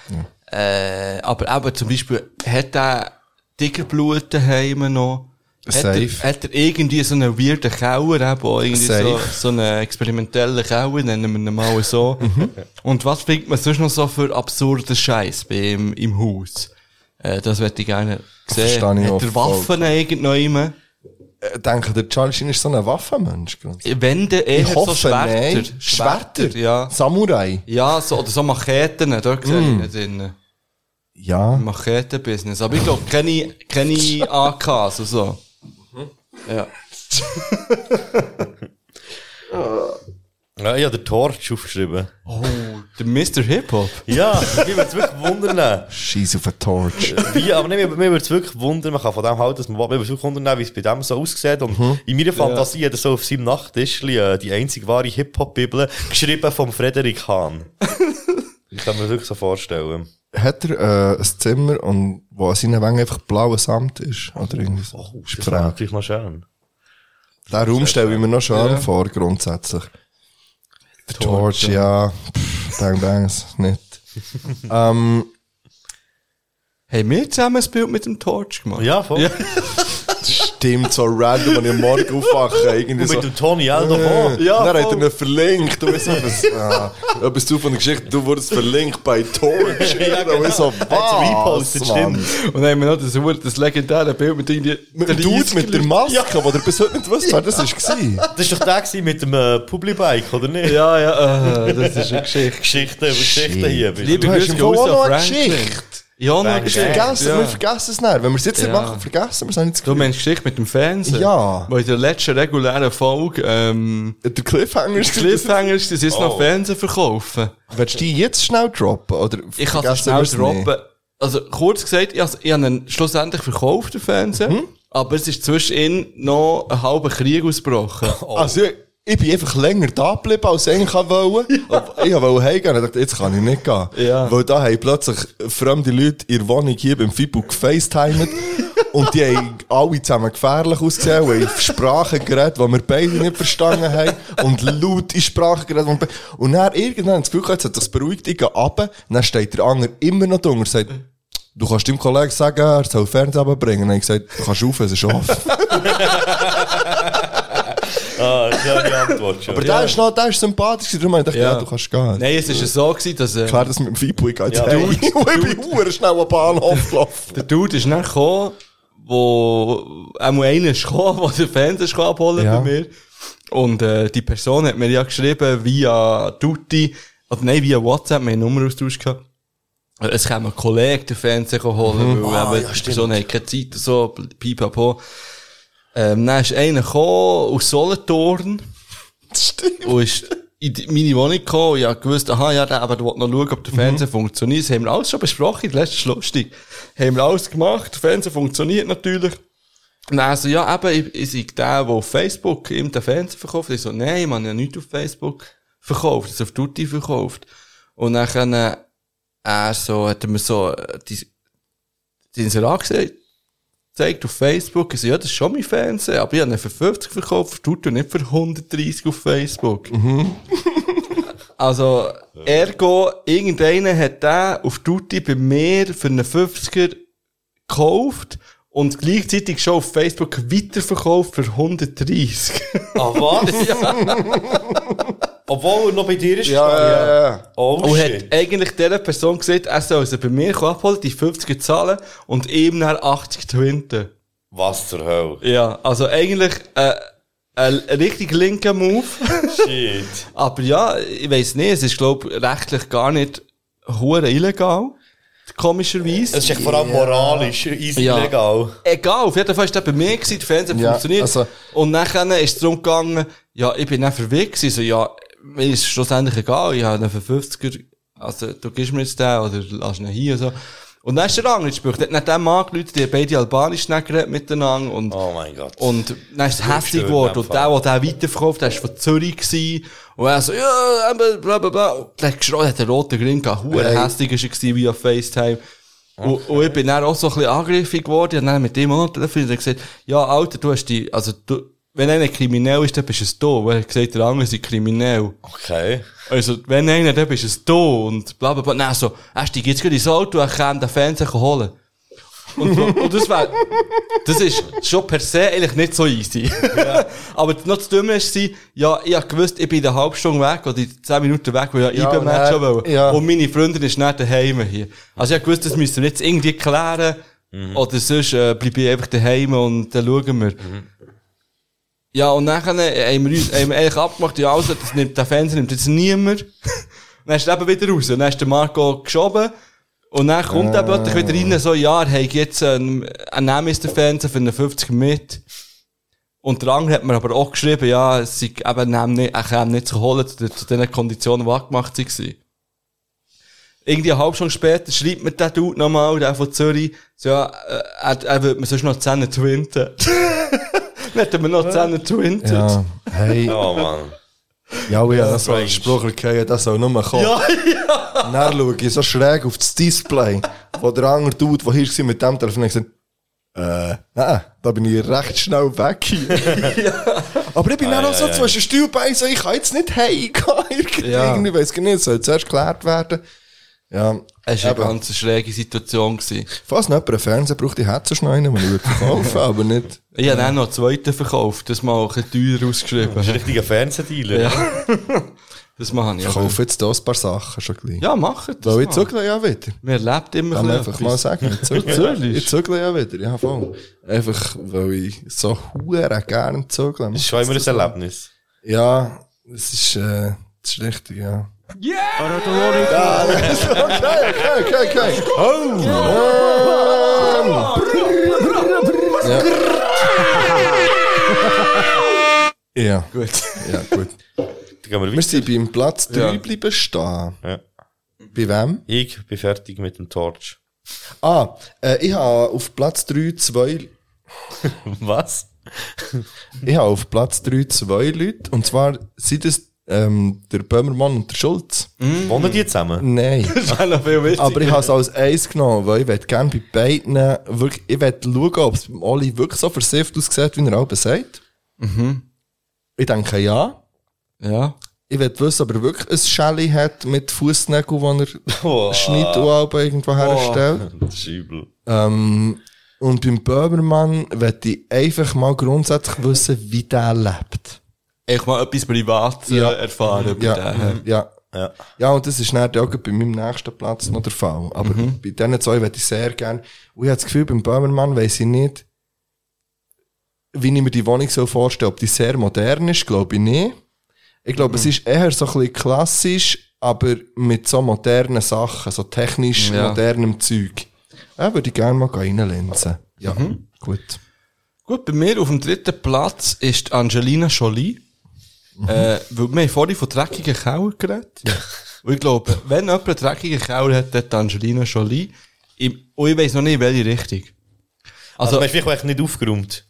Speaker 2: Äh, aber eben zum Beispiel, hat der Tigerblut daheim noch?
Speaker 3: Safe.
Speaker 2: Hat er, hat er irgendwie so einen weirden Keller, eben auch irgendwie so,
Speaker 3: Safe.
Speaker 2: so einen experimentellen Keller, nennen wir ihn mal so.
Speaker 8: Mhm.
Speaker 2: Und was findet man sonst noch so für absurden Scheiß bei ihm im Haus? Äh, das werde ich gerne sehen.
Speaker 3: Verstehe ich
Speaker 2: Hat
Speaker 3: auch
Speaker 2: er Waffen irgendwo immer?
Speaker 3: Äh, Denkt der Charles Sheen ist so ein Waffenmensch? glaubst du?
Speaker 2: Wenn der eher so Schwerter.
Speaker 3: nein. Schwerter?
Speaker 2: ja.
Speaker 3: Samurai?
Speaker 2: Ja, so, oder so Macheten, da sehe ich ihn drin. Hm.
Speaker 3: Ja.
Speaker 2: Machetenbusiness. Aber ich glaube, keine, keine AKs und so. Ja.
Speaker 4: Ah, Ja, ich habe den Torch aufgeschrieben.
Speaker 2: Oh, der Mr. Hip-Hop.
Speaker 4: Ja, mich würde es wirklich wundern.
Speaker 3: Scheiß auf eine Torch.
Speaker 4: Wie, ah, aber nicht, mir würde es wirklich wundern, man kann von dem halten, dass man, mir würde es wirklich wundern, wie es bei dem so aussieht. Und in meiner Fantasie hat er so auf seinem Nachttisch äh, die einzig wahre Hip-Hop-Bibel geschrieben vom Frederik Hahn. ich kann mir das wirklich so vorstellen.
Speaker 3: Hat er äh, ein Zimmer, und, wo an seinen Wängen einfach blauer Samt ist? Oder irgendwie so? Ist die
Speaker 4: Das wäre
Speaker 3: Frage.
Speaker 4: natürlich noch schön.
Speaker 3: Den Raum stelle ich mir noch schön vor, grundsätzlich. Der Torch, ja. Pff, Bang Bangs, nicht. ähm,
Speaker 2: Haben wir zusammen ein Bild mit dem Torch gemacht?
Speaker 4: Ja, voll.
Speaker 2: Ja.
Speaker 3: stimmt, so random, wenn ich am Morgen aufwache. Irgendwie
Speaker 4: Und
Speaker 3: so,
Speaker 4: mit dem Tony Aldo
Speaker 3: äh,
Speaker 4: äh,
Speaker 3: ja, dann hat er ihn verlinkt. Du weißt etwas, ah, etwas zu von der Geschichte, du wurdest verlinkt bei Torch. ja, genau. Und so, was,
Speaker 4: repostet,
Speaker 3: Mann?
Speaker 2: Und dann haben wir noch das, Ur- das legendäre Bild mit irgendwie...
Speaker 3: Mit dem Dude mit der Maske, wo der bis heute nicht wusste, wer das war.
Speaker 4: Das war doch der gewesen mit dem äh, Publibike, oder nicht?
Speaker 2: Ja, ja, äh, das ist eine Geschichte.
Speaker 4: Geschichten über Geschichten hier. Ah,
Speaker 2: Liebe
Speaker 3: Du hast
Speaker 2: Grüße
Speaker 3: im
Speaker 2: gehen
Speaker 3: Fall
Speaker 2: raus
Speaker 3: auch noch
Speaker 2: an
Speaker 3: eine
Speaker 2: Franklin.
Speaker 3: Geschichte.
Speaker 2: Ja, noch eine
Speaker 4: Bang,
Speaker 2: Geschichte.
Speaker 3: Vergessen,
Speaker 2: ja.
Speaker 3: wir vergessen es nicht. Wenn wir es jetzt nicht
Speaker 2: Ja.
Speaker 3: machen, vergessen wir es nicht.
Speaker 2: Du meinst Geschichte mit dem Fernsehen?
Speaker 3: Ja.
Speaker 2: Weil in der letzten regulären Folge, ähm,
Speaker 3: Der Cliffhanger ist
Speaker 2: Cliffhanger ist, dass sie jetzt
Speaker 4: Oh.
Speaker 2: noch Fernsehen verkaufen.
Speaker 3: Willst du die jetzt schnell droppen? Oder
Speaker 2: Ich kann es
Speaker 3: vergessen
Speaker 2: schnell
Speaker 3: wir es
Speaker 2: droppen.
Speaker 3: nicht?
Speaker 2: Also, kurz gesagt, ich, has- ich habe ihn schlussendlich verkauft, den Fernseher. Aber es ist zwischen ihnen noch ein halber Krieg ausgebrochen.
Speaker 3: Also, ich- ich bin einfach länger da geblieben, als ich eigentlich wollte. Ob- Ich wollte heimgehen und dachte, jetzt kann ich nicht gehen.
Speaker 2: Ja.
Speaker 3: Weil da haben plötzlich fremde Leute in der Wohnung hier beim Fibu gefacetimed. und die haben alle zusammen gefährlich ausgesehen, weil ich Sprachen geredet, die wir beide nicht verstanden haben. Und laut in Sprachen geredet. die wir beide- Und dann irgendwann hat das Gefühl, gehabt, jetzt hat das beruhigt, ich gehe runter. Dann steht der andere immer noch drunter und sagt, du kannst dem Kollegen sagen, er soll Fernsehen runterbringen. Und ich gesagt, du kannst auf, es ist offen.
Speaker 4: Ah, schöne Antwort schon.
Speaker 3: Aber der ist noch, der ist nou, sympathisch, gewesen, darum habe ich gedacht, ja,
Speaker 2: Ja.
Speaker 3: du kannst gehen.
Speaker 2: Nein, es ist ja so gewesen, dass, äh,
Speaker 3: Klar, das mit dem Fibu, ich gehe jetzt
Speaker 4: Ja,
Speaker 3: heim.
Speaker 4: du-
Speaker 3: Ich bin huere schnell am Bahnhof gelaufen.
Speaker 2: der Dude ist dann gekommen, wo, einmal einer ist gekommen, der den Fernseher ist gekommen abholen
Speaker 3: Ja.
Speaker 2: bei mir. Und, äh, die Person hat mir ja geschrieben via Tutti, oder nein, via WhatsApp, wir haben einen Nummeraustausch gehabt. Äh, Es kam ein Kollege den Fernseher
Speaker 3: Mhm.
Speaker 2: holen, weil
Speaker 3: Ah,
Speaker 2: eben die Person hat keine Zeit, und so, pipapo. Ähm, dann ist einer gekommen, aus Solothurn.
Speaker 3: Stimmt.
Speaker 2: und ist in die- meine Wohnung gekommen und ich hab gewusst, aha, ja, der, aber der will noch schauen,
Speaker 3: Mhm.
Speaker 2: ob der Fernseher funktioniert. Das haben wir alles schon besprochen, in der letzten Schlussstunde. Haben wir alles gemacht, der Fernseher funktioniert natürlich. Und er so, ja, eben, ich, ich sei der, der auf Facebook ihm den Fernseher verkauft. Ich so, nein, man ja nicht auf Facebook verkauft, das auf Tutti verkauft. Und dann, äh, er so, hat er mir so, äh, die, die Inserat gesagt, zeigt auf Facebook, ich so, ja, das ist schon mein Fernseher, aber ich habe ihn für 50 verkauft, für Tutti und nicht für 130 auf Facebook. Also, ergo, irgendeiner hat den auf Tutti bei mir für einen 50er gekauft und gleichzeitig schon auf Facebook weiterverkauft für 130.
Speaker 4: Ah, was? Obwohl er noch bei dir ist.
Speaker 3: ja, ja.
Speaker 4: Oh,
Speaker 2: und hat
Speaker 4: shit.
Speaker 2: eigentlich dieser Person gesagt, er soll sie bei mir abholen, die 50er zahlen und ihm dann 80 twinten.
Speaker 4: Was zur Hölle?
Speaker 2: Ja, also eigentlich äh, ein richtig linker Move.
Speaker 4: Shit.
Speaker 2: Aber ja, ich weiß nicht, es ist glaube rechtlich gar nicht hure illegal. Komischerweise.
Speaker 4: Es ist echt vor allem moralisch, easy
Speaker 2: Ja.
Speaker 4: legal.
Speaker 2: Egal, auf jeden Fall war das bei mir, gewesen, der Fernseher
Speaker 3: Ja,
Speaker 2: funktioniert.
Speaker 3: also-
Speaker 2: und nachher ist es darum gegangen, ja, ich bin dann verwirrt gewesen, so, ja, mir ist schlussendlich egal, ich habe einen für 50er, also, du gibst mir jetzt den, oder lass ihn hier, so. Und dann ist der andere Spruch, der hat dann dem angerufen, die haben beide Albanisch dann geredet miteinander und,
Speaker 4: Oh mein Gott.
Speaker 2: und dann ist es heftig
Speaker 4: stimmt,
Speaker 2: geworden.
Speaker 4: in
Speaker 2: Und
Speaker 4: dem
Speaker 2: der, der den weiterverkauft, der war von Zürich gewesen. Und er so, ja, eben, bla, bla, bla. Und der hat geschrien, hat den roten Grin gehabt. Huere
Speaker 3: Hey.
Speaker 2: hässlich ist er gewesen, via FaceTime. Und, und ich bin dann auch so ein bisschen angriffig geworden. Ich habe dann mit ihm auch noch telefoniert und gesagt, ja, Alter, du hast die, also, du, wenn einer kriminell ist, dann bist es du. Weil er hat gesagt, der andere sei kriminell.
Speaker 4: Okay.
Speaker 2: Also, wenn einer, dann bist es du und bla bla bla. Nein, so, er steigt jetzt gerade ins Auto, er kann den Fernseher holen. Und, so, und das wär, das ist schon per se eigentlich nicht so easy. Aber noch das Dumme ist, sie, ja, ich hab gewusst, ich bin eine halbe Stunde weg oder in 10 Minuten weg, weil ich
Speaker 3: Ja,
Speaker 2: ja, ein
Speaker 3: und
Speaker 2: match
Speaker 3: dann-
Speaker 2: wollte.
Speaker 3: ja.
Speaker 2: Und meine Freundin ist nicht daheim hier. Also, ich hab gewusst, das müssen wir jetzt irgendwie klären.
Speaker 3: Mhm.
Speaker 2: Oder sonst äh, bleibe ich einfach daheim und dann schauen wir.
Speaker 3: Mhm.
Speaker 2: Ja, und nachher haben wir uns haben wir eigentlich abgemacht, ja, also, das nimmt, den Fernseher nimmt jetzt niemand. dann ist er eben wieder raus. Dann ist der Marco geschoben. Und dann kommt er plötzlich wieder rein, so, ja, er hat jetzt einen, einen Namister-Fernseher für einen 50 mit. Und der andere hat mir aber auch geschrieben, ja, es sei eben einem nicht, er käme nicht zu holen, zu, zu den Konditionen, die angemacht waren. Irgendwie eine halbe Stunde später schreibt mir der Dude nochmal, der von Zürich, so, ja, äh, er, er würde mir sonst noch 10 twinten. Dann hätten wir noch 10 twintet.
Speaker 3: Ja, hey, ja,
Speaker 4: Oh Mann.
Speaker 3: ja, ja das war ein
Speaker 4: Strange.
Speaker 3: Spruch, okay, das soll nur kommen.
Speaker 2: Ja,
Speaker 3: Dann schaue ich so schräg auf das Display, wo der andere Dude, der hier war, mit dem Telefon hat gesagt, äh, nein, da bin ich recht schnell weg hier. Aber ich bin dann auch so zwischen Stühlbein, so, ich kann jetzt nicht heimgehen. Irgendwie,
Speaker 2: Ja.
Speaker 3: irgendwie weiss ich nicht, es soll zuerst geklärt werden. Ja,
Speaker 2: Es war eine
Speaker 3: Eben.
Speaker 2: ganz schräge Situation. Gewesen.
Speaker 3: falls noch jemand einen Fernseher braucht, ich hätte schon einen, den ich würde verkaufen, aber nicht.
Speaker 2: Ich habe dann noch einen zweiten verkauft, das mal ein bisschen teurer
Speaker 4: Das ist ein
Speaker 2: ausgeschrieben.
Speaker 4: richtiger Fernsehdealer.
Speaker 2: Ja. Das mache ich
Speaker 3: Ich
Speaker 2: auch.
Speaker 3: kaufe jetzt hier ein paar Sachen schon gleich.
Speaker 2: Ja, machen das.
Speaker 3: Weil ich
Speaker 2: mal.
Speaker 3: zügle ja wieder.
Speaker 2: Man erlebt immer
Speaker 3: Kann man
Speaker 2: bisschen
Speaker 3: einfach mal
Speaker 2: etwas.
Speaker 3: sagen. Ich zügle,
Speaker 2: Natürlich.
Speaker 3: ich zügle ja wieder, ja voll. Einfach, weil ich so hure gerne zügle.
Speaker 4: Das ist schon immer ein Erlebnis.
Speaker 3: Ja, das ist, äh, das ist richtig, ja. Yeah! okay, okay, okay, okay. Oh! Ähm. Ja. ja. Gut. Ja, gut.
Speaker 4: Dann gehen wir
Speaker 3: Wir
Speaker 4: weiter.
Speaker 3: sind beim Platz 3
Speaker 2: Ja.
Speaker 3: bleiben stehen.
Speaker 4: Ja.
Speaker 3: Bei wem?
Speaker 4: Ich bin fertig mit dem Torch.
Speaker 3: Ah, äh, ich habe auf Platz 3 zwei
Speaker 4: Was?
Speaker 3: Ich habe auf Platz 3 zwei Leute. Und zwar sind es ähm, der Böhmermann und der Schulz.
Speaker 4: Wohnen die zusammen?
Speaker 3: Nein.
Speaker 2: Das wäre noch viel wichtiger.
Speaker 3: Aber ich habe es als eins genommen, weil ich will gerne bei beiden wirklich, ich will schauen, ob es beim Oli wirklich so versifft aussieht, wie er auch sagt.
Speaker 2: Mhm.
Speaker 3: Ich denke ja.
Speaker 2: Ja.
Speaker 3: Ich will wissen, ob er wirklich ein Shelly hat mit Fußnägeln, wo er schneidet und auch irgendwo herstellt.
Speaker 2: Hm.
Speaker 4: Das ist übel.
Speaker 3: Ähm, und beim Böhmermann will ich einfach mal grundsätzlich wissen, wie der lebt.
Speaker 2: Ich mal etwas privat äh,
Speaker 3: Ja.
Speaker 2: erfahren bei
Speaker 3: Ja, Mhm.
Speaker 2: dem.
Speaker 3: ja.
Speaker 4: Ja.
Speaker 3: Ja, und das ist dann auch bei meinem nächsten Platz noch der Fall. Aber bei diesen zwei würde ich sehr gerne. Und ich habe das Gefühl, beim Böhmermann weiss ich nicht, wie ich mir die Wohnung so vorstelle. Ob die sehr modern ist, glaube ich nicht. Ich glaube, es ist eher so ein bisschen klassisch, aber mit so modernen Sachen, so technisch
Speaker 2: Ja.
Speaker 3: modernem Zeug. Ja, würde ich gerne mal reinlinsen. Ja, gut.
Speaker 2: Gut, bei mir auf dem dritten Platz ist Angelina Jolie.
Speaker 3: Mhm.
Speaker 2: Äh, weil wir haben vorhin von dreckigen Kauer geredet. Und ich glaube, wenn jemand einen dreckigen Kauer hat, dann die Angelina Jolie. Ich, und ich weiss noch nicht, in welche Richtung. Also,
Speaker 4: Also, man ist vielleicht echt nicht aufgeräumt.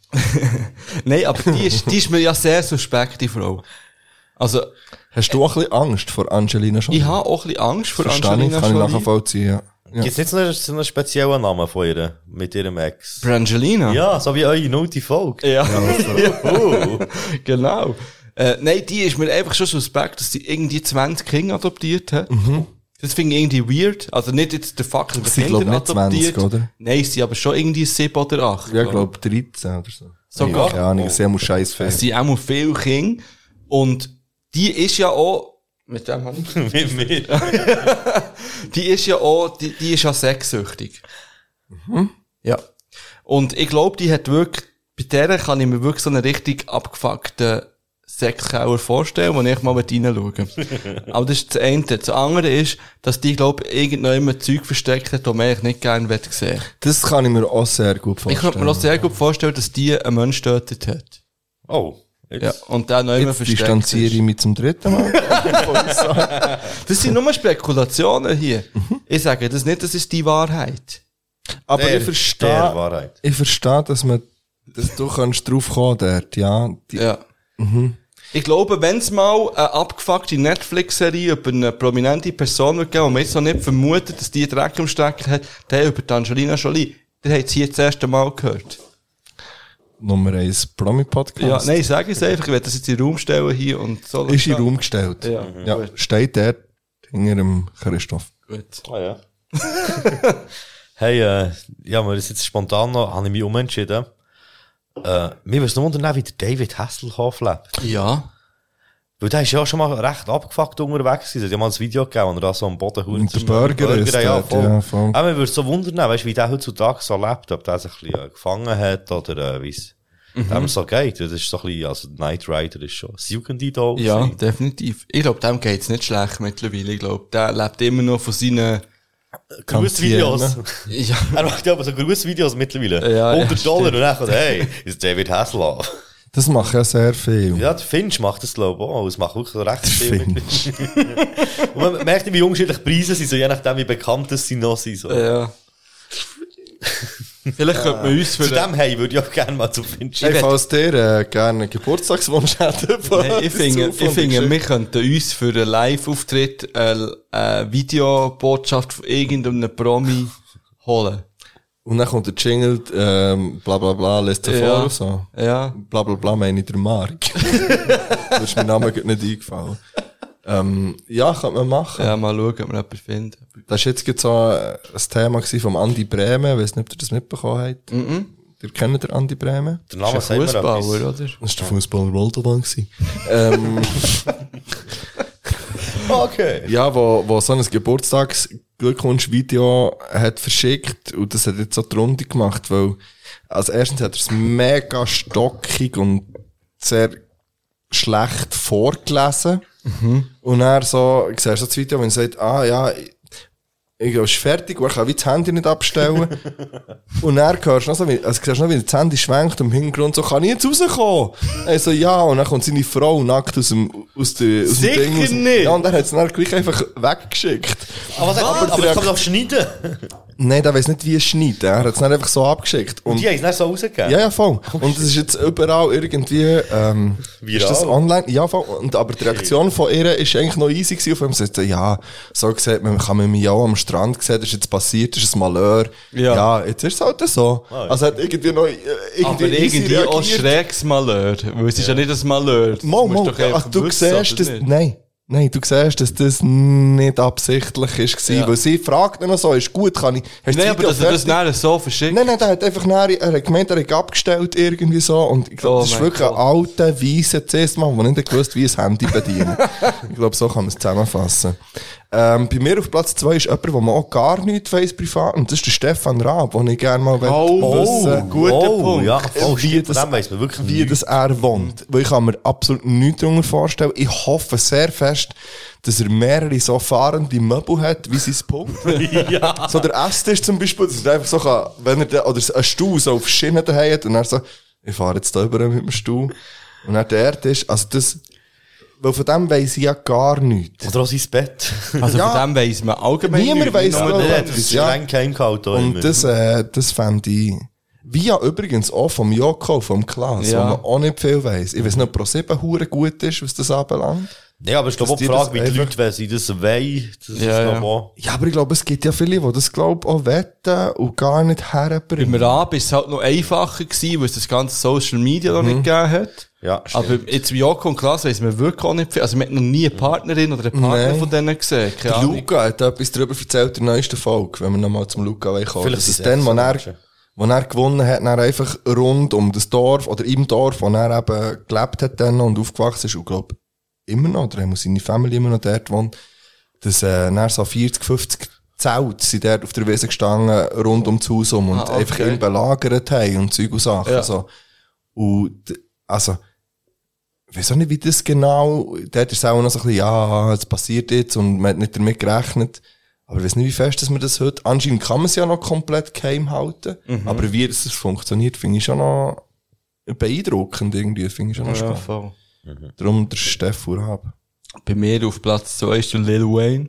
Speaker 2: nein, aber die ist, die ist mir ja sehr suspekt, die Frau. Also,
Speaker 3: Hast du auch ein bisschen Angst vor Angelina Jolie?
Speaker 2: ich habe auch ein bisschen Angst vor
Speaker 3: Verstehe
Speaker 2: Angelina
Speaker 3: ich, kann ich
Speaker 2: Jolie.
Speaker 3: nachvollziehen, ja. ja.
Speaker 4: Gibt es nicht so einen, so einen speziellen Namen von ihr, mit ihrem Ex?
Speaker 2: Für Angelina?
Speaker 4: Ja, so wie eure neunte Folge.
Speaker 2: Ja. genau. Äh, nein, die ist mir einfach schon suspekt, dass sie irgendwie 20 Kinder adoptiert hat. Das finde ich irgendwie weird. Also nicht jetzt der Fakt, dass
Speaker 3: Sie, glaub, nicht 20, oder?
Speaker 2: Nein, sie aber schon irgendwie 7 oder 8.
Speaker 3: Ja, ich glaube 13 oder so.
Speaker 2: Sogar?
Speaker 3: Ja, keine Ahnung, sehr muss scheiß
Speaker 2: Es sind auch mal viele Kinder. Und die ist ja auch, mit dem habe ich
Speaker 4: Mit mir.
Speaker 2: die ist ja auch, die, die ist ja sexsüchtig. Ja. Und ich glaube, die hat wirklich, bei der kann ich mir wirklich so einen richtig abgefuckten Sexkauer vorstellen, wo ich mal mit reinschaue. Aber das ist das eine. Das andere ist, dass die, glaube ich, irgendwann immer Zeug versteckt hat, das man eigentlich nicht gerne sehen will.
Speaker 3: Das kann ich mir auch sehr gut
Speaker 2: Ich
Speaker 3: vorstellen.
Speaker 2: könnte mir auch sehr gut vorstellen, dass die einen Mensch getötet hat.
Speaker 4: Oh,
Speaker 8: Ja, und dann noch immer
Speaker 3: Jetzt distanziere ich mich zum dritten Mal.
Speaker 2: Das sind nur Spekulationen hier. Ich sage das nicht, das ist die Wahrheit.
Speaker 3: Aber
Speaker 4: Der-
Speaker 3: ich
Speaker 4: der
Speaker 3: verstehe,
Speaker 4: Wahrheit.
Speaker 3: ich verstehe, dass man, dass du kannst drauf kommen dort, ja. Die,
Speaker 2: Ja. Ich glaube, wenn es mal eine abgefuckte Netflix-Serie über eine prominente Person wird geben, und man jetzt noch nicht vermutet, dass die Dreck am Stecken hat, der über die Angelina Jolie, der hat es hier das erste Mal gehört.
Speaker 3: Nummer 1
Speaker 2: Ja,
Speaker 3: Promi-Podcast.
Speaker 2: nein, sag es einfach, ich werde das jetzt in den Raum stellen hier und so.
Speaker 3: Ist in den Raum gestellt.
Speaker 2: Ja,
Speaker 3: ja. Steht der hinter dem Christoph.
Speaker 2: Gut.
Speaker 4: Ah ja. hey, äh, ja, wir sind jetzt spontan noch, habe ich mich umentschieden. Äh, mir würde nur wundern, wie der David Hasselhoff lebt.
Speaker 2: Ja.
Speaker 4: Weil der ist ja schon mal recht abgefuckt unterwegs gewesen. Er hat ja mal ein Video gegeben, wo er da so am Boden haut.
Speaker 3: Und der Burger ist
Speaker 4: ja,
Speaker 3: dort,
Speaker 4: voll.
Speaker 3: ja,
Speaker 4: Ja,
Speaker 3: voll.
Speaker 4: Aber mir würde so wundern, weißt, nou, wie der heutzutage so lebt, ob der sich ein bisschen äh, gefangen hat oder äh, wie es dem so geht. Das ist so ein bisschen, also Knight Rider ist schon ein Jugendidol.
Speaker 2: Ja,
Speaker 4: gewesen.
Speaker 2: definitiv. Ich glaube, dem geht's nicht schlecht mittlerweile. Ich glaube, der lebt immer noch von seinen,
Speaker 4: Grußvideos.
Speaker 2: ja,
Speaker 4: Er macht ja aber so Grußvideos mittlerweile.
Speaker 2: Ja,
Speaker 4: 100
Speaker 2: ja,
Speaker 4: Dollar und dann kommt, hey, ist David Hasselhoff.
Speaker 3: Das machen ja sehr viel.
Speaker 4: Ja, der Finch macht das, glaube ich, auch. Es macht wirklich so recht viel. mit- Und man merkt, wie unterschiedlich Preise sind, so je nachdem, wie bekannt das sie noch sind. So.
Speaker 2: ja. Vielleicht könnte man uns für
Speaker 4: Zu
Speaker 2: den-
Speaker 4: dem hey, würde ich auch gerne mal zu Finch.
Speaker 3: Hey,
Speaker 4: Ich
Speaker 3: falls dir äh, gerne einen Geburtstagswunsch hätte,
Speaker 2: Nein, ich finde, ich finde, wir könnten uns für einen Live-Auftritt eine, eine Videobotschaft von irgendeinem Promi holen.
Speaker 3: Und dann kommt der Jingle, ähm, bla bla bla, lässt er
Speaker 2: Ja.
Speaker 3: vor und so.
Speaker 2: Ja.
Speaker 3: Bla bla bla meine ich der Mark. das ist mein Name gerade nicht eingefallen. Ähm, ja, könnte man machen.
Speaker 2: Ja, mal schauen, ob wir etwas finden.
Speaker 3: Das war jetzt gerade so äh, ein Thema gewesen vom Andi Bremen. Ich weiß nicht, ob ihr das mitbekommen habt.
Speaker 2: Mhm.
Speaker 3: Ihr kennt den Andi Bremen?
Speaker 4: der Name
Speaker 2: ein
Speaker 4: sagt mir
Speaker 2: Fußballer,
Speaker 4: etwas.
Speaker 2: oder?
Speaker 3: Das war der Fußballer Roldovan. ähm,
Speaker 4: Ah, Okay.
Speaker 3: ja, wo, wo so ein Geburtstagsglückwunsch-Video hat verschickt und das hat jetzt so die Runde gemacht, weil als erstens hat er es mega stockig und sehr schlecht vorgelesen. Und er so, ich sehe so das Video, wenn er sagt, ah ja, ich, ich glaube, es ist fertig, aber ich kann wie das Handy nicht abstellen. und er hörst du noch so, wie, also siehst du noch, wie das Handy schwenkt im Hintergrund, so, kann ich jetzt rauskommen? Er so, ja, und dann kommt seine Frau nackt aus dem, aus der, aus dem
Speaker 2: Sicher
Speaker 3: Ding. Aus dem,
Speaker 2: nicht.
Speaker 3: Ja, und er hat es dann gleich einfach weggeschickt.
Speaker 4: Aber, sag, Ah, aber, aber ich kann doch schneiden.
Speaker 3: Nein, der weiß nicht, wie es schneidet. Er hat es dann einfach so abgeschickt. Und,
Speaker 4: Die haben es nicht so rausgegeben.
Speaker 3: ja, ja, voll. Und es ist jetzt überall irgendwie, ähm,
Speaker 4: Viral.
Speaker 3: ist das online? Ja, voll. Und, aber die Reaktion von ihr ist eigentlich noch easy gewesen. Auf einmal sagt sie, ja, so gesagt, man kann mich ja auch am Strand sehen, das ist jetzt passiert, das ist ein Malheur. Ja.
Speaker 2: Ja.
Speaker 3: jetzt ist es halt so.
Speaker 4: Ah, ja.
Speaker 3: Also hat irgendwie noch, äh,
Speaker 2: Aber
Speaker 3: irgendwie, easy
Speaker 2: irgendwie auch
Speaker 3: reagiert.
Speaker 2: schräges Malheur. Weil es ist ja nicht ein Malheur. Das
Speaker 3: Mal,
Speaker 2: musst
Speaker 3: mal.
Speaker 2: doch einfach
Speaker 3: Ach, du
Speaker 2: wissen,
Speaker 3: siehst
Speaker 2: oder
Speaker 3: das,
Speaker 2: nicht?
Speaker 3: nein. Nein, du siehst, dass das nicht absichtlich ist, gewesen,
Speaker 2: Ja.
Speaker 3: weil sie fragt nur so, ist gut, kann ich, hast du
Speaker 2: Nein,
Speaker 3: das
Speaker 2: aber
Speaker 3: Video
Speaker 2: dass er das
Speaker 3: fertig?
Speaker 2: nachher so verschickt.
Speaker 3: Nein, nein, der hat einfach nachher, er hat gemeint, er hat abgestellt irgendwie so. Und ich glaube,
Speaker 2: Oh
Speaker 3: das ist
Speaker 2: mein
Speaker 3: wirklich
Speaker 2: Gott.
Speaker 3: ein alter, weißer CS-Mann, der nicht gewusst, wie ein Handy bedienen. ich glaube, so kann man es zusammenfassen. Ähm, bei mir auf Platz zwei ist jemand, wo man auch gar nichts weiss privat. Und das ist der Stefan Raab, den ich gerne mal
Speaker 2: Oh,
Speaker 3: möchte
Speaker 2: guter Punkt.
Speaker 4: oh, Ja, voll,
Speaker 3: Wie
Speaker 4: stimmt, von
Speaker 3: das-
Speaker 4: dem weiss man wirklich
Speaker 3: wie
Speaker 4: nichts.
Speaker 3: das er wohnt.
Speaker 4: Mhm.
Speaker 3: Weil ich kann mir absolut nichts darunter vorstellen. Ich hoffe sehr fest, dass er mehrere so fahrende Möbel hat, wie sein Punkt. So der Esstisch zum Beispiel, dass er einfach so kann, wenn er, den- oder einen Stuhl so auf Schienen daheim hat und er so, ich fahre jetzt da über mit dem Stuhl. Und dann der Tisch, also das, weil von dem weiss ich ja gar nichts.
Speaker 4: Oder auch sein Bett.
Speaker 2: Also
Speaker 3: Ja.
Speaker 2: von dem weiss man allgemein
Speaker 3: Niemand
Speaker 2: nichts.
Speaker 3: weiss
Speaker 2: Nur
Speaker 3: noch,
Speaker 2: der-
Speaker 3: wer-
Speaker 4: Ja, das ist
Speaker 3: ja.
Speaker 4: streng geheim gehalten. auch immer.
Speaker 3: Und das, äh, das fände ich, wie ja übrigens auch vom Joko, vom Klaas,
Speaker 2: Ja.
Speaker 3: wo man auch nicht viel weiss. Ich weiss nicht, ob Pro 7 Hure gut ist, was das anbelangt.
Speaker 4: Ja, aber ich glaube auch die
Speaker 3: Dass die
Speaker 4: Frage, wie
Speaker 3: das
Speaker 4: die
Speaker 3: einfach-
Speaker 4: Leute, wenn sie das wollen, das ist
Speaker 2: Ja, ja.
Speaker 4: glaube auch.
Speaker 3: Ja, aber ich glaube, es gibt ja viele, die das, glaube auch wetten und gar nicht
Speaker 2: Beim
Speaker 3: herbringen.
Speaker 2: Rab ist es halt noch einfacher gewesen, weil es das ganze Social Media noch
Speaker 3: Mhm.
Speaker 2: nicht gegeben hat.
Speaker 4: Ja,
Speaker 2: Aber jetzt wie Joko und Klaas weiss man wirklich auch nicht viel. Also man hat noch nie eine Partnerin oder einen Partner
Speaker 3: Nein.
Speaker 2: von denen gesehen. Keine
Speaker 3: Der
Speaker 2: Ahnung.
Speaker 3: Luca hat etwas darüber erzählt in der neuesten Folge, wenn wir nochmal zum Luca wollen kommen.
Speaker 4: Vielleicht
Speaker 3: Vielleicht ist
Speaker 4: sind
Speaker 3: dann,
Speaker 4: es
Speaker 3: wo
Speaker 4: so
Speaker 3: er,
Speaker 4: Menschen.
Speaker 3: wo er gewonnen hat, dann einfach rund um das Dorf oder im Dorf, wo er eben gelebt hat dann und aufgewachsen ist und glaube immer noch, oder er muss seine Familie immer noch dort wohnt, dass äh, dann so 40, 50 Zelte sind dort auf der Wiese gestanden, rund um das Haus um und
Speaker 2: Ah, okay.
Speaker 3: einfach ihn belagert haben und Zeug und Sachen.
Speaker 2: Ja.
Speaker 3: So. Und d- also, ich weiß auch nicht, wie das genau, dort ist es auch noch so ein bisschen, ja, es passiert jetzt und man hat nicht damit gerechnet. Aber ich weiß nicht, wie fest dass man das hört. Anscheinend kann man es ja noch komplett geheim halten. Aber wie das funktioniert, finde ich schon noch beeindruckend irgendwie, finde ich schon noch
Speaker 2: Ja,
Speaker 3: spannend.
Speaker 2: voll.
Speaker 3: Darum der Steffur ab.
Speaker 2: Bei mir auf Platz 2 ist der Lil Wayne.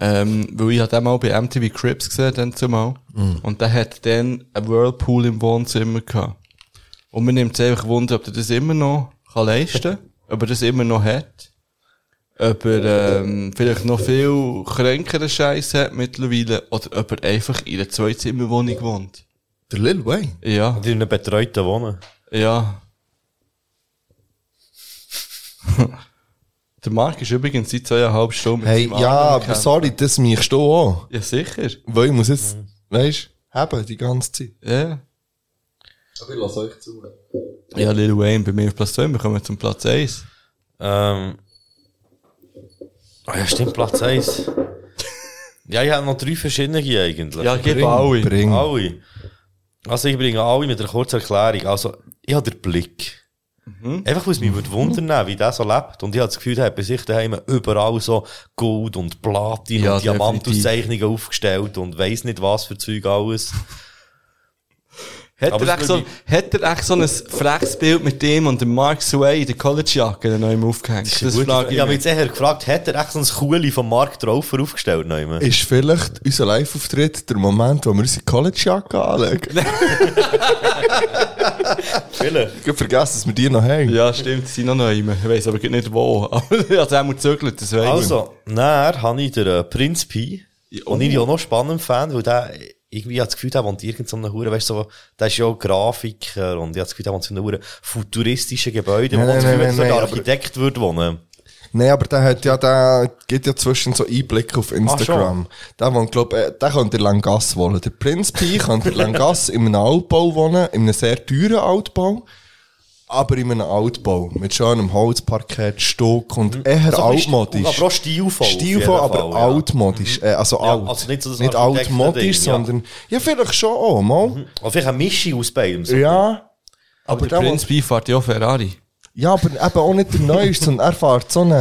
Speaker 2: Ähm, weil ich hab den mal bei MTV Crips gesehen, dann zumal.
Speaker 3: Mhm.
Speaker 2: Und der hat dann einen Whirlpool im Wohnzimmer gehabt. Und mir nimmt es einfach Wunder, ob er das immer noch kann leisten ob er das immer noch hat. Ob er ähm, vielleicht noch viel kränkeren Scheiß hat mittlerweile. Oder ob er einfach in einer Zweizimmerwohnung wohnt.
Speaker 3: Der Lil Wayne?
Speaker 2: Ja.
Speaker 4: Die in einer betreuten Wohnung.
Speaker 2: Ja. Der Marc ist übrigens seit zweieinhalb Stunden mit
Speaker 3: Hey,
Speaker 2: seinem
Speaker 3: ja,
Speaker 2: Arm
Speaker 3: aber
Speaker 2: am
Speaker 3: sorry, das mich du auch.
Speaker 2: Ja, sicher.
Speaker 3: Weil ich muss jetzt, weisst, haben die ganze Zeit.
Speaker 2: Ja.
Speaker 12: Ich lasse euch zu.
Speaker 2: Ja, Lil Wayne bei mir auf Platz 2, wir kommen zum Platz 1.
Speaker 4: Ähm. Ah ja, stimmt, Platz 1. ja, ich habe noch drei verschiedene hier eigentlich.
Speaker 2: Ja, gib Bring, alle. bring.
Speaker 4: Alle. Also ich bringe alle mit einer kurzen Erklärung. Also, ich habe den Blick.
Speaker 2: Mhm.
Speaker 4: Einfach, weil es mich würde wundern, wie der so lebt. Und ich habe das Gefühl, er hat bei sich daheim überall so Gold und Platin
Speaker 2: Ja,
Speaker 4: und Diamantauszeichnungen
Speaker 2: definitiv.
Speaker 4: aufgestellt und weiss nicht was für Zeug alles.
Speaker 2: Hat
Speaker 4: Aber
Speaker 2: er,
Speaker 4: es
Speaker 2: echt so,
Speaker 4: würde-
Speaker 2: hat er echt so ein freches Bild mit dem und dem Mark Sway in der College-Jacke dann noch ihm aufgehängt? Das,
Speaker 4: Gut,
Speaker 2: frage
Speaker 4: ich
Speaker 2: ich
Speaker 4: habe mich
Speaker 2: mich.
Speaker 4: jetzt eher gefragt, hat er echt so ein Kuhli vom Markt drauf aufgestellt? Nein,
Speaker 3: Ist vielleicht unser Live-Auftritt der Moment, wo wir unsere College-Jacke anlegen?
Speaker 4: vielleicht.
Speaker 3: Ich hab vergessen, dass wir die noch haben.
Speaker 2: Ja, stimmt, sie sind noch neu. Ich weiss aber nicht wo. Aber ich habe einmal gezögert, das weiss ich.
Speaker 4: Also, nachher habe ich den äh, Prinz Pi. Und ich auch noch spannend fand, weil der irgendwie hat das Gefühl, der wohnt irgend so einer Hure, weißt du, so, der ist ja auch Grafiker und ich habe das Gefühl, der wohnt in so einem Hure futuristischen Gebäude, wo
Speaker 3: Nein,
Speaker 4: man das
Speaker 3: nein,
Speaker 4: Gefühl
Speaker 3: nein,
Speaker 4: hat, so ein
Speaker 3: nein,
Speaker 4: Architekt würde wohnen.
Speaker 3: Nein, aber der hat ja, der gibt ja zwischen so Einblick auf Instagram. Der wohnt, glaub, äh, der könnte in Langass wohnen. Der Prinz Pi könnte in Langass in einem Altbau wohnen, in einem sehr teuren Altbau. Aber in einem Altbau. Mit schönem Holzparkett, Stock und eher
Speaker 4: So ein bisschen
Speaker 3: altmodisch.
Speaker 4: Stu- Mhm. aber auch stilvoll auf
Speaker 3: Stilvoll,
Speaker 4: jeden
Speaker 3: aber
Speaker 4: Fall, ja.
Speaker 3: altmodisch. Äh, also
Speaker 4: Ja,
Speaker 3: alt.
Speaker 4: also nicht so das
Speaker 3: nicht
Speaker 4: Architekten-Ding,
Speaker 3: altmodisch,
Speaker 4: ja. Mhm.
Speaker 3: sondern, ja, vielleicht schon auch, mal.
Speaker 4: Oder vielleicht eine Mischung aus beidem. so.
Speaker 3: Ja.
Speaker 2: Aber,
Speaker 3: der
Speaker 2: der Prinz Pi fährt ja auch Ferrari.
Speaker 3: Ja, aber eben auch nicht der neueste, sondern er fährt so einen,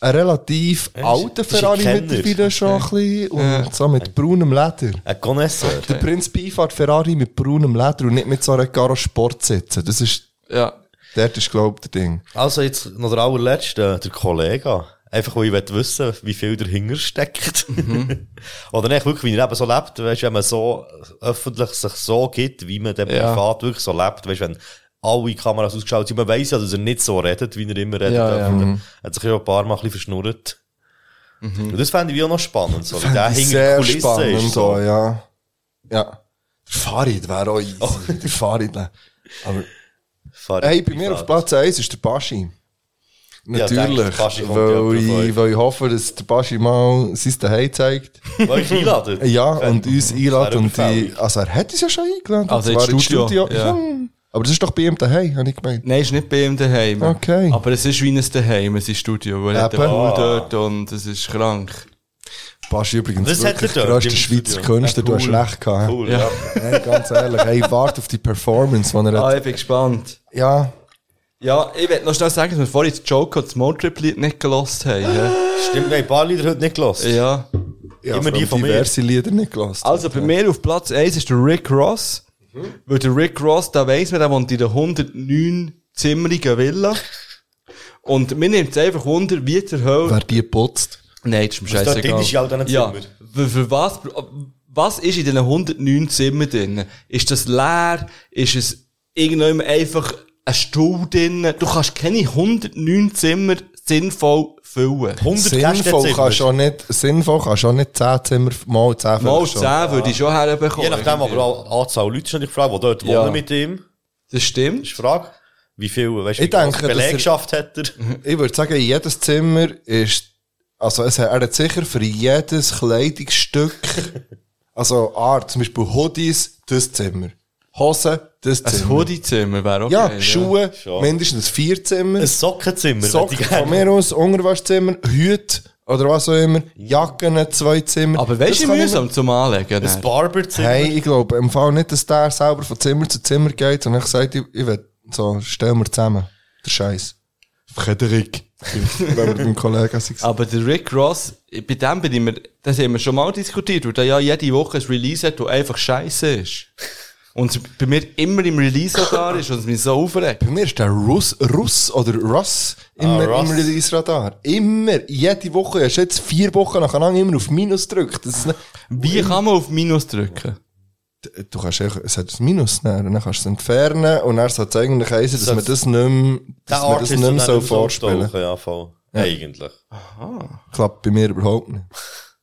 Speaker 3: einen relativ alten
Speaker 4: ist ein
Speaker 3: Ferrari
Speaker 4: Kenner.
Speaker 3: mittlerweile schon ein bisschen und so mit braunem Leder.
Speaker 4: Ein Connoisseur.
Speaker 3: Der Prinz Pi fährt Ferrari mit braunem Leder und nicht mit so einer Garo-Sport sitzen. Das ist,
Speaker 2: Ja.
Speaker 3: dort ist, glaube ich, der Ding.
Speaker 4: Also jetzt noch der allerletzte, der Kollege. Einfach, weil ich will wissen wie viel dahinter steckt.
Speaker 3: Mhm.
Speaker 4: Oder nicht wirklich, wie er eben so lebt. Weißt, wenn man so öffentlich sich so gibt, wie man dann
Speaker 2: Ja.
Speaker 4: privat wirklich so lebt. Weißt, wenn alle Kameras ausgeschaut sind, man weiss ja, dass er nicht so redet, wie er immer redet.
Speaker 2: Ja, ja.
Speaker 4: Und
Speaker 3: mhm.
Speaker 4: er hat sich ja ein paar Mal ein bisschen verschnurrt. Und das fände ich auch noch spannend, so, wie
Speaker 3: Fände
Speaker 4: der
Speaker 3: ich
Speaker 4: hinter
Speaker 3: sehr
Speaker 4: die Kulisse
Speaker 3: spannend,
Speaker 4: ist.
Speaker 3: so.
Speaker 4: So.
Speaker 3: ja. Ja. Der Farid wäre auch easy.
Speaker 4: Oh.
Speaker 3: Der Farid. ne. Aber,
Speaker 4: Farid
Speaker 3: hey, bei mir
Speaker 4: privat.
Speaker 3: auf Platz 1 ist der Baschi.
Speaker 4: Ja, denke,
Speaker 3: Natürlich,
Speaker 4: der Baschi kommt ja auch
Speaker 3: weil,
Speaker 4: drauf
Speaker 3: ich,
Speaker 4: an.
Speaker 3: weil ich hoffe, dass der Baschi mal sein Daheim zeigt.
Speaker 4: Weil ich einladet.
Speaker 3: Ja, und uns einladen
Speaker 4: wäre
Speaker 3: und die,
Speaker 4: überfällig.
Speaker 3: also er hat uns ja schon eingeladen.
Speaker 2: Also
Speaker 3: und zwar
Speaker 2: ins Studio, ja.
Speaker 3: Hm. Aber das ist doch bei ihm daheim, habe ich gemeint.
Speaker 2: Nein, ist nicht bei ihm daheim.
Speaker 3: Okay.
Speaker 2: Aber es ist wie ein daheim, es ist Studio, weil er hat
Speaker 3: Eben.
Speaker 2: einen Pool
Speaker 3: Ah.
Speaker 2: dort und es ist krank.
Speaker 3: Baschi übrigens
Speaker 4: Das hat er
Speaker 3: wirklich,
Speaker 4: dort
Speaker 3: du hast den
Speaker 4: im
Speaker 3: Schweizer
Speaker 4: Studio.
Speaker 3: Künstler, du hast
Speaker 4: cool.
Speaker 3: schlecht gehabt.
Speaker 4: Cool, ja.
Speaker 3: Hey, ganz ehrlich, hey, warte auf die Performance, die er
Speaker 2: Ah,
Speaker 3: hat.
Speaker 2: ich bin gespannt.
Speaker 3: Ja,
Speaker 2: Ja, ich will noch schnell sagen, dass wir vorhin das Joker und das Motrip-Lied nicht gelost haben. hä?
Speaker 4: Stimmt, wir haben ein paar Lieder heute nicht gehört.
Speaker 2: ja.
Speaker 3: ja
Speaker 4: Immer die von mir.
Speaker 3: diverse Lieder nicht gelassen.
Speaker 2: Also bei mir auf Platz 1 ist der Rick Ross. Weil der Rick Ross, da weiss man, der wohnt in der 109-zimmerigen Villa. Und mir nimmt es einfach Wunder, wie zur Hölle...
Speaker 3: Wer die putzt.
Speaker 2: Nein, das ist mir
Speaker 4: Was Also dort
Speaker 2: scheißegal.
Speaker 4: drin ist, in all diesen
Speaker 2: ja,
Speaker 4: Zimmern.
Speaker 2: für, für was, was ist in diesen 109 Zimmern drin? Ist das leer? Ist es irgendwann einfach ein Stuhl drin? Du kannst keine 109 Zimmer sinnvoll füllen.
Speaker 4: 100
Speaker 3: Sinnvoll
Speaker 4: Gästezimmer.
Speaker 3: kannst du auch nicht, sinnvoll kannst du auch nicht 10 Zimmer, mal 10
Speaker 2: Mal
Speaker 3: vielleicht
Speaker 2: 10
Speaker 3: schon.
Speaker 2: würde ich schon herbekommen.
Speaker 4: Je nachdem, aber auch die Anzahl Leute ist natürlich die Frage, die dort
Speaker 2: Ja.
Speaker 4: wohnen mit ihm.
Speaker 2: Das stimmt.
Speaker 4: Ist die Frage, wie viel, weißt du,
Speaker 3: Ich
Speaker 4: wie gross
Speaker 3: denke, dass
Speaker 4: Belegschaft hat er?
Speaker 3: Ich würde sagen, jedes Zimmer ist, also es hat, er hat sicher für jedes Kleidungsstück, also Art, zum Beispiel Hoodies, das Zimmer. Hosen, das
Speaker 2: Ein
Speaker 3: Zimmer.
Speaker 2: Hoodie-Zimmer wäre okay.
Speaker 3: ja, Schuhe,
Speaker 4: Schon.
Speaker 3: mindestens vier Zimmer.
Speaker 4: Ein Sockenzimmer.
Speaker 3: Socken
Speaker 4: hätte ich
Speaker 3: von
Speaker 4: gerne.
Speaker 3: mir aus, Unterwaschzimmer, Hüte oder was auch immer, Jacken, zwei Zimmer.
Speaker 2: Aber weißt du,
Speaker 3: Das kann ich
Speaker 2: mühsam zum Anlegen?
Speaker 4: Ein
Speaker 2: dann?
Speaker 3: mir-
Speaker 4: Barberzimmer.
Speaker 3: Hey, ich glaube im Fall nicht, dass der selber von Zimmer zu Zimmer geht und ich sage, ich, ich will, so, stellen wir zusammen. Der Scheiß. Frederik. Wenn wir beim Kollegen sind.
Speaker 2: Aber der Rick Ross, bei dem bin ich mir, das haben wir schon mal diskutiert, weil der ja jede Woche ein Release hat, der einfach scheiße ist. Und es bei mir immer im Release da ist und es mich so aufregt.
Speaker 3: Bei mir ist der Russ, Russ oder Russ
Speaker 4: Ah,
Speaker 3: immer
Speaker 2: Russ.
Speaker 3: im Release-Radar. Immer, jede Woche. Hast du jetzt vier Wochen nacheinander immer auf Minus gedrückt. Das ist nicht-
Speaker 2: Wie kann man auf Minus drücken?
Speaker 3: Du kannst echt, es hat ein Minus nehmen, dann kannst du es entfernen und dann soll es eigentlich heissen, dass man das nicht mehr, dass man das nicht mehr so vorspielen.
Speaker 4: Ja, voll.
Speaker 3: Ja.
Speaker 4: Eigentlich.
Speaker 3: Klappt bei mir überhaupt nicht.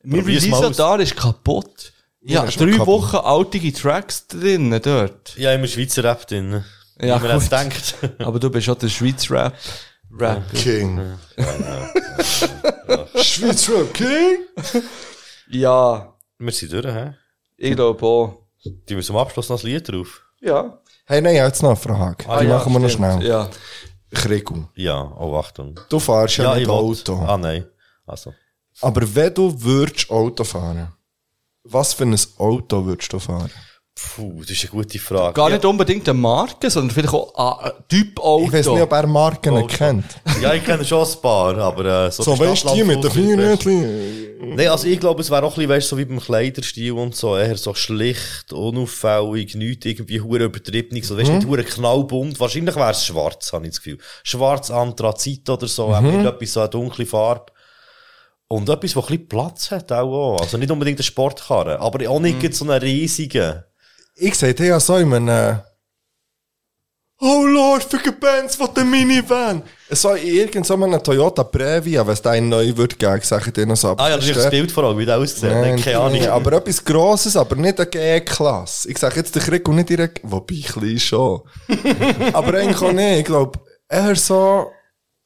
Speaker 2: Mein
Speaker 4: Probier's mal aus.
Speaker 2: Release-Radar ist kaputt.
Speaker 3: Ja,
Speaker 2: Ja,
Speaker 3: ist
Speaker 2: drei
Speaker 3: kaputt.
Speaker 2: Wochen alte Tracks drin dort.
Speaker 4: Ja, immer Schweizer Rap drin. ne?
Speaker 2: Ja,
Speaker 4: Wie man jetzt
Speaker 2: gut.
Speaker 4: denkt.
Speaker 2: Aber du bist auch der Schweiz Rap. Rap.
Speaker 3: King. Schweizer King?
Speaker 2: Ja,
Speaker 4: Wir sind durch, hä?
Speaker 2: ich glaube auch.
Speaker 4: Die müssen am Abschluss noch das Lied drauf.
Speaker 2: Ja.
Speaker 3: Hey, nein, jetzt noch eine Frage.
Speaker 4: Ah,
Speaker 3: Die
Speaker 4: ja,
Speaker 3: machen wir noch
Speaker 4: stimmt.
Speaker 3: schnell.
Speaker 2: Ja.
Speaker 3: Kriegel.
Speaker 4: Ja, oh, Achtung.
Speaker 3: Du fährst ja,
Speaker 4: ich
Speaker 3: nicht
Speaker 4: will.
Speaker 3: Auto.
Speaker 4: Ah, nein. Also.
Speaker 3: Aber wenn du würdest Auto fahren, was für ein Auto würdest du fahren?
Speaker 4: Puh, das ist eine gute Frage.
Speaker 2: Gar
Speaker 4: ja.
Speaker 2: nicht unbedingt eine Marke, sondern vielleicht auch ein Typ Auto.
Speaker 3: Ich weiß nicht, ob er Marken
Speaker 4: Auto.
Speaker 3: kennt.
Speaker 4: Ja, ich kenne schon ein paar, aber äh, so.
Speaker 3: So,
Speaker 4: die
Speaker 3: weißt du, die mit den
Speaker 4: Stadtlandfuß-
Speaker 3: Fingernähtchen?
Speaker 4: Nein, also ich glaube, es wäre auch ein bisschen, weißt, so wie beim Kleiderstil und so, eher so schlicht, unauffällig, nichts irgendwie hure übertrieben, so, weißt,
Speaker 3: Mhm.
Speaker 4: nicht hure knallbunt. Wahrscheinlich wäre es schwarz, habe ich das Gefühl. Schwarz, Anthrazit oder so, mhm. etwas, so eine dunkle Farbe. Und etwas, das ein bisschen Platz hat auch, auch. Also nicht unbedingt eine Sportkarre, aber auch
Speaker 3: Mhm.
Speaker 4: nicht so einen riesigen.
Speaker 3: Ich sagte ja so in einem... Oh Lord, für die Benz von der Minivan! So in irgendeinem Toyota Previa, wenn es da einen neu würde geben, sage ich dir noch so.
Speaker 4: Ah ja, das ist das Bild vor allem, wie das aussieht.
Speaker 3: Nein,
Speaker 4: Keine Ahnung.
Speaker 3: nein, aber etwas Grosses, aber nicht eine G-Klasse. Ich sage jetzt den Krieg und nicht direkt, wobei klein schon. aber eigentlich auch nicht. Ich glaube, eher so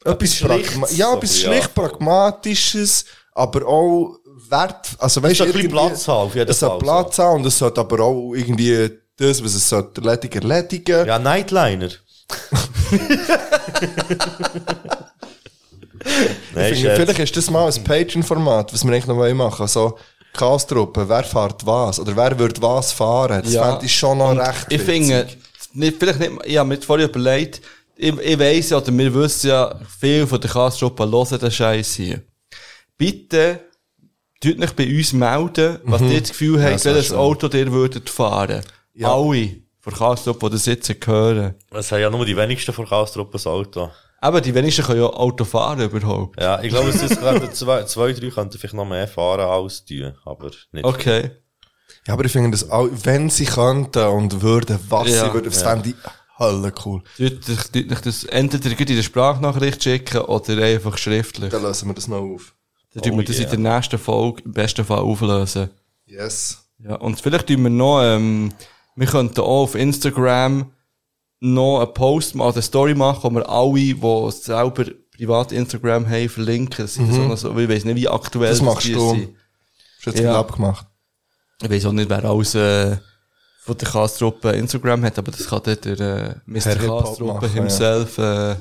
Speaker 3: etwas,
Speaker 4: Schlichtes,
Speaker 3: pragma ja,
Speaker 4: so
Speaker 3: etwas
Speaker 4: ein bisschen,
Speaker 3: schlicht Pragmatisches, aber auch Wert, also weißt
Speaker 4: soll ein bisschen Platz haben, auf jeden
Speaker 3: Es soll
Speaker 4: Fall,
Speaker 3: Platz haben und es sollte aber auch irgendwie das, was es sollte erledigen, erledigen.
Speaker 4: Ja, Nightliner.
Speaker 3: ich
Speaker 4: Nein, ist
Speaker 3: finde,
Speaker 4: jetzt-
Speaker 3: vielleicht ist das mal ein Patreon-Format, was wir eigentlich noch machen wollen. Also, Chaos-Truppe, wer fährt was? Oder wer würde was fahren? Das
Speaker 2: Ja.
Speaker 3: fände ich schon noch recht
Speaker 2: Ich finde, nicht, vielleicht nicht, ich habe mir vorher überlegt, ich, ich weiss ja, oder wir wissen ja, viele von der Kassgruppe hören den Scheiß hier. Bitte, tut nicht bei uns melden, was ihr das Gefühl habt,
Speaker 3: Mhm. das wär
Speaker 2: welches
Speaker 3: schön.
Speaker 2: Auto ihr würdet fahren.
Speaker 3: Ja.
Speaker 2: Alle von der Kassgruppe, die das jetzt hören.
Speaker 4: Das haben ja nur die wenigsten von Chaos-Truppen ein Auto.
Speaker 2: Aber die wenigsten können ja Auto fahren überhaupt.
Speaker 4: Ja, ich glaube, es ist gerade zwei, zwei, drei könnten vielleicht noch mehr fahren als die, aber nicht.
Speaker 2: Okay.
Speaker 3: Ja, aber ich finde das auch, wenn sie könnten und würden, was
Speaker 2: Ja.
Speaker 3: sie würden, das
Speaker 4: Ja.
Speaker 3: fände ich hölle cool.
Speaker 2: Tut, tut nicht das entweder gleich in der Sprachnachricht schicken oder einfach schriftlich.
Speaker 3: Dann lösen wir das noch auf.
Speaker 2: Dann tun
Speaker 4: Oh
Speaker 2: wir das
Speaker 4: yeah.
Speaker 2: in der nächsten Folge im besten Fall auflösen.
Speaker 3: Yes.
Speaker 2: Ja, und vielleicht tun wir noch, ähm, wir könnten auch auf Instagram noch einen Post machen, eine Story machen, wo wir alle, die selber privat Instagram haben, verlinken. Das ist so, so, ich weiß nicht, wie aktuell
Speaker 3: Das machst
Speaker 2: die
Speaker 3: du.
Speaker 2: sind.
Speaker 3: Ist jetzt
Speaker 2: Ja.
Speaker 3: ja. abgemacht.
Speaker 2: Ich weiß auch nicht, wer alles äh, von der Kastruppe Instagram hat, aber das kann dann der äh, Mr.
Speaker 3: Herr Hip-Hop
Speaker 2: Kastruppe
Speaker 3: machen, ja.
Speaker 2: himself äh,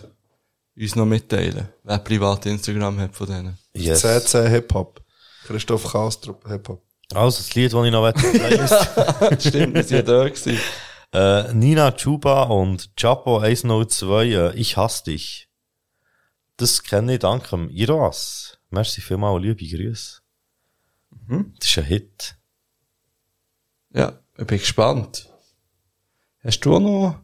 Speaker 2: uns noch mitteilen, wer privat Instagram hat von denen.
Speaker 4: Yes.
Speaker 3: CC Hip-Hop. Christoph Kastrup Hip-Hop.
Speaker 4: Also, das Lied, das ich noch wette.
Speaker 2: Stimmt, wir sind ja da gewesen.
Speaker 4: äh, Nina Chuba und Chapo 102, äh, ich hasse dich. Das kenne ich dank dem Iras. Merci vielmals, liebe Grüße. Das ist ein Hit.
Speaker 2: Ja, ich bin gespannt. Hast du auch noch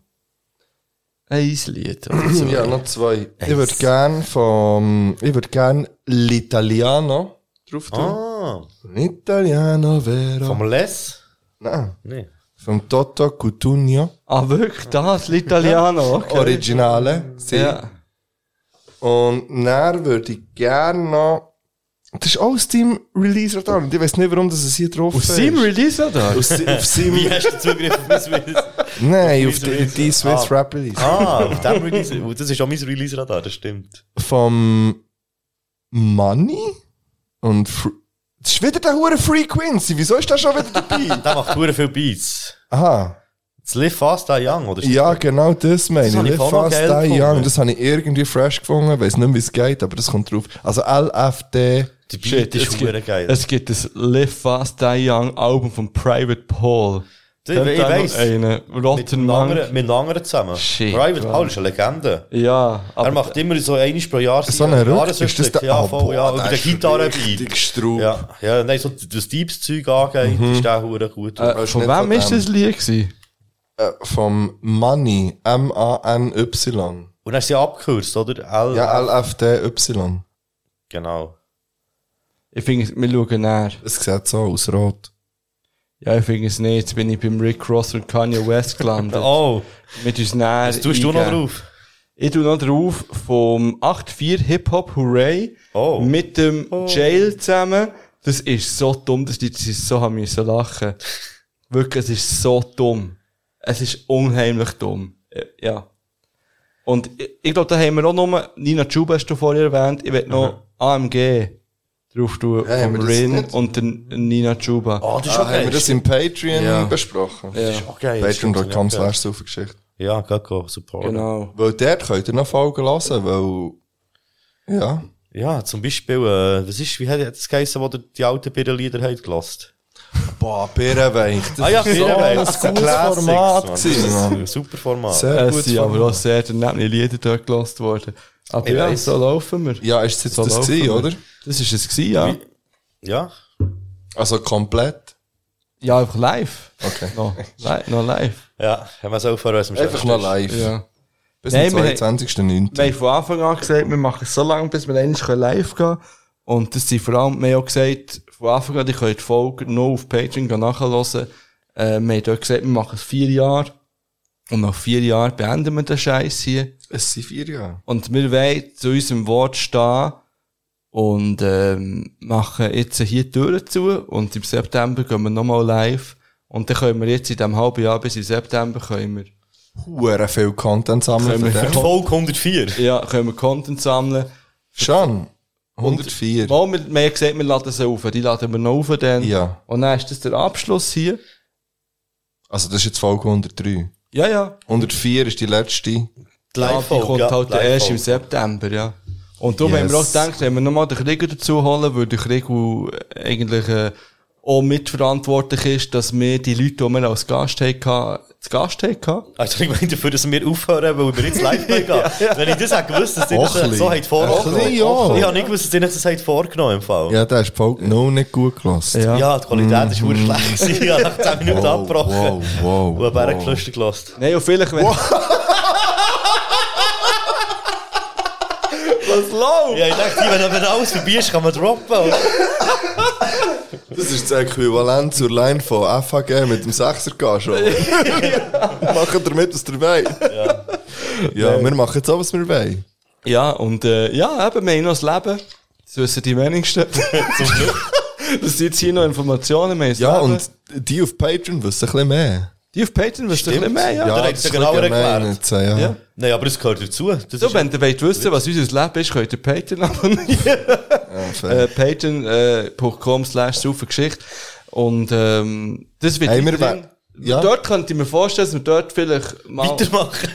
Speaker 2: ein Lied? oder so?
Speaker 3: Ja, noch zwei. Ich würde gern vom, ich würde gern L'Italiano drauf tun.
Speaker 4: Ah,
Speaker 3: L'Italiano vero.
Speaker 4: vom Les?
Speaker 3: Nein.
Speaker 4: Nee.
Speaker 3: Vom Toto Cutugno.
Speaker 2: Ah, wirklich? Das, l'Italiano, okay.
Speaker 3: Originale.
Speaker 2: Ja.
Speaker 3: Und dann würde ich gerne noch. Das ist auch aus deinem Release-Radar. Und ich weiß nicht, warum das es hier drauf
Speaker 2: Aus seinem Release da?
Speaker 3: Aus si- auf seinem.
Speaker 4: Wie hast du Zugriff auf mein Release?
Speaker 3: Nein,
Speaker 4: auf
Speaker 3: auf
Speaker 4: mein
Speaker 3: die, die
Speaker 4: Release-
Speaker 3: Swiss
Speaker 4: Ah.
Speaker 3: Rap Release.
Speaker 4: Ah, auf dem Release. Oh, Das ist auch mein Release-Radar, das stimmt.
Speaker 3: Vom Money und. Fr das ist wieder der Hure Frequency. Wieso ist der schon wieder dabei?
Speaker 4: Der macht hure viel Beats.
Speaker 3: Aha.
Speaker 4: Das Live Fast Die Young, oder?
Speaker 3: Ja, genau das meine ich.
Speaker 4: Das habe ich
Speaker 3: Live
Speaker 4: auch noch
Speaker 3: Fast
Speaker 4: geil
Speaker 3: Die
Speaker 4: gefunden.
Speaker 3: Young. Das habe ich irgendwie fresh gefunden. Weiß nicht, mehr, wie es geht, aber das kommt drauf. Also LFD.
Speaker 4: Der Beat
Speaker 2: Shit,
Speaker 4: ist
Speaker 2: es
Speaker 4: hure
Speaker 2: gibt,
Speaker 4: geil.
Speaker 2: es gibt das Live Fast Die Young Album von Private Paul.
Speaker 4: Ich-
Speaker 2: Kennt
Speaker 4: ich
Speaker 2: ihr noch
Speaker 4: weiss.
Speaker 2: einen?
Speaker 4: mit
Speaker 2: Rotten
Speaker 4: einem anderen,
Speaker 2: Monk.
Speaker 4: mit einem anderen zusammen.
Speaker 2: Shit,
Speaker 4: Private
Speaker 2: Mann.
Speaker 4: Paul ist eine Legende.
Speaker 2: Ja,
Speaker 4: er macht immer so einiges pro Jahr
Speaker 3: So eine Rücksicht. Ist das
Speaker 4: Jahresrückblick.
Speaker 3: der
Speaker 4: Ja,
Speaker 3: Ah,
Speaker 4: voll, ja,
Speaker 3: boah,
Speaker 4: über
Speaker 3: der
Speaker 4: den
Speaker 3: ist
Speaker 4: Gitarrenbeat.
Speaker 3: richtig Strub.
Speaker 4: Ja, ja,
Speaker 3: Mhm.
Speaker 4: nein, so das Deeps-Zeug angeht, ist der hure gut.
Speaker 2: äh, von
Speaker 3: nicht
Speaker 2: wem
Speaker 3: von
Speaker 2: ist
Speaker 3: dem.
Speaker 2: das Lied gewesen?
Speaker 3: äh, vom Money, M-A-N-Y.
Speaker 4: Und hast du ja abgekürzt, oder? L
Speaker 3: Ja, LFDY.
Speaker 4: Genau.
Speaker 2: Ich finde, wir schauen näher.
Speaker 3: Es sieht so aus, rot.
Speaker 2: Ja, ich finde es nicht. Jetzt bin ich beim Rick Ross und Kanye West gelandet.
Speaker 4: Oh.
Speaker 2: Mit uns näher.
Speaker 3: Also
Speaker 4: Was tust du noch
Speaker 3: äh,
Speaker 2: eingeben.
Speaker 4: drauf?
Speaker 2: Ich tu noch drauf vom 8-4 Hip-Hop Hooray
Speaker 4: oh.
Speaker 2: mit dem Jail zusammen. Das ist so dumm, dass die das so haben müssen lachen. Wirklich, es ist so dumm. Es ist unheimlich dumm. Äh, Ja. Und ich, ich glaube, da haben wir auch noch, Nina Chuba hast du vorher erwähnt, ich will noch AMG drauf tun,
Speaker 3: Ja, haben
Speaker 2: vom
Speaker 3: wir das
Speaker 2: Rin
Speaker 3: nicht?
Speaker 2: und den Nina Chuba.
Speaker 4: Oh, das ist
Speaker 3: Ah,
Speaker 4: auch geil.
Speaker 3: haben wir das im Patreon
Speaker 2: Ja.
Speaker 3: besprochen?
Speaker 2: Ja. Das
Speaker 4: ist auch geil.
Speaker 3: Patreon.com
Speaker 4: Das stimmt, ja.
Speaker 3: slash Saufengeschichte.
Speaker 4: Ja, Gecko, support.
Speaker 2: Genau.
Speaker 3: Weil dort könnt ihr noch Folgen hören, weil... Ja.
Speaker 4: Ja, zum Beispiel, äh, was ist, wie hat hat das geheissen, wo ihr die alten Birrenlieder habt gelassen?
Speaker 3: Boah, Birrenweich. das
Speaker 4: Ah ja,
Speaker 3: ist so
Speaker 4: Birrenweich.
Speaker 3: ein
Speaker 4: Das ist ein
Speaker 3: gutes
Speaker 4: Classics,
Speaker 3: Format
Speaker 4: Mann.
Speaker 3: gewesen,
Speaker 4: Das ist ein
Speaker 3: Mann.
Speaker 4: Super Format.
Speaker 3: Sehr
Speaker 2: Es
Speaker 3: gut.
Speaker 2: sind Äh, aber
Speaker 3: Format.
Speaker 2: auch sehr daneben Lieder dort gelost worden. Aber
Speaker 4: Ich
Speaker 2: ja,
Speaker 4: weiss.
Speaker 2: so laufen wir.
Speaker 3: Ja, ist es jetzt
Speaker 2: So
Speaker 3: das
Speaker 2: laufen ne?
Speaker 3: gewesen,
Speaker 2: wir.
Speaker 3: oder?
Speaker 2: Das ist es gewesen, ja.
Speaker 4: Ja.
Speaker 3: Also komplett.
Speaker 2: Ja, einfach live.
Speaker 3: Okay.
Speaker 2: Noch, li noch live.
Speaker 4: Ja, haben wir es auch vor uns im
Speaker 3: Einfach noch live.
Speaker 2: Ja.
Speaker 3: Bis
Speaker 2: Nein,
Speaker 3: zum
Speaker 2: wir haben-
Speaker 3: 22.09.
Speaker 2: Wir haben von Anfang an gesagt, wir machen es so lange, bis wir endlich live gehen können. Und das sind vor allem, wir haben auch gesagt, von Anfang an, ihr könnt die Folge noch auf Patreon gehen nachhören. Äh, wir haben dort gesagt, wir machen es vier Jahre. Und nach vier Jahren beenden wir den Scheiß hier.
Speaker 3: Es sind vier Jahre.
Speaker 2: Und wir wollen zu unserem Wort stehen und ähm, machen jetzt hier die Türen zu und im September gehen wir nochmal live. Und dann können wir jetzt in diesem halben Jahr bis in September können wir
Speaker 3: Huere viel Content sammeln
Speaker 2: Können wir
Speaker 3: für den.
Speaker 4: Folge 104.
Speaker 2: Ja, können wir Content sammeln.
Speaker 3: Schon. 104.
Speaker 2: Mal, wir, wir haben gesagt, wir laden sie auf. Die laden wir noch auf dann.
Speaker 3: Ja.
Speaker 2: Und dann ist das der Abschluss hier.
Speaker 3: Also das ist jetzt Folge 103.
Speaker 2: Ja, ja.
Speaker 3: 104 ist die letzte.
Speaker 4: Die
Speaker 2: ja die eh,
Speaker 4: Live-Folge,
Speaker 2: kommt
Speaker 4: ja,
Speaker 2: halt
Speaker 4: Live-Folge.
Speaker 2: erst im September, ja. Und darum haben wir auch
Speaker 3: Yes.
Speaker 2: gedacht, wenn wir nochmal den Krieger dazu holen, weil der Krieger eigentlich äh, auch mitverantwortlich ist, dass wir die Leute, die wir als Gast hatten, zu Gast hatten.
Speaker 4: Also ich meine dafür, dass wir aufhören, weil wir jetzt live gehen. Wenn ich das hätte gewusst, dass ihr das
Speaker 3: Ochli.
Speaker 4: so habt vorgenommen
Speaker 3: Ochli, ja.
Speaker 4: Ich habe nicht gewusst, dass ihr das habt vorgenommen im Fall.
Speaker 3: Oh. Ja, da ist die Folge noch nicht gut gelassen.
Speaker 2: Ja.
Speaker 4: Ja, die Qualität ist wirklich schlecht. gewesen. Ich habe nach 10 Minuten abgebrochen.
Speaker 3: Mm. wow, wow,
Speaker 4: Und habe
Speaker 3: wow.
Speaker 4: Bärengelüste gelassen.
Speaker 2: Nein, und vielleicht, wenn... Was läuft?
Speaker 4: Ja, ich dachte, wenn wenn alles vorbei ist, kann man droppen.
Speaker 3: Das ist das Äquivalent zur Line von FHG mit dem 6er Gage. oder? Machen damit, was ihr wollt. Ja, wir machen jetzt auch, was wir wollen.
Speaker 2: Ja, und äh, ja, eben, wir haben noch das Leben. Das wissen die wenigsten.
Speaker 4: Zum Glück.
Speaker 2: Das sind jetzt hier noch Informationen. Wir haben das
Speaker 3: Ja,
Speaker 2: Leben.
Speaker 3: und die auf Patreon wissen ein bisschen mehr.
Speaker 2: Die auf Patreon wirst du ein bisschen
Speaker 4: Stimmt.
Speaker 2: mehr, ja.
Speaker 4: Ja, da hat's ja genauer erklärt.
Speaker 3: Jetzt, ja.
Speaker 2: Ja.
Speaker 4: Nein, aber es gehört dazu. Das
Speaker 2: So, wenn ihr wollt wissen, was unser Leben ist, könnt ihr Patreon abonnieren.
Speaker 3: fair.
Speaker 2: äh, Patreon.com slash Saufengeschichte. Und ähm, das wird
Speaker 3: Hey, wir
Speaker 2: weiterhin-
Speaker 3: we- ja.
Speaker 2: Dort könnte ich mir vorstellen, dass wir dort vielleicht mal...
Speaker 3: Ehm.
Speaker 4: Weitermachen.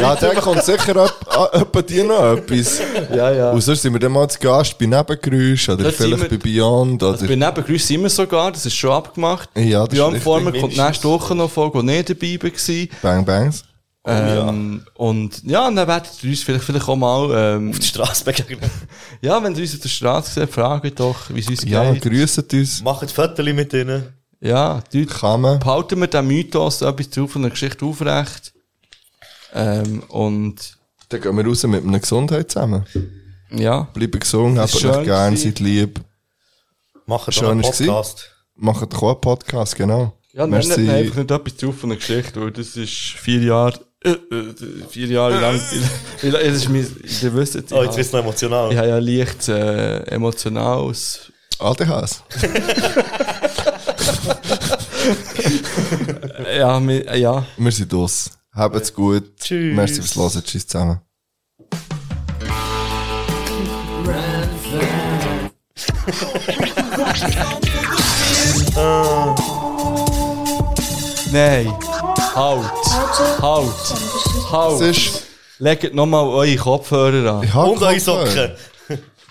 Speaker 3: Ja, dann kommt sicher ab- a- etwa dir noch etwas.
Speaker 2: Ja, ja.
Speaker 3: Und sonst sind wir dann mal zu Gast bei Nebengeräusch oder
Speaker 2: Dort sind
Speaker 3: vielleicht bei
Speaker 2: wir-
Speaker 3: Beyond oder
Speaker 2: Also bei Nebengrüßen sind wir sogar, das ist schon abgemacht.
Speaker 3: Ja, das ist
Speaker 2: Beyond
Speaker 3: richtig.
Speaker 2: Former kommt
Speaker 4: Mindestens.
Speaker 2: nächste Woche noch vor, wo nicht dabei war.
Speaker 3: Bang Bangs.
Speaker 2: Ähm, Und ja, und dann werdet ihr uns vielleicht, vielleicht auch mal... Ähm,
Speaker 4: Auf die Straße begegnen.
Speaker 2: ja, wenn ihr uns auf der Straße seht, fragt doch, wie es uns
Speaker 3: Ja,
Speaker 2: geht.
Speaker 3: grüßt uns.
Speaker 4: Macht Fotos mit ihnen.
Speaker 2: Ja, Leute,
Speaker 3: Kann man.
Speaker 2: behalten wir den Mythos etwas zu von der Geschichte aufrecht. Ähm, und
Speaker 3: Dann gehen wir raus mit einer Gesundheit zusammen.
Speaker 2: ja,
Speaker 3: Bleibt gesund,
Speaker 2: Das
Speaker 3: habt
Speaker 2: ist
Speaker 3: euch
Speaker 2: schön
Speaker 3: gern,
Speaker 2: gewesen.
Speaker 3: seid lieb.
Speaker 4: Macht
Speaker 3: Schön
Speaker 4: einen
Speaker 3: ist gewesen.
Speaker 4: Podcast.
Speaker 3: Macht doch auch einen Podcast, genau.
Speaker 2: ja nein, nein, nein, einfach nicht etwas zu von der Geschichte, weil das ist vier Jahre, äh, äh, vier Jahre lang. Wie lang- Es ist mein, ihr wisst es, ich
Speaker 4: Oh, jetzt
Speaker 2: habe
Speaker 4: wird es noch emotional.
Speaker 2: ich habe ja leicht äh, emotionales.
Speaker 3: ADHS.
Speaker 2: Ja, mi- äh, ja.
Speaker 3: Wir sind aus. Habt's gut.
Speaker 4: Tschüss.
Speaker 3: Merci fürs Hören. Tschüss zusammen.
Speaker 2: Nein. Halt, halt,
Speaker 3: Es
Speaker 2: halt.
Speaker 3: ist...
Speaker 2: Legt nochmal eure Kopfhörer an.
Speaker 3: Ich hab
Speaker 4: Und eure
Speaker 3: Kopfhörer.
Speaker 4: Socken.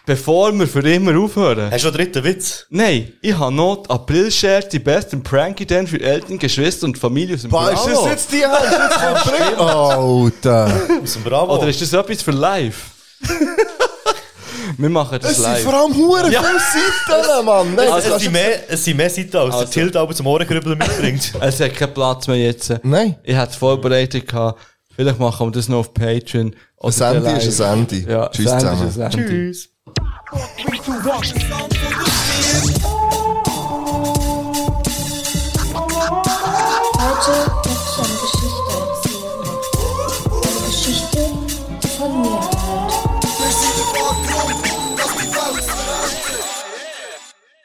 Speaker 2: Bevor wir für immer aufhören.
Speaker 4: Hast du noch einen dritten Witz?
Speaker 2: Nein, ich habe noch die April-Share, die besten Prank-Ideen für Eltern, Geschwister und Familie aus dem
Speaker 3: Boah, ist das jetzt die Hand? Jetzt kommt Brille. Alter.
Speaker 4: Aus dem Bravo.
Speaker 2: Oder ist das etwas für live? Wir machen das
Speaker 3: Es sind
Speaker 2: live.
Speaker 3: vor allem Huren viele Seiten, Mann. Nein, das
Speaker 4: also, es,
Speaker 3: kannst
Speaker 4: sind
Speaker 3: du-
Speaker 4: mehr, es sind mehr Seiten, als der Tilt aber zum Ohrengrübeln mitbringt.
Speaker 2: Es hat keinen Platz mehr jetzt.
Speaker 3: Nein.
Speaker 2: Ich hatte es vorbereitet. Gehabt. Vielleicht machen wir das noch auf Patreon. Oder
Speaker 3: Sandy
Speaker 2: live.
Speaker 3: ist ein Sandy.
Speaker 2: Ja,
Speaker 3: Tschüss
Speaker 2: Sandy
Speaker 3: zusammen.
Speaker 2: Ist ein Sandy.
Speaker 4: Tschüss.